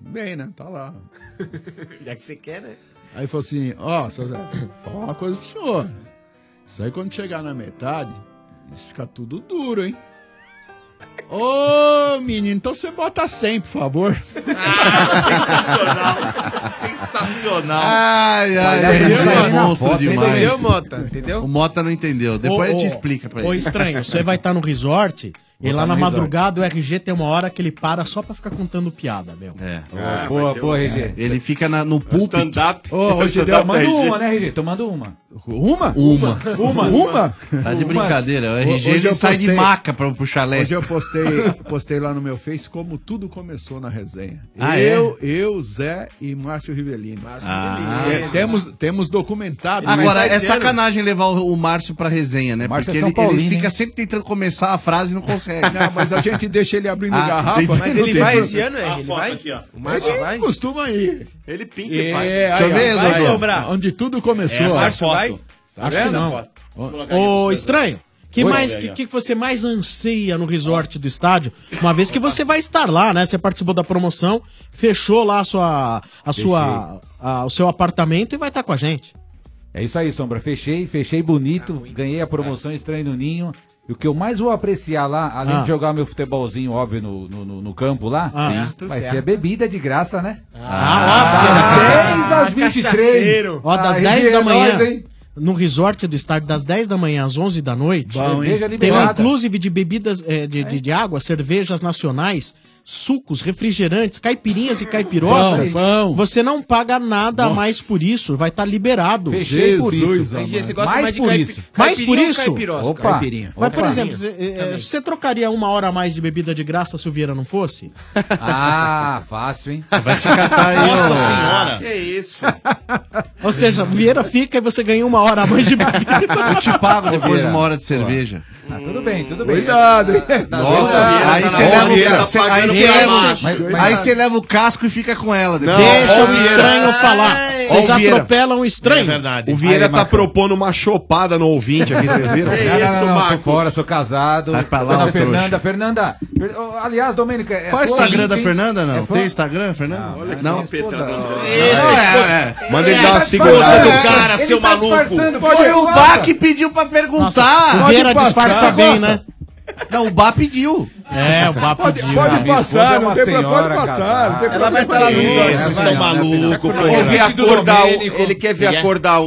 Speaker 14: Bem, né? Tá lá.
Speaker 10: Já que você quer, né?
Speaker 14: Aí falou assim, ó, seu Zé, vou falar uma coisa pro senhor. Isso aí quando chegar na metade, isso fica tudo duro, hein? Ô, menino, então você bota 100, por favor.
Speaker 3: Ah, Sensacional. Sensacional.
Speaker 16: Ai, ai,
Speaker 14: Mas
Speaker 16: ele
Speaker 14: essa não
Speaker 16: é
Speaker 14: vai nem na
Speaker 16: monstro
Speaker 14: foto,
Speaker 16: demais.
Speaker 14: entendeu, Mota?
Speaker 16: Entendeu? O Mota não entendeu. Depois
Speaker 7: Ô,
Speaker 16: ele te
Speaker 7: ô,
Speaker 16: explica pra ele.
Speaker 7: Ô, estranho, você vai estar no resort e
Speaker 16: Vou
Speaker 7: lá
Speaker 16: tá
Speaker 7: na
Speaker 16: no resort.
Speaker 7: madrugada o RG tem uma hora que ele para só pra ficar contando piada, meu.
Speaker 16: É.
Speaker 7: Ah, boa, boa, RG.
Speaker 16: Ele fica na- no púlpito. É Stand-up. tá
Speaker 8: Tomando uma, né,
Speaker 7: Então
Speaker 8: RG? Tomando uma.
Speaker 16: Uma? Uma.
Speaker 8: Uma.
Speaker 16: Tá de
Speaker 8: Uma.
Speaker 16: brincadeira. O RG
Speaker 14: Hoje
Speaker 16: ele
Speaker 14: eu
Speaker 16: sai de
Speaker 14: postei-
Speaker 16: maca pra, pro chalé.
Speaker 14: Hoje eu postei, postei lá no meu Face como tudo começou na resenha.
Speaker 16: Ah, é?
Speaker 14: eu, eu, Zé e Márcio Rivelino. Márcio
Speaker 16: Ah.
Speaker 14: É, temos, temos documentado.
Speaker 16: Agora,
Speaker 14: mas-
Speaker 16: é sacanagem levar o o Márcio pra resenha, né?
Speaker 14: Márcio
Speaker 16: Porque
Speaker 14: é São
Speaker 16: ele,
Speaker 14: Paulino,
Speaker 16: ele fica
Speaker 14: hein?
Speaker 16: sempre tentando começar a frase e não consegue.
Speaker 14: É, Não, mas a gente deixa ele abrindo
Speaker 16: Ah,
Speaker 14: garrafa.
Speaker 16: entendi. Mas
Speaker 14: não
Speaker 16: ele
Speaker 14: tem
Speaker 16: vai
Speaker 14: problema.
Speaker 16: esse ano,
Speaker 10: é? Ele vai? O
Speaker 14: Ele costuma ir.
Speaker 10: Ele pinta
Speaker 14: É,
Speaker 10: É,
Speaker 14: aí,
Speaker 10: aí,
Speaker 14: ó,
Speaker 10: ó, vai
Speaker 14: aí, ó,
Speaker 10: sobrar.
Speaker 14: Onde tudo começou.
Speaker 10: Essa
Speaker 14: Márcio
Speaker 10: foto.
Speaker 14: Tá
Speaker 7: Acho que
Speaker 14: vendo?
Speaker 7: não. Ô, estranho, que
Speaker 14: Oi?
Speaker 7: mais que, que você mais anseia no resort do estádio? Uma vez que você vai estar lá, né? Você participou da promoção, fechou lá a sua, a sua, a- o seu apartamento e vai estar com a gente.
Speaker 8: É isso aí, Sombra. Fechei, fechei
Speaker 7: Ah,
Speaker 8: bonito. ganhei a promoção Estranho no Ninho. E o que eu mais vou apreciar lá, além
Speaker 7: Ah.
Speaker 8: de jogar meu futebolzinho, óbvio, no, no, no- no campo lá,
Speaker 7: Ah.
Speaker 8: sim,
Speaker 7: Certo,
Speaker 8: vai
Speaker 7: certo.
Speaker 8: ser a bebida de graça, né?
Speaker 7: Ah,
Speaker 8: das 10 às 23.
Speaker 7: Ó, das
Speaker 8: Ah,
Speaker 7: 10
Speaker 14: é
Speaker 7: da
Speaker 8: RG,
Speaker 7: manhã.
Speaker 8: nós, hein?
Speaker 7: no resort do estádio, das 10 da manhã às 11 da noite,
Speaker 8: Bom, hein? Cerveja
Speaker 7: tem um
Speaker 8: liberada.
Speaker 7: inclusive de bebidas eh, de,
Speaker 14: É.
Speaker 7: de- de água, cervejas nacionais, sucos, refrigerantes, caipirinhas e caipiroscas.
Speaker 14: Bom,
Speaker 7: Você não paga nada a
Speaker 14: Nossa.
Speaker 7: mais por isso, vai estar liberado.
Speaker 14: Fechei por Jesus, isso. amado. Você gosta Mais mais de por caipi- isso.
Speaker 7: Mais por
Speaker 14: caipirinha ou
Speaker 7: isso?
Speaker 14: caipirosca? Opa. Caipirinha.
Speaker 7: Mas,
Speaker 14: Opa.
Speaker 7: por exemplo, você, eh, você trocaria uma hora a mais de bebida de graça se o Vieira não fosse?
Speaker 8: Ah, fácil, hein?
Speaker 7: Vai te
Speaker 8: catar aí, Nossa ô. Senhora.
Speaker 7: Que isso? Ou seja, o Vieira fica e você ganha uma hora a mais de bebida.
Speaker 16: Eu te pago depois uma hora de cerveja.
Speaker 8: Ah, tudo bem, tudo bem.
Speaker 14: Cuidado, hein?
Speaker 16: Tá Nossa, aí você leva o
Speaker 8: Vieira,
Speaker 16: ca- cê-
Speaker 8: tá
Speaker 16: aí
Speaker 8: pagando
Speaker 16: você
Speaker 8: pra
Speaker 16: leva,
Speaker 8: baixo. Mas- mas-
Speaker 16: aí você leva o casco e fica com ela. depois.
Speaker 12: é
Speaker 7: Deixa o estranho falar. Vocês
Speaker 16: Ó o Vieira.
Speaker 7: atropelam o estranho.
Speaker 12: O Vieira tá propondo uma chopada no ouvinte aqui, vocês viram?
Speaker 8: Que isso, Marcos? Tô fora, sou casado.
Speaker 12: Sai pra lá,
Speaker 8: Dona
Speaker 12: ô
Speaker 8: Fernanda, Fernanda. Fer- oh, Aliás, Domênica. É
Speaker 16: Qual é o
Speaker 8: sua
Speaker 16: Instagram da
Speaker 8: ouvinte, hein?
Speaker 16: Fernanda,
Speaker 8: É
Speaker 16: não?
Speaker 8: fã?
Speaker 16: Tem Instagram, Fernanda? Não?
Speaker 12: Manda ele
Speaker 16: É,
Speaker 12: dar uma
Speaker 16: tá
Speaker 12: segurada.
Speaker 16: disfarçando. É. Ele tá disfarçando. Foi o Bá que pediu pra perguntar.
Speaker 12: Nossa, o Vieira
Speaker 16: Pode
Speaker 12: disfarça
Speaker 16: passar.
Speaker 12: bem, né?
Speaker 16: Não, o Bá pediu.
Speaker 7: É, o Bá
Speaker 16: Pode-
Speaker 7: pediu.
Speaker 16: pode
Speaker 7: Ah, minha
Speaker 16: passar,
Speaker 7: esposa é
Speaker 16: não
Speaker 7: uma
Speaker 16: tem pro- pode
Speaker 7: senhora,
Speaker 16: passar,
Speaker 7: cara.
Speaker 16: não tem Ela vai problema. estar lá no
Speaker 7: Isso,
Speaker 16: resort.
Speaker 7: vocês
Speaker 3: Vocês estão malucos,
Speaker 8: um-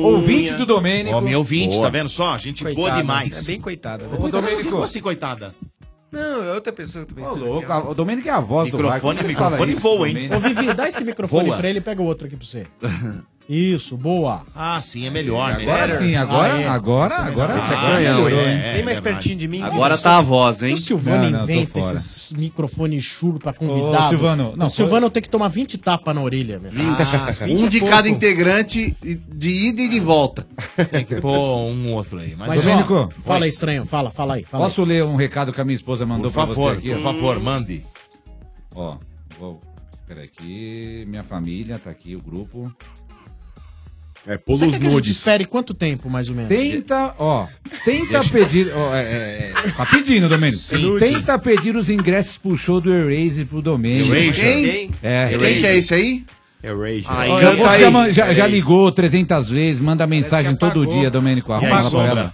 Speaker 8: Ouvinte do Domênico.
Speaker 3: Ó, minha ouvinte,
Speaker 8: um- Boa.
Speaker 3: tá vendo só? Gente boa
Speaker 8: Coitada.
Speaker 3: demais.
Speaker 8: É bem coitada, né?
Speaker 3: Ô, Domênico. Como
Speaker 8: Como
Speaker 3: assim, coitada?
Speaker 10: Não, é outra pessoa que eu tô pensando.
Speaker 8: Louco, a- O Domênico é a voz do
Speaker 3: Microfone,
Speaker 8: Marcos.
Speaker 3: microfone voa, hein?
Speaker 7: Ô, Vivi, dá esse microfone
Speaker 3: Voa.
Speaker 7: pra ele e pega o outro aqui pra você. Isso, boa.
Speaker 3: Ah, sim, é melhor. né?
Speaker 7: Agora sim, agora-
Speaker 3: Ah, é.
Speaker 7: agora-
Speaker 3: Essa é
Speaker 7: agora-
Speaker 3: melhor.
Speaker 7: essa
Speaker 3: Ah,
Speaker 7: agora
Speaker 3: melhorou,
Speaker 7: melhorou,
Speaker 3: é,
Speaker 7: hein?
Speaker 3: é,
Speaker 7: Bem mais
Speaker 3: verdade.
Speaker 10: pertinho de mim.
Speaker 16: Agora tá a voz, hein?
Speaker 7: O Silvano
Speaker 16: Não, não, tô
Speaker 7: inventa
Speaker 16: fora.
Speaker 7: esses microfones chulos pra convidado.
Speaker 16: Ô, Silvano, não,
Speaker 7: o Silvano tem que tomar 20 tapas na orelha, meu.
Speaker 16: Ah, um de
Speaker 7: é
Speaker 16: cada integrante e- de ida e de volta.
Speaker 3: Tem que pôr um outro aí.
Speaker 7: Mas, ó, fala aí, estranho. Fala, fala aí. Fala aí.
Speaker 8: Posso ler um recado que a minha esposa mandou
Speaker 3: Por
Speaker 8: pra você
Speaker 3: favor,
Speaker 8: aqui?
Speaker 3: por favor, mande.
Speaker 8: Ó, vou. Peraí, aqui. Minha família tá aqui, o grupo.
Speaker 12: É,
Speaker 7: Você quer que a gente espere quanto tempo, mais ou menos?
Speaker 8: Tenta, ó, tenta pedir. ó, é, é, é, tá pedindo, Domênico.
Speaker 7: Sim.
Speaker 8: Tenta pedir os ingressos pro show do Erase pro Domênico.
Speaker 16: Quem?
Speaker 8: É,
Speaker 16: Quem que é esse aí?
Speaker 12: Erasure.
Speaker 8: Ó,
Speaker 3: tá
Speaker 8: eu vou- já, man- já- já ligou 300 vezes, manda mensagem todo dia, Domênico.
Speaker 3: E
Speaker 8: Arruma
Speaker 3: aí,
Speaker 8: lá pra
Speaker 3: sombra?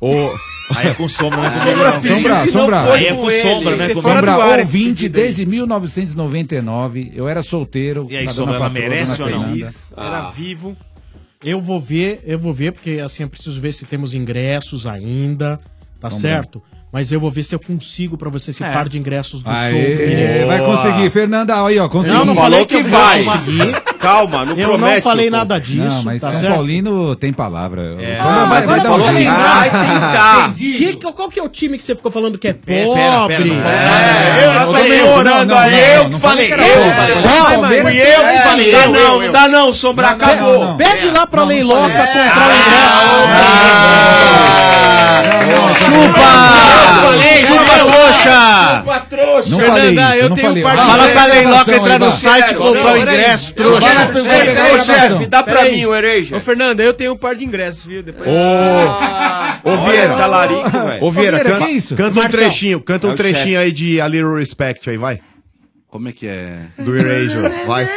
Speaker 8: ela.
Speaker 3: Aí é com sombra, né? Não,
Speaker 8: Sombra, sombra,
Speaker 3: finge que não
Speaker 8: sombra.
Speaker 3: foi Aí é com com ele. sombra, né? Com
Speaker 8: Sombra,
Speaker 3: fora do ar esse
Speaker 8: ouvinte
Speaker 3: pedido aí.
Speaker 8: desde 1999. Eu era solteiro.
Speaker 3: E aí,
Speaker 8: da
Speaker 3: sombra,
Speaker 8: dona
Speaker 3: ela
Speaker 8: patroa,
Speaker 3: merece
Speaker 8: dona
Speaker 3: ou não?
Speaker 8: Fernanda.
Speaker 11: Ah.
Speaker 10: Era vivo.
Speaker 7: Eu vou ver, eu vou ver, porque assim, eu preciso ver se temos ingressos ainda, tá
Speaker 8: Então,
Speaker 7: certo? Mas eu vou ver se eu consigo pra você esse
Speaker 8: É.
Speaker 7: par de ingressos do
Speaker 8: Aê,
Speaker 7: show. beleza?
Speaker 8: vai conseguir, Fernanda. Aí, ó, conseguiu.
Speaker 7: Não, não falei que, eu vai. conseguir.
Speaker 8: Calma,
Speaker 7: não Eu não promete, falei pô. nada disso,
Speaker 8: Não, mas
Speaker 7: tá
Speaker 8: São
Speaker 7: certo?
Speaker 8: Paulino tem palavra.
Speaker 7: Ah, mas
Speaker 8: vai
Speaker 7: agora
Speaker 8: dar um
Speaker 7: vamos
Speaker 8: jeito.
Speaker 7: lembrar.
Speaker 8: Ah,
Speaker 7: Que- que- qual que é o time que você ficou falando que é pobre?
Speaker 8: pera, pera, não
Speaker 7: é,
Speaker 8: eu não falei,
Speaker 7: orando
Speaker 8: não, não, não, não falei
Speaker 7: falei.
Speaker 8: que era pobre. Fui eu que falei.
Speaker 7: Dá
Speaker 8: Eu,
Speaker 7: não,
Speaker 8: eu, eu.
Speaker 7: dá não, Sombra, acabou. Pede lá pra Leiloca comprar o
Speaker 8: Ah,
Speaker 16: Chupa! Chupa, trouxa!
Speaker 10: trouxa!
Speaker 16: Não
Speaker 10: Fernanda,
Speaker 16: falei isso,
Speaker 10: eu
Speaker 16: não
Speaker 10: tenho
Speaker 16: falei.
Speaker 10: um par
Speaker 8: Ah,
Speaker 10: de
Speaker 16: Fala pra
Speaker 10: ingressos.
Speaker 16: Leiloca entrar no
Speaker 10: Não,
Speaker 16: site e
Speaker 10: não,
Speaker 16: comprar o
Speaker 10: peraí.
Speaker 16: ingresso,
Speaker 10: Só
Speaker 16: trouxa.
Speaker 10: para-
Speaker 16: Peraí,
Speaker 10: peraí,
Speaker 16: peraí,
Speaker 10: chefe,
Speaker 16: chefe,
Speaker 10: dá pra
Speaker 16: peraí.
Speaker 10: mim o Ereja. Ô, Fernanda, eu tenho um par de ingressos, viu? Depois... Ah,
Speaker 12: Ô, Vieira, Ô, Vieira,
Speaker 10: Vieira,
Speaker 12: canta,
Speaker 10: que isso?
Speaker 12: canta um
Speaker 10: tá Marcão.
Speaker 12: trechinho, canta
Speaker 10: É
Speaker 12: um
Speaker 10: o
Speaker 12: trechinho aí de A Little Respect aí, vai.
Speaker 16: Como é que é?
Speaker 12: Do Erasure, vai.
Speaker 3: I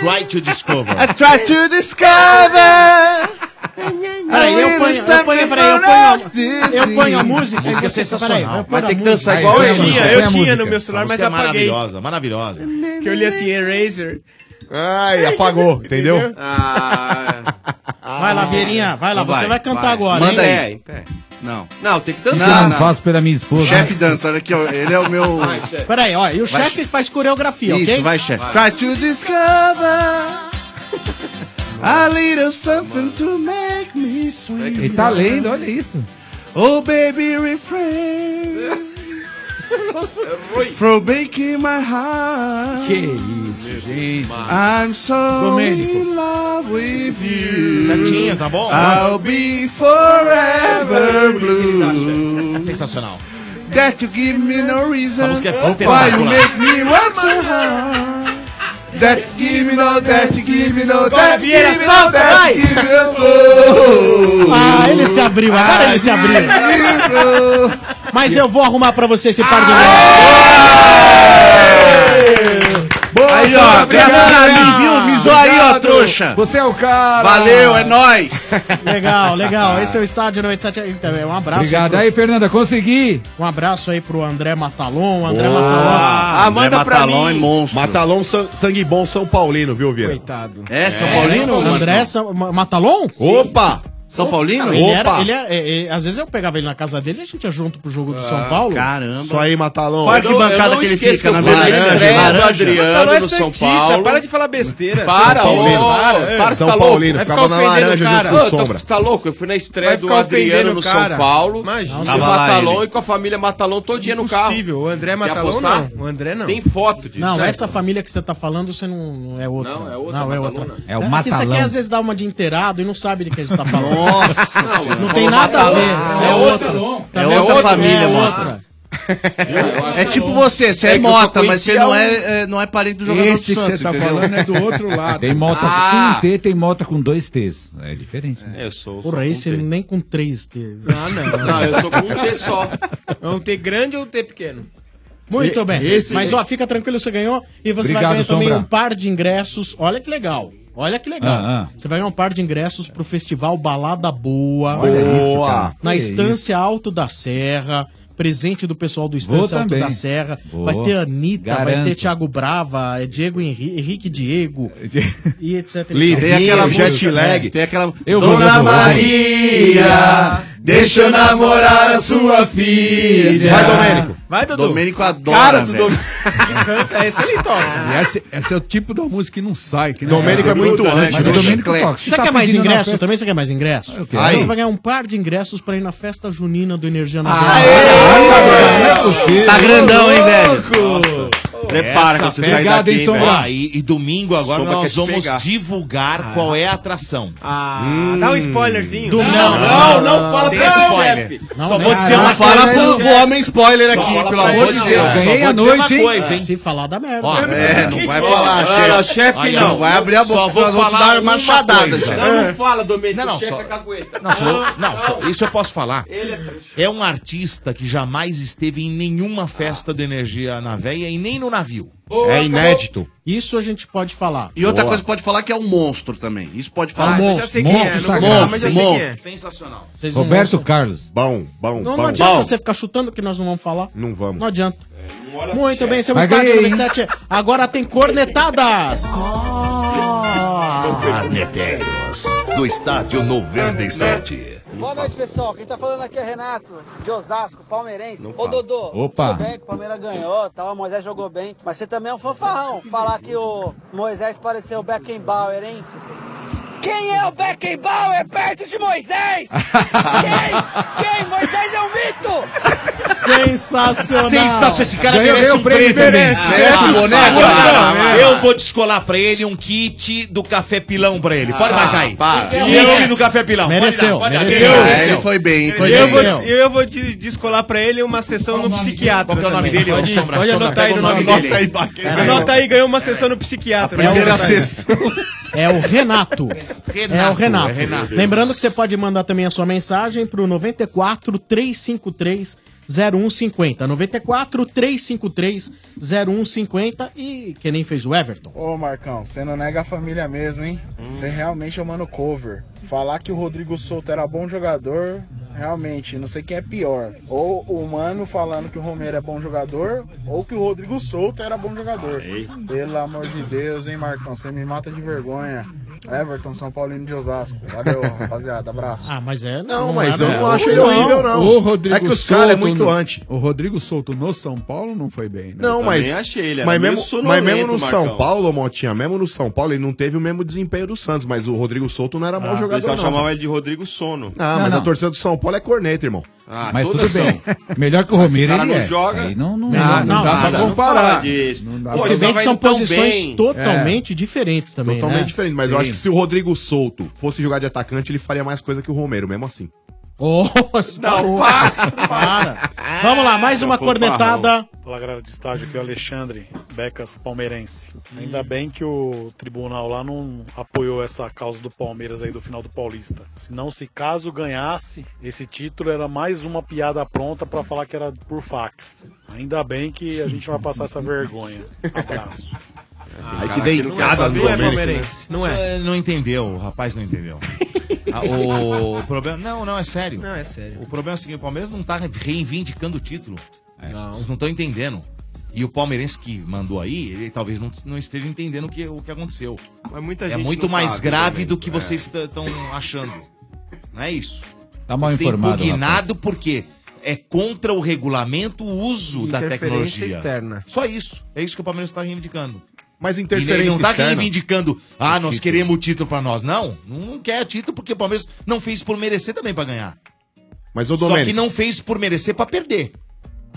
Speaker 3: try to discover.
Speaker 16: I try to discover.
Speaker 7: Peraí, eu ponho, eu ponho, peraí, eu ponho, a- eu ponho a música. e
Speaker 3: Música
Speaker 7: você- peraí,
Speaker 3: sensacional.
Speaker 7: eu ponho a música.
Speaker 3: eu.
Speaker 10: É, Eu tinha, eu tinha no meu celular, mas
Speaker 3: música é
Speaker 10: apaguei.
Speaker 3: Maravilhosa, maravilhosa.
Speaker 10: Que eu li assim, Eraser.
Speaker 12: Ai, apagou, entendeu?
Speaker 10: Ah.
Speaker 7: Vai lá, Vieirinha, vai lá, você vai cantar agora,
Speaker 16: Manda
Speaker 7: hein?
Speaker 16: aí. Não.
Speaker 7: Não, tem que
Speaker 8: Isso eu não, faço pela minha esposa.
Speaker 16: Chefe dança, olha aqui, ó. Ele é o meu.
Speaker 7: Peraí, ó, e o
Speaker 16: Vai,
Speaker 7: chefe faz coreografia,
Speaker 16: Isso,
Speaker 7: ok?
Speaker 16: vai, chefe.
Speaker 7: Vai.
Speaker 16: Try to discover a little something to make me sweet.
Speaker 8: Ele tá lendo, olha isso.
Speaker 16: Oh, baby, refrain from breaking my heart.
Speaker 14: Que isso, gente.
Speaker 16: I'm so
Speaker 14: Domênico.
Speaker 16: in love with you.
Speaker 3: Certinho, tá bom?
Speaker 16: I'll be forever blue.
Speaker 3: Sensacional.
Speaker 16: That you give me no reason
Speaker 3: música é
Speaker 16: why you
Speaker 3: espetacular.
Speaker 16: make me work so hard. That you give me no, that you give me no, that you give me no, that you give me no soul.
Speaker 7: Ah, ele se abriu, agora ele se abriu. Mas eu vou arrumar pra você esse par de
Speaker 16: Aí, ó, graças a mim, viu? Me zoa aí, ó, trouxa.
Speaker 8: Você é o cara.
Speaker 16: Valeu, é nóis.
Speaker 7: Legal, legal. Esse é o Estádio 97. Então, é um abraço.
Speaker 8: Obrigado. Aí, Fernanda, consegui.
Speaker 7: Um abraço aí pro André Matalon. André
Speaker 12: Boa.
Speaker 7: Matalon.
Speaker 12: Ah, manda pra mim.
Speaker 16: monstro.
Speaker 12: Matalon san- sangue bom São Paulino, viu, Vieira? Coitado.
Speaker 16: É,
Speaker 7: São Paulino? André São- Ma- Matalon?
Speaker 12: Opa!
Speaker 16: São Paulino?
Speaker 7: Ele era,
Speaker 16: Opa.
Speaker 7: ele era- é, é, às vezes eu pegava ele na casa dele e a gente ia junto pro jogo do São Paulo.
Speaker 16: Caramba.
Speaker 12: Isso aí, Matalon.
Speaker 7: Olha que
Speaker 12: Eu não- eu
Speaker 7: bancada
Speaker 12: não
Speaker 7: que ele
Speaker 12: esqueço
Speaker 7: fica,
Speaker 12: que
Speaker 7: na
Speaker 12: eu fui
Speaker 7: laranja,
Speaker 12: estreia do
Speaker 7: laranja.
Speaker 12: Adriano
Speaker 10: Matalon é
Speaker 12: no São
Speaker 10: Santista,
Speaker 12: Paulo.
Speaker 10: para de falar besteira.
Speaker 12: Para,
Speaker 10: São Paulino,
Speaker 12: ô, ô,
Speaker 10: para.
Speaker 12: para, São
Speaker 10: Vai ficar
Speaker 12: Paulino,
Speaker 10: ofendendo
Speaker 12: ficava na
Speaker 10: o cara.
Speaker 12: laranja junto com
Speaker 10: Ô,
Speaker 12: o
Speaker 10: eu tô-
Speaker 12: Sombra.
Speaker 19: Tá louco? Eu fui na estreia
Speaker 10: Vai
Speaker 19: do
Speaker 10: ficar ofendendo
Speaker 19: Adriano
Speaker 10: o
Speaker 19: no
Speaker 10: cara.
Speaker 19: São Paulo.
Speaker 10: Imagina.
Speaker 19: O
Speaker 10: Tava lá
Speaker 19: Matalon
Speaker 10: ele.
Speaker 19: e com a família Matalon todo dia no carro.
Speaker 10: Impossível, o André Matalon
Speaker 19: apostar?
Speaker 10: não, o André não.
Speaker 19: Tem foto disso.
Speaker 7: Não,
Speaker 11: é?
Speaker 19: né?
Speaker 7: essa família que você tá falando, você não, não é outra. Não, é outra. Não, é outra.
Speaker 8: É o
Speaker 7: que você
Speaker 8: Matalão.
Speaker 7: quer às vezes dar uma de inteirado e não sabe de que a gente tá
Speaker 16: Nossa
Speaker 7: falando. Não tem nada a ver. É outra.
Speaker 16: É
Speaker 7: Também
Speaker 16: outra
Speaker 7: outro,
Speaker 16: família,
Speaker 7: é
Speaker 16: mano. É tipo você, você é,
Speaker 7: É que eu só
Speaker 16: mota, mas você
Speaker 7: conhecia
Speaker 16: não
Speaker 7: um.
Speaker 16: é, é- não é parente do jogador do Santos,
Speaker 7: tá
Speaker 16: entendeu?
Speaker 7: é
Speaker 8: Tem mota
Speaker 16: Ah,
Speaker 8: com um T, tem mota com dois T's. É diferente.
Speaker 19: É, eu sou.
Speaker 7: Porra, esse nem com três teve.
Speaker 10: Ah, não.
Speaker 19: Não, eu sou com um T só.
Speaker 10: É um T grande ou um T pequeno?
Speaker 7: Muito
Speaker 10: E-
Speaker 7: bem.
Speaker 10: esse- é-
Speaker 7: Mas ó, fica tranquilo, você ganhou. E você vai
Speaker 10: Obrigado,
Speaker 7: ganhar também
Speaker 10: Sombra.
Speaker 7: um par de ingressos. Olha que legal. Olha que legal.
Speaker 8: Ah, ah.
Speaker 7: Você vai ganhar um par de ingressos pro festival Balada Boa.
Speaker 8: Olha isso, cara.
Speaker 7: Na
Speaker 8: Que
Speaker 7: Estância Alto da Serra. Presente do pessoal do Estância
Speaker 8: Vou
Speaker 7: Alto
Speaker 8: também.
Speaker 7: da Serra.
Speaker 8: Vou.
Speaker 7: Vai ter Anitta, vai ter
Speaker 8: Garanto.
Speaker 7: Thiago Brava, é Diego Henrique, Henrique Diego e etc.
Speaker 16: Tem aquela música, é, Tem aquela. Dona Maria, deixa eu namorar a sua filha.
Speaker 10: Vai,
Speaker 16: Domênico.
Speaker 10: Vai, Dudu.
Speaker 16: Domênico adora.
Speaker 10: Cara do
Speaker 16: velho.
Speaker 10: Canta, esse ele toca.
Speaker 15: E esse, esse é o tipo da música que não sai. Que
Speaker 12: Domênico é muito antes,
Speaker 15: Mas
Speaker 12: né?
Speaker 15: o Domênico
Speaker 12: Chiclete.
Speaker 15: toca. Se
Speaker 7: Você
Speaker 15: tá
Speaker 7: quer é mais
Speaker 15: pedindo na
Speaker 7: ingresso
Speaker 15: festa-
Speaker 7: também? Você quer mais ingresso?
Speaker 15: quero.
Speaker 7: Aí você
Speaker 15: Aí.
Speaker 7: vai ganhar um par de ingressos pra ir na festa junina do Energia na
Speaker 12: é
Speaker 16: Tá grandão, hein, velho?
Speaker 3: Prepara
Speaker 16: Essa
Speaker 3: quando você sair
Speaker 16: Tá pegada,
Speaker 3: daqui,
Speaker 16: hein, Sombra?
Speaker 3: velho. Ah, e, e domingo agora
Speaker 16: Sombra quer
Speaker 3: nós
Speaker 16: te
Speaker 3: vamos
Speaker 16: pegar. Ah.
Speaker 3: divulgar qual é a atração.
Speaker 10: Ah, dá um spoilerzinho.
Speaker 3: Não, não, não, fala pra
Speaker 10: Tem
Speaker 3: spoiler. Só vou dizer
Speaker 16: não
Speaker 3: uma
Speaker 16: fala
Speaker 3: coisa.
Speaker 16: pro- pro homem spoiler
Speaker 3: Só
Speaker 16: aqui,
Speaker 3: fala
Speaker 16: pelo
Speaker 3: pra
Speaker 16: amor
Speaker 3: ele,
Speaker 16: de
Speaker 3: não.
Speaker 16: Deus.
Speaker 3: Eu
Speaker 16: Só
Speaker 3: ganhei a
Speaker 16: vou dizer uma
Speaker 3: noite, hein?
Speaker 16: coisa, hein?
Speaker 7: Se falar da merda.
Speaker 16: Ó, é, não vai falar,
Speaker 19: Não, não, chefe,
Speaker 16: Olha,
Speaker 19: não.
Speaker 16: não vai abrir a boca,
Speaker 19: Só vou
Speaker 16: senão nós vamos
Speaker 19: falar
Speaker 16: dar uma
Speaker 19: uma
Speaker 16: machadada,
Speaker 19: coisa.
Speaker 16: chefe.
Speaker 19: Não, não fala, Domênico.
Speaker 3: Não, não,
Speaker 19: o chefe
Speaker 3: só-
Speaker 19: é cagueta.
Speaker 3: Não,
Speaker 7: Ah.
Speaker 3: só- não, só- isso eu posso falar. É um artista que jamais esteve em nenhuma festa de energia na veia e nem no navio.
Speaker 16: Boa, É inédito.
Speaker 7: Isso a gente pode falar.
Speaker 16: E outra
Speaker 3: Boa.
Speaker 16: coisa que pode falar que é um monstro também. Isso pode falar.
Speaker 7: Ah, eu já sei quem é, não vou falar, mas eu sei quem é.
Speaker 16: Sensacional.
Speaker 7: Vocês não Roberto vão-
Speaker 8: Carlos.
Speaker 12: Bom, bom,
Speaker 7: Não,
Speaker 12: bom.
Speaker 7: não adianta
Speaker 12: Bom.
Speaker 7: você ficar chutando que nós não vamos falar.
Speaker 12: Não vamos.
Speaker 7: Não adianta. Muito bem, seu
Speaker 12: Mas
Speaker 7: estádio
Speaker 12: ganhei, hein?
Speaker 7: 97. Agora tem cornetadas.
Speaker 16: Ah,
Speaker 2: Arneteiros, do estádio 97.
Speaker 24: Boa noite, pessoal. Quem tá falando aqui é Renato, de Osasco, palmeirense. Ô, Dodô,
Speaker 2: Opa.
Speaker 24: tudo bem que o Palmeiras ganhou, tal, o Moisés jogou bem. Mas você também é um fanfarrão. Falar que o Moisés pareceu o Beckenbauer, hein? Quem é o Beckenbauer perto de Moisés? quem? Quem? Moisés é um mito!
Speaker 7: Sensacional.
Speaker 3: Sensacional. Esse cara
Speaker 7: Ganhou,
Speaker 3: merece
Speaker 7: ganhou
Speaker 3: um
Speaker 7: o prêmio,
Speaker 3: prêmio.
Speaker 7: merece,
Speaker 3: também.
Speaker 7: merece um
Speaker 3: Ah,
Speaker 7: o boneco,
Speaker 3: agora,
Speaker 7: ah,
Speaker 3: não,
Speaker 7: ah,
Speaker 3: Eu vou descolar pra ele um kit do Café Pilão pra ele. Pode
Speaker 16: Ah,
Speaker 3: marcar aí.
Speaker 16: para.
Speaker 3: Kit do Café Pilão. Pode dar,
Speaker 7: Mereceu,
Speaker 3: pode dar.
Speaker 7: mereceu.
Speaker 3: Deu,
Speaker 7: Ah,
Speaker 3: mereceu.
Speaker 16: ele foi bem, foi
Speaker 10: eu,
Speaker 16: bem.
Speaker 10: vou, eu vou de- descolar pra ele uma sessão no psiquiatra.
Speaker 3: Qual que é o nome
Speaker 10: também.
Speaker 3: dele, ô,
Speaker 10: Pode,
Speaker 3: Sombra?
Speaker 10: pode
Speaker 3: Sombra,
Speaker 10: anotar aí
Speaker 3: pega
Speaker 10: no
Speaker 3: o
Speaker 10: nome
Speaker 3: nome
Speaker 10: dele.
Speaker 3: dele aí, pra quem-
Speaker 10: Anota aí, ganhou uma sessão no psiquiatra.
Speaker 7: primeira
Speaker 10: Anota aí.
Speaker 7: sessão. É o Renato. é o Renato.
Speaker 10: é Renato.
Speaker 7: Lembrando que você pode mandar também a sua mensagem pro 94 353 0150. 94 353 0150. E que nem fez o Everton.
Speaker 1: Ô Marcão, você não nega a família mesmo, hein?
Speaker 3: Hum.
Speaker 1: Você realmente é um mano cover. Falar que o Rodrigo Souto era bom jogador, realmente, não sei quem é pior. Ou o Mano falando que o Romero é bom jogador, ou que o Rodrigo Souto era bom jogador. Pelo amor de Deus, hein, Marcão? Você me mata de vergonha. Everton, São Paulino de Osasco. Valeu, rapaziada. Abraço.
Speaker 7: Ah, mas é.
Speaker 12: Não, mas eu não
Speaker 14: O-
Speaker 12: acho ele horrível, não.
Speaker 14: O Rodrigo
Speaker 12: É que os caras é
Speaker 14: Souto
Speaker 12: muito
Speaker 14: no-
Speaker 12: anti.
Speaker 14: O Rodrigo Souto no São Paulo não foi bem, né?
Speaker 12: Não, mas. mas, mesmo, mas mesmo no São Paulo, Motinha, mesmo no São Paulo, ele não teve o mesmo desempenho do Santos, mas o Rodrigo Souto não era mau
Speaker 11: Ah,
Speaker 12: Tá jogador.
Speaker 11: o pessoal
Speaker 12: não.
Speaker 11: chamava ele de Rodrigo Sono.
Speaker 12: Ah, mas a torcida do São Paulo é corneta, irmão.
Speaker 11: Ah,
Speaker 8: Mas
Speaker 11: todas
Speaker 8: tudo
Speaker 11: são.
Speaker 8: bem. Melhor que o
Speaker 11: Mas
Speaker 8: Romero
Speaker 11: o cara
Speaker 8: ele
Speaker 11: não
Speaker 8: é.
Speaker 11: joga.
Speaker 8: Isso aí não, não,
Speaker 11: Não,
Speaker 8: não,
Speaker 11: não dá
Speaker 8: dá
Speaker 11: pra
Speaker 8: pra
Speaker 11: comparar.
Speaker 8: comparar.
Speaker 11: disso. Não dá
Speaker 7: E
Speaker 11: pra- Pô,
Speaker 7: se bem
Speaker 11: ele
Speaker 7: que
Speaker 11: tava
Speaker 7: são
Speaker 11: indo tão
Speaker 7: posições
Speaker 11: bem.
Speaker 7: totalmente diferentes também.
Speaker 12: Totalmente
Speaker 7: né?
Speaker 12: diferente, mas eu
Speaker 7: Sim.
Speaker 12: acho que se o Rodrigo Souto fosse jogar de atacante, ele faria mais coisa que o Romero, mesmo assim.
Speaker 7: Nossa, tá não, para, para. Vamos lá, mais uma cornetada.
Speaker 21: Fala galera do estádio, aqui é o Alexandre Becas Palmeirense. Ainda bem que o tribunal lá não apoiou essa causa do Palmeiras aí do final do Paulista. Senão, se caso ganhasse, esse título era mais uma piada pronta pra falar que era por fax. Ainda bem que a gente vai passar essa vergonha. Abraço.
Speaker 3: Ai,
Speaker 21: Ai,
Speaker 3: que deitada do Palmeiras, né?
Speaker 21: Não é.
Speaker 3: Só, Não entendeu, o rapaz não entendeu. Ah, o problema. Não, não, é sério. Não, é sério. O problema é o seguinte: o Palmeiras não tá reivindicando o título. Vocês não estão entendendo. E o palmeirense que mandou aí, ele talvez não, não esteja entendendo o que, o que aconteceu. é
Speaker 11: gente
Speaker 3: muito
Speaker 11: não
Speaker 3: mais
Speaker 11: sabe
Speaker 3: grave
Speaker 11: também,
Speaker 3: do que
Speaker 11: é.
Speaker 3: vocês estão achando. Não é isso.
Speaker 8: Tá mal
Speaker 3: Você é
Speaker 8: informado,
Speaker 3: Impugnado porque é contra o regulamento o uso da
Speaker 12: Interferência
Speaker 3: tecnologia.
Speaker 12: externa.
Speaker 3: Só isso. É isso que o Palmeiras está reivindicando.
Speaker 12: Mas
Speaker 3: Ele
Speaker 12: interferência
Speaker 3: não tá
Speaker 12: externa.
Speaker 3: reivindicando, ah, nós queremos o título pra nós. Não, não quer título porque o Palmeiras não fez por merecer também pra ganhar.
Speaker 12: Mas o
Speaker 3: Só
Speaker 12: Domênico.
Speaker 3: que não fez por merecer pra perder.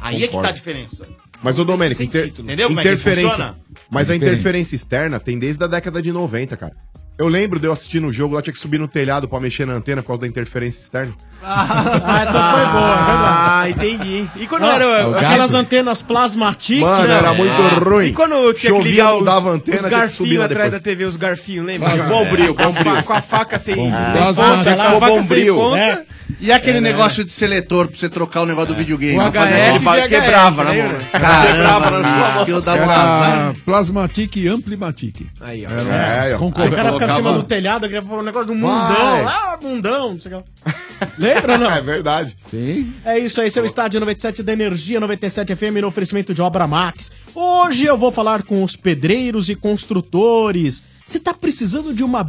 Speaker 3: Aí é que
Speaker 12: Concordo.
Speaker 3: tá a diferença.
Speaker 12: Mas o Domênico, inter...
Speaker 3: Entendeu como é que
Speaker 12: interferência.
Speaker 3: funciona?
Speaker 12: Mas a
Speaker 3: Diferente.
Speaker 12: interferência externa tem desde a década de 90, cara. Eu lembro de eu assistir no jogo, lá tinha que subir no telhado pra mexer na antena por causa da interferência externa.
Speaker 7: Ah, essa foi boa, é verdade.
Speaker 10: Ah, entendi. E quando
Speaker 7: Não,
Speaker 10: era
Speaker 7: aquelas antenas plasmatic.
Speaker 10: Mano,
Speaker 3: né?
Speaker 10: era muito né? Ah.
Speaker 3: Ah.
Speaker 10: E quando eu tinha que ligar os, os
Speaker 7: tinha que subir
Speaker 10: garfinhos
Speaker 7: lá
Speaker 10: atrás da
Speaker 7: depois.
Speaker 10: TV, os garfinhos, lembra?
Speaker 7: Claro. Bombril,
Speaker 10: com, a fa-
Speaker 7: bombril.
Speaker 10: com a faca sem, sem
Speaker 21: Ah,
Speaker 10: ponta,
Speaker 21: Plasma-
Speaker 10: com a faca sem ponta.
Speaker 21: E aquele
Speaker 10: É.
Speaker 21: negócio de seletor pra você trocar o negócio do videogame?
Speaker 14: O
Speaker 21: Pra fazer
Speaker 14: HF,
Speaker 21: uma barra-
Speaker 14: VHF,
Speaker 21: Quebrava, né,
Speaker 14: lembra?
Speaker 21: mano? Caramba,
Speaker 14: Quebrava na sua
Speaker 21: mano,
Speaker 14: mão.
Speaker 21: que eu dava um
Speaker 14: Era
Speaker 21: azar.
Speaker 14: Plasmatic e Amplimatic.
Speaker 10: Aí,
Speaker 14: ó.
Speaker 21: É, ó.
Speaker 7: Aí o cara ficava em cima do telhado, queria pôr um negócio do mundão. Ah, mundão, não sei o que. lá. Lembra ou não?
Speaker 12: É verdade.
Speaker 14: Sim.
Speaker 7: É isso aí, seu estádio 97 da Energia 97 FM no oferecimento de Obra Max. Hoje eu vou falar com os pedreiros e construtores. Você tá precisando de uma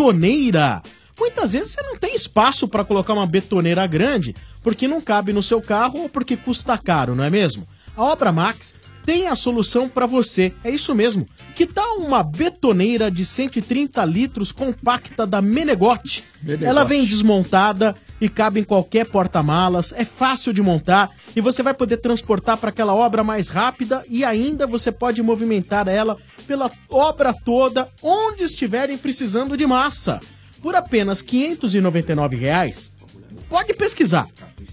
Speaker 7: betoneira? Muitas vezes você não tem espaço para colocar uma betoneira grande, porque não cabe no seu carro ou porque custa caro, não é mesmo? A Obra Max tem a solução para você. É isso mesmo. Que tal uma betoneira de 130 litros compacta da Menegote?
Speaker 14: Menegote.
Speaker 7: Ela vem desmontada e cabe em qualquer porta-malas, é fácil de montar e você vai poder transportar para aquela obra mais rápida e ainda você pode movimentar ela pela obra toda onde estiverem precisando de massa. Por apenas R$ 599, reais, pode pesquisar.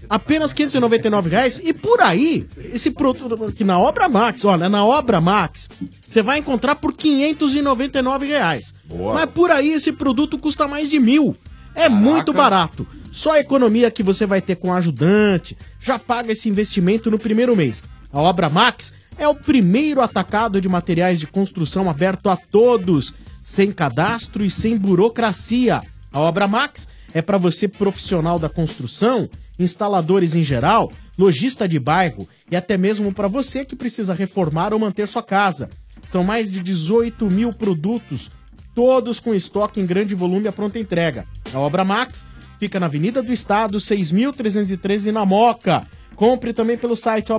Speaker 7: Apenas R$ 599 reais e por aí, esse produto que na Obra Max, olha, na Obra Max, você vai encontrar por R$ 599 reais. Mas por aí esse produto custa mais de mil. É muito barato. Só a economia que você vai ter com o ajudante já paga esse investimento no primeiro mês. A Obra Max é o primeiro atacado de materiais de construção aberto a todos, sem cadastro e sem burocracia. A Obra Max é para você profissional da construção, instaladores em geral, lojista de bairro e até mesmo para você que precisa reformar ou manter sua casa. São mais de 18 mil produtos, todos com estoque em grande volume à pronta entrega. A Obra Max fica na Avenida do Estado, 6.313 na Moca. Compre também pelo site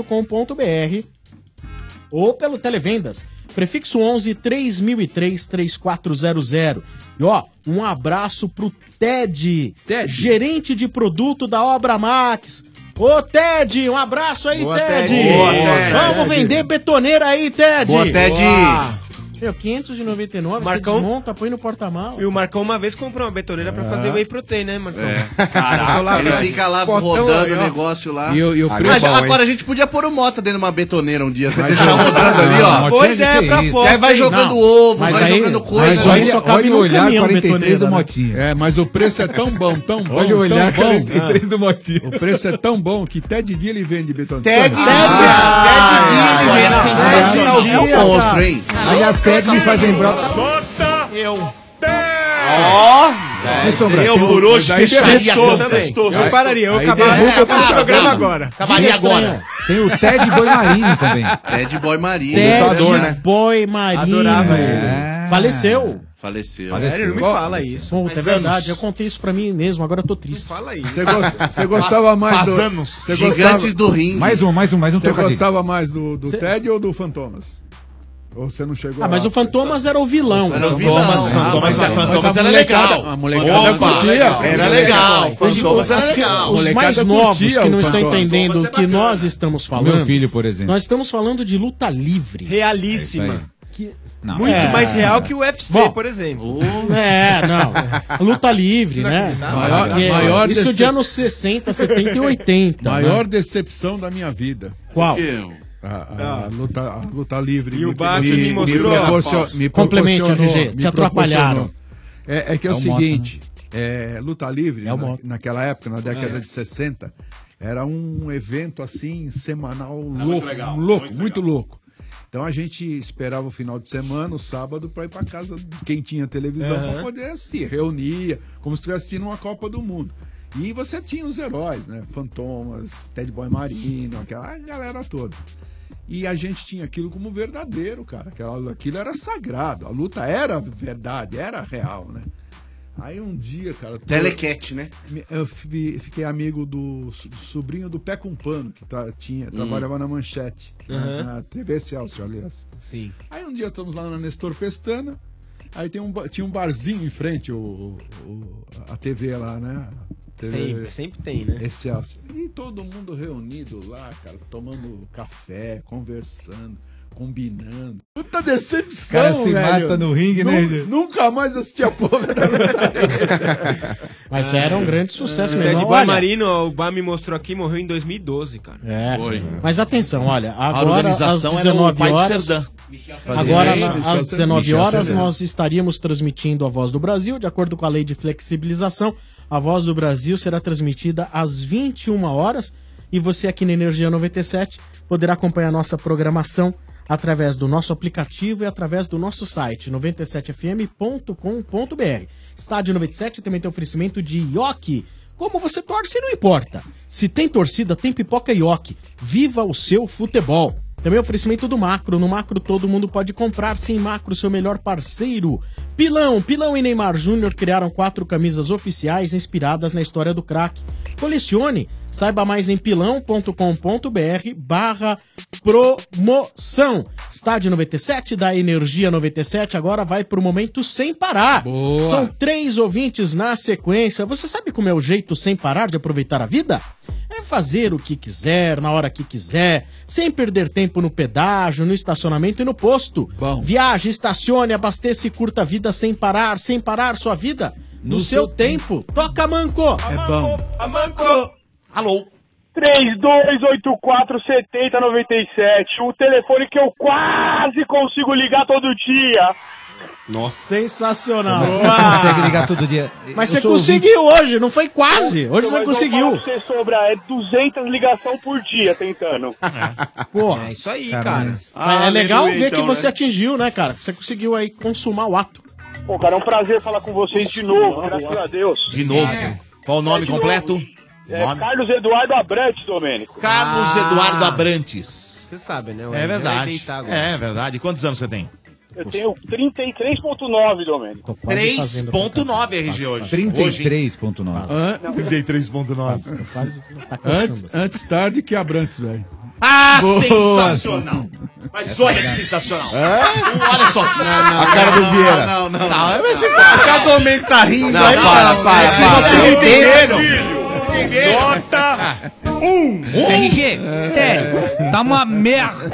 Speaker 7: obramax.com.br ou pelo Televendas. Prefixo 11 3003 3400. E ó, um abraço pro Ted, gerente de produto da Obra Max. Ô Ted, um abraço aí,
Speaker 16: Boa,
Speaker 7: Ted.
Speaker 16: Ted. Boa, Ted.
Speaker 7: Vamos vender betoneira aí, Ted.
Speaker 16: Boa, Ted.
Speaker 7: Boa. Ah, Meu, 599,
Speaker 10: Ah, Marcão-
Speaker 7: você desmonta, põe no porta-mal.
Speaker 10: E o Marcão uma vez comprou uma betoneira pra fazer whey protein, né, Marcão?
Speaker 16: É. Caraca,
Speaker 10: Tô lá
Speaker 16: ele
Speaker 10: atrás.
Speaker 16: fica lá
Speaker 10: Potão
Speaker 16: rodando
Speaker 10: aí,
Speaker 16: o
Speaker 10: ó.
Speaker 16: negócio lá.
Speaker 10: E o- e o
Speaker 16: Ah,
Speaker 10: preço
Speaker 16: mas
Speaker 10: é bom, hein?
Speaker 16: agora a gente podia pôr o Mota dentro de uma betoneira um dia, pra deixar rodando ali, ó.
Speaker 5: Boa
Speaker 7: é,
Speaker 5: ideia pra aposta,
Speaker 16: E aí vai
Speaker 5: é, hein?
Speaker 16: jogando
Speaker 5: Não.
Speaker 16: ovo,
Speaker 5: Mas
Speaker 16: vai
Speaker 5: aí-
Speaker 16: jogando coisa.
Speaker 5: mas olha- olha o olhar 43 do Motinha.
Speaker 14: É, mas o preço é tão bom, tão bom.
Speaker 5: Olha o olhar
Speaker 14: tão bom.
Speaker 5: 43 do Motinha.
Speaker 14: O preço é tão bom que até de dia ele vende betão.
Speaker 5: Ted Dia, Ted Dia, ele vende. Sensacional, é um monstro, hein? Aliás, Ted me fazem brota.
Speaker 25: Bota!
Speaker 16: Eu.
Speaker 4: Ó!
Speaker 5: Aí, Sombra,
Speaker 4: eu
Speaker 5: tem-
Speaker 4: por hoje
Speaker 5: daí
Speaker 4: fecharia
Speaker 5: testou,
Speaker 4: tudo.
Speaker 5: também.
Speaker 4: Testou.
Speaker 5: Eu pararia, eu
Speaker 4: Aí
Speaker 5: acabaria-
Speaker 4: derruba
Speaker 5: acabaria
Speaker 4: o
Speaker 5: agora.
Speaker 4: programa
Speaker 16: Acabaria
Speaker 5: Dias
Speaker 16: agora.
Speaker 5: Tem o Ted Boi Marinho também.
Speaker 16: Ted Boy Marinho.
Speaker 7: Ted
Speaker 16: Lutador, né?
Speaker 7: Boi Marinho.
Speaker 16: Adorava
Speaker 5: É.
Speaker 7: ele. É. Faleceu.
Speaker 16: Faleceu.
Speaker 7: Sério,
Speaker 16: Ó,
Speaker 7: Puta, é
Speaker 16: Faz
Speaker 7: verdade,
Speaker 16: anos.
Speaker 7: eu contei isso pra mim mesmo, agora eu tô triste. Não fala isso.
Speaker 14: Você gos- você gostava mais do. você gostava-
Speaker 5: Mais um, mais um, mais um
Speaker 14: Você
Speaker 5: trocadilho.
Speaker 14: gostava mais do, do
Speaker 7: Cê-
Speaker 14: Ted ou do Fantomas? Ou você não chegou
Speaker 7: Ah, mas
Speaker 14: lá?
Speaker 7: o Fantomas era o vilão.
Speaker 14: Era o vilão. Fantomas, Fantomas,
Speaker 7: Mas a-
Speaker 14: Fantomas
Speaker 7: mas a
Speaker 14: era
Speaker 7: molecada-
Speaker 14: legal.
Speaker 7: A molecada
Speaker 14: Opa,
Speaker 7: curtia.
Speaker 14: era legal.
Speaker 7: Os-
Speaker 14: Fantomas era
Speaker 7: os-
Speaker 14: legal.
Speaker 7: Os mais
Speaker 14: Molecada
Speaker 7: novos
Speaker 14: curtia
Speaker 7: que
Speaker 14: o
Speaker 7: não estão
Speaker 14: Fantomas.
Speaker 7: entendendo o que nós estamos falando.
Speaker 5: Meu filho, por exemplo.
Speaker 7: Nós estamos falando de luta livre.
Speaker 5: É isso
Speaker 7: Realíssima.
Speaker 5: Não.
Speaker 10: Muito
Speaker 7: É.
Speaker 10: mais real que o UFC,
Speaker 7: Bom,
Speaker 10: por exemplo.
Speaker 7: É, não. Luta livre, né?
Speaker 14: Maior-
Speaker 7: Porque
Speaker 14: maior
Speaker 7: isso
Speaker 14: dece-
Speaker 7: de anos 60, 70 e 80. né?
Speaker 14: Maior decepção da minha vida.
Speaker 7: Qual?
Speaker 14: A, a- a luta, a luta livre.
Speaker 7: E o
Speaker 14: me-
Speaker 7: Bach
Speaker 14: me-
Speaker 7: me
Speaker 14: me
Speaker 7: mostrou.
Speaker 14: proporcio- me
Speaker 7: Complemente,
Speaker 14: proporcionou-
Speaker 7: RG,
Speaker 14: me
Speaker 7: te atrapalharam.
Speaker 14: proporcionou. É, é que é,
Speaker 7: É
Speaker 14: o
Speaker 7: o Mota,
Speaker 14: seguinte, é, luta livre,
Speaker 7: É o
Speaker 14: na-
Speaker 7: Mota.
Speaker 14: naquela época, na década
Speaker 7: É.
Speaker 14: de 60, era um evento assim, semanal louco,
Speaker 3: muito
Speaker 14: muito,
Speaker 3: legal,
Speaker 14: louco, muito, louco. Então a gente esperava o final de semana, o sábado, para ir para casa de quem tinha televisão
Speaker 4: Aham.
Speaker 14: para poder assistir. Reunia, como se estivesse assistindo uma Copa do Mundo. E você tinha os heróis, né? Fantomas, Ted Boy Marino, aquela galera toda. E a gente tinha aquilo como verdadeiro, cara. Aquela, aquilo era sagrado. A luta era verdade, era real, né? Aí um dia, cara. tô-
Speaker 16: Telecat, né?
Speaker 14: Me- Eu fi- fiquei amigo do so- sobrinho do Pé com Pano, que tá- tinha, trabalhava na Manchete,
Speaker 4: Uhum.
Speaker 14: na TV Celso, aliás.
Speaker 10: Sim.
Speaker 14: Aí um dia estamos lá na Nestor Pestana, aí tem um, ba- tinha um barzinho em frente, o, o- a TV lá, né? TV
Speaker 10: Sempre, sempre tem, né?
Speaker 14: Excelsior. E todo mundo reunido lá, cara, tomando café, conversando, combinando. Puta decepção,
Speaker 5: Cara se
Speaker 14: velho.
Speaker 5: mata no ringue, né,
Speaker 14: Nu-
Speaker 5: gente?
Speaker 14: Nunca mais assisti a porra da
Speaker 7: Mas era um grande sucesso
Speaker 10: É. O
Speaker 7: mesmo.
Speaker 10: Ted Boy
Speaker 7: Olha,
Speaker 10: Marino, o Bar me mostrou aqui, morreu em 2012, cara.
Speaker 7: É.
Speaker 10: Foi.
Speaker 7: Mas atenção, olha, agora às
Speaker 10: organização era o
Speaker 7: 19
Speaker 10: pai do
Speaker 7: horas.
Speaker 10: Serdã.
Speaker 7: Agora
Speaker 10: Michel
Speaker 7: na-
Speaker 10: Serdã.
Speaker 7: às 19
Speaker 10: Michel
Speaker 7: horas
Speaker 10: Serdã.
Speaker 7: nós estaríamos transmitindo a Voz do Brasil, de acordo com a lei de flexibilização. A Voz do Brasil será transmitida às 21 horas e você aqui na Energia 97 poderá acompanhar a nossa programação através do nosso aplicativo e através do nosso site 97fm.com.br. Estádio 97 também tem oferecimento de Yoki. Como você torce, não importa. Se tem torcida, tem pipoca e Yoki. Viva o seu futebol! Também oferecimento do Macro. No Macro todo mundo pode comprar. Sem Macro, seu melhor parceiro. Pilão, Pilão e Neymar Júnior criaram quatro camisas oficiais inspiradas na história do craque. Colecione. Saiba mais em pilão.com.br barra promoção. Estádio 97 da Energia 97 agora vai pro momento sem parar. São três ouvintes na sequência. Você sabe como é o jeito sem parar de aproveitar a vida? É fazer o que quiser, na hora que quiser, sem perder tempo no pedágio, no estacionamento e no posto. Viaje, estacione, abasteça e curta a vida sem parar, sem parar sua vida no, seu tempo. Toca manco! É bom.
Speaker 16: Alô?
Speaker 20: 32847097, o telefone que eu quase consigo ligar todo dia.
Speaker 16: Nossa.
Speaker 7: Sensacional.
Speaker 5: Como é que você consegue ligar todo dia?
Speaker 7: Mas
Speaker 5: Eu
Speaker 7: você
Speaker 5: sou ouvinte.
Speaker 7: conseguiu hoje, não foi quase. Hoje você
Speaker 20: Mas é eu
Speaker 7: conseguiu.
Speaker 20: falo pra Você sobra, é 200 ligação por dia tentando.
Speaker 7: Porra.
Speaker 10: É isso aí,
Speaker 7: Cara,
Speaker 10: cara.
Speaker 21: Ah,
Speaker 4: Ah,
Speaker 7: é legal ver
Speaker 20: então,
Speaker 7: que você atingiu, né, cara? Que Você conseguiu aí consumar o ato.
Speaker 20: Pô, cara, é um prazer falar com
Speaker 21: né?
Speaker 20: vocês de novo, graças a Deus.
Speaker 3: De novo. Qual o nome
Speaker 20: É de
Speaker 3: completo?
Speaker 20: É
Speaker 3: Nome?
Speaker 20: Carlos Eduardo Abrantes, Domênico.
Speaker 7: Ah.
Speaker 3: Carlos Eduardo Abrantes.
Speaker 10: Você sabe, né?
Speaker 3: Ah. É verdade. É verdade. Quantos anos você tem?
Speaker 20: Eu tenho 33.9, Domênico.
Speaker 3: 3.9 RG hoje. Hoje, hein?
Speaker 5: 33.9.
Speaker 14: Hã?
Speaker 5: 33.9.
Speaker 7: Quase tá
Speaker 14: antes, antes tarde que Abrantes, velho.
Speaker 3: Ah,
Speaker 14: Boa.
Speaker 3: sensacional! Mas olha que sensacional!
Speaker 14: É?
Speaker 3: Olha só!
Speaker 14: A cara do Vieira.
Speaker 16: Não, não, não.
Speaker 3: Não,
Speaker 16: mas
Speaker 3: você
Speaker 16: sabe
Speaker 7: é-
Speaker 16: que a Domênico tá rindo
Speaker 4: Não,
Speaker 16: aí,
Speaker 4: para,
Speaker 16: não,
Speaker 4: para,
Speaker 16: é,
Speaker 4: para.
Speaker 16: vocês
Speaker 4: Vocês
Speaker 16: entenderam.
Speaker 4: entenderam.
Speaker 16: Entenderam.
Speaker 4: Bota!
Speaker 5: Um! RG,
Speaker 20: É.
Speaker 5: sério, tá uma merda.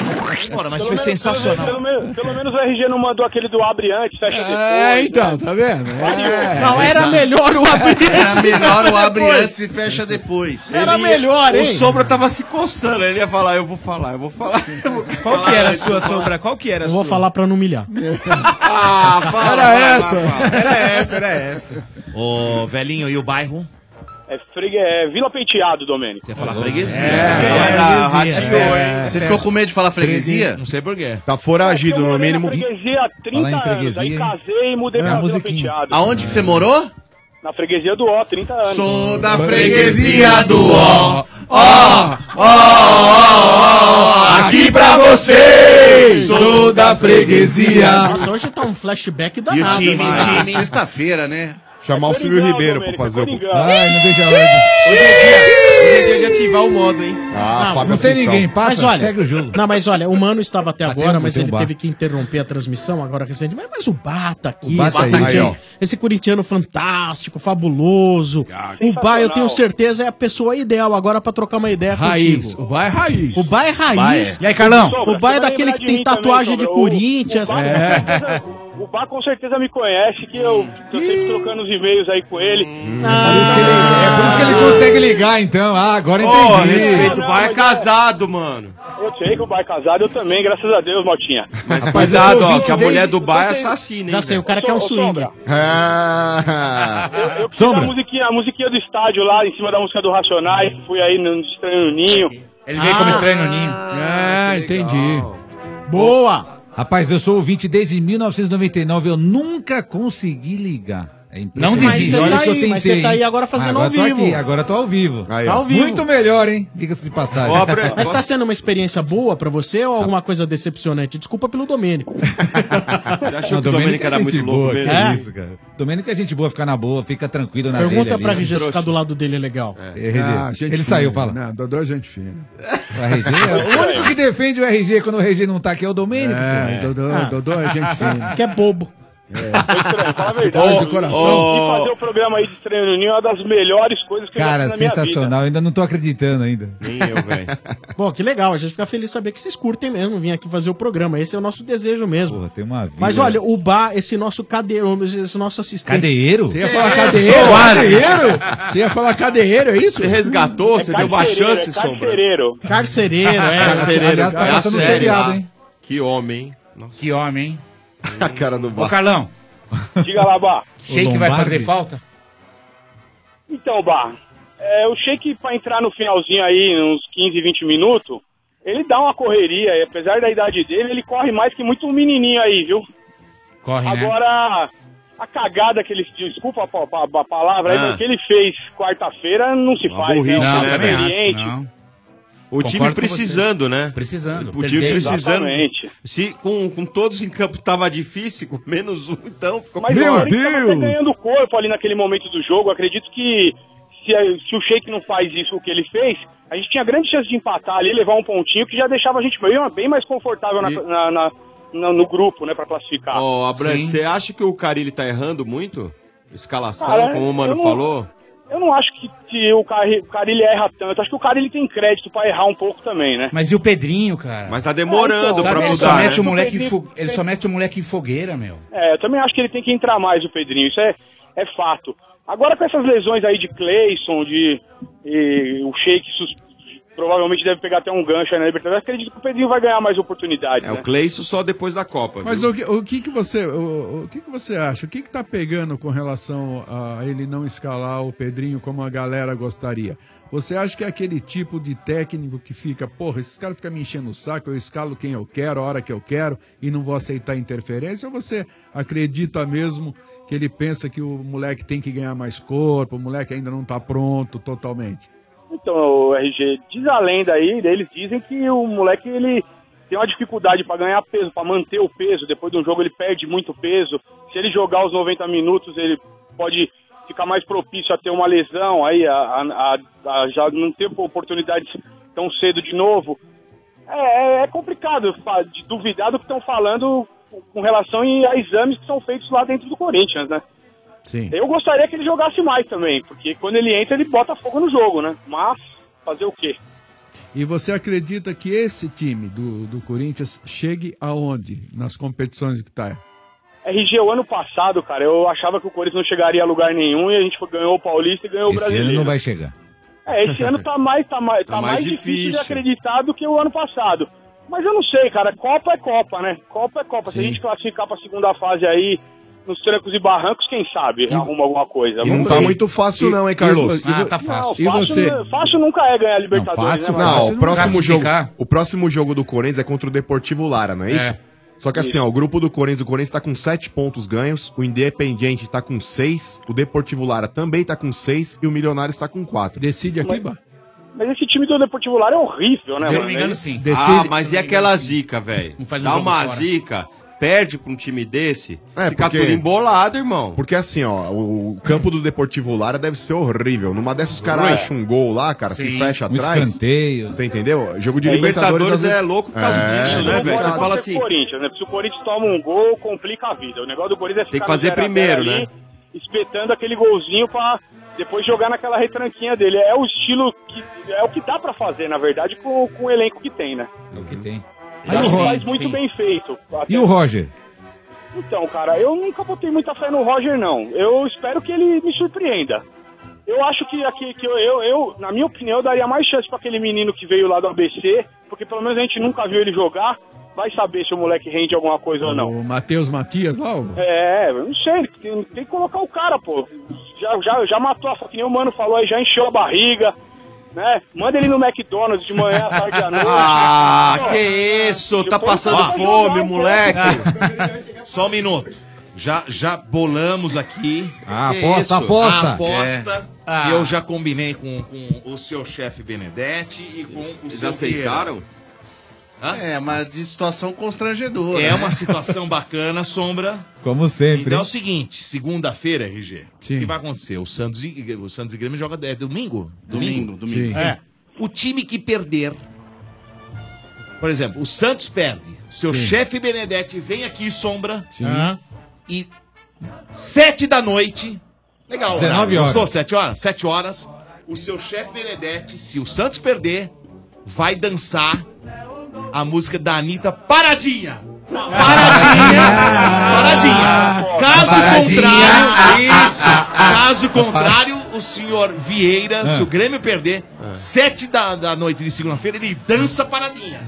Speaker 3: Bora, mas
Speaker 5: foi
Speaker 3: sensacional.
Speaker 20: Pelo menos, pelo menos o RG não mandou aquele do abre antes, fecha depois.
Speaker 14: É, então, tá vendo? É.
Speaker 7: Não, era melhor o abrir
Speaker 4: Era
Speaker 7: antes.
Speaker 4: melhor o abrir
Speaker 7: depois.
Speaker 4: antes e fecha depois.
Speaker 7: Era melhor, hein?
Speaker 4: O Sombra tava se coçando, ele ia falar, eu vou falar, eu vou falar. eu vou
Speaker 10: Qual que
Speaker 4: falar
Speaker 10: era a
Speaker 4: antes,
Speaker 10: sua
Speaker 4: eu vou
Speaker 10: sombra? Qual que era a
Speaker 7: Eu vou
Speaker 10: sua?
Speaker 7: falar pra não humilhar.
Speaker 4: Ah, fala,
Speaker 7: Era
Speaker 4: fala,
Speaker 7: essa.
Speaker 4: fala.
Speaker 10: Era essa, era essa.
Speaker 3: Ô, velhinho, e o bairro?
Speaker 20: É, fregue- é Vila Penteado, Domênico.
Speaker 3: Você ia
Speaker 7: É.
Speaker 3: falar freguesia.
Speaker 20: É,
Speaker 4: Ah,
Speaker 3: Freguesia.
Speaker 4: ratinho,
Speaker 12: é.
Speaker 4: hein? Você ficou com medo de falar freguesia?
Speaker 3: Não sei porquê.
Speaker 12: Tá foragido, no mínimo.
Speaker 20: Freguesia há 30 anos, aí casei e mudei
Speaker 12: É,
Speaker 20: pra Vila
Speaker 12: musiquinha.
Speaker 20: Penteado.
Speaker 4: Aonde que você morou?
Speaker 20: Na freguesia do Ó, 30 anos.
Speaker 4: Sou da freguesia do Ó.
Speaker 16: Ó, ó, ó, ó, aqui pra vocês. Sou
Speaker 12: Tá
Speaker 16: da freguesia.
Speaker 7: Nossa, hoje tá um flashback
Speaker 4: E
Speaker 7: danado.
Speaker 4: o time,
Speaker 7: né?
Speaker 4: time. Sexta-feira, né?
Speaker 12: Chamar o Silvio Ribeiro pra fazer o.
Speaker 7: Ai, não vejo a hora
Speaker 10: Tem que ativar o modo, hein?
Speaker 12: Ah, Fábio
Speaker 7: não, não tem
Speaker 12: Assunção.
Speaker 7: ninguém, passa, mas olha, segue o
Speaker 8: jogo.
Speaker 7: Não, mas olha, o Mano estava até agora,
Speaker 8: tem um-
Speaker 7: mas
Speaker 8: tem um
Speaker 7: ele
Speaker 8: bar.
Speaker 7: teve que interromper a transmissão agora recentemente. Mas o Bata aqui,
Speaker 8: O Bá
Speaker 7: esse,
Speaker 8: tá aí.
Speaker 7: corintiano,
Speaker 8: Aí,
Speaker 7: esse corintiano fantástico, fabuloso. O Bá, eu tenho certeza, é a pessoa ideal agora pra trocar uma ideia
Speaker 14: Raiz.
Speaker 7: contigo.
Speaker 14: O Bá é raiz.
Speaker 7: O Bá é raiz.
Speaker 14: Bá é. E aí, Carlão?
Speaker 7: O Bá é daquele que tem tatuagem de Corinthians. É.
Speaker 20: O é Bá, o Bá com certeza me conhece, que eu tô sempre trocando os e-mails aí com ele.
Speaker 8: É por isso que ele consegue ligar, então. Ah, agora entendi.
Speaker 20: Ô, respeito,
Speaker 7: Ah,
Speaker 20: o Bá é
Speaker 4: casado, mano.
Speaker 20: Eu sei que o Bá é casado, eu também, graças a Deus, Maltinha.
Speaker 4: Mas
Speaker 20: eu
Speaker 4: cuidado,
Speaker 20: sou
Speaker 4: ó,
Speaker 20: ouvinte
Speaker 4: que a
Speaker 20: dele.
Speaker 4: mulher do bar é
Speaker 20: Eu tenho-
Speaker 4: assassina, hein?
Speaker 7: Já sei, o cara quer um swing.
Speaker 12: Ah.
Speaker 20: Eu fiz a musiquinha, a musiquinha do estádio lá, em cima da música do Racionais, fui aí no estranho no ninho.
Speaker 8: Ele veio como estranho no ninho.
Speaker 14: Ah, entendi.
Speaker 7: Boa!
Speaker 8: É, Rapaz, eu sou ouvinte desde 1999. Eu nunca consegui ligar. É impressionante.
Speaker 7: Não desiste.
Speaker 8: Olha que
Speaker 7: Mas você tá
Speaker 8: eu
Speaker 7: aí,
Speaker 8: tentei,
Speaker 7: mas você tá aí
Speaker 8: hein?
Speaker 7: agora fazendo
Speaker 8: agora
Speaker 7: ao
Speaker 8: tô
Speaker 7: vivo.
Speaker 8: Aqui, agora tô ao vivo.
Speaker 7: Tá ao vivo.
Speaker 8: Muito melhor, hein? Diga-se de passagem.
Speaker 7: Mas tá sendo uma experiência boa pra você ou alguma coisa decepcionante? Desculpa pelo Domênico.
Speaker 4: Você achou
Speaker 8: Não,
Speaker 4: que o Domênico
Speaker 8: é
Speaker 4: era muito
Speaker 8: gente
Speaker 4: louco
Speaker 8: boa,
Speaker 4: mesmo?
Speaker 8: que
Speaker 7: É.
Speaker 8: isso, cara. Domênico é gente boa, fica na boa, fica tranquilo na
Speaker 7: Pergunta
Speaker 8: dele
Speaker 7: pra
Speaker 8: ali.
Speaker 7: RG se ficar do lado dele é legal.
Speaker 8: É, RG.
Speaker 4: Ah,
Speaker 8: Ele saiu, fala.
Speaker 14: Ah, Não, Dodô é gente fina.
Speaker 8: O RG é- o único que defende o RG quando o RG não tá aqui é o Domênico.
Speaker 14: É,
Speaker 8: pô. Ah.
Speaker 14: Dodô, Dodô é gente fina.
Speaker 7: Que é bobo.
Speaker 20: Fala a verdade.
Speaker 14: Ô,
Speaker 20: E fazer o programa aí de estranho no ninho é uma das melhores coisas que
Speaker 8: Cara,
Speaker 20: eu já fiz na minha vida.
Speaker 8: sensacional. Ainda não tô acreditando ainda.
Speaker 20: Nem
Speaker 8: eu,
Speaker 20: velho.
Speaker 7: Bom, que legal. A gente fica feliz de saber que vocês curtem mesmo vir aqui fazer o programa. Esse é o nosso desejo mesmo.
Speaker 8: tem uma vida.
Speaker 7: Mas olha, o Bar, esse nosso cadeiro, esse nosso assistente.
Speaker 8: Cadeiro?
Speaker 7: Você
Speaker 14: ia falar cadeiro? Cadeiro? Você ia falar cadeiro, é isso? Você
Speaker 4: resgatou,
Speaker 7: É
Speaker 14: você deu uma chance, Sombra.
Speaker 20: Carcereiro.
Speaker 7: Carcereiro, é.
Speaker 4: Carcereiro,
Speaker 8: Aliás, tá
Speaker 4: cara.
Speaker 8: passando
Speaker 4: É a série
Speaker 8: seriado,
Speaker 4: lá.
Speaker 8: hein?
Speaker 4: Que homem, hein?
Speaker 5: Que homem, hein?
Speaker 4: A cara do
Speaker 5: Ô, Carlão,
Speaker 20: Diga lá, Bá.
Speaker 5: achei que vai fazer falta?
Speaker 20: Então, Bar, é, o Shake, pra entrar no finalzinho aí, uns 15, 20 minutos, ele dá uma correria. E apesar da idade dele, ele corre mais que muito um menininho aí, viu?
Speaker 5: Corre, né?
Speaker 20: Agora, a cagada que ele... Desculpa a, pa- a palavra aí,
Speaker 5: Ah.
Speaker 20: mas o que ele fez quarta-feira não se faz,
Speaker 5: burrice,
Speaker 20: né?
Speaker 5: não,
Speaker 20: Um
Speaker 5: também acho,
Speaker 20: experiente.
Speaker 4: O time
Speaker 5: Concordo com
Speaker 4: precisando, né?
Speaker 5: Precisando.
Speaker 4: O time
Speaker 5: Perdeu.
Speaker 4: precisando.
Speaker 20: Exatamente.
Speaker 4: Se com, com todos em campo tava difícil, com menos um, então ficou
Speaker 20: Mas o Corinthians tava até ganhando corpo ali naquele momento do jogo. Acredito que se, eh, se o Sheik não faz isso o que ele fez, a gente tinha grande chance de empatar ali, levar um pontinho que já deixava a gente bem, bem mais confortável na- na- na- na- no grupo, né, para classificar.
Speaker 4: Ó, Abrantes, você acha que o Carilli tá errando muito? Escalação,
Speaker 20: Cara,
Speaker 4: como o Mano
Speaker 20: eu não-
Speaker 4: falou?
Speaker 20: Eu não acho que, que o, Carri, o Carilli erra tanto. Acho que o Carilli tem crédito pra errar um pouco também, né?
Speaker 5: Mas e o Pedrinho, cara?
Speaker 4: Mas tá demorando pra
Speaker 5: Sabe, ele
Speaker 4: mudar,
Speaker 5: só
Speaker 4: né?
Speaker 5: mete o moleque em fo-
Speaker 20: Pedrinho-
Speaker 5: Ele só mete o moleque em fogueira, meu.
Speaker 20: É, eu também acho que ele tem que entrar mais o Pedrinho, isso é, é fato. Agora com essas lesões aí de Cleison, de e o Sheik sus- provavelmente deve pegar até um gancho aí na Libertadores, acredito que o Pedrinho vai ganhar mais oportunidades,
Speaker 4: É,
Speaker 20: né?
Speaker 4: o Cleison só depois da Copa.
Speaker 14: Mas
Speaker 4: viu?
Speaker 14: o que, o que que você, o, o que que você acha? O que que tá pegando com relação a ele não escalar o Pedrinho como a galera gostaria? Você acha que é aquele tipo de técnico que fica, porra, esses caras ficam me enchendo o saco, eu escalo quem eu quero, a hora que eu quero e não vou aceitar interferência? Ou você acredita mesmo que ele pensa que o moleque tem que ganhar mais corpo, o moleque ainda não tá pronto totalmente?
Speaker 20: Então, o RG, diz a lenda aí, eles dizem que o moleque ele tem uma dificuldade pra ganhar peso, pra manter o peso. Depois de um jogo ele perde muito peso. Se ele jogar os 90 minutos, ele pode ficar mais propício a ter uma lesão, aí a, a- a- a já não ter oportunidades tão cedo de novo. É, é- é complicado fa- de duvidar do que estão falando com relação em- a exames que são feitos lá dentro do Corinthians, né?
Speaker 14: Sim.
Speaker 20: Eu gostaria que ele jogasse mais também, porque quando ele entra, ele bota fogo no jogo, né? Mas fazer o quê?
Speaker 14: E você acredita que esse time do, do Corinthians chegue aonde? Nas competições que tá? está?
Speaker 20: RG, o ano passado, cara, eu achava que o Corinthians não chegaria a lugar nenhum e a gente foi- ganhou o Paulista e ganhou o
Speaker 4: Esse
Speaker 20: Brasileiro.
Speaker 4: ano não vai chegar.
Speaker 20: É, esse ano tá mais, tá mais, tá mais,
Speaker 4: mais
Speaker 20: difícil. de
Speaker 4: difícil.
Speaker 20: acreditar do que o ano passado. Mas eu não sei, cara. Copa é Copa, né? Copa é Copa. Se a gente classificar pra segunda fase aí, nos trancos e barrancos, quem sabe arruma alguma coisa.
Speaker 12: E não
Speaker 20: Vamos
Speaker 12: tá
Speaker 20: ver.
Speaker 12: muito fácil, não, hein, Carlos?
Speaker 20: Ah, tá fácil. Não, fácil, nu- fácil nunca é ganhar a Libertadores, né, mano?
Speaker 12: Não, o próximo, jogo, o próximo jogo do Corinthians é contra o Deportivo Lara, não é isso?
Speaker 20: É.
Speaker 12: Só que assim, ó, o grupo do Corinthians, o Corinthians tá com 7 pontos ganhos, o Independiente tá com 6, o Deportivo Lara também tá com 6 e o Milionários tá com 4.
Speaker 14: Decide aqui, Bá.
Speaker 20: Mas esse time do Deportivo Lara é horrível, né,
Speaker 12: Se eu não
Speaker 20: mano?
Speaker 12: me engano,
Speaker 20: Ele-
Speaker 12: sim.
Speaker 11: Ah, mas e aquela zica, velho?
Speaker 20: faz um
Speaker 11: Dá
Speaker 20: jogo
Speaker 11: uma
Speaker 20: fora.
Speaker 11: zica, perde pra um time desse,
Speaker 12: É,
Speaker 11: fica
Speaker 12: porque-
Speaker 11: tudo embolado, irmão.
Speaker 12: Porque assim, ó, o o campo do Deportivo Lara deve ser horrível. Numa dessas, os caras
Speaker 11: Horrível.
Speaker 12: acham um gol lá, cara, se
Speaker 11: Sim.
Speaker 12: fecha
Speaker 11: Um
Speaker 12: atrás.
Speaker 4: escanteio.
Speaker 12: Você entendeu? Jogo de
Speaker 11: É,
Speaker 12: Libertadores,
Speaker 11: Libertadores
Speaker 12: às vezes-
Speaker 11: é louco por causa disso, né,
Speaker 20: Não
Speaker 11: velho?
Speaker 20: pode
Speaker 11: Você fala
Speaker 20: acontecer
Speaker 11: assim-
Speaker 20: com o Corinthians, né? Se o Corinthians toma um gol, complica a vida. O negócio do Corinthians é
Speaker 11: Tem que
Speaker 20: ficar
Speaker 11: fazer
Speaker 20: no zero a
Speaker 11: primeiro,
Speaker 20: zero ali,
Speaker 11: né?
Speaker 20: Espetando aquele golzinho pra depois jogar naquela retranquinha dele. É o estilo que é o que dá pra fazer, na verdade, com, com o elenco que tem, né?
Speaker 4: É o que tem.
Speaker 20: Já
Speaker 4: Aí o
Speaker 20: faz
Speaker 4: Roger,
Speaker 20: muito
Speaker 4: sim.
Speaker 20: bem feito.
Speaker 4: E o Roger?
Speaker 20: Então, cara, eu nunca botei muita fé no Roger, não. Eu espero que ele me surpreenda. Eu acho que aqui que eu, eu, eu, na minha opinião, eu daria mais chance pra aquele menino que veio lá do ABC, porque pelo menos a gente nunca viu ele jogar. Vai saber se o moleque rende alguma coisa ou não.
Speaker 14: O Matheus Matias lá, o
Speaker 20: É, eu não sei, tem, tem que colocar o cara, pô. Já, já, já matou a que nem o mano falou aí, já encheu a barriga, né? Manda ele no McDonald's de manhã, à tarde à noite.
Speaker 11: Ah,
Speaker 20: Pô,
Speaker 11: que isso? Tá
Speaker 20: depois
Speaker 11: passando
Speaker 20: vai
Speaker 11: fome,
Speaker 20: jogar,
Speaker 11: moleque.
Speaker 3: Só um minuto. Já, já bolamos aqui.
Speaker 4: Ah,
Speaker 3: Que
Speaker 4: aposta,
Speaker 3: isso?
Speaker 4: aposta.
Speaker 3: A aposta.
Speaker 4: É. Ah.
Speaker 3: E eu já combinei com, com o seu chefe Benedetti e com o
Speaker 11: Eles
Speaker 3: seu
Speaker 11: aceitaram?
Speaker 3: Vieira. Hã?
Speaker 7: É, mas de situação constrangedora.
Speaker 3: É
Speaker 7: né?
Speaker 3: uma situação bacana, Sombra.
Speaker 4: Como sempre.
Speaker 3: Então é o seguinte, segunda-feira, RG, o que vai acontecer? O Santos e, o Santos e Grêmio joga é domingo?
Speaker 7: Domingo, domingo.
Speaker 3: É. O time que perder, por exemplo, o Santos perde, seu chefe Benedetti vem aqui, Sombra,
Speaker 5: Aham.
Speaker 3: e sete da noite, legal,
Speaker 5: 19 horas.
Speaker 3: Sou sete horas? Sete horas, o seu chefe Benedetti, se o Santos perder, vai dançar a música da Anitta Paradinha. Paradinha. Paradinha.
Speaker 5: Ah.
Speaker 3: Caso
Speaker 5: Paradinha.
Speaker 3: contrário, isso.
Speaker 5: Ah, ah, ah.
Speaker 3: Caso contrário, o senhor Vieira,
Speaker 5: Ah.
Speaker 3: se o Grêmio perder, sete da, da noite de segunda-feira, ele dança paradinha.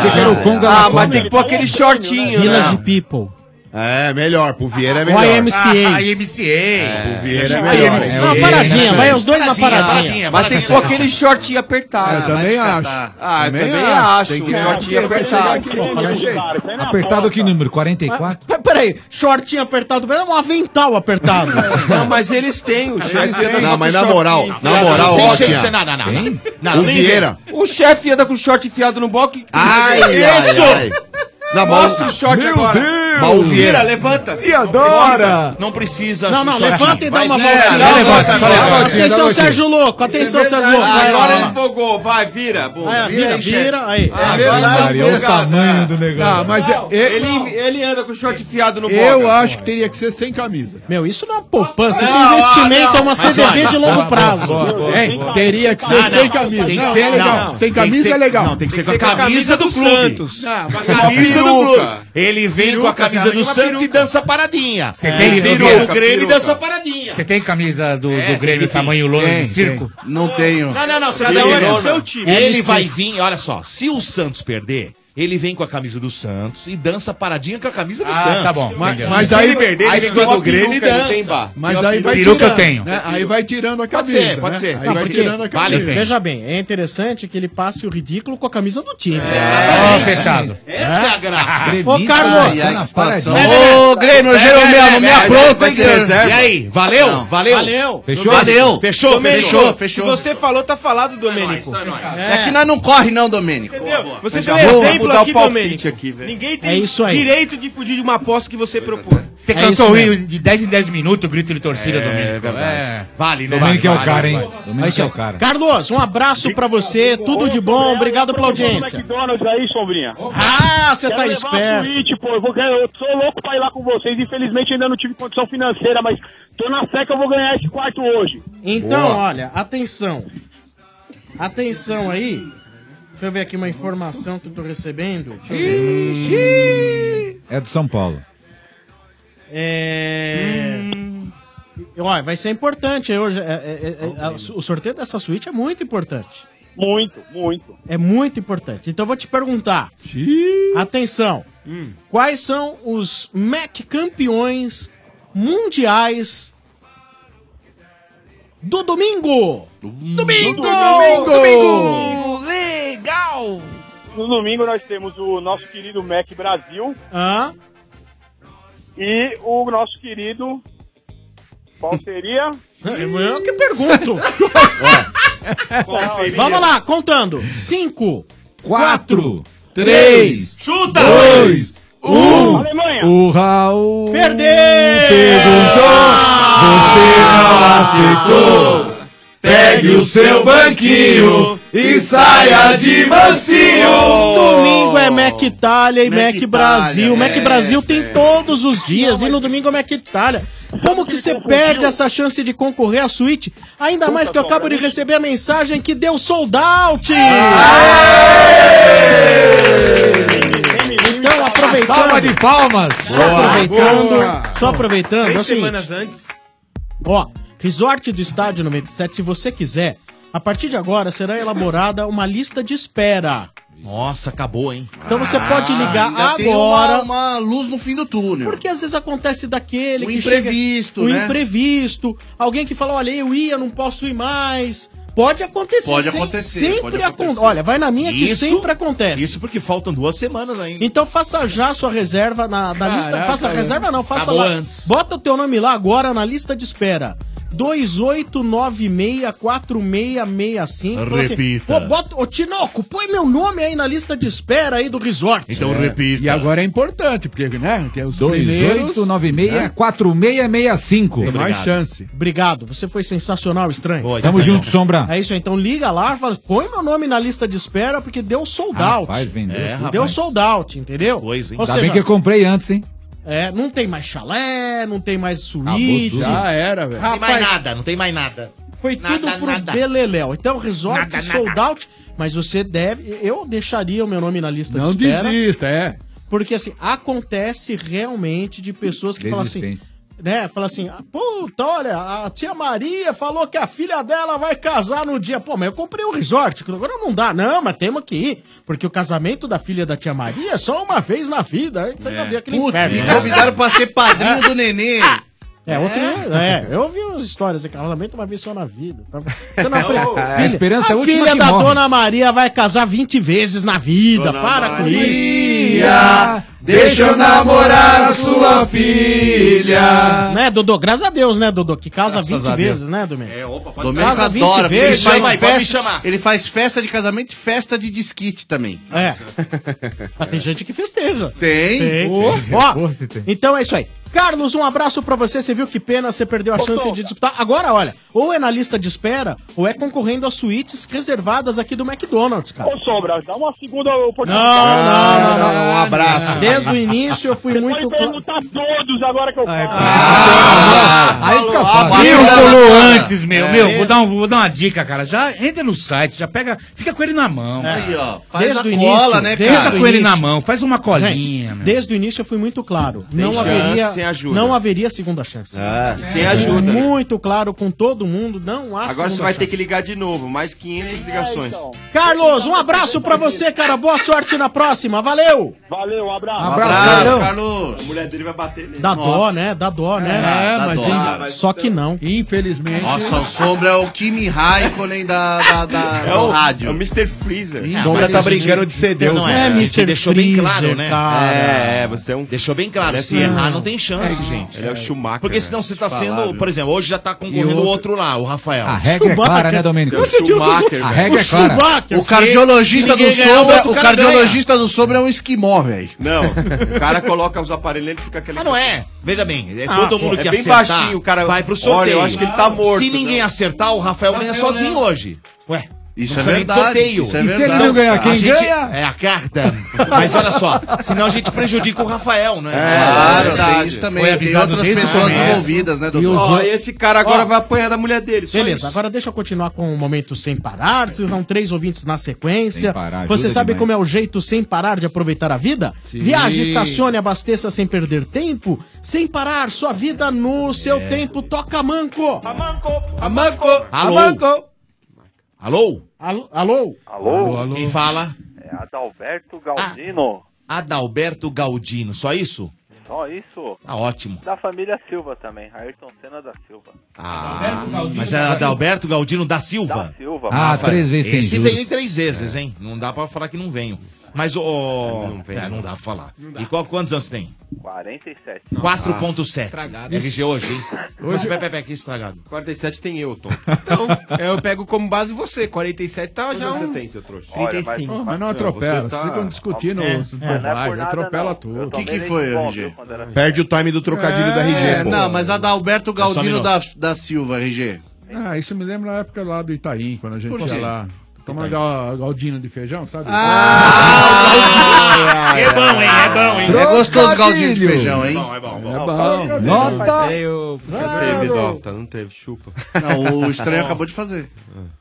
Speaker 7: Chegando o Conga na
Speaker 11: Ah, mas
Speaker 7: Kombi.
Speaker 11: tem que pôr aquele shortinho,
Speaker 7: Village
Speaker 11: né?
Speaker 7: People.
Speaker 12: É, melhor. Pro Vieira é
Speaker 7: O
Speaker 12: melhor.
Speaker 7: IMCA.
Speaker 12: Ah,
Speaker 3: IMCA.
Speaker 12: É. Pro Vieira é
Speaker 7: A
Speaker 12: melhor.
Speaker 7: IMCA.
Speaker 12: É,
Speaker 7: Não,
Speaker 12: o Vieira
Speaker 7: paradinha,
Speaker 12: é
Speaker 11: né,
Speaker 7: vai
Speaker 12: melhor.
Speaker 7: os dois na paradinha.
Speaker 11: Mas tem que pôr aquele shortinho apertado.
Speaker 12: É,
Speaker 11: ah,
Speaker 7: Eu
Speaker 11: Vai
Speaker 7: também
Speaker 11: te
Speaker 7: acho.
Speaker 11: catar. Ah, eu
Speaker 7: Também
Speaker 11: também
Speaker 7: acho.
Speaker 11: acho.
Speaker 7: Tem
Speaker 11: Um
Speaker 7: que-
Speaker 11: shortinho
Speaker 7: Tem que chegar aqui,
Speaker 11: apertado.
Speaker 7: Pô, falando de-
Speaker 11: é
Speaker 4: Apertado que número? 44?
Speaker 7: Mas peraí, shortinho apertado, mas é um avental apertado.
Speaker 11: Não, mas eles têm o chefe. anda só
Speaker 12: Não,
Speaker 11: com
Speaker 12: mas na
Speaker 11: shortinho
Speaker 12: moral,
Speaker 3: né?
Speaker 11: enfiado.
Speaker 12: na moral,
Speaker 11: Sem
Speaker 12: ó,
Speaker 11: cheiro,
Speaker 12: Tinha.
Speaker 11: sem nada, nada.
Speaker 12: Hein?
Speaker 11: Nada,
Speaker 12: O
Speaker 11: nem
Speaker 12: Vieira.
Speaker 11: vem. O chefe anda com o short enfiado no bloco. que-
Speaker 12: Ai,
Speaker 11: isso!
Speaker 12: ai, ai. Na bola.
Speaker 11: Mostra o short
Speaker 12: Meu
Speaker 11: agora.
Speaker 12: Deus!
Speaker 11: Baú
Speaker 12: Vieira,
Speaker 11: Vieira, levanta.
Speaker 12: adora.
Speaker 3: Não precisa.
Speaker 7: Não,
Speaker 3: acho
Speaker 7: não,
Speaker 3: um shortinho.
Speaker 7: levanta e dá
Speaker 3: Vai,
Speaker 7: uma
Speaker 3: Vieira,
Speaker 7: voltinha. Não,
Speaker 3: levanta, É
Speaker 7: levanta,
Speaker 3: só
Speaker 7: levanta.
Speaker 3: levanta.
Speaker 7: Atenção, Sérgio Louco, atenção, Sérgio Louco.
Speaker 11: Ah,
Speaker 7: vai,
Speaker 11: agora
Speaker 7: vai,
Speaker 11: ele
Speaker 7: vai.
Speaker 11: empolgou. Vai, vira. Boa.
Speaker 7: É, vira,
Speaker 11: chefe.
Speaker 7: vira, aí.
Speaker 11: Ah,
Speaker 7: É
Speaker 11: agora
Speaker 7: verdade,
Speaker 11: tá
Speaker 7: Maria, olha o
Speaker 11: empolgado.
Speaker 7: tamanho do negócio.
Speaker 11: Não, mas
Speaker 7: Não,
Speaker 11: é- ele, ele anda com o short enfiado no bloco.
Speaker 14: Eu acho que teria que ser sem camisa.
Speaker 7: Meu, isso não é poupança,
Speaker 14: isso
Speaker 7: isso
Speaker 14: é
Speaker 7: é
Speaker 14: Não,
Speaker 7: investimento,
Speaker 5: ah,
Speaker 14: investimento, não.
Speaker 7: é uma CDB de longo prazo.
Speaker 14: Hein? Teria que ser
Speaker 7: Ah,
Speaker 14: sem
Speaker 7: não.
Speaker 14: camisa.
Speaker 7: Tem que
Speaker 14: Não,
Speaker 7: ser,
Speaker 14: é
Speaker 7: não.
Speaker 14: legal.
Speaker 7: Tem
Speaker 14: Sem
Speaker 7: que
Speaker 14: camisa
Speaker 7: ser-
Speaker 14: é legal.
Speaker 7: não, tem que ser com a
Speaker 3: camisa do clube.
Speaker 7: Não,
Speaker 3: Com a camisa do clube. Ele vem com a
Speaker 4: Peruca,
Speaker 3: camisa
Speaker 4: senhora,
Speaker 3: do
Speaker 4: uma
Speaker 3: Santos e dança paradinha. É.
Speaker 4: Você tem
Speaker 3: Ele vem
Speaker 4: peruca,
Speaker 3: do Grêmio e
Speaker 4: peruca.
Speaker 3: dança paradinha.
Speaker 4: Você tem camisa do,
Speaker 3: É,
Speaker 4: do Grêmio tamanho louro
Speaker 3: Tem,
Speaker 4: de circo?
Speaker 7: Não tenho.
Speaker 3: Não, não, não. Você
Speaker 4: Cada
Speaker 3: não
Speaker 4: um
Speaker 3: tem
Speaker 4: é
Speaker 3: noção.
Speaker 4: seu time.
Speaker 3: Ele
Speaker 4: Sim.
Speaker 3: vai vir, olha só. Se o Santos perder, ele vem com a camisa do Santos e dança paradinha com a camisa do
Speaker 4: Ah,
Speaker 3: Santos.
Speaker 4: tá bom,
Speaker 3: Mas,
Speaker 4: entendeu.
Speaker 3: mas
Speaker 4: Aí
Speaker 3: se ele perder,
Speaker 4: aí
Speaker 3: ele
Speaker 4: tem
Speaker 3: vem com
Speaker 4: uma
Speaker 3: o Grêmio e
Speaker 4: peruca, não
Speaker 3: dança.
Speaker 4: tem bar.
Speaker 14: Mas aí vai
Speaker 4: Peruca
Speaker 14: tirando,
Speaker 4: eu tenho.
Speaker 14: né? Aí vai tirando a
Speaker 7: Pode
Speaker 14: camisa.
Speaker 7: ser, pode
Speaker 14: né?
Speaker 7: ser.
Speaker 14: Aí
Speaker 7: Não,
Speaker 14: vai
Speaker 7: porque-
Speaker 14: tirando a
Speaker 7: Vale,
Speaker 14: camisa.
Speaker 7: tem. Veja bem, é interessante que ele passe o ridículo com a camisa do time.
Speaker 4: É,
Speaker 7: Ó,
Speaker 4: fechado.
Speaker 7: Essa
Speaker 3: é a graça.
Speaker 7: Ô,
Speaker 3: Ai,
Speaker 7: Carlos.
Speaker 3: ai, que situação.
Speaker 7: um Ô, Grêmio, Jeromel, não me apronta, hein, Grêmio.
Speaker 3: E aí, valeu?
Speaker 7: Não.
Speaker 3: Valeu?
Speaker 7: Valeu.
Speaker 3: Fechou?
Speaker 7: Valeu.
Speaker 3: Fechou,
Speaker 7: Domênico,
Speaker 3: fechou.
Speaker 7: fechou.
Speaker 10: Se você falou, tá falado, Domênico.
Speaker 7: É. que nós não corre não, Domênico.
Speaker 10: Você
Speaker 7: Veja,
Speaker 10: deu
Speaker 7: vou
Speaker 10: exemplo
Speaker 7: mudar o
Speaker 10: aqui,
Speaker 7: palpite
Speaker 10: Domênico.
Speaker 7: aqui, velho.
Speaker 10: Ninguém
Speaker 7: É
Speaker 10: tem
Speaker 7: isso aí.
Speaker 10: direito de fugir de uma aposta que você propõe.
Speaker 8: Você cantou o hino de 10 em 10 minutos, o grito de torcida, Domênico. É,
Speaker 3: vale,
Speaker 8: né?
Speaker 7: Domênico
Speaker 8: vale,
Speaker 7: é o cara,
Speaker 8: vale,
Speaker 7: hein?
Speaker 8: vale.
Speaker 7: Domênico é o cara. Carlos, um abraço pra você, tudo de bom, obrigado pela audiência.
Speaker 20: McDonald's aí, Sombrinha.
Speaker 7: Ah, você tá esperto.
Speaker 20: Twitch, pô. Eu, vou ganhar- eu tô louco pra ir lá com vocês. Infelizmente ainda não tive condição financeira, mas tô na fé que eu vou ganhar esse quarto hoje.
Speaker 7: Então,
Speaker 20: Boa.
Speaker 7: olha, atenção. Atenção aí. Deixa eu ver aqui uma informação que eu tô recebendo. Deixa eu ver.
Speaker 8: Ixi! É do São Paulo.
Speaker 7: É. Olha, vai ser importante hoje. é- é- é- é- a- o sorteio dessa suíte é muito importante.
Speaker 20: Muito, muito.
Speaker 7: É muito importante. Então eu vou te perguntar. Atenção.
Speaker 5: Hum.
Speaker 7: Quais são os Mac campeões mundiais do domingo? Domingo!
Speaker 26: Domingo! Legal!
Speaker 20: No domingo nós temos o nosso querido Mac Brasil
Speaker 7: Hã?
Speaker 20: e o nosso querido. Qual seria?
Speaker 7: É, Eu que pergunto.
Speaker 20: seria?
Speaker 7: Vamos lá, contando. Cinco,
Speaker 8: quatro,
Speaker 7: três,
Speaker 5: Chuta!
Speaker 8: dois,
Speaker 5: um.
Speaker 20: Alemanha!
Speaker 8: O Raul
Speaker 5: Perguntou, você não aceitou. Pegue o seu banquinho e saia de mansinho.
Speaker 7: Domingo é Mac Itália e Mac, Brasil.
Speaker 5: é.
Speaker 7: Mac Brasil tem todos os dias e no domingo é Mac Itália. Como que você perde essa chance de concorrer à suíte? Ainda mais que eu acabo de receber a mensagem que deu sold out! Então, aproveitando.
Speaker 5: Salva de
Speaker 8: palmas!
Speaker 7: Só
Speaker 5: Boa,
Speaker 7: aproveitando.
Speaker 5: boa.
Speaker 7: Só aproveitando.
Speaker 27: Três
Speaker 7: é o seguinte.
Speaker 27: semanas antes.
Speaker 7: Ó, Resort do Estádio 97, se você quiser, a partir de agora será elaborada uma lista de espera.
Speaker 3: Nossa, acabou, hein?
Speaker 7: Então você
Speaker 16: Ah,
Speaker 7: pode ligar
Speaker 16: ainda tem
Speaker 7: agora.
Speaker 16: uma, uma luz no fim do túnel.
Speaker 7: Porque às vezes acontece daquele
Speaker 16: O
Speaker 7: que chega-
Speaker 16: imprevisto,
Speaker 7: o
Speaker 16: né?
Speaker 7: imprevisto, alguém que fala, olha, eu ia, não posso ir mais. Pode acontecer.
Speaker 16: Pode
Speaker 7: sem-
Speaker 16: acontecer,
Speaker 7: Sempre
Speaker 16: pode
Speaker 7: acon-
Speaker 16: acontecer.
Speaker 7: Olha, vai na minha que
Speaker 16: Isso-
Speaker 7: sempre acontece.
Speaker 3: Isso porque faltam duas semanas ainda.
Speaker 7: Então faça já a sua reserva na, na lista.
Speaker 3: Caraca,
Speaker 7: Faça
Speaker 3: velho.
Speaker 7: reserva não, faça
Speaker 3: Acabou
Speaker 7: lá.
Speaker 3: antes.
Speaker 7: Bota o teu nome lá agora na lista de espera. 28964665. Fala assim,
Speaker 14: Repita.
Speaker 7: Pô, bota, ô Tinoco, põe meu nome aí na lista de espera aí do resort.
Speaker 14: É. E agora é importante, porque, né? Que é os primeiros,
Speaker 8: 2896 4665.
Speaker 7: Tem mais chance. Obrigado, você foi sensacional, estranho.
Speaker 8: Tamo estranho. junto, Sombra.
Speaker 7: É isso aí, então liga lá, fala, põe meu nome na lista de espera porque deu sold out.
Speaker 8: Rapaz, vendeu. É,
Speaker 7: deu
Speaker 8: rapaz.
Speaker 7: sold out, entendeu?
Speaker 3: Coisa,
Speaker 8: Ainda bem que eu comprei antes, hein?
Speaker 7: É, não tem mais chalé, não tem mais
Speaker 8: Acabou
Speaker 7: suíte.
Speaker 8: tudo. Já era, velho.
Speaker 3: Não tem mais
Speaker 7: Rapaz,
Speaker 3: nada, não tem mais nada.
Speaker 7: Foi tudo pro Beleléu. Então, resort
Speaker 3: Nada,
Speaker 7: sold
Speaker 3: nada.
Speaker 7: out, mas você deve. Eu deixaria o meu nome na lista
Speaker 14: Não
Speaker 7: de espera.
Speaker 14: desista, é.
Speaker 7: Porque assim, acontece realmente de pessoas que falam assim. Né, fala assim, "Ah, puta, olha, a tia Maria falou que a filha dela vai casar no dia. Pô, mas eu comprei o resort, que agora não dá. Não, mas temos que ir, porque o casamento da filha da tia Maria é só uma vez na vida. Aí você já vê aquele
Speaker 16: É. Putz,
Speaker 7: inferno,
Speaker 16: me
Speaker 7: né?
Speaker 16: convidaram pra ser padrinho do neném.
Speaker 7: É, outro, é, eu ouvi umas histórias de casamento uma vez só na vida. tá? Você não apre...
Speaker 16: É, a
Speaker 7: filha,
Speaker 16: esperança é a última
Speaker 7: filha
Speaker 16: que
Speaker 7: da
Speaker 16: morre.
Speaker 7: Dona Maria vai casar 20 vezes na vida.
Speaker 16: Dona
Speaker 7: para com isso.
Speaker 16: Maria, deixa eu namorar a sua filha.
Speaker 7: Né, Dodô? Graças a Deus, né, Dodô? Que casa 20
Speaker 16: a Deus.
Speaker 7: vezes, né, Domênico? É,
Speaker 16: opa,
Speaker 7: pode
Speaker 16: Domênico
Speaker 7: Casa 20
Speaker 16: adora, porque ele
Speaker 7: vezes.
Speaker 16: faz,
Speaker 7: Chama aí, pode me
Speaker 16: festa,
Speaker 7: chamar.
Speaker 16: ele faz festa de casamento e festa de disquite também.
Speaker 7: É. Mas tem gente que festeja.
Speaker 16: Tem.
Speaker 7: Ó,
Speaker 16: Tem.
Speaker 7: ó,
Speaker 16: Pô, se tem.
Speaker 7: Então é isso aí. Carlos, um abraço pra você. Você viu que pena, você perdeu a chance de disputar. Agora, olha, ou é na lista de espera, ou é concorrendo às suítes reservadas aqui do McDonald's, cara.
Speaker 20: Ô, Sombra, dá uma segunda
Speaker 7: Não,
Speaker 20: oportunidade.
Speaker 4: Ah,
Speaker 7: não, não, não, não.
Speaker 16: Um abraço.
Speaker 7: Desde o início eu fui muito claro.
Speaker 20: perguntar todos agora que eu falo.
Speaker 7: Ah, Aí fica fácil.
Speaker 4: Deus
Speaker 7: Cara,
Speaker 4: falou
Speaker 7: cara.
Speaker 4: antes, meu.
Speaker 7: É.
Speaker 4: Meu, vou dar, um- vou dar uma dica, cara. Já entra no site, já pega. Fica com ele na mão.
Speaker 16: É.
Speaker 4: cara.
Speaker 16: Aí, ó, faz
Speaker 7: Desde
Speaker 16: a
Speaker 7: o início,
Speaker 16: cola, né,
Speaker 7: desde
Speaker 16: cara?
Speaker 7: o
Speaker 4: com ele
Speaker 7: início.
Speaker 4: na mão, faz uma colinha,
Speaker 7: Gente,
Speaker 4: meu.
Speaker 7: desde o início eu fui muito claro.
Speaker 4: Sem
Speaker 7: não
Speaker 4: chance, sem
Speaker 7: haveria,
Speaker 4: ajuda.
Speaker 7: não haveria segunda chance.
Speaker 11: Ah,
Speaker 7: Eu
Speaker 11: sem
Speaker 7: fui
Speaker 11: ajuda, né?
Speaker 7: Muito claro com todo mundo, não há
Speaker 11: Agora você
Speaker 7: segunda
Speaker 11: vai ter
Speaker 7: chance.
Speaker 11: que ligar de novo, mais 500 ligações.
Speaker 7: Carlos, um abraço pra você, cara. Boa sorte na próxima. Valeu.
Speaker 20: Valeu, um
Speaker 11: Tá,
Speaker 20: abraço.
Speaker 7: Abraço, Carlão.
Speaker 11: A mulher dele vai bater nele.
Speaker 7: Dá dó, né? Dá dó, né?
Speaker 16: É, dá dó. Ah, mas
Speaker 7: só que não.
Speaker 16: Infelizmente. Nossa,
Speaker 7: Nossa,
Speaker 16: o Sombra é o Kimi Raikkonen da, da, da-
Speaker 7: É
Speaker 16: do
Speaker 7: o-
Speaker 16: rádio.
Speaker 7: é o
Speaker 16: Mr. Freezer.
Speaker 3: Ah, mas a gente- Mister não é, a gente deixou bem claro, né?
Speaker 11: É,
Speaker 3: É,
Speaker 11: você é um.
Speaker 3: Deixou bem claro, se
Speaker 11: Não.
Speaker 3: errar não tem chance,
Speaker 11: É,
Speaker 3: gente.
Speaker 11: ele é o Schumacher,
Speaker 3: Porque senão
Speaker 11: né?
Speaker 3: você tá
Speaker 11: Te
Speaker 3: sendo,
Speaker 11: falar, viu?
Speaker 3: por exemplo, hoje já tá concorrendo o
Speaker 11: outro-
Speaker 3: outro, lá, o Rafael.
Speaker 8: A regra é clara, né, Domênico?
Speaker 3: Você tirou o Schumacher,
Speaker 8: a
Speaker 3: velho.
Speaker 8: regra é
Speaker 3: O
Speaker 8: clara.
Speaker 3: Schumacher,
Speaker 8: O
Speaker 16: um O cardiologista do
Speaker 11: ninguém ganhar
Speaker 3: é
Speaker 16: Sombra,
Speaker 11: outro,
Speaker 16: o
Speaker 11: o cara
Speaker 16: cardiologista do Sombra é um esquimó, velho.
Speaker 11: Não, o cara coloca os aparelhos ele fica aquele.
Speaker 3: Mas não é. Veja bem, é
Speaker 11: Ah,
Speaker 3: todo
Speaker 11: pô,
Speaker 3: mundo
Speaker 11: é
Speaker 3: que
Speaker 11: bem
Speaker 3: acertar
Speaker 11: baixinho, o cara-
Speaker 3: vai pro sorteio.
Speaker 11: Olha, eu acho que ele tá morto,
Speaker 3: Se ninguém acertar, o Rafael ganha sozinho hoje. Ué,
Speaker 16: é
Speaker 3: Isso precisa nem de
Speaker 16: verdade,
Speaker 3: sorteio.
Speaker 16: isso é E se ele verdade. não ganhar, quem
Speaker 3: A gente-
Speaker 16: ganha?
Speaker 3: É a carta. Mas olha só, senão a gente prejudica o Rafael, né?
Speaker 16: claro, tem isso também,
Speaker 3: Foi
Speaker 16: tem
Speaker 3: avisado
Speaker 16: outras
Speaker 3: desde o
Speaker 16: pessoas
Speaker 7: É.
Speaker 3: começo.
Speaker 16: envolvidas, né,
Speaker 3: E os
Speaker 16: Ó,
Speaker 3: outros-
Speaker 16: esse cara agora vai
Speaker 7: apanhar da mulher dele.
Speaker 16: só
Speaker 7: Beleza,
Speaker 16: isso.
Speaker 7: agora deixa eu continuar com o momento sem parar. Vocês são três ouvintes na
Speaker 16: Sem
Speaker 7: sequência.
Speaker 16: parar, ajuda
Speaker 7: Você sabe
Speaker 16: demais.
Speaker 7: como é o jeito sem parar de aproveitar a vida?
Speaker 16: Sim.
Speaker 7: Viaje, estacione, abasteça sem perder tempo. Sem parar, sua vida no seu
Speaker 16: É.
Speaker 7: tempo. Toca manco. A manco. A
Speaker 3: Alô?
Speaker 7: manco.
Speaker 3: Alô?
Speaker 7: Alô? Alô?
Speaker 3: Alô? Quem fala?
Speaker 21: É Adalberto Galdino.
Speaker 3: Adalberto Galdino, só isso?
Speaker 21: Só isso.
Speaker 3: Tá ótimo.
Speaker 21: Da família Silva também, Ayrton Senna da Silva.
Speaker 3: Ah, mas era Adalberto Galdino da Silva?
Speaker 21: Da Silva.
Speaker 8: Ah,
Speaker 3: Rafael,
Speaker 8: três vezes sem
Speaker 3: Esse
Speaker 8: juros.
Speaker 3: veio três vezes, hein? Não dá pra falar que não venho. Mas, ô... Não, não dá pra falar. E qual, quantos anos tem?
Speaker 21: 47.
Speaker 3: 4.7. RG hoje, hein?
Speaker 21: Hoje-
Speaker 3: Hoje... Pepe, pepe, aqui estragado.
Speaker 11: 47 tem eu, Tom.
Speaker 21: Então, eu pego como base você. 47 tá
Speaker 11: Quantos
Speaker 21: já
Speaker 11: você
Speaker 21: um...
Speaker 11: tem, seu trouxa?
Speaker 21: Olha, mas- 35.
Speaker 14: Ah, mas não atropela, vocês ficam discutindo
Speaker 21: É,
Speaker 14: os
Speaker 21: é.
Speaker 14: bobagens,
Speaker 21: Não é por nada,
Speaker 14: atropela
Speaker 21: não.
Speaker 14: tudo.
Speaker 21: Eu
Speaker 14: Que que
Speaker 21: tomei
Speaker 14: foi,
Speaker 21: beisebol,
Speaker 14: RG?
Speaker 21: viu, quando era
Speaker 12: Perde o time do trocadilho da RG. pô.
Speaker 16: É, não, mas Adalberto
Speaker 12: É só um
Speaker 16: Galdino
Speaker 12: minuto.
Speaker 16: da, da Silva, RG.
Speaker 14: Ah, isso me lembra a época lá do Itaim, quando a gente
Speaker 16: Por
Speaker 14: ia
Speaker 16: quê?
Speaker 14: lá. Tomar
Speaker 16: Itaim.
Speaker 14: gal- galdino de feijão, sabe?
Speaker 16: Ah!
Speaker 14: É bom, hein? É bom, hein?
Speaker 16: É gostoso o galdinho de feijão, hein?
Speaker 14: É bom, é
Speaker 16: É
Speaker 14: bom.
Speaker 16: bom.
Speaker 5: Então,
Speaker 11: Não teve, Dota, não teve, chupa.
Speaker 16: Não, o estranho acabou de fazer.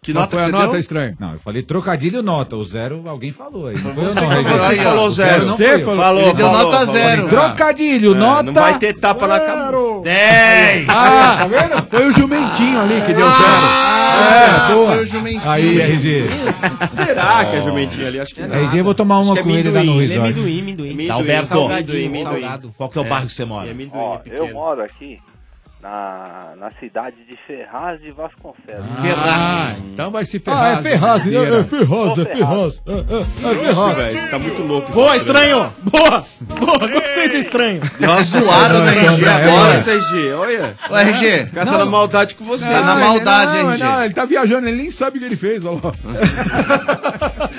Speaker 16: Que nota que você deu?
Speaker 14: estranho?
Speaker 8: Não, eu falei trocadilho nota. O zero alguém falou aí. Não foi eu
Speaker 16: Você
Speaker 8: não,
Speaker 16: que
Speaker 8: Regis.
Speaker 16: falou aí, ó.
Speaker 8: O
Speaker 16: Você
Speaker 8: não foi eu.
Speaker 16: falou, Falou, ele deu falou, nota falou. zero.
Speaker 8: Trocadilho,
Speaker 16: É,
Speaker 8: nota.
Speaker 16: não vai ter
Speaker 11: tapa
Speaker 8: na
Speaker 11: cabeça.
Speaker 8: Dez.
Speaker 14: Ah, tá vendo? Foi o jumentinho ali que deu zero. é, boa.
Speaker 16: Ah, Foi o jumentinho.
Speaker 8: Aí, RG.
Speaker 11: Será que é jumentinho ali? Acho que não.
Speaker 8: RG, eu vou tomar uma
Speaker 11: Acho que
Speaker 8: com
Speaker 11: é
Speaker 8: ele lá no
Speaker 11: amendoim, ele
Speaker 8: resort.
Speaker 11: é amendoim, amendoim.
Speaker 8: Tá,
Speaker 11: Amendoim,
Speaker 8: Alberto,
Speaker 11: salgadinho, amendoim.
Speaker 21: salgado.
Speaker 3: Qual que é o
Speaker 21: É.
Speaker 3: bairro que você mora?
Speaker 21: Ó, eu moro aqui na, na cidade de Ferraz de Vasconcelos.
Speaker 14: Ah, então vai se ferrar.
Speaker 21: Ah, é Ferraz,
Speaker 14: né?
Speaker 21: é Ferraz, é
Speaker 14: Ferraz.
Speaker 21: é
Speaker 14: Ferraz.
Speaker 11: velho, você tá muito louco.
Speaker 7: Boa, estranho. Boa. Boa, gostei do estranho.
Speaker 11: Nós zoados,
Speaker 5: né,
Speaker 11: RG, agora. RG, olha.
Speaker 16: Ô, RG.
Speaker 11: O cara tá na maldade com você.
Speaker 16: Tá na maldade,
Speaker 14: é, não,
Speaker 16: RG.
Speaker 14: Não, ele tá viajando, ele nem sabe o que ele fez, ó.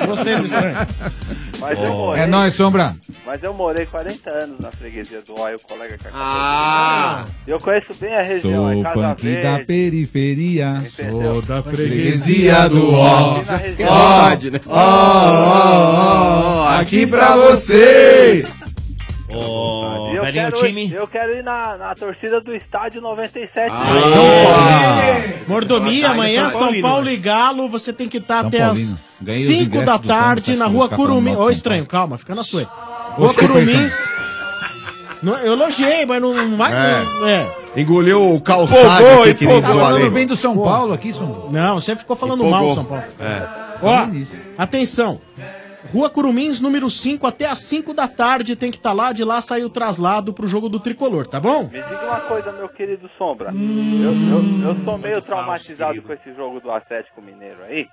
Speaker 7: Gostei do estranho.
Speaker 21: Mas eu
Speaker 8: Ó.
Speaker 21: morei,
Speaker 8: É nóis, Sombra.
Speaker 21: Mas eu morei 40 anos na freguesia do Ó, e o colega que acabou.
Speaker 16: Ah!
Speaker 21: de- Eu conheço bem a região, é
Speaker 8: Sou
Speaker 21: Casa
Speaker 8: punk da
Speaker 21: Verde.
Speaker 8: periferia.
Speaker 14: Sou da
Speaker 16: freguesia do ó.
Speaker 14: Ó,
Speaker 8: né?
Speaker 16: Ó, ó, ó, aqui pra você.
Speaker 3: Ô,
Speaker 21: E eu,
Speaker 3: velhinho
Speaker 21: quero,
Speaker 3: time.
Speaker 21: eu quero ir na, na torcida do estádio 97.
Speaker 7: Ah, então, Mordomia, amanhã, São Paulo, e Galo, você tem que estar
Speaker 21: São
Speaker 7: até
Speaker 21: Paulino.
Speaker 7: as
Speaker 21: Ganhei os
Speaker 7: 5
Speaker 21: ingressos
Speaker 7: da
Speaker 21: do Santos, tá
Speaker 7: tarde
Speaker 21: acho
Speaker 7: na
Speaker 21: que
Speaker 7: rua
Speaker 21: vai ficar falando
Speaker 7: Curumins.
Speaker 21: mal
Speaker 7: Ô,
Speaker 21: do São
Speaker 7: estranho, calma, fica na sua.
Speaker 12: Ô,
Speaker 7: Rua
Speaker 12: desculpa aí,
Speaker 7: Curumins. Não, eu elogiei, mas não, não vai.
Speaker 12: É.
Speaker 7: não- É.
Speaker 12: Engoliu o calçado
Speaker 7: Empolgou,
Speaker 12: aqui, que nem
Speaker 7: empolgou.
Speaker 12: zoa a lei.
Speaker 7: Falando bem do São Paulo
Speaker 8: aqui, Sombra.
Speaker 7: Não, você ficou falando mal do São Paulo.
Speaker 12: É.
Speaker 7: Ó, atenção. Rua Curumins, número 5, até às 5 da tarde tem que estar lá. De lá sair o traslado pro jogo do tricolor, tá bom?
Speaker 21: Me diga uma coisa, meu querido Sombra.
Speaker 7: Hum.
Speaker 21: Eu, eu, eu sou meio traumatizado com esse jogo do Atlético Mineiro aí.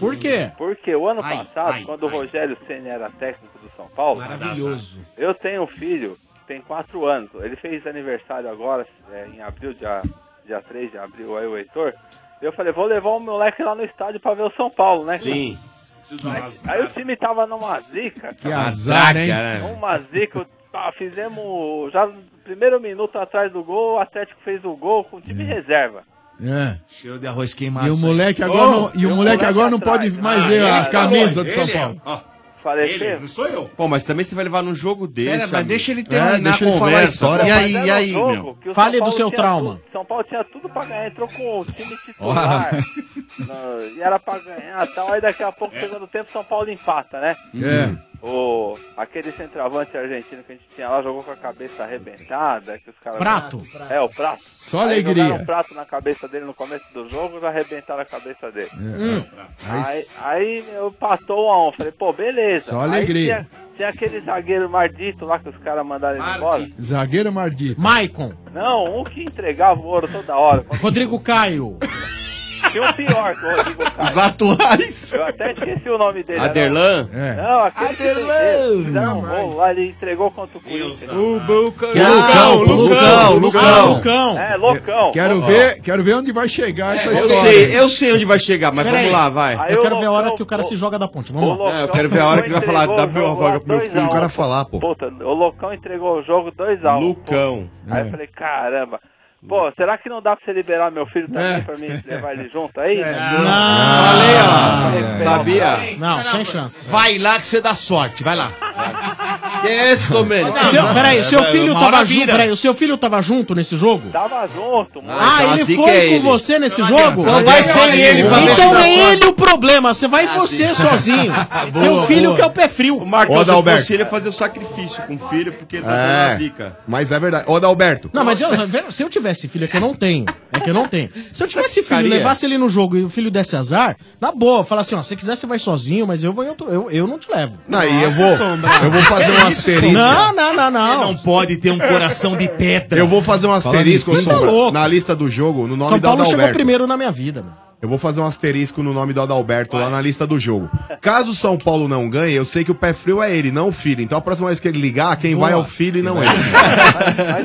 Speaker 7: Por quê?
Speaker 21: Porque o ano passado, quando o Rogério Senna era técnico do São Paulo,
Speaker 7: Maravilhoso.
Speaker 21: eu tenho um filho, tem quatro anos. Ele fez aniversário agora, é, em abril, dia, dia 3 de abril, aí o Heitor. Eu falei, vou levar o moleque lá no estádio pra ver o São Paulo, né? cara?
Speaker 11: Sim.
Speaker 21: Aí o time tava numa zica.
Speaker 11: Que
Speaker 21: cara.
Speaker 11: azar, hein?
Speaker 21: Uma zica. tá, fizemos já no primeiro minuto atrás do gol, o Atlético fez o gol com o time reserva.
Speaker 14: É.
Speaker 3: Cheiro de arroz queimado.
Speaker 14: E o
Speaker 3: isso
Speaker 14: moleque
Speaker 3: aí.
Speaker 14: agora,
Speaker 3: Ô,
Speaker 14: não, e o
Speaker 3: eu-
Speaker 14: moleque agora não pode
Speaker 21: atrás.
Speaker 14: mais
Speaker 21: Ah,
Speaker 14: ver
Speaker 11: né?
Speaker 14: a
Speaker 11: tá
Speaker 21: ele,
Speaker 14: camisa do
Speaker 21: ele,
Speaker 14: São
Speaker 21: ele,
Speaker 14: Paulo.
Speaker 21: Falei,
Speaker 11: Ele,
Speaker 21: "Pedro,
Speaker 11: não sou eu. Pô, mas também você vai levar num jogo desse.
Speaker 21: mas
Speaker 11: amigo.
Speaker 21: É,
Speaker 11: É,
Speaker 21: deixa ele
Speaker 16: terminar
Speaker 11: deixa
Speaker 16: a
Speaker 11: ele falar a
Speaker 16: conversa.
Speaker 11: história.
Speaker 16: E aí,
Speaker 21: Mas
Speaker 16: e
Speaker 21: era um
Speaker 16: aí,
Speaker 21: jogo
Speaker 16: meu?
Speaker 21: que o
Speaker 16: Fale
Speaker 21: São
Speaker 16: do
Speaker 21: Paulo
Speaker 16: seu
Speaker 21: tinha
Speaker 16: trauma.
Speaker 21: tudo- São Paulo tinha tudo pra ganhar, entrou com o time titular. na- e era pra ganhar e tal. Aí daqui a pouco, segundo tempo, São Paulo empata, né?
Speaker 14: É.
Speaker 21: O, aquele centroavante argentino que a gente tinha lá jogou com a cabeça arrebentada. Que os caras
Speaker 14: Prato.
Speaker 21: É, o Prato.
Speaker 14: Só
Speaker 21: Aí
Speaker 14: alegria.
Speaker 21: jogaram um prato na cabeça dele no começo do jogo e arrebentaram a cabeça dele.
Speaker 14: Hum.
Speaker 21: Aí, aí eu passou um a um. Falei, pô, beleza.
Speaker 14: Só
Speaker 21: Aí
Speaker 14: alegria.
Speaker 21: tinha, tinha aquele zagueiro mardito lá que os caras mandaram ele embora.
Speaker 14: Zagueiro Mardito.
Speaker 7: Maicon.
Speaker 21: Não, um que entregava o ouro toda hora.
Speaker 7: Rodrigo Caio.
Speaker 21: Tinha um pior que o Rodrigo Caio.
Speaker 16: Os atuais.
Speaker 21: Eu até esqueci o nome dele.
Speaker 11: Aderlan?
Speaker 21: era-
Speaker 11: É.
Speaker 21: Não, aquele que
Speaker 11: Aderlan!
Speaker 21: vendeu, fizeram um gol lá, ele entregou contra o Corinthians. O
Speaker 11: Bucão.
Speaker 14: Lucão, Lucão, Lucão.
Speaker 21: É, Lucão.
Speaker 14: Quero
Speaker 21: Lucão.
Speaker 14: ver, quero ver onde vai chegar essa
Speaker 11: É, Eu
Speaker 14: história.
Speaker 11: sei, eu sei onde vai chegar, mas
Speaker 14: Pera
Speaker 11: vamos
Speaker 14: aí.
Speaker 11: lá, vai.
Speaker 7: Eu quero ver a hora que o cara se joga da ponte. Vamos lá.
Speaker 11: É, eu quero ver a hora que ele vai falar, dá meu vaga pro meu
Speaker 21: dois
Speaker 11: filho,
Speaker 21: a
Speaker 11: o cara
Speaker 21: um.
Speaker 11: falar, pô.
Speaker 21: Puta, o Lucão né? entregou o jogo 2x1.
Speaker 11: Lucão.
Speaker 21: Aí
Speaker 11: É.
Speaker 21: eu falei, caramba. Pô, será que não dá pra você liberar meu filho também pra mim levar ele junto aí?
Speaker 7: Não,
Speaker 21: É. Falei, ó. Sabia?
Speaker 7: Não, sem chance.
Speaker 3: Vai lá que você dá sorte, vai lá.
Speaker 7: Que é isso, Domênico?
Speaker 21: Não, não,
Speaker 7: Peraí,
Speaker 21: é,
Speaker 7: seu
Speaker 21: é,
Speaker 7: filho
Speaker 21: uma
Speaker 7: tava
Speaker 21: hora
Speaker 7: junto.
Speaker 21: vira.
Speaker 7: Peraí, o seu filho tava junto nesse jogo?
Speaker 21: Tava junto, mano.
Speaker 7: Ah, ele foi com você nesse jogo?
Speaker 21: Então vai sem ele pra ver se
Speaker 7: Então
Speaker 21: dá
Speaker 7: é
Speaker 21: sorte.
Speaker 7: ele o problema, você vai você sozinho. Teu
Speaker 11: Ah, Boa,
Speaker 7: filho
Speaker 11: boa.
Speaker 7: que é o pé frio.
Speaker 11: O Marcão,
Speaker 12: Ô,
Speaker 11: se
Speaker 12: Adalberto.
Speaker 11: fosse ele, ia fazer o sacrifício com o filho, porque tá dando a
Speaker 12: É,
Speaker 11: zica.
Speaker 12: mas é verdade. Ô, Dalberto.
Speaker 7: Não, mas eu- se eu tivesse filho, é que eu não tenho. É que eu não tenho. Se eu tivesse filho,
Speaker 12: Ficaria.
Speaker 7: levasse ele no jogo e o filho desse azar, na boa, falar assim, ó, se quiser você vai sozinho, mas eu vou em outro, eu, eu não te levo.
Speaker 12: Não, e eu vou- eu vou fazer um
Speaker 7: uma
Speaker 12: asterisco.
Speaker 7: Não, não, não, não.
Speaker 3: Você não pode ter um coração de pedra.
Speaker 12: Eu vou fazer um
Speaker 7: Falando
Speaker 12: asterisco,
Speaker 7: nisso, você tá
Speaker 12: Sombra,
Speaker 7: louco.
Speaker 12: na lista do jogo, no nome
Speaker 7: São
Speaker 12: da
Speaker 7: Paulo
Speaker 12: Adalberto.
Speaker 7: chegou primeiro na minha vida, mano.
Speaker 12: Eu vou fazer um asterisco no nome do Adalberto lá na lista do jogo. Caso o São Paulo não ganhe, eu sei que o pé frio é ele, não o filho. Então a próxima vez que ele ligar, quem vai é o filho e não ele.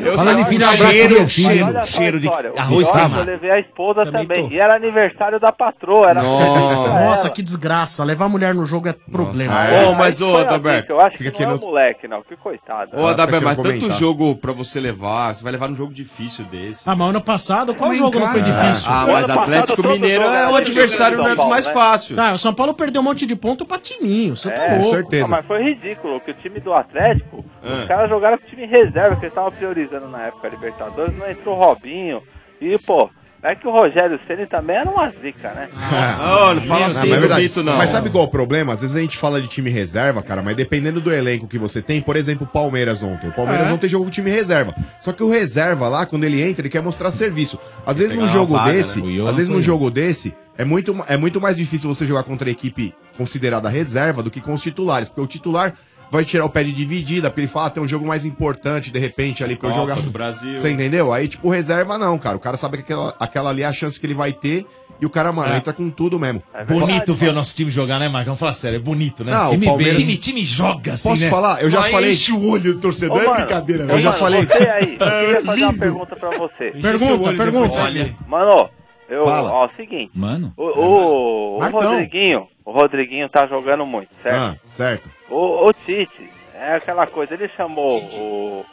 Speaker 21: Eu
Speaker 12: Fala
Speaker 21: sei,
Speaker 12: de filho,
Speaker 21: olha,
Speaker 12: abraço
Speaker 21: cheiro,
Speaker 12: pro meu filho.
Speaker 21: mas olha só a
Speaker 12: Cheiro de
Speaker 21: história.
Speaker 12: arroz
Speaker 21: Ontem
Speaker 12: queimado.
Speaker 21: Eu levei a esposa também, e era aniversário da patroa. Era presente pra
Speaker 7: Nossa,
Speaker 21: ela.
Speaker 7: que desgraça. Levar mulher no jogo é problema.
Speaker 11: Ô, mas ô,
Speaker 21: Foi assim
Speaker 11: Adalberto.
Speaker 21: que Eu acho que
Speaker 11: Fica
Speaker 21: não
Speaker 11: aqui
Speaker 21: é
Speaker 11: no-
Speaker 21: o moleque, não. Que coitado.
Speaker 11: Ô, Adalberto, mas tanto
Speaker 21: jogo.
Speaker 11: jogo pra você levar, você vai levar num jogo difícil desse.
Speaker 7: Ah, mas ano passado, qual jogo não foi
Speaker 11: cara.
Speaker 7: difícil?
Speaker 11: Ah, mas Ano passado, Atlético todo Mineiro jogo é era o difícil adversário do São Paulo, É, mais né? fácil.
Speaker 7: Ah, o São Paulo perdeu um monte de ponto pra Timinho, você tá louco.
Speaker 21: Ah, mas foi ridículo que o time do Atlético, os caras jogaram com o time reserva, que eles estavam priorizando na época a Libertadores, não entrou o Robinho. E, pô, é que o Rogério Ceni também era uma zica, né?
Speaker 11: Nossa, ô, não fala assim
Speaker 12: mas é
Speaker 11: do
Speaker 12: verdade.
Speaker 11: Mito, não.
Speaker 12: Mas sabe qual é o problema? Às vezes a gente fala de time reserva, cara, mas dependendo do elenco que você tem, por exemplo, o Palmeiras ontem. O Palmeiras
Speaker 11: É.
Speaker 12: ontem jogou com time reserva. Só que o reserva lá, quando ele entra, ele quer mostrar serviço. Às vezes
Speaker 11: Pegar
Speaker 12: num
Speaker 11: uma
Speaker 12: jogo
Speaker 11: vaga, né?
Speaker 12: desse,
Speaker 11: O Ion
Speaker 12: às vezes
Speaker 11: foi
Speaker 12: num
Speaker 11: um.
Speaker 12: jogo desse, é muito, ma- é muito mais difícil você jogar contra a equipe considerada reserva do que com os titulares, porque o titular vai tirar o pé de dividida, porque ele fala, ah, tem um jogo mais importante, de repente, ali pra eu
Speaker 11: Copa
Speaker 12: jogar.
Speaker 11: do Brasil.
Speaker 12: Você entendeu? Aí, tipo, reserva não, cara. O cara sabe que aquela, aquela ali é a chance que ele vai ter e o cara, mano, entra com tudo mesmo.
Speaker 3: É Bonito ver o nosso time jogar, né, Marcão? Fala sério, é bonito, né?
Speaker 12: Não, o
Speaker 3: time,
Speaker 12: Palmeiras-
Speaker 3: time, time joga assim,
Speaker 12: Posso
Speaker 3: né?
Speaker 12: falar? Eu já
Speaker 3: Mas
Speaker 12: falei-
Speaker 3: Enche o olho do torcedor,
Speaker 12: Ô,
Speaker 3: é
Speaker 12: mano,
Speaker 3: brincadeira.
Speaker 12: ô,
Speaker 3: né?
Speaker 12: Eu já
Speaker 21: Mano,
Speaker 12: falei.
Speaker 21: Você aí, eu queria fazer uma pergunta pra você.
Speaker 7: Pergunta, pergunta.
Speaker 21: Olha, mano, eu,
Speaker 7: Fala.
Speaker 21: ó, é o seguinte.
Speaker 8: Mano.
Speaker 21: O, o, o
Speaker 12: Marcão.
Speaker 21: Rodriguinho, o Rodriguinho tá jogando muito, certo?
Speaker 12: Ah, certo.
Speaker 21: O, o Tite, é aquela coisa, ele chamou o,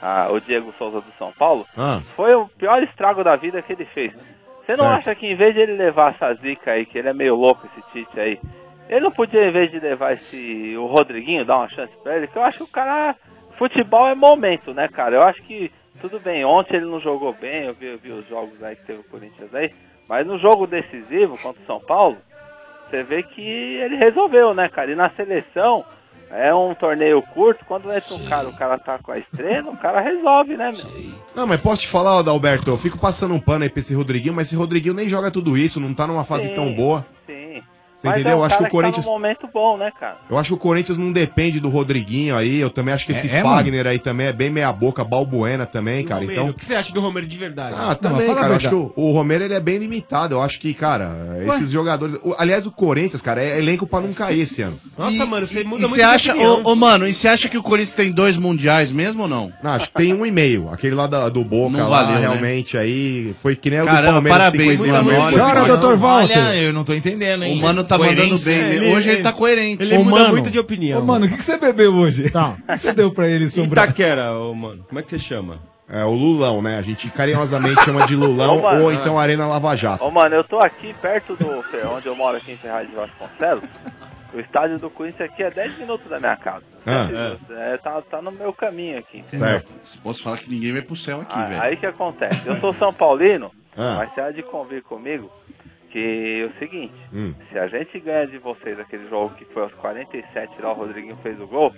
Speaker 21: a- o Diego Souza do São Paulo,
Speaker 12: Ah.
Speaker 21: foi o pior estrago da vida que ele fez. Você não
Speaker 12: Certo.
Speaker 21: acha que em vez de ele levar essa zica aí, que ele é meio louco esse Tite aí, ele não podia, em vez de levar esse o Rodriguinho, dar uma chance pra ele? Que eu acho que o cara. Futebol é momento, né, cara? Eu acho que tudo bem, ontem ele não jogou bem, eu vi, eu vi os jogos aí que teve o Corinthians aí, mas no jogo decisivo contra o São Paulo, você vê que ele resolveu, né, cara? E na seleção, é um torneio curto, quando entra um cara, o cara tá com a estrela, o cara resolve, né, meu?
Speaker 12: Não, mas posso te falar, Adalberto, eu fico passando um pano aí pra esse Rodriguinho, mas esse Rodriguinho nem joga tudo isso, não tá numa fase
Speaker 21: Sim,
Speaker 12: tão boa.
Speaker 21: Sim.
Speaker 12: Você entendeu?
Speaker 21: um
Speaker 12: Eu acho que
Speaker 21: cara
Speaker 12: o Corinthians.
Speaker 21: Tá num momento bom, né, cara?
Speaker 12: Eu acho que o Corinthians não depende do Rodriguinho aí. Eu também acho que esse
Speaker 10: É, é,
Speaker 12: Fagner aí também é bem meia boca, balbuena também, cara.
Speaker 10: Romero,
Speaker 12: Então.
Speaker 10: O que você acha do Romero de verdade?
Speaker 12: Ah, também, cara. Eu acho que o, o Romero ele é bem limitado. Eu acho que, cara, esses jogadores. o- aliás, o Corinthians, cara, é elenco pra não cair esse ano.
Speaker 10: Nossa, mano, você muda
Speaker 16: E
Speaker 10: muito
Speaker 16: você
Speaker 10: de
Speaker 16: acha,
Speaker 10: opinião.
Speaker 16: ô, ô, mano, e você acha que o Corinthians tem dois mundiais mesmo ou não?
Speaker 12: Não, acho que tem um e meio. Aquele lá da- do Boca,
Speaker 16: Não
Speaker 12: lá,
Speaker 16: valeu, né?
Speaker 12: realmente, aí foi que nem o do
Speaker 16: Caramba,
Speaker 12: Palmeiras.
Speaker 16: parabéns,
Speaker 12: 50
Speaker 16: muito
Speaker 12: milhões.
Speaker 16: bom. Chora, Dr. Walter.
Speaker 3: Olha, eu não tô entendendo, hein?
Speaker 16: O mano tá mandando
Speaker 3: Coerência,
Speaker 16: bem.
Speaker 3: né?
Speaker 16: mesmo. Hoje ele tá coerente.
Speaker 3: ele muda muito
Speaker 10: de opinião.
Speaker 16: Ô,
Speaker 8: mano, o que, que você bebeu hoje?
Speaker 7: Tá.
Speaker 16: O que você deu pra ele,
Speaker 12: Sombra?
Speaker 11: Itaquera, ô, mano, como é que você chama?
Speaker 12: É, o Lulão, né? A gente carinhosamente chama de Lulão
Speaker 21: Ô, mano.
Speaker 12: ou então Arena Lava Jato.
Speaker 21: Ô, mano, eu tô aqui perto do onde eu moro aqui em Ferraz de Vasconcelos. O estádio do Corinthians aqui é 10 minutos da minha casa.
Speaker 16: Ah,
Speaker 21: É, tá, tá no meu caminho aqui.
Speaker 16: Posso falar que ninguém vai pro céu aqui,
Speaker 21: Ah,
Speaker 16: velho.
Speaker 21: Aí que acontece. Eu sou São Paulino,
Speaker 16: Ah.
Speaker 21: mas você há de convir comigo que é o seguinte,
Speaker 16: Hum.
Speaker 21: se a gente ganha de vocês aquele jogo que foi aos 47 lá, o Rodriguinho fez o gol,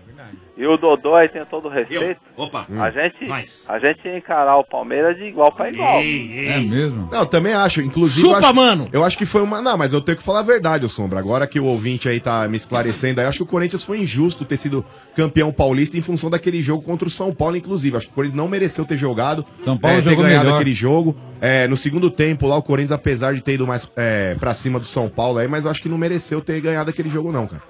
Speaker 21: e o Dodô aí tem todo o respeito,
Speaker 3: Opa.
Speaker 16: Hum.
Speaker 21: a, gente, a gente ia encarar o Palmeiras de igual pra igual.
Speaker 12: É
Speaker 8: mesmo?
Speaker 12: Não, eu também acho. Inclusive.
Speaker 21: Chupa,
Speaker 12: eu acho,
Speaker 7: mano!
Speaker 12: Eu acho que foi uma. Não, mas eu tenho que falar a verdade, ô Sombra. Agora que o ouvinte aí tá me esclarecendo, aí, eu acho que o Corinthians foi injusto ter sido campeão paulista em função daquele jogo contra o São Paulo, inclusive. Acho que o Corinthians não mereceu ter jogado.
Speaker 8: São Paulo
Speaker 12: é, ter
Speaker 8: jogou
Speaker 12: ganhado
Speaker 8: melhor.
Speaker 12: aquele jogo. É, no segundo tempo lá, o Corinthians, apesar de ter ido mais é, pra cima do São Paulo aí, mas eu acho que não mereceu ter ganhado aquele jogo, não, cara.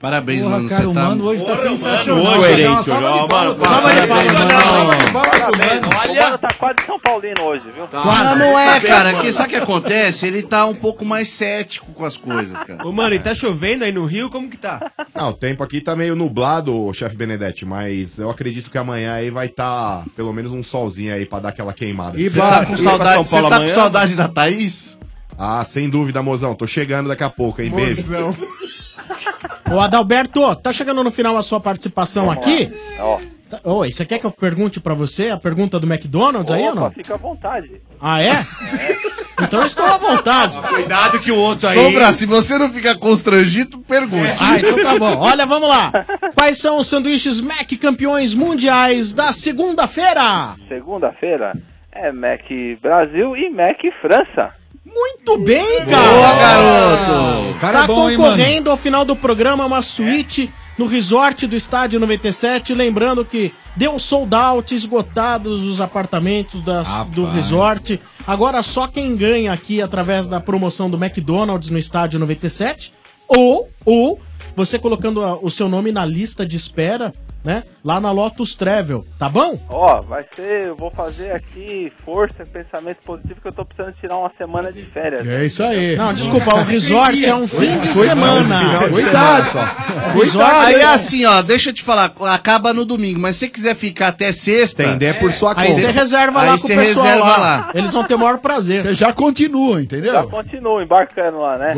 Speaker 16: Parabéns,
Speaker 8: Porra,
Speaker 16: mano.
Speaker 8: cara,
Speaker 16: você
Speaker 8: o
Speaker 16: tá...
Speaker 8: mano hoje tá
Speaker 16: Porra,
Speaker 8: sensacional.
Speaker 16: mano,
Speaker 8: Hoje,
Speaker 16: coerente,
Speaker 8: uma salva
Speaker 16: ó,
Speaker 8: de palmas
Speaker 16: mano,
Speaker 8: pro Salva de
Speaker 16: parabéns,
Speaker 8: palmas,
Speaker 16: mano.
Speaker 8: mano. Salva de palmas pro Mano.
Speaker 21: Olha, tá quase São Paulino hoje, viu?
Speaker 16: Não, não é, cara. Que, sabe o que acontece? Ele tá um pouco mais cético com as coisas, cara.
Speaker 28: Ô, mano, e tá chovendo aí no Rio? Como que tá?
Speaker 12: Ah, o tempo aqui tá meio nublado, chefe Benedetti, mas eu acredito que amanhã aí vai estar pelo menos um solzinho aí pra dar aquela queimada. tá
Speaker 16: E ba- e pra São Paulo amanhã?
Speaker 12: da Thaís? Ah, sem dúvida, mozão. Tô chegando daqui a pouco, hein, beijo.
Speaker 7: Mozão. Ô, Adalberto, tá chegando no final a sua participação aqui?
Speaker 21: Ó.
Speaker 7: Tá- Oi, você quer que eu pergunte pra você a pergunta do
Speaker 5: Tá
Speaker 7: McDonald's aí ou
Speaker 21: Opa,
Speaker 7: não?
Speaker 21: fica à vontade.
Speaker 7: Ah, é? Então eu estou à vontade.
Speaker 16: Cuidado que o outro
Speaker 7: aí-
Speaker 16: Sombra, se você não ficar constrangido, pergunte.
Speaker 7: Ah, então tá bom. Olha, vamos lá. Quais são os sanduíches Mac campeões mundiais da segunda-feira?
Speaker 21: Segunda-feira é Mac Brasil e Mac França.
Speaker 7: Muito bem, cara.
Speaker 21: Boa,
Speaker 16: garoto.
Speaker 7: Tá
Speaker 21: Cara é bom, hein, É.
Speaker 7: concorrendo ao final do programa uma suíte no resort do Estádio 97. Lembrando que deu sold out, esgotados os apartamentos das- do resort. Agora só quem ganha aqui através da promoção do McDonald's no Estádio 97 ou, ou você colocando a- o seu nome na lista de espera, né? Lá na Lotus Travel, tá bom?
Speaker 21: Ó, vai ser, eu vou fazer aqui força, pensamento positivo, que eu tô precisando tirar uma semana de férias. né?
Speaker 7: É isso aí. Não, desculpa, o resort é um fim de
Speaker 16: um
Speaker 7: semana.
Speaker 16: Cuidado
Speaker 7: só.
Speaker 16: Cuidado. Aí é assim, ó, deixa eu te falar, acaba no domingo, mas se você quiser ficar até sexta.
Speaker 21: É.
Speaker 12: Entender por sua
Speaker 16: aí
Speaker 7: Aí você reserva lá
Speaker 16: aí
Speaker 7: com o
Speaker 16: você
Speaker 7: pessoal
Speaker 16: reserva
Speaker 7: lá.
Speaker 16: lá.
Speaker 7: Eles vão ter o maior prazer. Você já continua, entendeu?
Speaker 21: Já continua embarcando lá, né?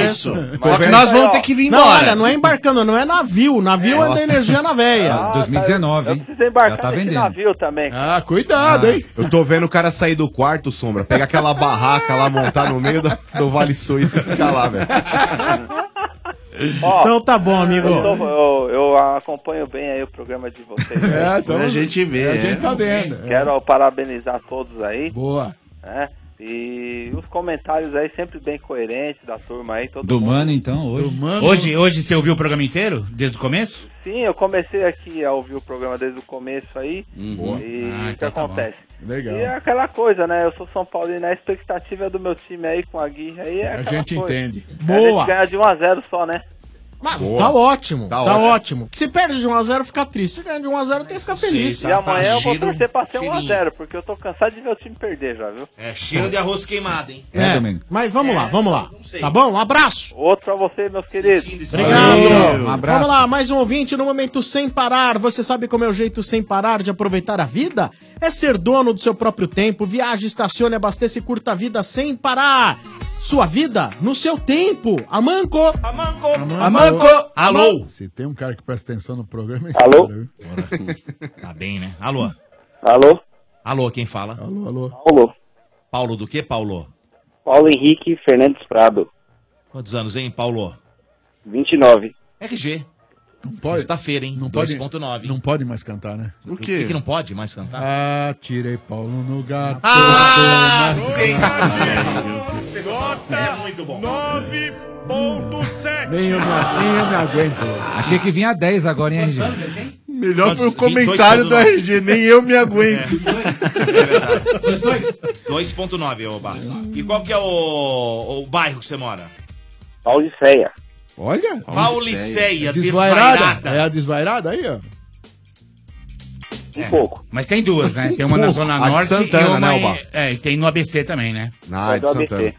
Speaker 7: é Isso. Só que nós vamos ter que vir embora. Não, olha, não é embarcando, não é navio. Navio é da energia na veia.
Speaker 12: 2019, hein?
Speaker 21: Precisa embarcar
Speaker 12: Já tá
Speaker 21: nesse
Speaker 12: vendendo.
Speaker 21: navio também.
Speaker 12: Ah, cuidado, hein? Eu tô vendo o cara sair do quarto, Sombra, pegar aquela barraca lá, montar no meio da- do Vale Suíça e ficar lá, velho.
Speaker 21: Ó,
Speaker 7: Então tá bom, amigo.
Speaker 21: Eu, tô- eu- eu acompanho bem aí o programa de vocês. né?
Speaker 7: É, então, A gente vê, a gente é. tá vendo, é.
Speaker 21: Quero parabenizar todos aí.
Speaker 14: Boa.
Speaker 21: Né? E os comentários aí sempre bem coerentes da turma aí. Todo
Speaker 8: Do
Speaker 21: mundo.
Speaker 8: Mano, então, hoje.
Speaker 4: Hoje, hoje você ouviu o programa inteiro? Desde o começo?
Speaker 21: Sim, eu comecei aqui a ouvir o programa desde o começo aí.
Speaker 3: Uhum.
Speaker 4: Boa.
Speaker 21: E
Speaker 4: Ah,
Speaker 21: o que
Speaker 4: então tá
Speaker 21: acontece?
Speaker 4: bom. Legal.
Speaker 21: E é aquela coisa, né? Eu sou São Paulino, a expectativa do meu time aí com a Gui aí é aquela
Speaker 7: gente
Speaker 21: coisa.
Speaker 7: entende.
Speaker 21: A
Speaker 7: Boa.
Speaker 21: gente ganha de 1 a 0 só, né?
Speaker 7: Tá ótimo, tá,
Speaker 21: Tá
Speaker 7: ótimo.
Speaker 21: ótimo.
Speaker 7: Se perde de 1x0, fica triste. Se ganha de 1x0, tem que ficar feliz.
Speaker 3: tá
Speaker 21: e amanhã eu
Speaker 7: tá,
Speaker 21: vou torcer pra ser 1x0, porque eu tô cansado de ver o time perder já, viu?
Speaker 3: É, cheiro de arroz queimado, hein?
Speaker 7: É, mas vamos lá, vamos lá.
Speaker 3: sei.
Speaker 7: Tá bom? Um abraço.
Speaker 21: Outro pra você, meus queridos.
Speaker 7: Obrigado.
Speaker 21: Um
Speaker 7: abraço. Vamos lá, mais um ouvinte no Momento Sem Parar. Você sabe como é o jeito sem parar de aproveitar a vida? É ser dono do seu próprio tempo. Viaje, estacione, abasteça e curta a vida sem parar. Sua vida no seu tempo. Amanco. Amanco. Amanco.
Speaker 14: Se tem um cara que presta atenção no programa, é esse
Speaker 3: Alô?
Speaker 14: cara, viu?
Speaker 3: Tá bem, né? Alô?
Speaker 20: Alô?
Speaker 3: Alô, quem fala? Alô,
Speaker 14: alô.
Speaker 20: Paulo.
Speaker 3: Paulo do que, Paulo?
Speaker 20: Paulo Henrique Fernandes Prado,
Speaker 3: Quantos anos, hein, Paulo?
Speaker 20: 29.
Speaker 3: RG.
Speaker 14: pode-
Speaker 3: Sexta-feira, hein?
Speaker 14: Não pode,
Speaker 3: 2.9.
Speaker 14: não pode mais cantar, né?
Speaker 3: O que que não pode mais cantar?
Speaker 14: Ah, tirei Paulo no gato.
Speaker 3: Ah,
Speaker 14: toma-
Speaker 3: É muito bom.
Speaker 5: 9.7.
Speaker 14: Nem eu, me, nem eu me aguento.
Speaker 8: Achei que vinha 10 agora, hein, RG?
Speaker 16: Melhor foi o comentário do RG, nem eu me aguento.
Speaker 3: 2.9, ô Barra. E qual que é o, o bairro que você mora?
Speaker 20: Pauliceia.
Speaker 14: Olha.
Speaker 3: Pauliceia,
Speaker 14: Desvairada.
Speaker 3: desvairada.
Speaker 14: É a desvairada aí, ó.
Speaker 20: Um pouco.
Speaker 4: É. Mas tem duas, né? Tem uma na
Speaker 14: Porra,
Speaker 4: Zona
Speaker 14: Um a de
Speaker 4: Norte
Speaker 14: Santana,
Speaker 4: e uma
Speaker 14: né,
Speaker 4: em-
Speaker 14: Oba?
Speaker 4: É, e tem no ABC também, né?
Speaker 14: Ah, é de Do ABC. Santana.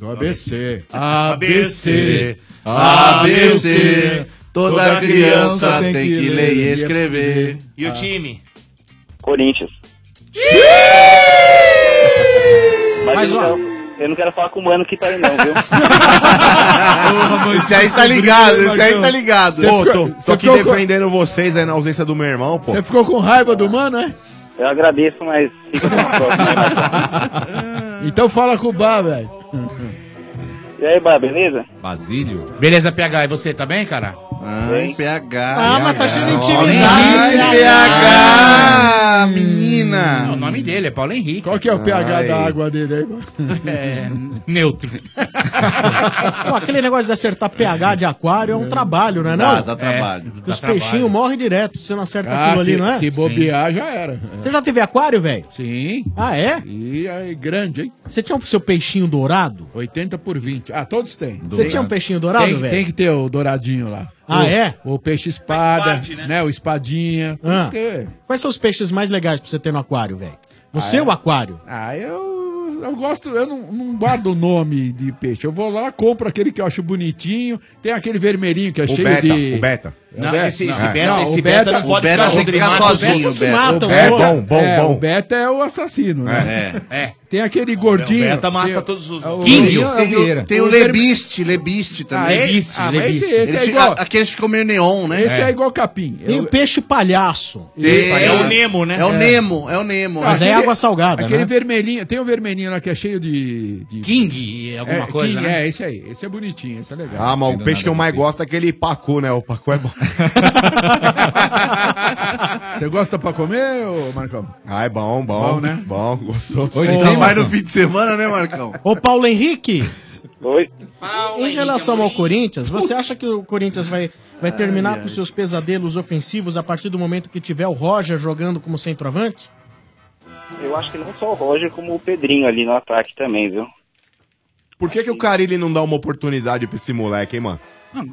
Speaker 14: Do ABC. ABC.
Speaker 16: ABC. Toda criança tem que ler e escrever.
Speaker 3: E o time?
Speaker 20: Corinthians. Mas,
Speaker 16: Mas,
Speaker 20: eu,
Speaker 16: ó.
Speaker 20: não quero, eu não quero falar com o mano que tá aí não, viu?
Speaker 16: Esse aí tá ligado,
Speaker 14: né,
Speaker 16: esse aí tá ligado.
Speaker 12: Pô, tô, tô
Speaker 16: Você
Speaker 12: aqui
Speaker 16: ficou com-
Speaker 12: defendendo vocês aí na ausência do meu irmão, pô.
Speaker 14: Você ficou com raiva do mano, é?
Speaker 20: Eu agradeço, mas fica com a próxima.
Speaker 14: Então fala com o Bar, velho.
Speaker 20: E aí, Bá, beleza?
Speaker 4: Basílio. Beleza, PH. E você, tá bem, cara?
Speaker 16: Ai, PH.
Speaker 4: Ah,
Speaker 16: mas tá cheio de né?
Speaker 4: intimidade.
Speaker 16: Ai, PH, menina.
Speaker 4: O nome dele é Paulo Henrique.
Speaker 14: Qual que é o pH da água dele aí, mano?
Speaker 4: É, neutro.
Speaker 7: Pô, aquele negócio de acertar pH de aquário é um trabalho, não é não?
Speaker 14: Dá, dá trabalho.
Speaker 7: Porque
Speaker 4: É,
Speaker 14: Dá
Speaker 7: os peixinhos
Speaker 14: trabalho.
Speaker 7: morrem direto se você não acerta
Speaker 3: Tá
Speaker 14: Ah,
Speaker 7: aquilo ali,
Speaker 14: se-
Speaker 7: não é?
Speaker 14: se bobear, já era.
Speaker 7: Você já teve aquário, velho?
Speaker 14: Sim.
Speaker 7: Ah, é?
Speaker 14: E aí, grande, hein?
Speaker 7: Você tinha o seu peixinho dourado?
Speaker 14: 80 por 20. Ah, todos têm.
Speaker 7: Você tinha um peixinho dourado,
Speaker 14: Tem-
Speaker 7: velho?
Speaker 14: Tem que ter o douradinho lá.
Speaker 7: Ah,
Speaker 14: O-
Speaker 7: é?
Speaker 14: O peixe espada,
Speaker 7: Faz parte, né?
Speaker 14: né? O espadinha. Tem
Speaker 7: Ah.
Speaker 14: que ter.
Speaker 7: Quais são os peixes mais legais pra você ter no aquário, velho? No seu aquário.
Speaker 14: Ah, eu, eu gosto, eu não, não guardo o nome de peixe. Eu vou lá, compro aquele que eu acho bonitinho. Tem aquele vermelhinho que é cheio
Speaker 12: beta,
Speaker 14: de.
Speaker 12: o beta.
Speaker 3: Não,
Speaker 14: É.
Speaker 3: esse- esse beta-
Speaker 14: o
Speaker 3: esse beta não pode
Speaker 14: o
Speaker 3: ficar
Speaker 14: beta
Speaker 3: junto,
Speaker 14: tem que
Speaker 3: ele
Speaker 14: ficar
Speaker 3: mata
Speaker 14: sozinho.
Speaker 3: os outros.
Speaker 14: o
Speaker 3: Mata os
Speaker 14: beta,
Speaker 3: outros.
Speaker 14: bom, bom,
Speaker 3: É,
Speaker 14: bom.
Speaker 3: o
Speaker 14: O beta é o assassino, né?
Speaker 12: É, é.
Speaker 14: Tem aquele gordinho.
Speaker 3: O beta mata
Speaker 14: Tem-
Speaker 3: todos os-
Speaker 14: é o-
Speaker 3: King,
Speaker 14: é o-
Speaker 16: Tem o, tem o Lebiste, Lebiste também.
Speaker 14: Ah, Lebiste,
Speaker 16: ah, mas
Speaker 14: Lebiste.
Speaker 16: Esse, esse
Speaker 14: Eles
Speaker 16: é
Speaker 14: fi-
Speaker 16: igual.
Speaker 14: a-
Speaker 16: Aqueles ficam meio neon, né?
Speaker 14: Esse é igual capim.
Speaker 7: E o peixe palhaço.
Speaker 16: Tem- É o
Speaker 14: É.
Speaker 16: Nemo, é o Nemo.
Speaker 7: Mas
Speaker 16: é
Speaker 7: é água salgada,
Speaker 14: Aquele
Speaker 7: né?
Speaker 14: vermelhinho, tem um vermelhinho lá que é cheio de. de...
Speaker 7: King,
Speaker 14: é, King, É, esse aí. Esse é bonitinho, esse é legal.
Speaker 12: Ah, mas o peixe que eu mais gosto é aquele pacu, né? O pacu é bom.
Speaker 14: Você gosta pra comer, ô Marcão?
Speaker 12: Ah, é bom, bom.
Speaker 14: Bom, né?
Speaker 12: Bom, gostoso.
Speaker 14: Hoje
Speaker 12: Ô,
Speaker 14: tem,
Speaker 12: mas
Speaker 14: Marcão?
Speaker 12: no fim de semana, né, Marcão?
Speaker 7: Ô, Paulo Henrique.
Speaker 21: Oi.
Speaker 7: Em relação ao Corinthians, você acha que o Corinthians vai, vai terminar com seus pesadelos ofensivos a partir do momento que tiver o Roger jogando como centroavante?
Speaker 21: Eu acho que não só o Roger, como o Pedrinho ali no ataque também, viu?
Speaker 12: Por que, que o Carilli não dá uma oportunidade pra esse moleque, hein, mano?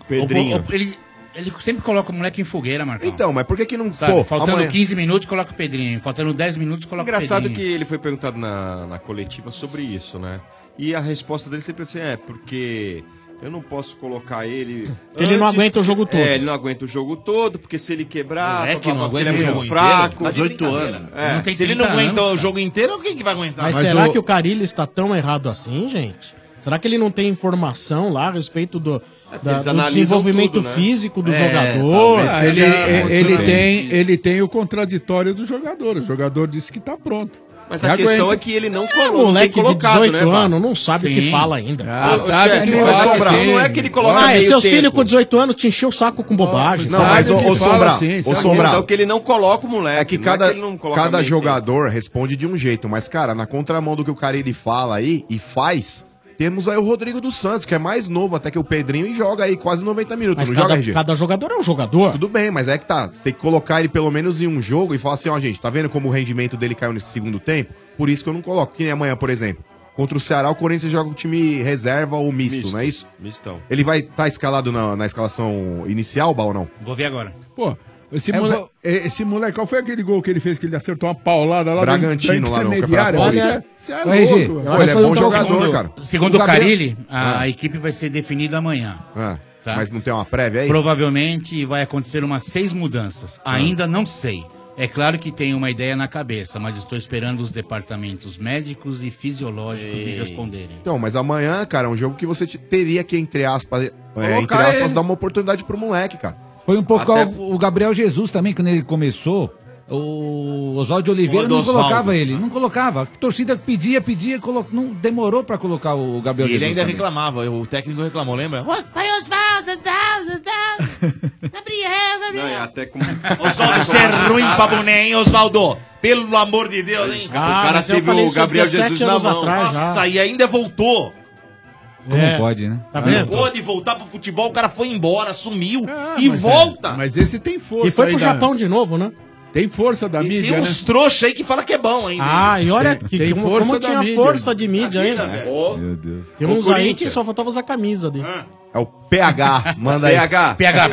Speaker 12: Pedrinho.
Speaker 4: O- o- ele, ele sempre coloca o moleque em fogueira, Marcão.
Speaker 12: Então, mas por que que não...
Speaker 4: Sabe,
Speaker 12: Pô,
Speaker 4: faltando
Speaker 12: amanhã-
Speaker 4: 15 minutos, coloca o Pedrinho. Faltando 10 minutos, coloca o
Speaker 11: Engraçado que
Speaker 4: Pedrinho.
Speaker 11: ele foi perguntado na, na coletiva sobre isso, né? E a resposta dele sempre assim, é, porque eu não posso colocar ele...
Speaker 7: Ele não aguenta o jogo todo.
Speaker 11: É, ele não aguenta o jogo todo, porque se ele quebrar...
Speaker 3: Moleque,
Speaker 11: papapá,
Speaker 3: não
Speaker 11: porque ele é
Speaker 3: aguenta o
Speaker 11: muito
Speaker 3: jogo inteiro?
Speaker 11: fraco.
Speaker 3: Tá de 18 brincadeira. anos.
Speaker 11: É,
Speaker 3: Não tem Se ele não 30 aguenta anos, o cara. jogo inteiro, quem que vai aguentar?
Speaker 7: Mas,
Speaker 3: Tá, Mas
Speaker 7: será
Speaker 3: o-
Speaker 7: que o Carilho está tão errado assim, gente? Será que ele não tem informação lá a respeito do, da-
Speaker 14: É, eles
Speaker 7: do
Speaker 14: analisam
Speaker 7: desenvolvimento
Speaker 14: tudo, né?
Speaker 7: físico do
Speaker 14: É,
Speaker 7: jogador?
Speaker 14: talvez seja um Ele, muito ele bem. tem, ele tem o contraditório do jogador. O jogador disse que está pronto.
Speaker 11: Mas
Speaker 14: Não
Speaker 11: a questão
Speaker 14: aguenta.
Speaker 11: é que ele não
Speaker 7: É,
Speaker 11: colocou.
Speaker 7: moleque
Speaker 11: tem
Speaker 7: de
Speaker 11: colocado,
Speaker 7: 18
Speaker 11: né, Vá?
Speaker 7: anos não sabe o que
Speaker 11: Sim.
Speaker 7: fala ainda.
Speaker 11: Ah, Ô, sabe chefe, que não
Speaker 7: fala
Speaker 11: é
Speaker 7: que
Speaker 11: Sombra,
Speaker 7: sim.
Speaker 11: não é que ele coloca
Speaker 7: Ah,
Speaker 11: meio
Speaker 7: seus
Speaker 11: tempo.
Speaker 7: filhos com 18 anos te encheu o saco com bobagem.
Speaker 12: Não, mas ô, ô Sombra, ô Sombra.
Speaker 11: é Então, que ele não coloca o moleque.
Speaker 12: É que
Speaker 11: não
Speaker 12: cada,
Speaker 11: que ele não coloca
Speaker 12: cada
Speaker 11: meio
Speaker 12: jogador responde de um jeito, mas, cara, na contramão do que o cara ele fala aí e faz, temos aí o Rodrigo dos Santos, que é mais novo até que o Pedrinho e joga aí quase 90 minutos.
Speaker 7: Mas
Speaker 12: não
Speaker 7: cada-
Speaker 12: joga, RG?
Speaker 7: cada jogador é um jogador.
Speaker 12: Tudo bem, mas é que tá. Você tem que colocar ele pelo menos em um jogo e falar assim, ó, gente, tá vendo como o rendimento dele caiu nesse segundo tempo? Por isso que eu não coloco. Que nem amanhã, por exemplo. Contra o Ceará, o Corinthians joga com time reserva ou misto,
Speaker 11: Misto.
Speaker 12: não é isso?
Speaker 11: Mistão.
Speaker 12: Ele vai estar escalado na, na escalação inicial, Bal, ou não?
Speaker 4: Vou ver agora.
Speaker 14: Pô, esse,
Speaker 12: É,
Speaker 14: mole-
Speaker 12: vai-
Speaker 14: eh, esse moleque, qual foi aquele gol que ele fez que ele acertou uma paulada lá
Speaker 12: Bragantino, lá no Campeonato
Speaker 14: intermediária? Olha,
Speaker 12: Paulista.
Speaker 14: você é
Speaker 12: Ô, RG,
Speaker 14: louco.
Speaker 12: olha, é bom jogador,
Speaker 4: segundo,
Speaker 12: cara.
Speaker 4: Segundo
Speaker 12: O
Speaker 4: o
Speaker 12: Gabriel-
Speaker 4: Carilli, a
Speaker 12: Ah.
Speaker 4: equipe vai ser definida amanhã.
Speaker 12: Ah,
Speaker 4: Tá.
Speaker 12: Mas não tem uma prévia aí? Ah.
Speaker 4: Provavelmente vai acontecer umas seis mudanças. Ainda não sei. É claro que tenho uma ideia na cabeça, mas estou esperando os departamentos médicos e fisiológicos me responderem.
Speaker 12: Então, mas amanhã, cara, é um jogo que você te- teria que, entre aspas, é, entre
Speaker 4: Colocar
Speaker 12: aspas
Speaker 4: ele.
Speaker 12: dar uma oportunidade pro moleque, cara.
Speaker 8: Foi um pouco
Speaker 12: Até-
Speaker 8: ao- o Gabriel Jesus também, quando ele começou. O Oswaldo de Oliveira
Speaker 12: O
Speaker 8: não
Speaker 12: Oswaldo.
Speaker 8: colocava ele, não colocava. A torcida pedia, pedia, colo... não demorou pra colocar o
Speaker 3: E
Speaker 8: Gabriel
Speaker 3: ele
Speaker 8: Jesus
Speaker 3: ainda
Speaker 8: também.
Speaker 3: reclamava, o técnico reclamou, lembra?
Speaker 5: Vai, Osvaldo, Osvaldo, Osvaldo. Gabriel, Gabriel.
Speaker 11: Não, é até com...
Speaker 3: Oswaldo, você é ruim pra boné, hein, Oswaldo? Pelo amor de Deus, hein?
Speaker 11: Ah, cara mas eu teve falei o isso há Gabriel 17 Jesus na anos mão. atrás,
Speaker 3: Nossa, e ainda voltou.
Speaker 8: Como
Speaker 3: É.
Speaker 8: pode, né?
Speaker 7: Tá
Speaker 3: Não pôde voltar pro futebol, o cara foi embora, sumiu e
Speaker 14: mas é-
Speaker 3: volta.
Speaker 14: mas esse tem força.
Speaker 7: E foi pro
Speaker 14: aí da-
Speaker 7: Japão de novo, né?
Speaker 14: Tem força da
Speaker 3: Tem
Speaker 14: mídia.
Speaker 3: uns
Speaker 14: né?
Speaker 3: trouxa aí que fala que é bom ainda.
Speaker 7: Ah, e olha
Speaker 14: Tem-
Speaker 7: que,
Speaker 14: tem
Speaker 7: como,
Speaker 14: força
Speaker 7: como
Speaker 14: da
Speaker 7: tinha
Speaker 14: mídia.
Speaker 7: força de mídia ainda.
Speaker 11: Meu Deus.
Speaker 7: Tem
Speaker 12: Ô,
Speaker 7: uns aí que
Speaker 12: Corinthians.
Speaker 7: só faltava usar a camisa dele.
Speaker 11: Ah,
Speaker 12: É o PH, manda aí.
Speaker 11: PH.
Speaker 12: PH.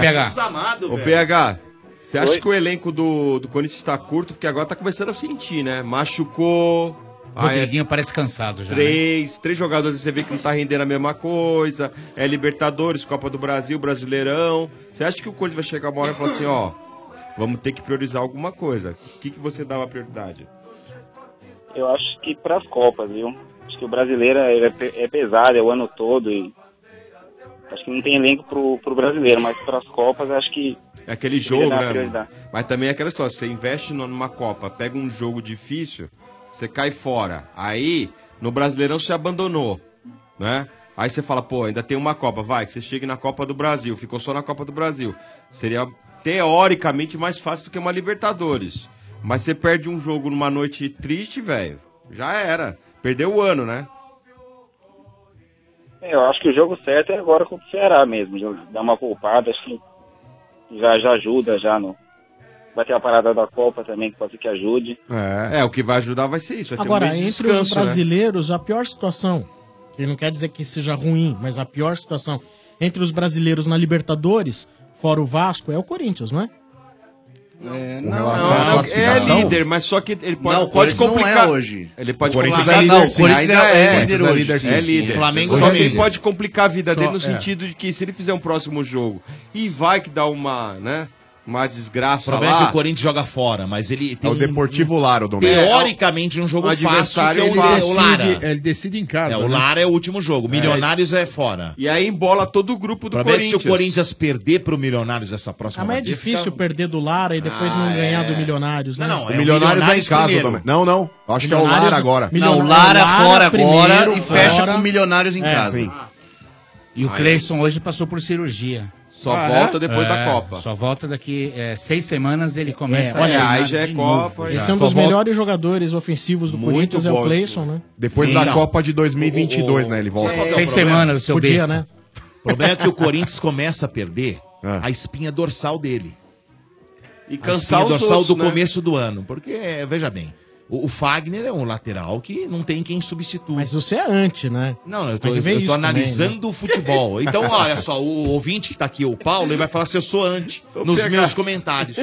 Speaker 11: Ô,
Speaker 12: velho.
Speaker 11: PH, você acha
Speaker 12: Oi?
Speaker 11: que o elenco do, do Corinthians tá curto? Porque agora tá começando a sentir, né? Machucou.
Speaker 4: O
Speaker 12: Ah,
Speaker 11: aí é
Speaker 4: Rodriguinho parece cansado já. né?
Speaker 11: Três, três jogadores você vê que não tá rendendo a mesma coisa. É Libertadores, Copa do Brasil, Brasileirão. Você acha que o Corinthians vai chegar uma hora e falar assim, ó, vamos ter que priorizar alguma coisa. O que, que você dava prioridade?
Speaker 21: Eu acho que pras Copas, viu? Acho que o brasileiro ele é, pe- é pesado, é o ano todo e. Acho que não tem elenco pro, pro brasileiro, mas pras Copas acho que.
Speaker 11: É aquele jogo,
Speaker 21: Ele dá
Speaker 11: né?
Speaker 21: prioridade.
Speaker 11: mano? Mas também é aquela história, você investe no- numa Copa, pega um jogo difícil, você cai fora. Aí, no Brasileirão você abandonou, né? Aí você fala, pô, ainda tem uma Copa, vai, que você chegue na Copa do Brasil, ficou só na Copa do Brasil. Seria teoricamente mais fácil do que uma Libertadores. Mas você perde um jogo numa noite triste, velho, já era. Perdeu o ano, né?
Speaker 21: é, Eu acho que o jogo certo é agora contra o Ceará mesmo. já Dar uma poupada, acho que já, já ajuda já no. Vai ter a parada da Copa também, que pode ser que ajude.
Speaker 11: É, o que vai ajudar vai ser isso. Vai
Speaker 7: Agora,
Speaker 11: ter um mês de
Speaker 7: entre os
Speaker 11: descanso, né?
Speaker 7: brasileiros, a pior situação, que não quer dizer que seja ruim, mas a pior situação entre os brasileiros na Libertadores, fora o Vasco, é o Corinthians, não é?
Speaker 11: É, não, não, é líder, mas só que ele pode,
Speaker 16: Não, o
Speaker 11: pode
Speaker 16: Corinthians não
Speaker 11: complicar.
Speaker 16: é hoje.
Speaker 11: Ele pode
Speaker 16: O Corinthians
Speaker 11: complicar.
Speaker 16: é líder, sim.
Speaker 11: Corinthians
Speaker 16: Ainda é
Speaker 11: é,
Speaker 16: líder
Speaker 11: é
Speaker 16: hoje,
Speaker 11: líder.
Speaker 16: sim.
Speaker 11: É líder.
Speaker 16: O Flamengo
Speaker 11: só
Speaker 16: é
Speaker 11: que
Speaker 16: líder.
Speaker 11: ele pode complicar a vida
Speaker 16: Só-
Speaker 11: dele no
Speaker 16: é.
Speaker 11: sentido de que se ele fizer um próximo jogo e vai que dá uma, né, uma
Speaker 3: O
Speaker 11: desgraça
Speaker 3: problema é que
Speaker 11: lá.
Speaker 3: o Corinthians joga fora, mas ele tem um
Speaker 11: É o Deportivo Lara, o domingo.
Speaker 3: Teoricamente, um jogo
Speaker 11: O
Speaker 3: fácil que
Speaker 11: adversário,
Speaker 3: é o,
Speaker 11: ele
Speaker 3: La-
Speaker 11: decide-
Speaker 3: o Lara.
Speaker 14: Ele decide em casa.
Speaker 3: É, o
Speaker 14: né?
Speaker 3: Lara é o último jogo.
Speaker 11: É.
Speaker 3: Milionários é, fora.
Speaker 11: E aí embola todo o grupo
Speaker 3: O
Speaker 11: do
Speaker 3: problema é que
Speaker 11: Corinthians.
Speaker 3: se o Corinthians perder pro Milionários essa
Speaker 7: Ah,
Speaker 3: próxima
Speaker 7: mas é
Speaker 3: rodada,
Speaker 7: difícil perder do Lara e depois
Speaker 3: Ah,
Speaker 7: não
Speaker 3: é.
Speaker 7: ganhar do Milionários, né?
Speaker 3: Não, não,
Speaker 12: O Milionários é em casa, Domé- Não, não. Acho que é o Lara
Speaker 7: Milionários-
Speaker 12: agora.
Speaker 7: Milionário-
Speaker 16: Não, o Lara fora
Speaker 7: primeiro,
Speaker 16: agora e
Speaker 7: fora.
Speaker 16: fecha com Milionários em
Speaker 4: É,
Speaker 16: casa.
Speaker 4: sim. E o
Speaker 16: Aí.
Speaker 4: Cleison hoje passou por cirurgia.
Speaker 11: Só Ah, volta é? depois da Copa.
Speaker 4: Só volta daqui é, seis semanas ele começa.
Speaker 11: É, olha,
Speaker 4: treinar
Speaker 11: aí já é
Speaker 4: de
Speaker 11: Copa,
Speaker 4: novo,
Speaker 11: já.
Speaker 7: Esse é um
Speaker 4: Só
Speaker 7: dos
Speaker 4: volta-
Speaker 7: melhores jogadores ofensivos do Corinthians, é o
Speaker 4: bom,
Speaker 7: Cleison, né?
Speaker 12: Depois
Speaker 3: Sim,
Speaker 12: da
Speaker 3: não.
Speaker 12: Copa de 2022, né? Ele volta.
Speaker 3: Sabe qual que é o problema?
Speaker 7: Podia, né?
Speaker 3: O problema é que o Corinthians começa a perder
Speaker 12: Ah.
Speaker 3: a espinha dorsal dele.
Speaker 11: E
Speaker 3: A espinha
Speaker 11: cansar os
Speaker 3: dorsal
Speaker 11: outros,
Speaker 3: do
Speaker 11: né?
Speaker 3: começo do ano. Porque, é, veja bem, o, o Fagner é um lateral que não tem quem substitui.
Speaker 7: Mas você é anti, né?
Speaker 3: Não, eu tô,
Speaker 7: Tem que ver
Speaker 3: eu tô
Speaker 7: isso também,
Speaker 3: analisando
Speaker 7: né?
Speaker 3: o futebol. Então, olha só, o ouvinte que tá aqui, o Paulo, ele vai falar se eu sou anti nos
Speaker 29: pegar.
Speaker 3: meus comentários.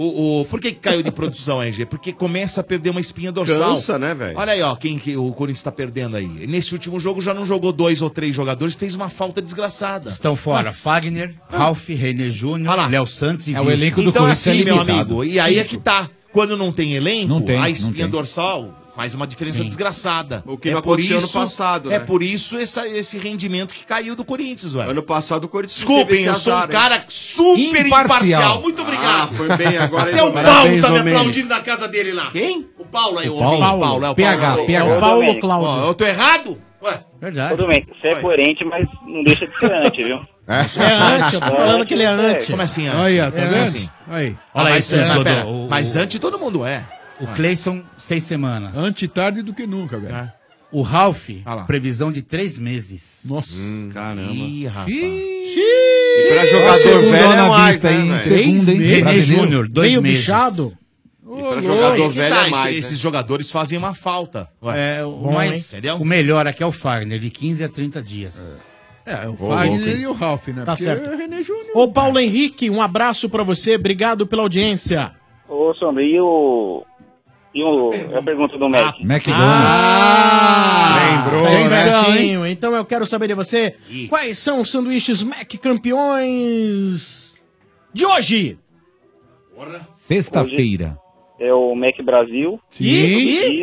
Speaker 3: O, o- por que que caiu de produção, RG? Porque começa a perder uma espinha dorsal.
Speaker 11: Cansa, né, velho?
Speaker 3: Olha aí, ó, quem que o Corinthians tá perdendo aí. Nesse último jogo já não jogou dois ou três jogadores, fez uma falta desgraçada.
Speaker 4: Estão
Speaker 3: Ah.
Speaker 4: fora Fagner, Ralf, René Júnior, Léo Santos e
Speaker 3: É o
Speaker 4: Vinicius.
Speaker 3: elenco do então, assim, meu amigo, e aí é que tá. Quando não tem elenco,
Speaker 4: Não tem,
Speaker 3: a
Speaker 4: não
Speaker 3: espinha
Speaker 4: tem.
Speaker 3: dorsal faz uma diferença
Speaker 4: Sim.
Speaker 3: desgraçada.
Speaker 11: O que
Speaker 3: é
Speaker 11: não
Speaker 3: por
Speaker 11: aconteceu
Speaker 3: isso,
Speaker 11: ano passado,
Speaker 3: É
Speaker 11: né?
Speaker 3: por isso essa- esse rendimento que caiu do Corinthians, velho.
Speaker 11: Ano passado o Corinthians
Speaker 3: Desculpem,
Speaker 11: teve
Speaker 3: eu
Speaker 11: esse
Speaker 3: sou um
Speaker 11: azar, hein?
Speaker 3: cara super imparcial.
Speaker 11: Imparcial.
Speaker 3: Muito obrigado.
Speaker 11: Ah, foi bem agora,
Speaker 3: Até o
Speaker 11: hein,
Speaker 3: Paulo
Speaker 11: Parabéns,
Speaker 3: tá me
Speaker 11: Domênico.
Speaker 3: aplaudindo na casa dele lá. Quem? O Paulo aí, o,
Speaker 11: O
Speaker 3: ouvinte
Speaker 11: Paulo?
Speaker 3: Paulo. É o
Speaker 11: PH,
Speaker 3: Paulo.
Speaker 11: PH.
Speaker 3: É o
Speaker 11: Domênico.
Speaker 3: Cláudio. Ó, eu tô errado? Ué.
Speaker 4: Verdade.
Speaker 21: Tudo bem, você é coerente, mas não deixa de ser né? antes, viu?
Speaker 12: É,
Speaker 21: É anti, eu tô falando que ele é
Speaker 3: anti. Como assim, anti?
Speaker 4: Aí, ó, tá
Speaker 3: É
Speaker 4: vendo?
Speaker 3: anti.
Speaker 14: Aí.
Speaker 3: Ah,
Speaker 4: Olha aí,
Speaker 3: mas,
Speaker 4: Sandro,
Speaker 3: ah, pera,
Speaker 4: o- o-
Speaker 3: mas antes todo mundo é.
Speaker 4: O Cleison, seis semanas.
Speaker 14: Antes tarde do que nunca, velho.
Speaker 4: O Ralf, previsão de três meses.
Speaker 14: Nossa.
Speaker 4: caramba. Ih, rapaz.
Speaker 11: E pra jogador velho é mais, né, velho?
Speaker 4: René Júnior, dois
Speaker 3: Meio
Speaker 4: meses.
Speaker 3: bichado.
Speaker 11: pra jogador velho é mais, né?
Speaker 3: Esses jogadores fazem uma falta.
Speaker 4: É, o, mais, o melhor aqui é o Fagner, de 15 a 30 dias.
Speaker 14: É, o
Speaker 7: Fagner
Speaker 14: e o Ralf, né?
Speaker 7: Tá certo.
Speaker 14: é René Júnior.
Speaker 7: Ô, Paulo Henrique, um abraço pra você, obrigado pela audiência.
Speaker 21: Ô, Sandro, e o. E o. A pergunta
Speaker 4: Ah,
Speaker 21: do Mac.
Speaker 7: Lembrou, tá
Speaker 21: né?
Speaker 7: espertinho. Então eu quero saber de você, quais são os sanduíches Mac campeões de hoje?
Speaker 8: Sexta-feira.
Speaker 21: É o Mac Brasil.
Speaker 8: Sim.
Speaker 21: E.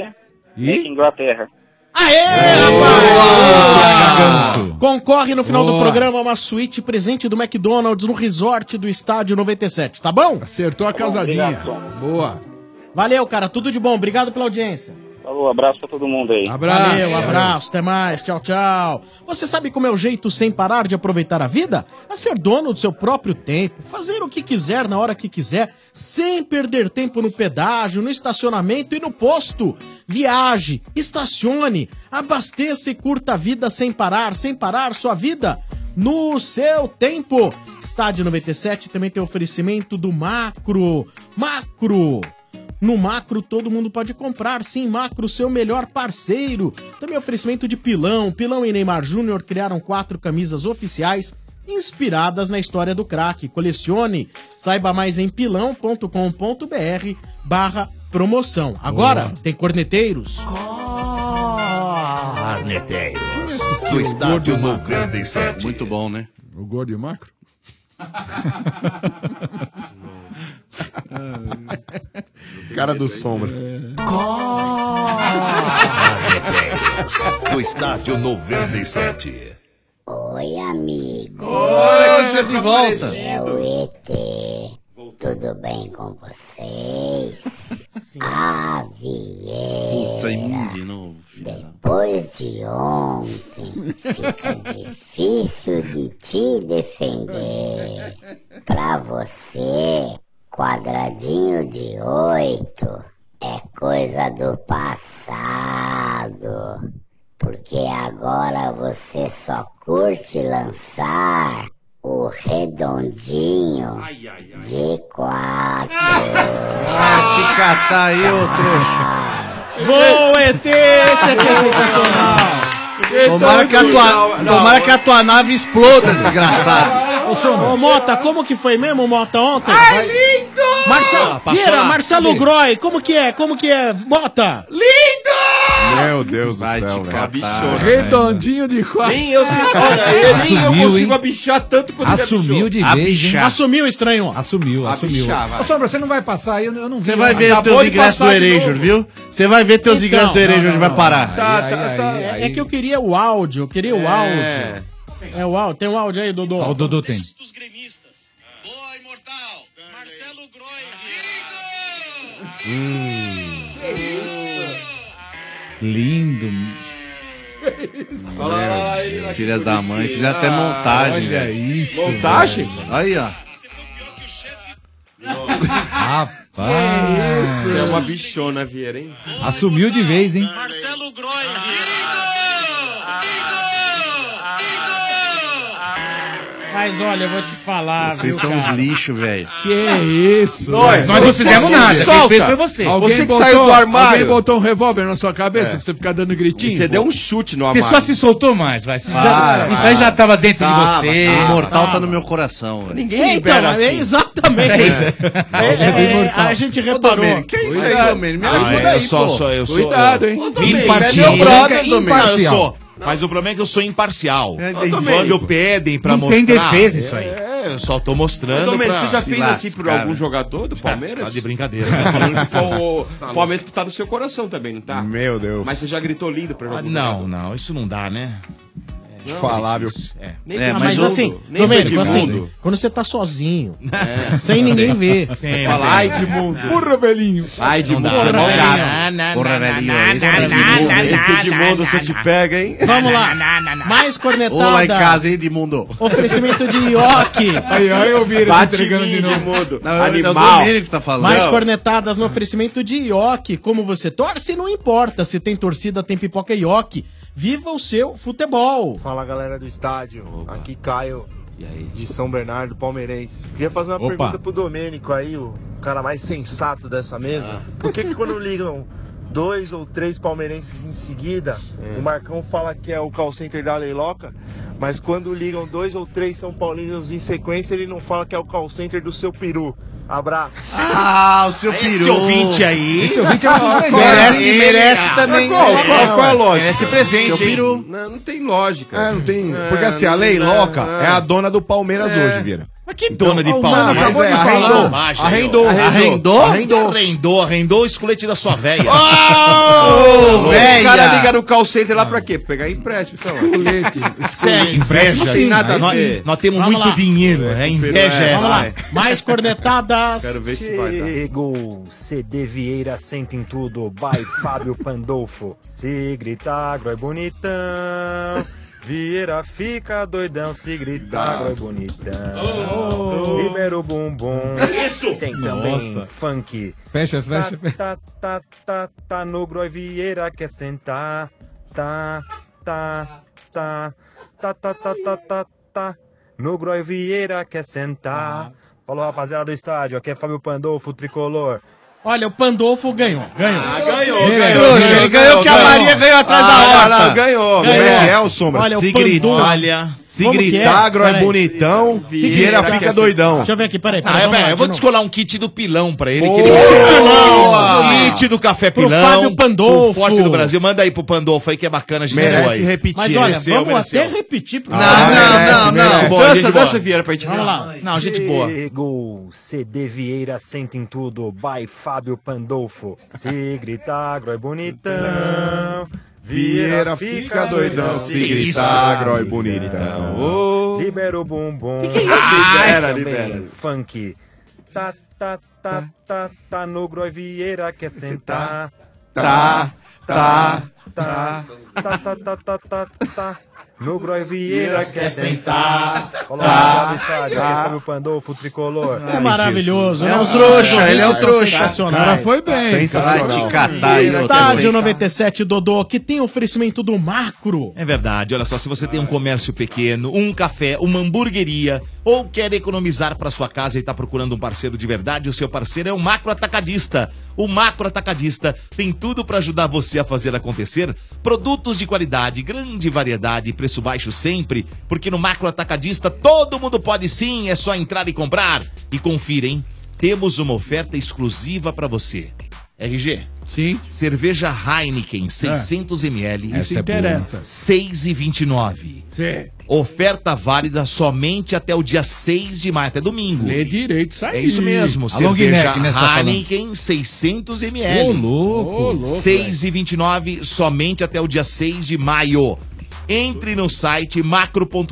Speaker 8: E?
Speaker 21: Mac Inglaterra.
Speaker 7: Concorre no final do
Speaker 21: Ah! Boa.
Speaker 7: programa uma suíte presente do McDonald's no resort do Estádio 97, tá bom?
Speaker 14: Acertou a
Speaker 21: casadinha.
Speaker 14: Boa.
Speaker 7: Valeu, cara, tudo de bom. Obrigado pela audiência.
Speaker 21: Falou, abraço pra todo mundo aí.
Speaker 7: Valeu, um abraço, até mais, tchau, tchau. Você sabe como é o jeito sem parar de aproveitar a vida? É ser dono do seu próprio tempo, fazer o que quiser na hora que quiser, sem perder tempo no pedágio, no estacionamento e no posto. Viaje, estacione, abasteça e curta a vida sem parar, sem parar sua vida no seu tempo. Estádio 97 também tem oferecimento do Macro. Macro. No Macro, todo mundo pode comprar. Sim, Macro, seu melhor parceiro. Também oferecimento de Pilão. Pilão e Neymar Júnior criaram quatro camisas oficiais inspiradas na história do craque. Colecione. Saiba mais em pilão.com.br barra promoção. Agora, tem corneteiros.
Speaker 5: Corneteiros
Speaker 7: do
Speaker 5: Estádio 97.
Speaker 16: Muito bom, né?
Speaker 14: O gordo e o macro?
Speaker 3: Ah.
Speaker 12: Cara do sombra.
Speaker 5: Corneteiros do Estádio 97.
Speaker 30: Oi, amigo.
Speaker 5: Oi, tô de volta.
Speaker 30: É o ET. Tudo bem com vocês? A
Speaker 16: Putz, aí
Speaker 30: Vieira.
Speaker 16: mundo de novo.
Speaker 30: Depois de ontem, Então, fica difícil de te defender. Pra você, quadradinho de oito é coisa do passado. Porque agora você só curte lançar o redondinho de quatro. Ah, te catar aí, ô trouxa.
Speaker 7: Boa, ET! Esse aqui é sensacional.
Speaker 16: Tomara que a tua, tomara que a tua nave exploda, desgraçado.
Speaker 7: Ô, Mota, como que foi mesmo, Mota, ontem?
Speaker 31: lindo!
Speaker 16: Ah,
Speaker 7: Marcelo,
Speaker 30: passou
Speaker 7: Vieira,
Speaker 30: lá.
Speaker 7: Marcelo Groy, como que é? Como que é? Bota!
Speaker 12: Meu Deus do céu,
Speaker 11: te
Speaker 12: velho.
Speaker 11: catar,
Speaker 12: Bichona,
Speaker 11: Redondinho
Speaker 12: de quatro.
Speaker 11: Nem eu sei. Olha, eu nem eu
Speaker 8: Assumiu,
Speaker 11: consigo
Speaker 8: hein?
Speaker 11: abichar tanto quanto ele
Speaker 8: Assumiu
Speaker 11: abichou.
Speaker 8: de vez. hein?
Speaker 7: Assumiu, estranho.
Speaker 8: Assumiu, assumiu.
Speaker 11: bichar, vai.
Speaker 8: Ô, Sombra, você não vai passar aí, eu eu não vi.
Speaker 11: Você
Speaker 16: vai ver
Speaker 8: Acabou
Speaker 16: teus
Speaker 8: de
Speaker 16: ingressos do
Speaker 8: passar de
Speaker 16: Erasure,
Speaker 8: novo.
Speaker 16: viu? Você vai ver teus
Speaker 7: Então,
Speaker 16: ingressos do
Speaker 7: não,
Speaker 16: Erasure,
Speaker 7: não,
Speaker 16: vai
Speaker 7: não.
Speaker 16: parar.
Speaker 7: É- É que eu queria o áudio, eu queria o áudio. É o áudio, tem o áudio aí, Dodô.
Speaker 8: Ó, o Dodô tem. Hum. Lindo.
Speaker 16: Né? Filhas da mãe, fizeram até montagem, velho.
Speaker 30: Montagem?
Speaker 16: Aí, ó.
Speaker 8: Rapaz.
Speaker 11: Você é uma bichona, Vieira, hein?
Speaker 8: Assumiu de vez, hein?
Speaker 7: Marcelo Groy. Mas olha, eu vou te falar,
Speaker 16: Vocês
Speaker 7: viu,
Speaker 16: são uns
Speaker 7: cara? É,
Speaker 16: lixos, velho.
Speaker 7: Que isso?
Speaker 16: Nós.
Speaker 7: Nós não fizemos
Speaker 16: nada, quem fez foi
Speaker 7: você.
Speaker 16: Você que saiu do armário.
Speaker 14: Alguém botou um revólver na sua cabeça
Speaker 11: É.
Speaker 14: pra você ficar dando gritinho?
Speaker 11: E você deu um chute no
Speaker 14: Você
Speaker 11: armário.
Speaker 14: só
Speaker 4: se soltou mais, vai. Você
Speaker 11: Para,
Speaker 4: isso aí já tava dentro
Speaker 16: Ah,
Speaker 11: Tava,
Speaker 4: de você.
Speaker 11: tava,
Speaker 16: Imortal tá no meu coração, velho.
Speaker 11: Ninguém
Speaker 7: É, então,
Speaker 11: libera
Speaker 7: é
Speaker 11: assim.
Speaker 7: exatamente. É, é, é, a gente reparou.
Speaker 16: Domênico, que isso aí,
Speaker 7: Cuidado.
Speaker 16: Domênico? Me
Speaker 7: Ah,
Speaker 16: ajuda
Speaker 7: é,
Speaker 16: aí,
Speaker 3: eu sou,
Speaker 16: pô.
Speaker 3: sou, eu sou.
Speaker 16: Cuidado,
Speaker 3: eu-
Speaker 16: hein?
Speaker 3: Ô,
Speaker 16: Domênico,
Speaker 3: Imparcial.
Speaker 16: você é meu brother,
Speaker 3: Imparcial.
Speaker 16: Domênico.
Speaker 3: Não, eu sou. Mas o problema é que eu sou imparcial.
Speaker 16: É,
Speaker 3: Ô,
Speaker 16: Domênico.
Speaker 3: Quando pedem pra
Speaker 4: Não
Speaker 3: mostrar...
Speaker 4: tem defesa isso aí.
Speaker 3: É, eu só tô mostrando
Speaker 11: Ô, Domênico,
Speaker 3: pra-
Speaker 11: você já
Speaker 3: se
Speaker 11: fez assim
Speaker 3: lascar,
Speaker 11: por algum
Speaker 3: velho.
Speaker 11: jogadores do Palmeiras?
Speaker 3: Tá de brincadeira.
Speaker 11: Tá falando que o- o Palmeiras tá no seu coração também, não tá?
Speaker 12: Meu Deus.
Speaker 11: Mas você já gritou lindo pra
Speaker 3: Ah,
Speaker 11: jogador.
Speaker 3: não, não, isso não dá, né?
Speaker 11: Não,
Speaker 12: Falável.
Speaker 3: É.
Speaker 11: Nem
Speaker 7: Ah,
Speaker 11: pro
Speaker 7: mas
Speaker 11: Edmundo,
Speaker 7: assim,
Speaker 11: nem
Speaker 7: Domênico,
Speaker 11: pro
Speaker 7: assim,
Speaker 11: Edmundo.
Speaker 7: quando você tá sozinho,
Speaker 11: É.
Speaker 7: sem ninguém ver.
Speaker 11: Tem, Fala, tem. ai, Edmundo.
Speaker 7: Porra, velhinho.
Speaker 11: Ai, Edmundo, você é mó gato. Porra, velhinho, esse
Speaker 1: é
Speaker 11: Edmundo, esse Edmundo, você te pega, hein?
Speaker 7: Vamos lá. Mais
Speaker 16: Ô, lá em casa,
Speaker 7: cornetadas.
Speaker 16: hein, Edmundo?
Speaker 7: Oferecimento de ioki.
Speaker 16: Aí, aí, eu vi ele
Speaker 11: Bate em
Speaker 16: entregando
Speaker 11: mim,
Speaker 16: de novo.
Speaker 11: Edmundo.
Speaker 16: Não, é o
Speaker 11: Animal.
Speaker 16: Domênico que tá falando.
Speaker 7: Mais
Speaker 16: Não.
Speaker 7: cornetadas no oferecimento de ioki. Como você torce, não importa. Se tem torcida, tem pipoca e ioki. Viva o seu futebol.
Speaker 1: Fala galera do estádio, aqui Caio de São Bernardo, palmeirense. Queria fazer uma Opa. pergunta pro Domênico aí, o cara mais sensato dessa mesa.
Speaker 11: Ah.
Speaker 1: Por que, que quando ligam dois ou três palmeirenses em seguida, o Marcão fala que é o call center da Leiloca, mas quando ligam dois ou três São Paulinos em sequência, ele não fala que é o call center do seu peru? Abraço.
Speaker 16: Ah, o seu peru.
Speaker 1: Esse ouvinte aí- Esse ouvinte é um dos melhores.
Speaker 16: Merece,
Speaker 11: né?
Speaker 1: Ele,
Speaker 16: merece
Speaker 1: ah,
Speaker 16: também.
Speaker 1: qual-
Speaker 16: É,
Speaker 1: qual- qual é a lógica?
Speaker 16: Merece
Speaker 11: Seu
Speaker 16: presente, hein?
Speaker 11: peru. Não, não tem lógica.
Speaker 12: É, não tem. Porque assim,
Speaker 11: não
Speaker 12: a Lei
Speaker 11: tem-
Speaker 12: Loca
Speaker 11: não.
Speaker 12: é a dona do Palmeiras
Speaker 11: É.
Speaker 12: hoje, Vira.
Speaker 3: Mas que dona de
Speaker 12: Então,
Speaker 3: pau, né?
Speaker 12: mano, acabou de falar. Baixa aí, ó.
Speaker 3: Arrendou?
Speaker 12: Arrendou?
Speaker 3: Arrendou? Arrendou, arrendou o escolete da sua velha.
Speaker 11: Ô, Os caras ligaram no call center lá pra quê? Pra Pegar empréstimo, sei lá.
Speaker 3: Isso é inveja.
Speaker 11: Não tem nada a
Speaker 3: nós,
Speaker 11: ver.
Speaker 3: nós temos
Speaker 1: Vamos
Speaker 3: muito
Speaker 1: lá.
Speaker 3: dinheiro. É inveja
Speaker 1: É, vamos
Speaker 3: essa.
Speaker 1: lá.
Speaker 7: Mais cornetadas.
Speaker 1: Chegou, CD um Vieira senta em tudo, by Fábio Pandolfo. Se gritar, agro é bonitão. Vieira fica doidão, se gritar, agro é bonitão. Libera o bumbum.
Speaker 30: Isso!
Speaker 1: Tem também
Speaker 8: Nossa.
Speaker 1: funk.
Speaker 8: Fecha, fecha, fecha.
Speaker 1: Tá, tá, tá, tá no Groy Vieira quer sentar. Tá, tá, tá, tá, tá, tá, tá, tá, tá. No Groy Vieira quer sentar. Falou, rapaziada do estádio. Aqui é Fábio Pandolfo, tricolor.
Speaker 7: Olha, o Pandolfo ganhou. Ganhou.
Speaker 11: ganhou,
Speaker 1: Ele é
Speaker 11: ganhou.
Speaker 1: trouxa, ele ganhou que a Maria
Speaker 11: ganhou atrás da horta. ganhou,
Speaker 12: Gabriel Sombra.
Speaker 7: Olha,
Speaker 12: se
Speaker 7: o Pandolfo.
Speaker 12: gritar,
Speaker 7: Olha,
Speaker 12: se
Speaker 7: como que é?
Speaker 12: gritar, agro é
Speaker 7: Peraí.
Speaker 3: Então,
Speaker 12: bonitão, Vieira fica doidão.
Speaker 7: assim, Deixa eu ver aqui, peraí.
Speaker 3: Ah,
Speaker 7: peraí
Speaker 3: é,
Speaker 7: vamos lá,
Speaker 3: velho, eu vou
Speaker 7: de novo.
Speaker 3: descolar um kit do pilão pra ele.
Speaker 7: Boa!
Speaker 3: Que ele kit, do
Speaker 7: Boa!
Speaker 3: pilão, kit do café
Speaker 7: Pro
Speaker 3: pilão.
Speaker 7: Fábio Pandolfo.
Speaker 3: pro Forte do Brasil. Manda aí pro Pandolfo aí que é bacana. A gente
Speaker 11: Merece
Speaker 3: doa aí.
Speaker 11: repetir,
Speaker 7: Mas olha,
Speaker 3: Mereceu,
Speaker 7: vamos
Speaker 3: mereceu.
Speaker 7: até repetir. pro-
Speaker 1: Ah,
Speaker 7: É,
Speaker 3: Não, não, não, não. Boa,
Speaker 11: Dança,
Speaker 3: gente
Speaker 11: dança,
Speaker 3: boa.
Speaker 11: Vieira, pra gente
Speaker 7: Vamos
Speaker 11: ver.
Speaker 7: lá. Não, gente boa.
Speaker 1: Chegou, CD Vieira senta em tudo, by Fábio Pandolfo. Se gritar, agro é bonitão.
Speaker 12: Vieira fica doidão, se gritar, agro é bonitão.
Speaker 1: Libera o bumbum.
Speaker 12: Que que é isso? Libera,
Speaker 1: Ah, também,
Speaker 12: libera.
Speaker 1: Funk. Tá, tá, tá, tá, tá no Groy Vieira quer sentar.
Speaker 11: Tá, tá,
Speaker 1: tá, tá, tá, tá, tá, tá, tá. No Groy Vieira quer sentar. Coloca
Speaker 11: Tá,
Speaker 1: tá, no estádio,
Speaker 11: tá.
Speaker 1: aqui Fábio Pandolfo, tricolor.
Speaker 7: É maravilhoso.
Speaker 1: É
Speaker 7: né?
Speaker 1: um
Speaker 7: Os
Speaker 1: trouxa,
Speaker 7: nossos
Speaker 1: ele é um
Speaker 7: ouvintes são
Speaker 1: trouxa.
Speaker 7: sensacionais.
Speaker 1: Cara, foi bem,
Speaker 16: Sensacional. cara. Vai te catar, eu
Speaker 7: Estádio
Speaker 16: também.
Speaker 7: 97, Dodô, que tem oferecimento do Macro.
Speaker 3: É verdade, olha só, se você tem um comércio pequeno, um café, uma hamburgueria ou quer economizar para sua casa e está procurando um parceiro de verdade, o seu parceiro é o Macro Atacadista. O Macro Atacadista tem tudo para ajudar você a fazer acontecer. Produtos de qualidade, grande variedade, e preço baixo sempre, porque no Macro Atacadista todo mundo pode sim, é só entrar e comprar. E confira, hein? Temos uma oferta exclusiva para você. RG?
Speaker 14: Sim.
Speaker 3: Cerveja Heineken, 600ml.
Speaker 14: Isso interessa.
Speaker 3: 6,29.
Speaker 14: Sim.
Speaker 3: Oferta válida somente até o dia 6 de maio, até domingo.
Speaker 14: Lê direito, isso aí.
Speaker 3: É isso mesmo.
Speaker 14: A
Speaker 3: cerveja
Speaker 14: long neck, né, você tá
Speaker 3: Heineken, 600ml.
Speaker 14: Ô, louco. Ô, louco,
Speaker 3: 6,29 somente até o dia 6 de maio. Entre no site macro.com.br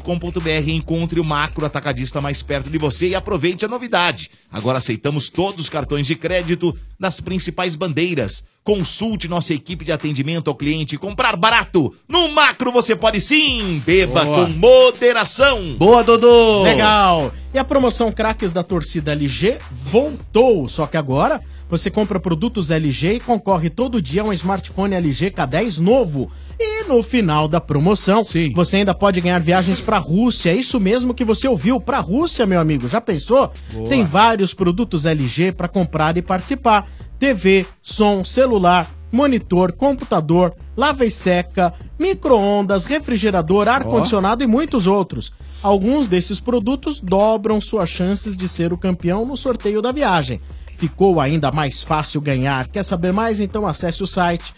Speaker 3: e encontre o macro atacadista mais perto de você e aproveite a novidade. Agora aceitamos todos os cartões de crédito das principais bandeiras. Consulte nossa equipe de atendimento ao cliente. Comprar barato. No macro você pode sim. Beba
Speaker 14: Boa.
Speaker 3: com moderação.
Speaker 14: Boa, Dodô!
Speaker 7: Legal! E a promoção Craques da torcida LG voltou, só que agora você compra produtos LG e concorre todo dia a um smartphone LG K10 novo. E no final da promoção, você ainda pode ganhar viagens pra Rússia. É Isso mesmo que você ouviu, pra Rússia, meu amigo. Já pensou?
Speaker 14: Boa.
Speaker 7: Tem vários produtos LG para comprar e participar: TV, som, celular, monitor, computador, lava e seca, micro-ondas, refrigerador, ar-condicionado e muitos outros. Alguns desses produtos dobram suas chances de ser o campeão no sorteio da viagem. Ficou ainda mais fácil ganhar. Quer saber mais? Então acesse o site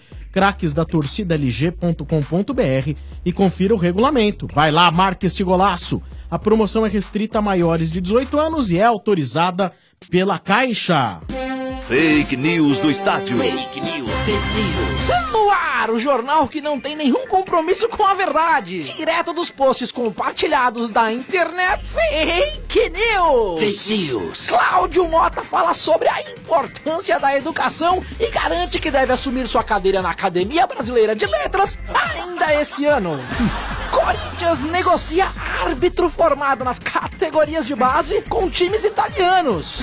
Speaker 7: craquesdatorcidalg.com.br e confira o regulamento. Vai lá, marca este golaço. A promoção é restrita a maiores de 18 anos e é autorizada pela Caixa.
Speaker 4: Fake news do estádio.
Speaker 5: Fake news, fake news. No ar, o jornal que não tem nenhum compromisso com a verdade. Direto dos posts compartilhados da internet. Fake news.
Speaker 4: Fake news.
Speaker 5: Cláudio Mota fala sobre a importância da educação e garante que deve assumir sua cadeira na Academia Brasileira de Letras ainda esse ano. Corinthians negocia árbitro formado nas categorias de base com times italianos.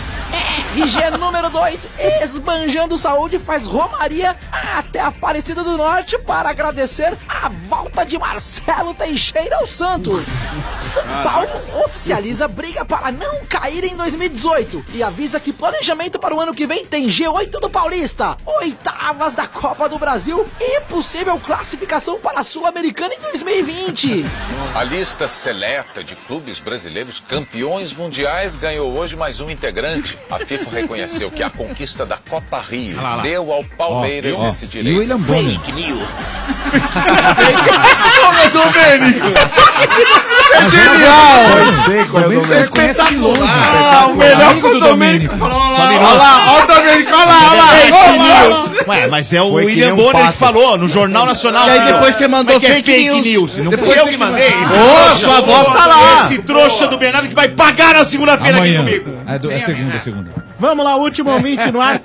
Speaker 5: RG número 2, esbanjando saúde, faz Romaria até Aparecida do Norte para agradecer a volta de Marcelo Teixeira ao Santos. São Paulo oficializa briga para não cair em 2018 e avisa que planejamento para o ano que vem tem G8 do Paulista, oitavas da Copa do Brasil e possível classificação para a Sul-Americana em 2020.
Speaker 8: A lista seleta de clubes brasileiros campeões mundiais ganhou hoje mais um integrante. A FIFA reconheceu que a conquista da Copa Rio
Speaker 4: Ah lá, lá.
Speaker 8: deu ao Palmeiras
Speaker 4: Ó, ó.
Speaker 8: esse
Speaker 4: E
Speaker 8: direito.
Speaker 4: William Bonner.
Speaker 8: Fake news.
Speaker 32: Como é Domênico? Isso é genial! Isso é espetacular! Ah, o melhor foi o Domênico. Olha lá, olha o Domênico, olha lá, olha lá! Ó, olha lá.
Speaker 3: Ué, mas é o
Speaker 4: Foi que
Speaker 3: William
Speaker 4: nem um
Speaker 3: Bonner
Speaker 4: pato.
Speaker 3: que falou no Jornal Nacional.
Speaker 4: E aí
Speaker 3: aqui, ó.
Speaker 4: depois você mandou
Speaker 3: Como é que é
Speaker 4: fake news.
Speaker 3: Não
Speaker 4: Depois
Speaker 3: fui eu
Speaker 4: você
Speaker 3: que
Speaker 4: que
Speaker 3: mandei.
Speaker 4: mandou.
Speaker 3: Esse
Speaker 4: Ô,
Speaker 3: trouxa.
Speaker 4: sua voz tá lá.
Speaker 3: Esse trouxa do Bernardo que vai pagar na segunda-feira aqui comigo.
Speaker 33: É, do- é segunda, é segunda.
Speaker 7: Vamos lá, último ouvinte no ar,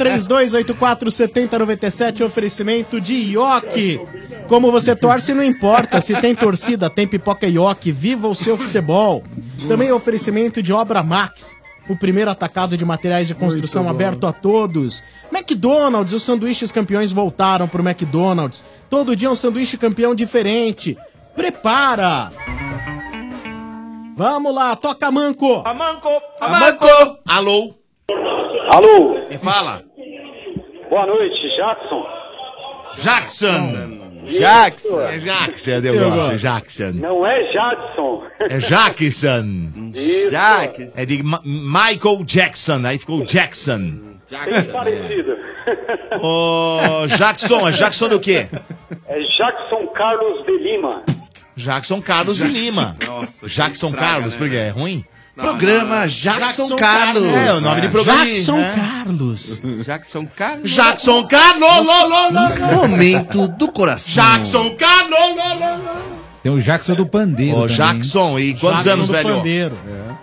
Speaker 7: 32847097, oferecimento de Ioki. Como você torce, não importa. Se tem torcida, tem pipoca Ioki. Viva o seu futebol. Também oferecimento de Obra Max. O primeiro atacado de materiais de construção aberto a todos. McDonald's, os sanduíches campeões voltaram pro McDonald's. Todo dia um sanduíche campeão diferente. Prepara! Vamos lá, toca manco! A manco! A manco!
Speaker 3: Alô!
Speaker 21: Alô?
Speaker 3: Quem fala?
Speaker 21: Boa noite, Jackson.
Speaker 3: Jackson.
Speaker 21: Jackson.
Speaker 3: É Jackson, deu gosto. Jackson.
Speaker 21: Não é Jadson.
Speaker 3: É Jackson.
Speaker 21: Isso. Jackson.
Speaker 3: É de Ma- Michael Jackson. Aí ficou Jackson.
Speaker 21: Bem parecido.
Speaker 3: Ô, Jackson, é Jackson do quê?
Speaker 21: É Jackson Carlos de Lima.
Speaker 3: Jackson Carlos de
Speaker 21: Jackson.
Speaker 3: Lima. Jackson
Speaker 21: praga,
Speaker 3: Carlos,
Speaker 21: né?
Speaker 3: porque é ruim?
Speaker 21: Não, Programa não.
Speaker 3: Jackson Carlos. É, o
Speaker 16: Ah.
Speaker 3: nome do programa.
Speaker 21: Jackson
Speaker 16: né?
Speaker 7: Carlos.
Speaker 21: Jackson Carlos.
Speaker 3: Jackson Carlos. Lô, lô, lô, lô.
Speaker 33: Momento do coração.
Speaker 3: Jackson Carlos. lô, lô, lô.
Speaker 33: Tem o Jackson do Pandeiro.
Speaker 3: Ô,
Speaker 33: também.
Speaker 3: Jackson, e quantos
Speaker 33: Jackson
Speaker 3: anos,
Speaker 33: do
Speaker 3: velho?
Speaker 33: Pandeiro.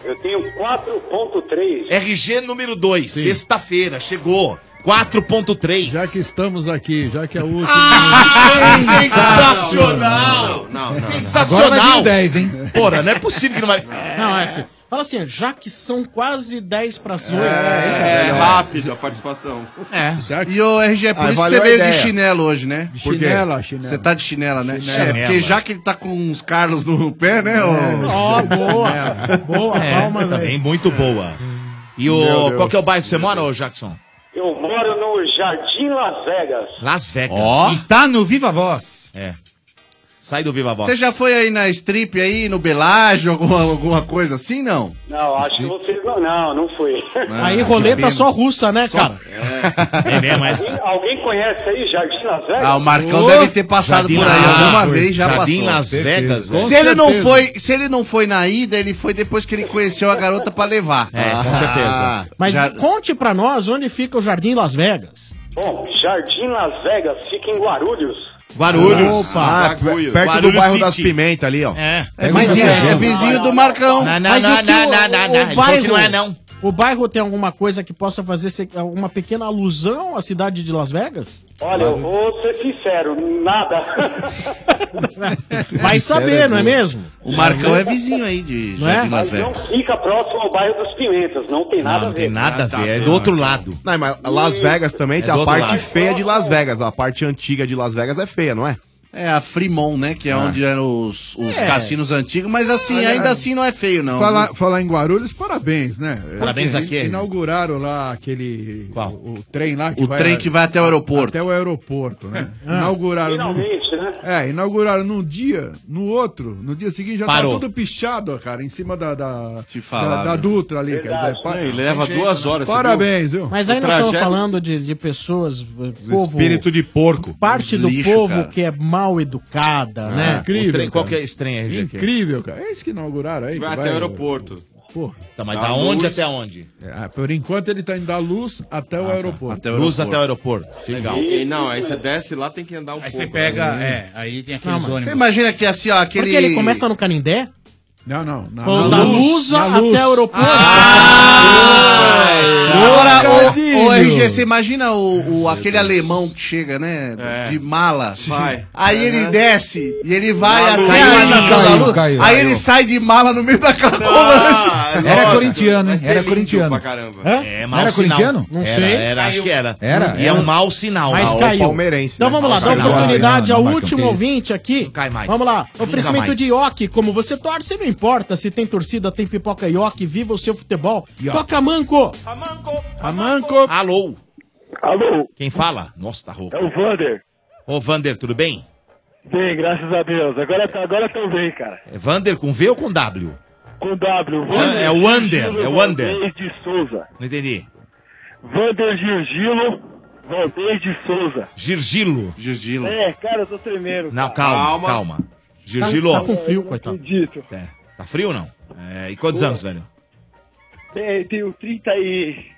Speaker 21: Eu tenho 4.3.
Speaker 3: RG número 2, sexta-feira, chegou. 4.3.
Speaker 34: Já que estamos aqui, já que é o último.
Speaker 3: Ah, é Sensacional! Sensacional!
Speaker 34: Agora vai vir o 10,
Speaker 33: hein?
Speaker 3: Porra, não é possível que não vai.
Speaker 7: Não, é que. Fala assim, já que são quase 10 para as 8.
Speaker 21: É, rápido a participação.
Speaker 3: É.
Speaker 21: E o RG,
Speaker 16: É por isso que você veio de chinelo hoje, né?
Speaker 21: De
Speaker 16: Por quê?
Speaker 21: chinela, chinela.
Speaker 16: Você tá de chinela, né?
Speaker 21: Chinela.
Speaker 16: É, porque já que ele tá com uns Carlos no pé, né? ô-
Speaker 7: Ó, boa.
Speaker 16: é,
Speaker 7: Boa,
Speaker 3: É,
Speaker 7: calma, velho.
Speaker 3: também muito boa. E
Speaker 21: Meu
Speaker 3: o,
Speaker 21: Deus.
Speaker 3: qual que é o bairro que você mora, ô Jackson?
Speaker 21: Eu moro no Jardim Las Vegas.
Speaker 3: Las Vegas.
Speaker 14: E tá no Viva Voz.
Speaker 3: É. Sai do Viva Voz.
Speaker 16: Você já foi aí na strip aí, no Belágio, alguma, alguma coisa assim, não?
Speaker 21: Não, acho que vocês não, não, não foi.
Speaker 20: Ah,
Speaker 7: Aí
Speaker 16: é
Speaker 7: roleta só russa, né, cara?
Speaker 3: É mesmo, é.
Speaker 21: Alguém, alguém conhece aí Jardim Las Vegas?
Speaker 16: Ah, o Marcão deve ter passado por aí alguma vez, já
Speaker 3: Jardim
Speaker 16: passou.
Speaker 3: Las Vegas, velho.
Speaker 16: se ele, não foi, se ele não foi na ida, ele foi depois que ele conheceu a garota pra levar. Ah.
Speaker 3: É, com certeza.
Speaker 7: Mas conte pra nós onde fica o Jardim Las Vegas.
Speaker 21: Bom, Jardim Las Vegas fica em Guarulhos.
Speaker 12: Guarulhos.
Speaker 7: Opa.
Speaker 12: Ah, perto do bairro das Pimentas ali, ó. um
Speaker 3: É.
Speaker 7: É vizinho- é vizinho do Marcão.
Speaker 4: Não, não,
Speaker 7: Mas
Speaker 4: não,
Speaker 7: o que
Speaker 4: não,
Speaker 7: o-
Speaker 4: não,
Speaker 7: o
Speaker 4: não, não. Ele falou
Speaker 7: bairro-
Speaker 4: que não é, não.
Speaker 7: O bairro tem alguma coisa que possa fazer se- uma pequena alusão à cidade de Las Vegas?
Speaker 21: Olha, eu vou ser sincero, nada.
Speaker 7: Vai saber, não é mesmo?
Speaker 16: O Marcão é vizinho aí de
Speaker 7: Não é?
Speaker 16: Jardim Las
Speaker 21: Mas não
Speaker 16: Vegas.
Speaker 21: fica próximo ao bairro dos Pimentas, não tem nada a ver.
Speaker 12: Ah, tá
Speaker 3: Tá é lado.
Speaker 12: Não, mas Las Vegas também
Speaker 16: É
Speaker 12: tem
Speaker 16: do
Speaker 12: a
Speaker 16: outro
Speaker 12: parte
Speaker 16: lado.
Speaker 12: feia de Las Vegas. A parte antiga de Las Vegas é feia, não é?
Speaker 16: É a Fremont, né? Que é,
Speaker 12: Ah.
Speaker 16: onde eram os, os
Speaker 12: É.
Speaker 16: cassinos antigos, mas assim,
Speaker 14: Olha,
Speaker 16: ainda assim não é feio, não.
Speaker 14: Falar, falar em Guarulhos, parabéns, né?
Speaker 16: Parabéns
Speaker 14: Porque
Speaker 16: a quê?
Speaker 14: Inauguraram lá aquele. O, o trem lá.
Speaker 16: O trem que vai até o aeroporto.
Speaker 14: Até o aeroporto, né?
Speaker 16: Ah.
Speaker 14: inauguraram. num-
Speaker 21: Finalmente, né?
Speaker 14: É, inauguraram num dia, no outro, no dia seguinte já
Speaker 16: Parou.
Speaker 14: tá tudo pichado, cara, em cima da. Da,
Speaker 16: falar,
Speaker 14: da, da
Speaker 3: né?
Speaker 16: viu?
Speaker 14: Dutra ali.
Speaker 16: Verdade,
Speaker 14: pa-
Speaker 16: né? E leva
Speaker 14: tem jeito,
Speaker 16: duas
Speaker 14: né?
Speaker 16: horas, você
Speaker 14: Parabéns,
Speaker 16: viu?
Speaker 14: viu?
Speaker 7: Mas aí
Speaker 14: O
Speaker 7: nós estamos
Speaker 14: trajeto-
Speaker 7: falando de, de pessoas, eh, povo,
Speaker 12: Espírito de porco.
Speaker 7: parte do
Speaker 12: Lixo,
Speaker 7: povo
Speaker 12: cara.
Speaker 7: que é mal
Speaker 14: Ah,
Speaker 7: educada, né?
Speaker 3: Incrível. Ah, qual que é esse trem, RG? aqui?
Speaker 14: Incrível, cara. É esse que inauguraram aí.
Speaker 3: Vai
Speaker 14: que
Speaker 3: até o aeroporto.
Speaker 14: Porra.
Speaker 3: Tá, mas da onde até onde? Ah, tá.
Speaker 14: É, por enquanto ele tá indo da luz até o aeroporto.
Speaker 3: Até o Luz aeroporto. até o aeroporto.
Speaker 11: Legal. E, e não, é aí você desce lá, tem que andar um pouco.
Speaker 4: você pega,
Speaker 11: né?
Speaker 4: é, aí tem aqueles
Speaker 11: mas-
Speaker 4: ônibus.
Speaker 16: Você imagina que assim, ó, aquele.
Speaker 7: Porque ele começa no Canindé?
Speaker 14: Não, não. Na,
Speaker 7: Ou da Lusa até o aeroporto.
Speaker 14: Ah!
Speaker 7: É,
Speaker 16: Agora, o,
Speaker 7: Trocadilho.
Speaker 16: o RG, você imagina o, o- aquele alemão que chega, né? De mala.
Speaker 11: Vai.
Speaker 16: Aí ele desce e ele vai
Speaker 30: Na
Speaker 16: até
Speaker 30: luz.
Speaker 16: a
Speaker 30: Caiu,
Speaker 16: estação da
Speaker 30: caiu,
Speaker 16: luz.
Speaker 30: caiu.
Speaker 16: aí
Speaker 30: Caiu. Ah, é
Speaker 16: ele sai de mala no meio da cracolândia.
Speaker 30: Era corintiano, hein? Era corintiano.
Speaker 3: Hã?
Speaker 30: É,
Speaker 3: É,
Speaker 30: mau
Speaker 3: mau
Speaker 30: era
Speaker 3: sinal.
Speaker 30: corintiano?
Speaker 3: Não Era, sei. era, acho que era.
Speaker 30: Era?
Speaker 3: E é um mau sinal.
Speaker 7: Mas
Speaker 3: Ah, o
Speaker 7: caiu.
Speaker 3: palmeirense,
Speaker 7: então
Speaker 3: né?
Speaker 7: vamos lá,
Speaker 3: Mau
Speaker 7: dá
Speaker 3: sinal.
Speaker 7: oportunidade
Speaker 3: Não,
Speaker 7: ao
Speaker 3: não, Marcão,
Speaker 7: último
Speaker 3: que isso.
Speaker 7: ouvinte aqui.
Speaker 3: cai mais.
Speaker 7: Vamos lá,
Speaker 3: Nunca
Speaker 7: oferecimento
Speaker 3: mais.
Speaker 7: de Ioki. Como você torce, não importa. Se tem torcida, tem pipoca Ioki. Viva o seu futebol. Toca Manco.
Speaker 14: Amanco.
Speaker 3: Alô.
Speaker 21: Alô.
Speaker 3: Quem fala? Nossa, tá rouco.
Speaker 21: É o Vander.
Speaker 3: Ô, Vander, tudo bem?
Speaker 21: Bem, graças a Deus. Agora, tá- agora tão bem, cara.
Speaker 3: É Vander com V ou com W?
Speaker 21: Com W.
Speaker 3: É, é o Wander, é o Wander.
Speaker 21: Valdez de Souza.
Speaker 3: Não entendi.
Speaker 21: Vander Girgilo, Valdez de Souza.
Speaker 3: Girgilo. Girgilo.
Speaker 21: É, cara, eu tô tremendo.
Speaker 3: Não,
Speaker 21: cara.
Speaker 3: calma, calma. Girgilo.
Speaker 21: Tá- tá com frio, coitado. Acredito.
Speaker 3: É. Tá frio ou não? É, e quantos
Speaker 21: Pô.
Speaker 3: anos, velho?
Speaker 21: É, tenho 30 e...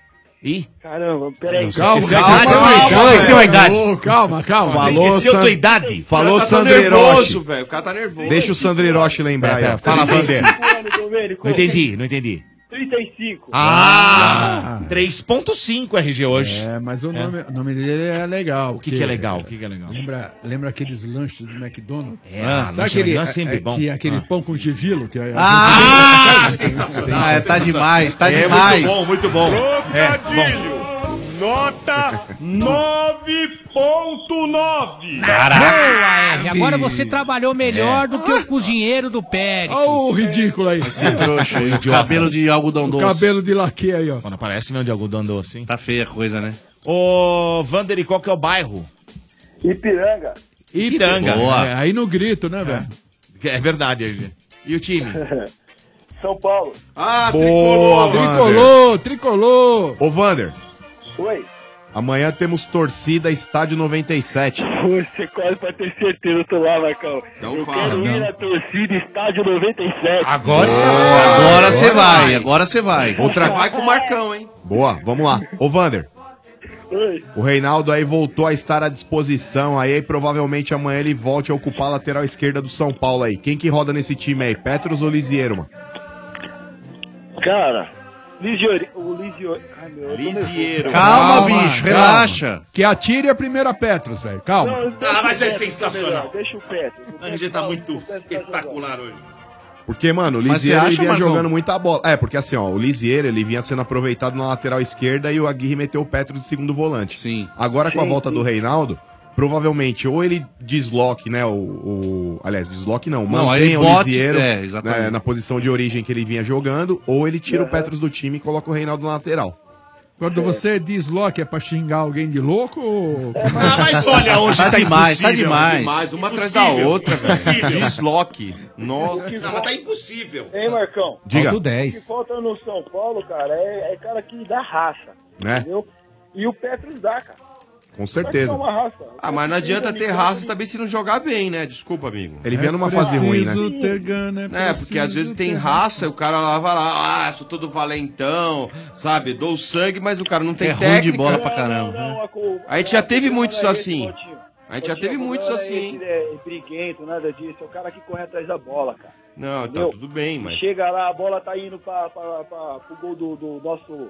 Speaker 3: Ih.
Speaker 21: Caramba, peraí.
Speaker 3: Calma, calma, calma.
Speaker 21: Esqueceu a idade.
Speaker 14: Ô, calma, calma.
Speaker 3: Você esqueceu
Speaker 12: San-
Speaker 3: tua idade?
Speaker 12: Falou
Speaker 11: O cara tá nervoso,
Speaker 12: Sandreiroche.
Speaker 11: velho. O cara tá nervoso.
Speaker 12: Deixa o Sandreiroche lembrar.
Speaker 3: Pera,
Speaker 12: aí, ó.
Speaker 3: pera, fala, Vander.
Speaker 21: Domênico.
Speaker 3: Não entendi, não entendi.
Speaker 21: 35.
Speaker 3: Ah! 3.5 RG hoje.
Speaker 14: É, mas o nome, o nome dele é legal. O
Speaker 3: que é legal? O que que é legal?
Speaker 14: Lembra, lembra aqueles lanches do McDonald's?
Speaker 3: É, ah, lanche McDonald's é sempre bom.
Speaker 14: que- aquele
Speaker 3: Ah.
Speaker 14: pão com gigilo? Que é,
Speaker 16: Ah, sensacional. Ah, tá demais, tá
Speaker 14: É, muito
Speaker 16: demais.
Speaker 14: bom, muito bom.
Speaker 16: É,
Speaker 35: Trocadilho. Nota 9.9.
Speaker 5: Boa, R. Agora você trabalhou melhor do que o cozinheiro do Pérez.
Speaker 14: Olha o ridículo aí.
Speaker 16: Esse É trouxa aí,
Speaker 3: Idiota.
Speaker 16: cabelo de algodão doce.
Speaker 14: Cabelo de laque aí, ó.
Speaker 3: Mano, parece mesmo de algodão doce, hein?
Speaker 16: Tá feia a coisa, né?
Speaker 3: Ô, Vander, e qual que é o bairro?
Speaker 21: Ipiranga.
Speaker 3: Ipiranga.
Speaker 14: É, aí no grito, né, velho?
Speaker 3: É, é verdade, RG. E o time?
Speaker 21: São Paulo.
Speaker 11: Ah,
Speaker 12: Boa,
Speaker 14: tricolor, tricolor.
Speaker 12: Ô, Vander,
Speaker 21: Oi.
Speaker 12: amanhã temos torcida Estádio 97.
Speaker 21: Você quase pra ter certeza, eu tô lá, Marcão. eu quero ir na torcida estádio 97.
Speaker 16: Agora você vai. Agora você vai, agora você vai.
Speaker 12: Outra-
Speaker 11: Vai com o Marcão, hein?
Speaker 12: Boa, vamos lá. Ô, Vander, o Reinaldo aí voltou a estar à disposição. Aí provavelmente amanhã ele volte a ocupar a lateral esquerda do São Paulo aí. Quem que roda nesse time aí? Petros ou Lisiero, mano?
Speaker 21: Cara, Ligiori... O Ligiori... Ai, meu, eu tô nervoso.
Speaker 14: Que atire a primeira Petros, velho. Calma.
Speaker 3: Ah, mas é sensacional.
Speaker 21: Deixa o Petros.
Speaker 3: O RG tá muito espetacular hoje.
Speaker 12: Porque, mano, o
Speaker 3: Mas
Speaker 12: Lisieiro
Speaker 3: você
Speaker 12: ele
Speaker 3: acha,
Speaker 12: vinha
Speaker 3: Marcão?
Speaker 12: jogando muita bola. É, porque assim, ó, o Lisieiro ele vinha sendo aproveitado na lateral esquerda e o Aguirre meteu o Petro de segundo volante.
Speaker 16: Sim.
Speaker 12: Agora com a
Speaker 16: Sim,
Speaker 12: volta
Speaker 16: sim.
Speaker 12: do Reinaldo, provavelmente ou ele desloque, né, o, o- aliás, desloque não,
Speaker 16: Não,
Speaker 12: mantenha
Speaker 16: aí
Speaker 12: o
Speaker 16: bote-
Speaker 12: Lisieiro
Speaker 16: é, exatamente.
Speaker 12: né, na posição de origem que ele vinha jogando, ou ele tira o Petros do time e coloca o Reinaldo na lateral.
Speaker 14: Quando você diz Loki, é pra xingar alguém de louco? Ou...
Speaker 11: Ah, mas olha, hoje Tá tá demais, tá impossível, demais. demais,
Speaker 14: Uma
Speaker 11: uma atrás da Impossível, outra, velho. impossível.
Speaker 14: Desloque.
Speaker 11: Nossa.
Speaker 21: Não, mas tá impossível. Hein, Marcão?
Speaker 11: Diga. Alto
Speaker 21: O
Speaker 11: 10.
Speaker 21: que falta no São Paulo, cara, é, é cara que dá raça.
Speaker 11: Né?
Speaker 21: Entendeu? E o Petros dá, cara.
Speaker 11: Com
Speaker 21: certeza. Mas é uma raça. é
Speaker 11: Ah, mas não adianta ter raça também se não jogar bem, né? Desculpa, amigo.
Speaker 12: Ele vinha numa fase ruim, né?
Speaker 11: É, porque às vezes tem raça, o cara lá vai lá, ah, sou todo valentão, sabe? Dou sangue, mas o cara não tem
Speaker 2: É
Speaker 11: técnica.
Speaker 2: ruim de bola pra caramba.
Speaker 21: é
Speaker 11: A gente já teve muitos assim. A gente já teve muitos assim, hein?
Speaker 21: Ele é briguento, nada disso. É o cara que corre atrás da bola, cara.
Speaker 11: Não, tá
Speaker 21: Meu,
Speaker 11: tudo bem, mas.
Speaker 21: Chega lá, a bola tá indo pra, pra, pra, pro gol do, do nosso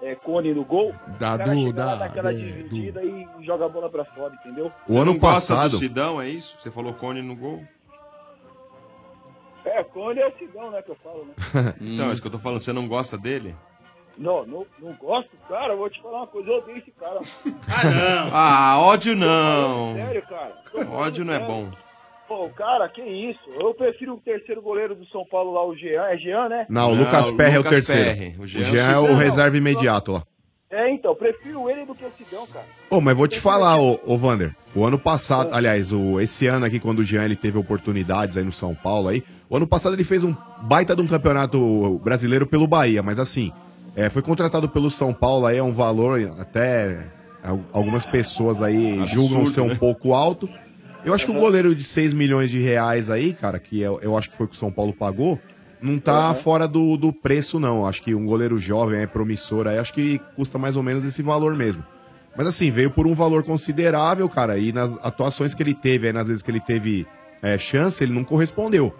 Speaker 21: é, cone no gol.
Speaker 14: Da-
Speaker 21: o cara
Speaker 14: do-
Speaker 21: chega lá,
Speaker 14: da-
Speaker 21: dá aquela
Speaker 14: de-
Speaker 21: dividida e joga a bola pra fora, entendeu?
Speaker 11: Você não gosta
Speaker 12: passado-
Speaker 11: do Sidão, é isso? Você falou Cone no gol?
Speaker 21: É, cone é o Sidão, né, que eu falo, né?
Speaker 11: Então, é isso que eu tô falando, você não gosta dele?
Speaker 21: Não, não, não gosto, cara. Eu vou te falar uma coisa, eu odeio esse cara.
Speaker 11: Ah, ódio não.
Speaker 21: Sério, cara. Tô falando
Speaker 11: Ódio não é
Speaker 21: sério.
Speaker 11: bom.
Speaker 21: Pô, cara, que isso? Eu prefiro o terceiro goleiro do São Paulo lá, o Jean. É Jean, né?
Speaker 12: Não, o Lucas Perry é o terceiro.
Speaker 11: Perry.
Speaker 12: O
Speaker 11: O
Speaker 12: Jean,
Speaker 11: Jean
Speaker 12: é o
Speaker 21: Sidão.
Speaker 12: reserva imediato lá.
Speaker 21: É, então, prefiro ele do que o Sidão, cara.
Speaker 12: Ô, mas vou te falar, ô, ô Vander, o ano passado, aliás, o, esse ano aqui, quando o Jean ele teve oportunidades aí no São Paulo aí, o ano passado ele fez um baita de um campeonato brasileiro pelo Bahia, mas assim, é, foi contratado pelo São Paulo aí, é um valor até al- algumas pessoas aí julgam ser um
Speaker 11: né?
Speaker 12: pouco alto. Eu acho que o goleiro de 6 milhões de reais aí, cara, que eu, eu acho que foi o que o São Paulo pagou, não tá fora do, do preço, não. Acho que um goleiro jovem, aí, promissor, aí, acho que custa mais ou menos esse valor mesmo. Mas assim, veio por um valor considerável, cara, e nas atuações que ele teve, aí, nas vezes que ele teve é, chance, ele não correspondeu.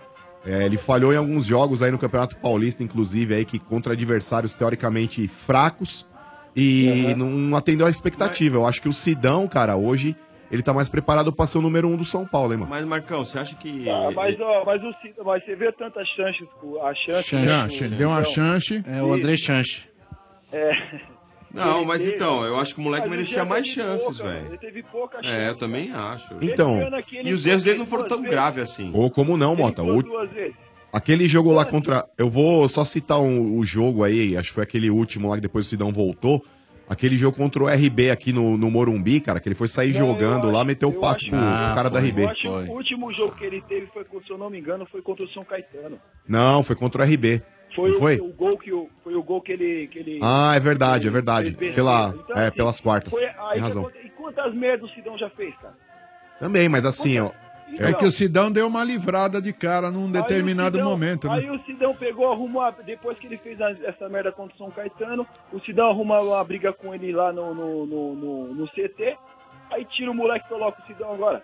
Speaker 12: É, ele falhou em alguns jogos aí no Campeonato Paulista, inclusive, aí, que contra adversários teoricamente fracos e não atendeu a expectativa. Eu acho que o Sidão, cara, hoje, ele tá mais preparado pra ser o número um do São Paulo, hein, mano?
Speaker 11: Mas, Marcão, você acha que.
Speaker 21: Ah, mas, ó, mas, o Sidão, mas você vê tantas chances, pô, a chance.
Speaker 14: Chance,
Speaker 21: né,
Speaker 14: ele
Speaker 21: do
Speaker 14: deu uma
Speaker 21: Sidão.
Speaker 14: chance.
Speaker 21: É, o André
Speaker 14: Chance.
Speaker 21: É.
Speaker 11: Não,
Speaker 21: Ele
Speaker 11: mas
Speaker 21: teve-
Speaker 11: então, eu acho que o moleque
Speaker 21: Mas
Speaker 11: merecia
Speaker 21: Jean
Speaker 11: mais
Speaker 21: teve
Speaker 11: chances,
Speaker 21: pouca,
Speaker 11: velho.
Speaker 21: Ele teve pouca chance.
Speaker 11: É, eu também acho.
Speaker 12: Então,
Speaker 11: E os erros dele não foram tão graves assim.
Speaker 21: é
Speaker 12: Ou como não, Mota? Ou-
Speaker 21: Duas vezes.
Speaker 12: Aquele jogo lá contra. Eu vou só citar um- o jogo aí, acho que foi aquele último lá que depois o Sidão voltou. Aquele jogo contra o RB aqui no, no Morumbi, cara, que ele foi sair jogando lá, meteu o passe pro cara do RB.
Speaker 21: Eu acho que o último jogo que ele teve foi, se eu não me engano, foi contra o São Caetano.
Speaker 12: Não, foi contra o RB.
Speaker 21: Foi,
Speaker 12: Não foi?
Speaker 21: O, o gol que o, foi o gol que ele. Que ele
Speaker 12: Ah, é verdade, é verdade.
Speaker 21: Ele perdeu.
Speaker 12: Pela,
Speaker 21: Então,
Speaker 12: é,
Speaker 21: assim,
Speaker 12: pelas quartas.
Speaker 21: foi- aí
Speaker 12: Tem
Speaker 21: que
Speaker 12: razão.
Speaker 21: acontece- E quantas merdas o Sidão já fez, cara?
Speaker 12: Também, mas assim, ó.
Speaker 14: É que o Sidão deu uma livrada de cara num
Speaker 21: então, Aí o
Speaker 14: um determinado
Speaker 21: Sidão-
Speaker 14: momento,
Speaker 21: Aí
Speaker 14: né?
Speaker 21: o Sidão pegou, arrumou. a- depois que ele fez a- essa merda contra o São Caetano, o Sidão arruma uma briga com ele lá no, no, no, no- no CT. Aí tira o moleque e coloca o Sidão agora.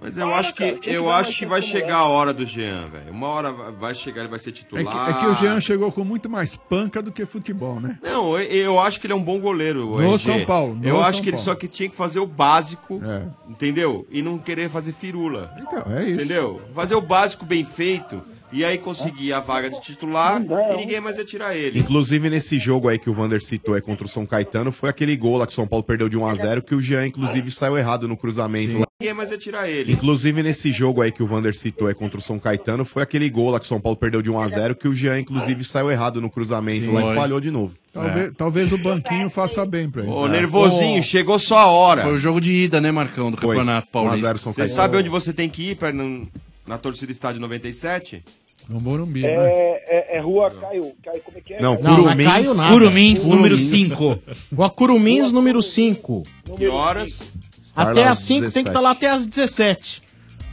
Speaker 11: Mas eu acho que eu acho que vai chegar a hora do Jean, velho. Uma hora vai- vai chegar, ele vai ser
Speaker 14: É que,
Speaker 11: titular.
Speaker 14: é que o Jean chegou com muito mais panca do que futebol, né?
Speaker 11: Não, eu, eu acho que ele é um bom goleiro. o
Speaker 14: No
Speaker 11: RG.
Speaker 14: São Paulo, no
Speaker 11: eu acho
Speaker 14: São
Speaker 11: que ele
Speaker 14: Paulo.
Speaker 11: só que tinha que fazer o básico, entendeu? E não querer fazer firula.
Speaker 14: Então, é isso.
Speaker 11: Entendeu? Fazer o básico bem feito e aí conseguir a vaga de titular e ninguém mais ia tirar ele.
Speaker 12: Inclusive nesse jogo aí que o Vander citou é contra o São Caetano, foi aquele gol lá que o São Paulo perdeu de
Speaker 21: é
Speaker 12: 1 a 0 que o Jean, inclusive, saiu errado no cruzamento lá.
Speaker 11: Ninguém mais ia tirar ele.
Speaker 12: Inclusive nesse jogo aí que o Vander citou é contra o São Caetano, foi aquele gol lá que o São Paulo perdeu de 1 a 0 que o Jean, inclusive, saiu errado no cruzamento
Speaker 14: Sim.
Speaker 12: lá
Speaker 14: Foi.
Speaker 12: e falhou de novo. É.
Speaker 14: Talvez, talvez o banquinho faça bem pra ele.
Speaker 12: Ô,
Speaker 14: É.
Speaker 11: É. nervosinho, chegou sua hora. Um
Speaker 2: Foi o jogo de ida, né, Marcão, do Campeonato Paulista.
Speaker 11: Você sabe onde você tem que ir pra, não- na torcida estádio 97?
Speaker 14: No Morumbi,
Speaker 21: É,
Speaker 14: né?
Speaker 21: é, é rua Caio, Caio. Como é que é?
Speaker 12: Não,
Speaker 4: Não, não
Speaker 12: Curumins-
Speaker 4: caiu nada.
Speaker 12: Curumins, número
Speaker 4: cinco.
Speaker 12: cinco.
Speaker 4: Rua Curumins, número 5.
Speaker 11: Que horas?
Speaker 4: Até às 5 tem que
Speaker 7: tá
Speaker 4: estar lá até às 17.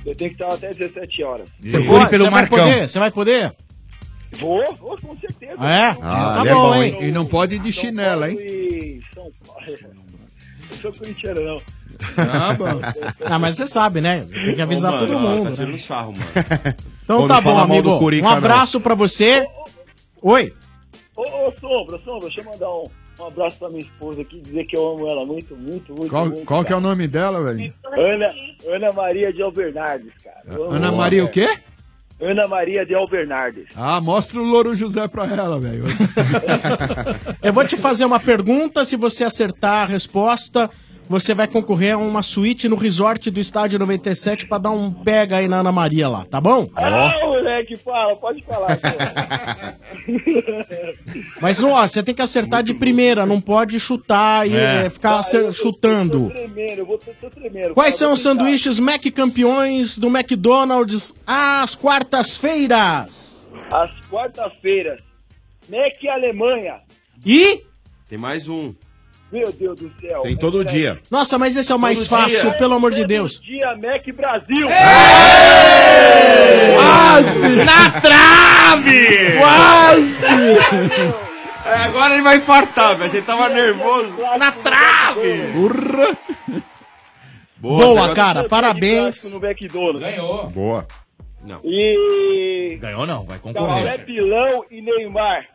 Speaker 21: Eu tenho que estar até 17 horas.
Speaker 4: Você
Speaker 14: Procure
Speaker 4: pode-
Speaker 14: pelo
Speaker 4: você é vai
Speaker 14: Marcão.
Speaker 4: poder? Você vai poder?
Speaker 21: Vou, vou com certeza.
Speaker 4: É?
Speaker 14: Ah,
Speaker 4: tá
Speaker 14: ele é
Speaker 4: bom,
Speaker 14: bom,
Speaker 4: hein?
Speaker 14: hein? E não pode ir de chinela, hein?
Speaker 21: E São Paulo. Não sou corintiano, não.
Speaker 14: Ah, bom.
Speaker 4: Ah, mas você sabe, né? Tem que avisar
Speaker 11: Ô, mano,
Speaker 4: todo
Speaker 11: ó,
Speaker 4: mundo.
Speaker 11: Tá
Speaker 4: né?
Speaker 11: tirando sarro, mano.
Speaker 4: Então
Speaker 11: Ô,
Speaker 4: tá
Speaker 11: não fala
Speaker 4: bom,
Speaker 11: mal do
Speaker 4: amigo.
Speaker 11: Curica,
Speaker 4: um
Speaker 11: não.
Speaker 4: abraço pra você. Oi.
Speaker 21: Ô, ô, Sombra, Sombra, deixa eu mandar um, um abraço pra minha esposa aqui, dizer que eu amo ela muito, muito, muito.
Speaker 14: Qual,
Speaker 21: muito,
Speaker 14: qual que é o
Speaker 21: cara.
Speaker 14: nome dela, velho?
Speaker 21: Ana, Ana Maria de Albernardes, cara. Eu amo
Speaker 14: Ana
Speaker 21: ela,
Speaker 14: Maria o
Speaker 21: velho.
Speaker 14: quê?
Speaker 21: Ana Maria de Albernardes.
Speaker 14: Ah, mostra o Louro José pra ela, velho.
Speaker 4: Eu vou te fazer uma pergunta, se você acertar a resposta,
Speaker 7: Você vai concorrer a uma suíte no resort do Estádio 97 pra dar um pega aí na Ana Maria lá, tá bom?
Speaker 21: Ah, moleque, fala, pode falar. pô.
Speaker 7: Mas, ó, você tem que acertar de primeira, não pode chutar e
Speaker 21: É.
Speaker 7: eh, ficar acer-
Speaker 21: Tô
Speaker 7: chutando.
Speaker 21: tremendo, eu vou, tô, tô tremendo.
Speaker 7: Quais
Speaker 21: cara,
Speaker 7: são
Speaker 21: vou
Speaker 7: os sanduíches Mac campeões do McDonald's às quartas-feiras?
Speaker 21: brincar. As quartas-feiras, MEC Alemanha.
Speaker 7: E?
Speaker 11: Tem mais um.
Speaker 21: Meu Deus do céu.
Speaker 11: Tem todo dia.
Speaker 7: Nossa, mas esse é o mais
Speaker 21: Todo
Speaker 7: fácil,
Speaker 21: dia.
Speaker 7: pelo amor de Deus. É.
Speaker 21: Dia MEC Brasil. É.
Speaker 5: Quase!
Speaker 21: Na
Speaker 5: trave!
Speaker 21: Quase!
Speaker 11: É, agora ele vai infartar, velho. Você tava nervoso.
Speaker 21: Na trave!
Speaker 11: Burra!
Speaker 7: Boa, cara, parabéns.
Speaker 21: No McDonald's. Ganhou.
Speaker 11: Boa.
Speaker 21: E.
Speaker 3: Ganhou não, vai
Speaker 21: Calé
Speaker 3: concorrer.
Speaker 21: Pilão e Neymar.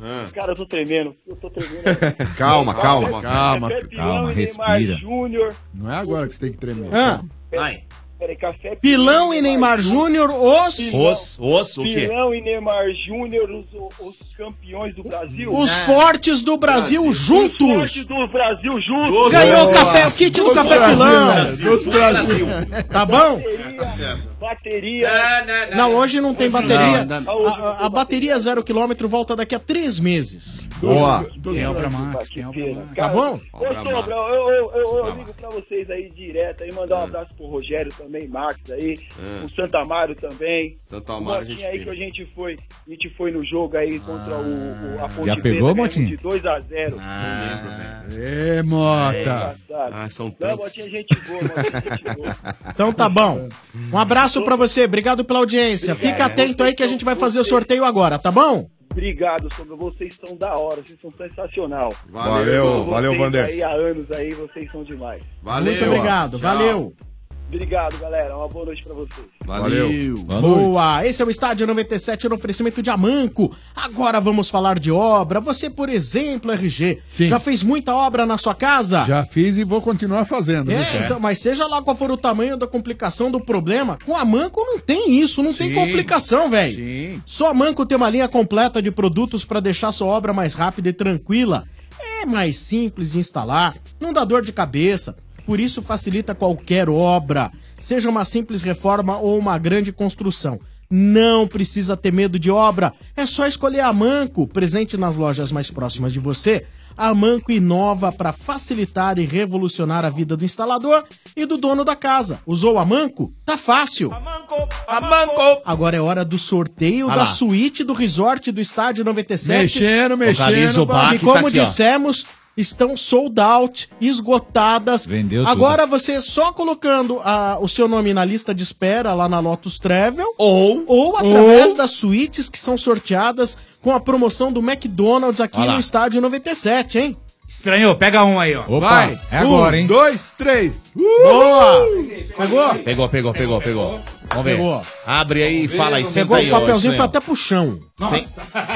Speaker 3: Ah.
Speaker 21: Cara, eu tô tremendo. Eu tô tremendo.
Speaker 11: Calma, calma,
Speaker 14: calma,
Speaker 21: Calé Pilão
Speaker 14: calma,
Speaker 21: e É Neymar
Speaker 14: respira.
Speaker 21: Júnior.
Speaker 14: Não é agora que você tem que tremer.
Speaker 21: Ah.
Speaker 3: Vai.
Speaker 21: Peraí, Café
Speaker 7: Pilão e Neymar Júnior, os...
Speaker 3: Os, os, o quê?
Speaker 21: Pilão e Neymar Júnior, os, os campeões do Brasil.
Speaker 7: Os fortes do Brasil juntos.
Speaker 21: fortes do Brasil juntos.
Speaker 7: Dos- Ganhou o café, o kit do Dos café Brasil, Pilão. Brasil, dos Brasil. Tá bom?
Speaker 21: Bateria.
Speaker 7: Não, hoje não tem bateria.
Speaker 21: Não, não.
Speaker 7: A, a- a bateria zero quilômetro volta daqui a três meses.
Speaker 21: Boa.
Speaker 33: É
Speaker 8: É
Speaker 4: Tem obra Max,
Speaker 21: tem
Speaker 4: obra
Speaker 21: Max.
Speaker 7: Tá bom?
Speaker 21: Ô, Sombra, eu, eu, eu, eu ligo pra vocês aí direto aí, mandar um abraço pro Rogério também, Max aí,
Speaker 11: É.
Speaker 21: o Santa Amaro também.
Speaker 11: Santo Amaro,
Speaker 21: o Motinha
Speaker 11: gente
Speaker 21: aí que a gente foi, a gente foi no jogo aí contra o, o a Ponte
Speaker 14: Já
Speaker 21: Preta,
Speaker 14: pegou,
Speaker 21: ganhamos
Speaker 14: Motinha?
Speaker 21: De 2 a 0
Speaker 14: Ê, Mota!
Speaker 11: Ah, são
Speaker 21: É Não, Motinha, é gente boa, Motinha, é gente boa.
Speaker 7: Então tá bom. Um abraço pra você, obrigado pela audiência. Fica atento aí que a gente vai fazer o sorteio agora, tá bom?
Speaker 21: Obrigado, Sombra, vocês são da hora, vocês são sensacional.
Speaker 36: Valeu,
Speaker 21: Vocês
Speaker 36: valeu, Vander.
Speaker 21: aí há anos aí, vocês são demais.
Speaker 36: Valeu.
Speaker 7: Muito obrigado,
Speaker 21: Tchau.
Speaker 7: valeu.
Speaker 21: Obrigado, galera, uma boa noite pra vocês.
Speaker 7: Valeu. Boa! Esse é o Estádio 97 no oferecimento de Amanco. Agora vamos falar de obra. Você, por exemplo, RG, já fez muita obra na sua casa?
Speaker 14: Já fiz e vou continuar fazendo. né, viu,
Speaker 7: É,
Speaker 14: chefe?
Speaker 7: então, mas seja lá qual for o tamanho da complicação do problema, com a Manco não tem isso, não tem complicação, velho. Só a Manco tem uma linha completa de produtos para deixar sua obra mais rápida e tranquila. É mais simples de instalar, não dá dor de cabeça. Por isso facilita qualquer obra, seja uma simples reforma ou uma grande construção. Não precisa ter medo de obra, é só escolher a Manco, presente nas lojas mais próximas de você. A Manco inova para facilitar e revolucionar a vida do instalador e do dono da casa. Usou a Manco? Tá fácil. A Manco. Agora é hora do sorteio
Speaker 4: Ah
Speaker 7: da
Speaker 4: lá.
Speaker 7: suíte do resort do estádio 97.
Speaker 4: Mexendo, mexendo,
Speaker 7: Localiza o
Speaker 4: Baque
Speaker 7: E como
Speaker 4: tá aqui, ó.
Speaker 7: dissemos, estão sold out, esgotadas.
Speaker 8: Vendeu
Speaker 7: Agora você é só colocando ah, o seu nome na lista de espera lá na Lotus Travel
Speaker 3: ou,
Speaker 7: ou através das suítes que são sorteadas com a promoção do McDonald's aqui
Speaker 4: Olha lá.
Speaker 7: no estádio 97, hein?
Speaker 4: Estranhou, pega um aí, ó.
Speaker 7: Opa,
Speaker 4: Vai. Um,
Speaker 7: é agora, hein?
Speaker 14: Dois, três.
Speaker 7: Boa!
Speaker 3: Pegou? Pegou, pegou, pegou, pegou. Vamos ver.
Speaker 7: Pegou.
Speaker 3: Abre aí e fala aí, senta
Speaker 7: Pegou
Speaker 3: aí.
Speaker 7: o
Speaker 3: ô,
Speaker 7: papelzinho e foi
Speaker 3: estranho.
Speaker 7: até pro chão.
Speaker 3: Sen-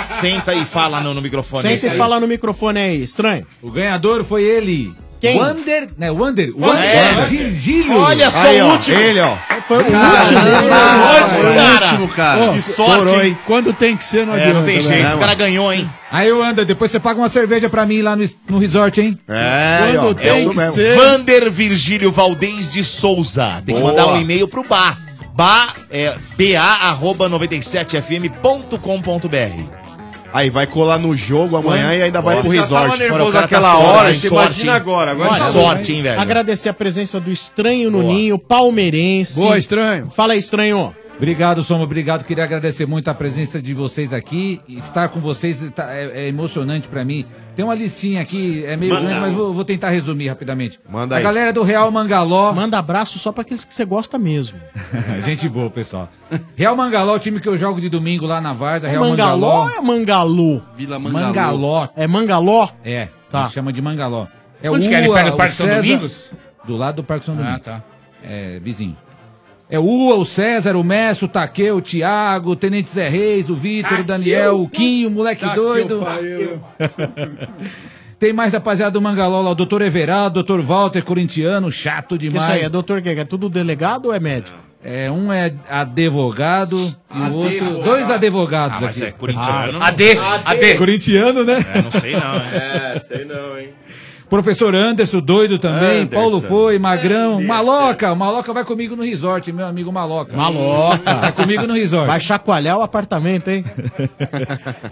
Speaker 3: Senta aí e fala no, no microfone.
Speaker 7: Senta e
Speaker 3: aí.
Speaker 7: fala no microfone aí, estranho.
Speaker 8: O ganhador foi ele.
Speaker 7: Quem?
Speaker 8: Wander, né? Wander,
Speaker 7: Wander.
Speaker 8: Wander,
Speaker 7: É.
Speaker 8: Virgílio.
Speaker 7: Olha só Aí, o ó, último.
Speaker 14: ele, ó.
Speaker 7: Foi o
Speaker 14: Caramba,
Speaker 7: último.
Speaker 8: né?
Speaker 14: foi o último, cara.
Speaker 8: Que
Speaker 14: Que
Speaker 8: sorte,
Speaker 14: sorte,
Speaker 8: hein?
Speaker 14: Quando tem que
Speaker 4: É,
Speaker 14: ser, não
Speaker 7: É,
Speaker 14: adianta. velho.
Speaker 3: ganhou, hein?
Speaker 8: né, Aí, Wander, depois você paga uma cerveja pra mim lá no, no resort, hein?
Speaker 3: É, ó, é o Vander Virgílio Valdez de Souza. Tem
Speaker 8: Boa.
Speaker 3: que mandar um e-mail pro bar. Ba, é, ba97fm.com.br.
Speaker 36: Aí vai colar no jogo amanhã
Speaker 3: Quando?
Speaker 36: e ainda vai
Speaker 3: Olha,
Speaker 36: pro
Speaker 3: já
Speaker 36: resort.
Speaker 3: tava nervoso
Speaker 36: Olha, o cara
Speaker 3: aquela
Speaker 36: tá
Speaker 3: hora,
Speaker 36: aí,
Speaker 3: você
Speaker 36: sorte,
Speaker 3: imagina
Speaker 36: hein?
Speaker 3: agora, agora
Speaker 7: tá
Speaker 36: Olha,
Speaker 3: é sorte, hein, velho?
Speaker 7: Agradecer a presença do estranho no ninho, palmeirense.
Speaker 8: Boa,
Speaker 7: estranho. Fala aí, estranho.
Speaker 8: Obrigado, Soma. Obrigado. Queria agradecer muito a presença de vocês aqui. Estar com vocês tá- é, é emocionante pra mim. Tem uma listinha aqui, é meio
Speaker 7: Manda.
Speaker 8: grande, mas vou, vou tentar resumir rapidamente.
Speaker 7: Manda
Speaker 8: a
Speaker 7: aí.
Speaker 8: galera do Real Mangaló.
Speaker 7: Manda abraço só pra aqueles que você gosta mesmo.
Speaker 8: Gente boa, pessoal. Real Mangaló, o time que eu jogo de domingo lá na Varza.
Speaker 7: É
Speaker 8: Real
Speaker 7: Mangaló ou é Mangalô?
Speaker 8: Vila Mangaló. Mangaló.
Speaker 7: É Mangaló?
Speaker 8: É,
Speaker 7: Tá.
Speaker 8: eles chamam de Mangaló. É
Speaker 4: Onde que é? Ele perto do
Speaker 8: o
Speaker 4: Parque São
Speaker 8: César-
Speaker 4: Domingos?
Speaker 8: Do lado do Parque São
Speaker 4: Ah,
Speaker 8: Domingos.
Speaker 4: tá.
Speaker 8: É, vizinho. É o Ua, o César, o Messi, o Taqueu, o Thiago, o Tenente Zé Reis, o Vitor, o Daniel, o Quinho, o moleque
Speaker 14: Taqueu,
Speaker 8: doido.
Speaker 14: pariu.
Speaker 8: Tem mais rapaziada do Mangaló lá, o Doutor Everaldo, o Doutor Walter, corintiano, chato
Speaker 7: Que
Speaker 8: demais.
Speaker 7: isso aí, é doutor que é tudo delegado ou é médico?
Speaker 8: É, um é advogado e o outro. Dois advogados
Speaker 7: Ah,
Speaker 8: aqui.
Speaker 7: mas é corintiano.
Speaker 8: AD, AD. Corintiano, né?
Speaker 3: É, não sei não,
Speaker 8: né?
Speaker 11: É, sei não, hein?
Speaker 8: Professor Anderson, doido também.
Speaker 16: Anderson.
Speaker 8: Paulo foi, Magrão. Maloca, Maloca vai comigo no resort, meu amigo Maloca.
Speaker 7: Maloca.
Speaker 8: Vai comigo no resort.
Speaker 7: Vai chacoalhar o apartamento, hein?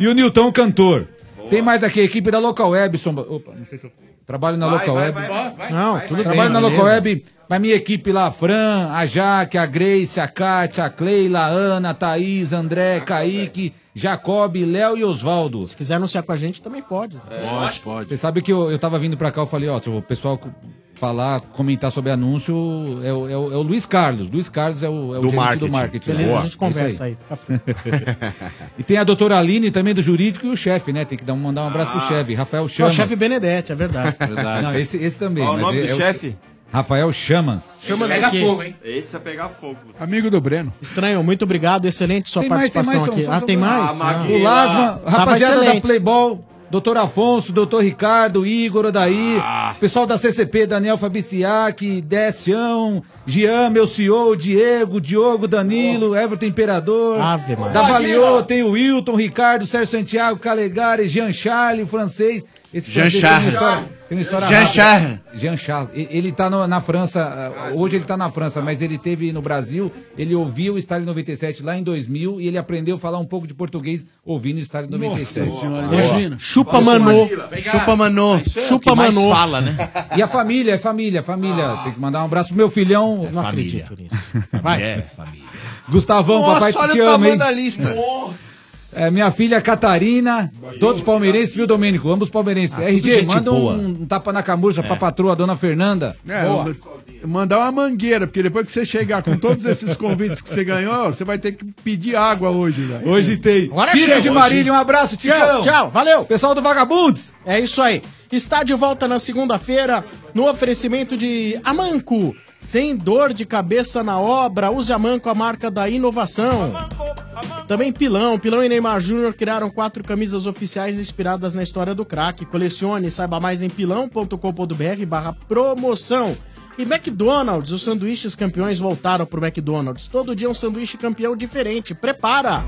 Speaker 8: E o Nilton Cantor. Tem mais aqui, equipe da Local Web, Somba. Opa, não sei se eu trabalho na
Speaker 7: Vai,
Speaker 8: Local
Speaker 7: vai,
Speaker 8: Web. é
Speaker 7: vai, vai, vai. Não, tudo bem,
Speaker 8: Trabalho na
Speaker 7: beleza.
Speaker 8: Local Web, na minha equipe lá, a Fran, a Jaque, a Grace, a Kátia, a Cleila, a Ana, a Thaís, André,
Speaker 7: Ah, tá
Speaker 8: Kaique, Jacob, Léo e Osvaldo. Se
Speaker 7: quiser anunciar com a gente, também pode.
Speaker 8: Pode, pode. Você sabe que eu, eu tava vindo pra cá, eu falei, ó, se o pessoal co- falar, comentar sobre anúncio, é o, é o- é o Luiz Carlos. Luiz Carlos é o, é o
Speaker 7: Do
Speaker 8: gerente
Speaker 7: marketing.
Speaker 8: do marketing. É
Speaker 7: Beleza,
Speaker 8: Boa.
Speaker 7: a gente conversa aí.
Speaker 8: e tem a doutora Aline também do jurídico e o chefe, né? Tem que dar um- mandar um abraço pro
Speaker 7: Ah.
Speaker 8: chefe, Rafael
Speaker 7: É o
Speaker 8: Chamas.
Speaker 7: chefe Benedetti, é verdade.
Speaker 8: Não, esse, esse também.
Speaker 11: Qual o
Speaker 8: mas
Speaker 11: nome
Speaker 8: é-
Speaker 11: do
Speaker 8: é
Speaker 11: chefe?
Speaker 8: Rafael Chamas.
Speaker 11: Esse vai pegar fogo.
Speaker 7: Amigo do Breno. Estranho, muito obrigado. Excelente sua
Speaker 8: Tem mais, tem
Speaker 7: participação
Speaker 8: mais,
Speaker 7: aqui.
Speaker 8: são-
Speaker 7: ah,
Speaker 8: são-
Speaker 7: tem
Speaker 8: são-
Speaker 7: mais?
Speaker 8: Ah,
Speaker 7: Ah.
Speaker 8: O Lasma,
Speaker 7: Tava
Speaker 8: rapaziada da
Speaker 7: excelente.
Speaker 8: Playball, doutor Afonso, doutor Ricardo, Igor, Odaí, pessoal da CCP, Daniel Fabiciac, Décião, Gian, meu CEO, Diego, Diogo, Danilo, Everton Imperador,
Speaker 7: Ave Maria.
Speaker 8: da Valiô, tem o Wilton, Ricardo, Sérgio Santiago, Calegari, Jean Charles, o francês. Esse
Speaker 16: Jean
Speaker 8: francês tem uma
Speaker 16: Charles.
Speaker 8: história- Tem uma história
Speaker 16: Jean
Speaker 8: rápida.
Speaker 16: Charles.
Speaker 8: Jean Charles. E- Ele tá no- na França, ah, hoje ele tá na França, mas ele teve no Brasil, ele ouviu o Estádio 97 lá em 2000 e ele aprendeu a falar um pouco de português ouvindo o Estádio 97.
Speaker 16: Senhora,
Speaker 8: Boa.
Speaker 16: imagina.
Speaker 8: Chupa
Speaker 16: Fala,
Speaker 8: Manô.
Speaker 16: Manila. Obrigado.
Speaker 8: Chupa Manô.
Speaker 16: Isso é o
Speaker 8: Chupa
Speaker 16: que mais
Speaker 8: Manô.
Speaker 16: fala, né? Ah.
Speaker 8: E a família, é família, família. Tem que mandar um abraço pro meu filhão. não
Speaker 16: É família. É,
Speaker 8: acredito nisso. Vai. Gustavão,
Speaker 16: Nossa,
Speaker 8: papai
Speaker 16: olha
Speaker 8: te
Speaker 16: o
Speaker 8: ama,
Speaker 16: tamanho
Speaker 8: hein?
Speaker 16: da lista.
Speaker 8: É, minha filha Catarina, todos palmeirenses, viu, Domênico? Ambos palmeirenses.
Speaker 16: Ah, tudo
Speaker 8: RG,
Speaker 16: gente
Speaker 8: manda
Speaker 16: boa. É.
Speaker 8: um, um tapa na camurja pra patroa, dona Fernanda.
Speaker 14: É, eu- mandar uma mangueira, porque depois que você chegar com todos esses convites que você ganhou, você vai ter que pedir água hoje, velho.
Speaker 8: Hoje tem.
Speaker 14: Agora
Speaker 8: Tito
Speaker 14: chega,
Speaker 8: de
Speaker 14: hoje.
Speaker 8: Marília, um abraço, Ticão.
Speaker 7: Tchau, tchau, valeu.
Speaker 8: Pessoal do Vagabundos.
Speaker 7: É isso aí. Está de volta na segunda-feira no oferecimento de Amanco. Sem dor de cabeça na obra, use Amanco, a marca da inovação. Também Pilão. Pilão e Neymar Júnior criaram quatro camisas oficiais inspiradas na história do craque. Colecione, saiba mais em pilão.com.br barra promoção. E McDonald's, os sanduíches campeões voltaram pro McDonald's. Todo dia um sanduíche campeão diferente. Prepara!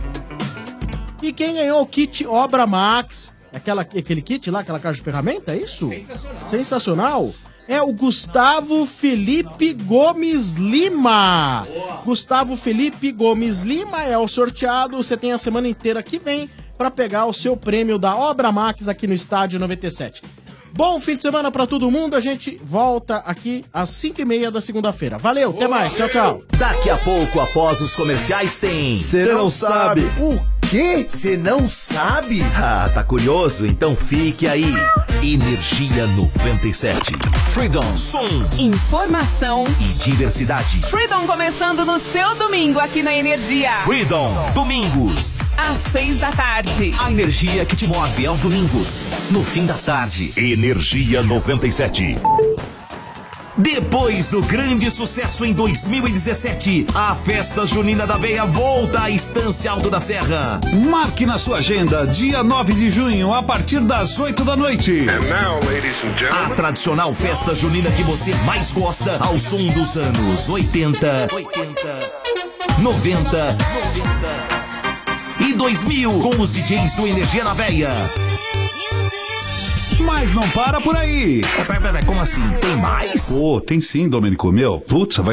Speaker 7: E quem ganhou o kit Obra Max, aquela, aquele kit lá, aquela caixa de ferramenta, é isso? Sensacional. É o Gustavo Felipe Gomes Lima. Gustavo Felipe Gomes Lima é o sorteado. Você tem a semana inteira que vem para pegar o seu prêmio da Obra Max aqui no Estádio 97. Bom fim de semana para todo mundo. A gente volta aqui às 5h30 da segunda-feira. Valeu, até mais. Tchau, tchau.
Speaker 3: Daqui a pouco, após os comerciais, tem.
Speaker 7: Cê não sabe.
Speaker 3: O quê? Você não sabe? Ah, tá curioso? Então fique aí. Energia 97. Freedom. Som
Speaker 5: Informação.
Speaker 3: e diversidade.
Speaker 5: Freedom começando no seu domingo aqui na Energia.
Speaker 3: Freedom. Domingos.
Speaker 5: Às seis da tarde.
Speaker 3: A energia que te move aos domingos. No fim da tarde. Energia 97. Depois do grande sucesso em 2017, a Festa Junina da Veia volta à Estância Alto da Serra.
Speaker 37: Marque na sua agenda, dia 9 de junho, a partir das 8 da noite.
Speaker 3: A tradicional festa junina que você mais gosta ao som dos anos 80, 90 e 2000 com os DJs do Energia na Veia. Mas não para por aí. Pera, pera, pera, Como assim? Tem mais?
Speaker 37: Pô, tem sim, Domênico. Meu, putz, vai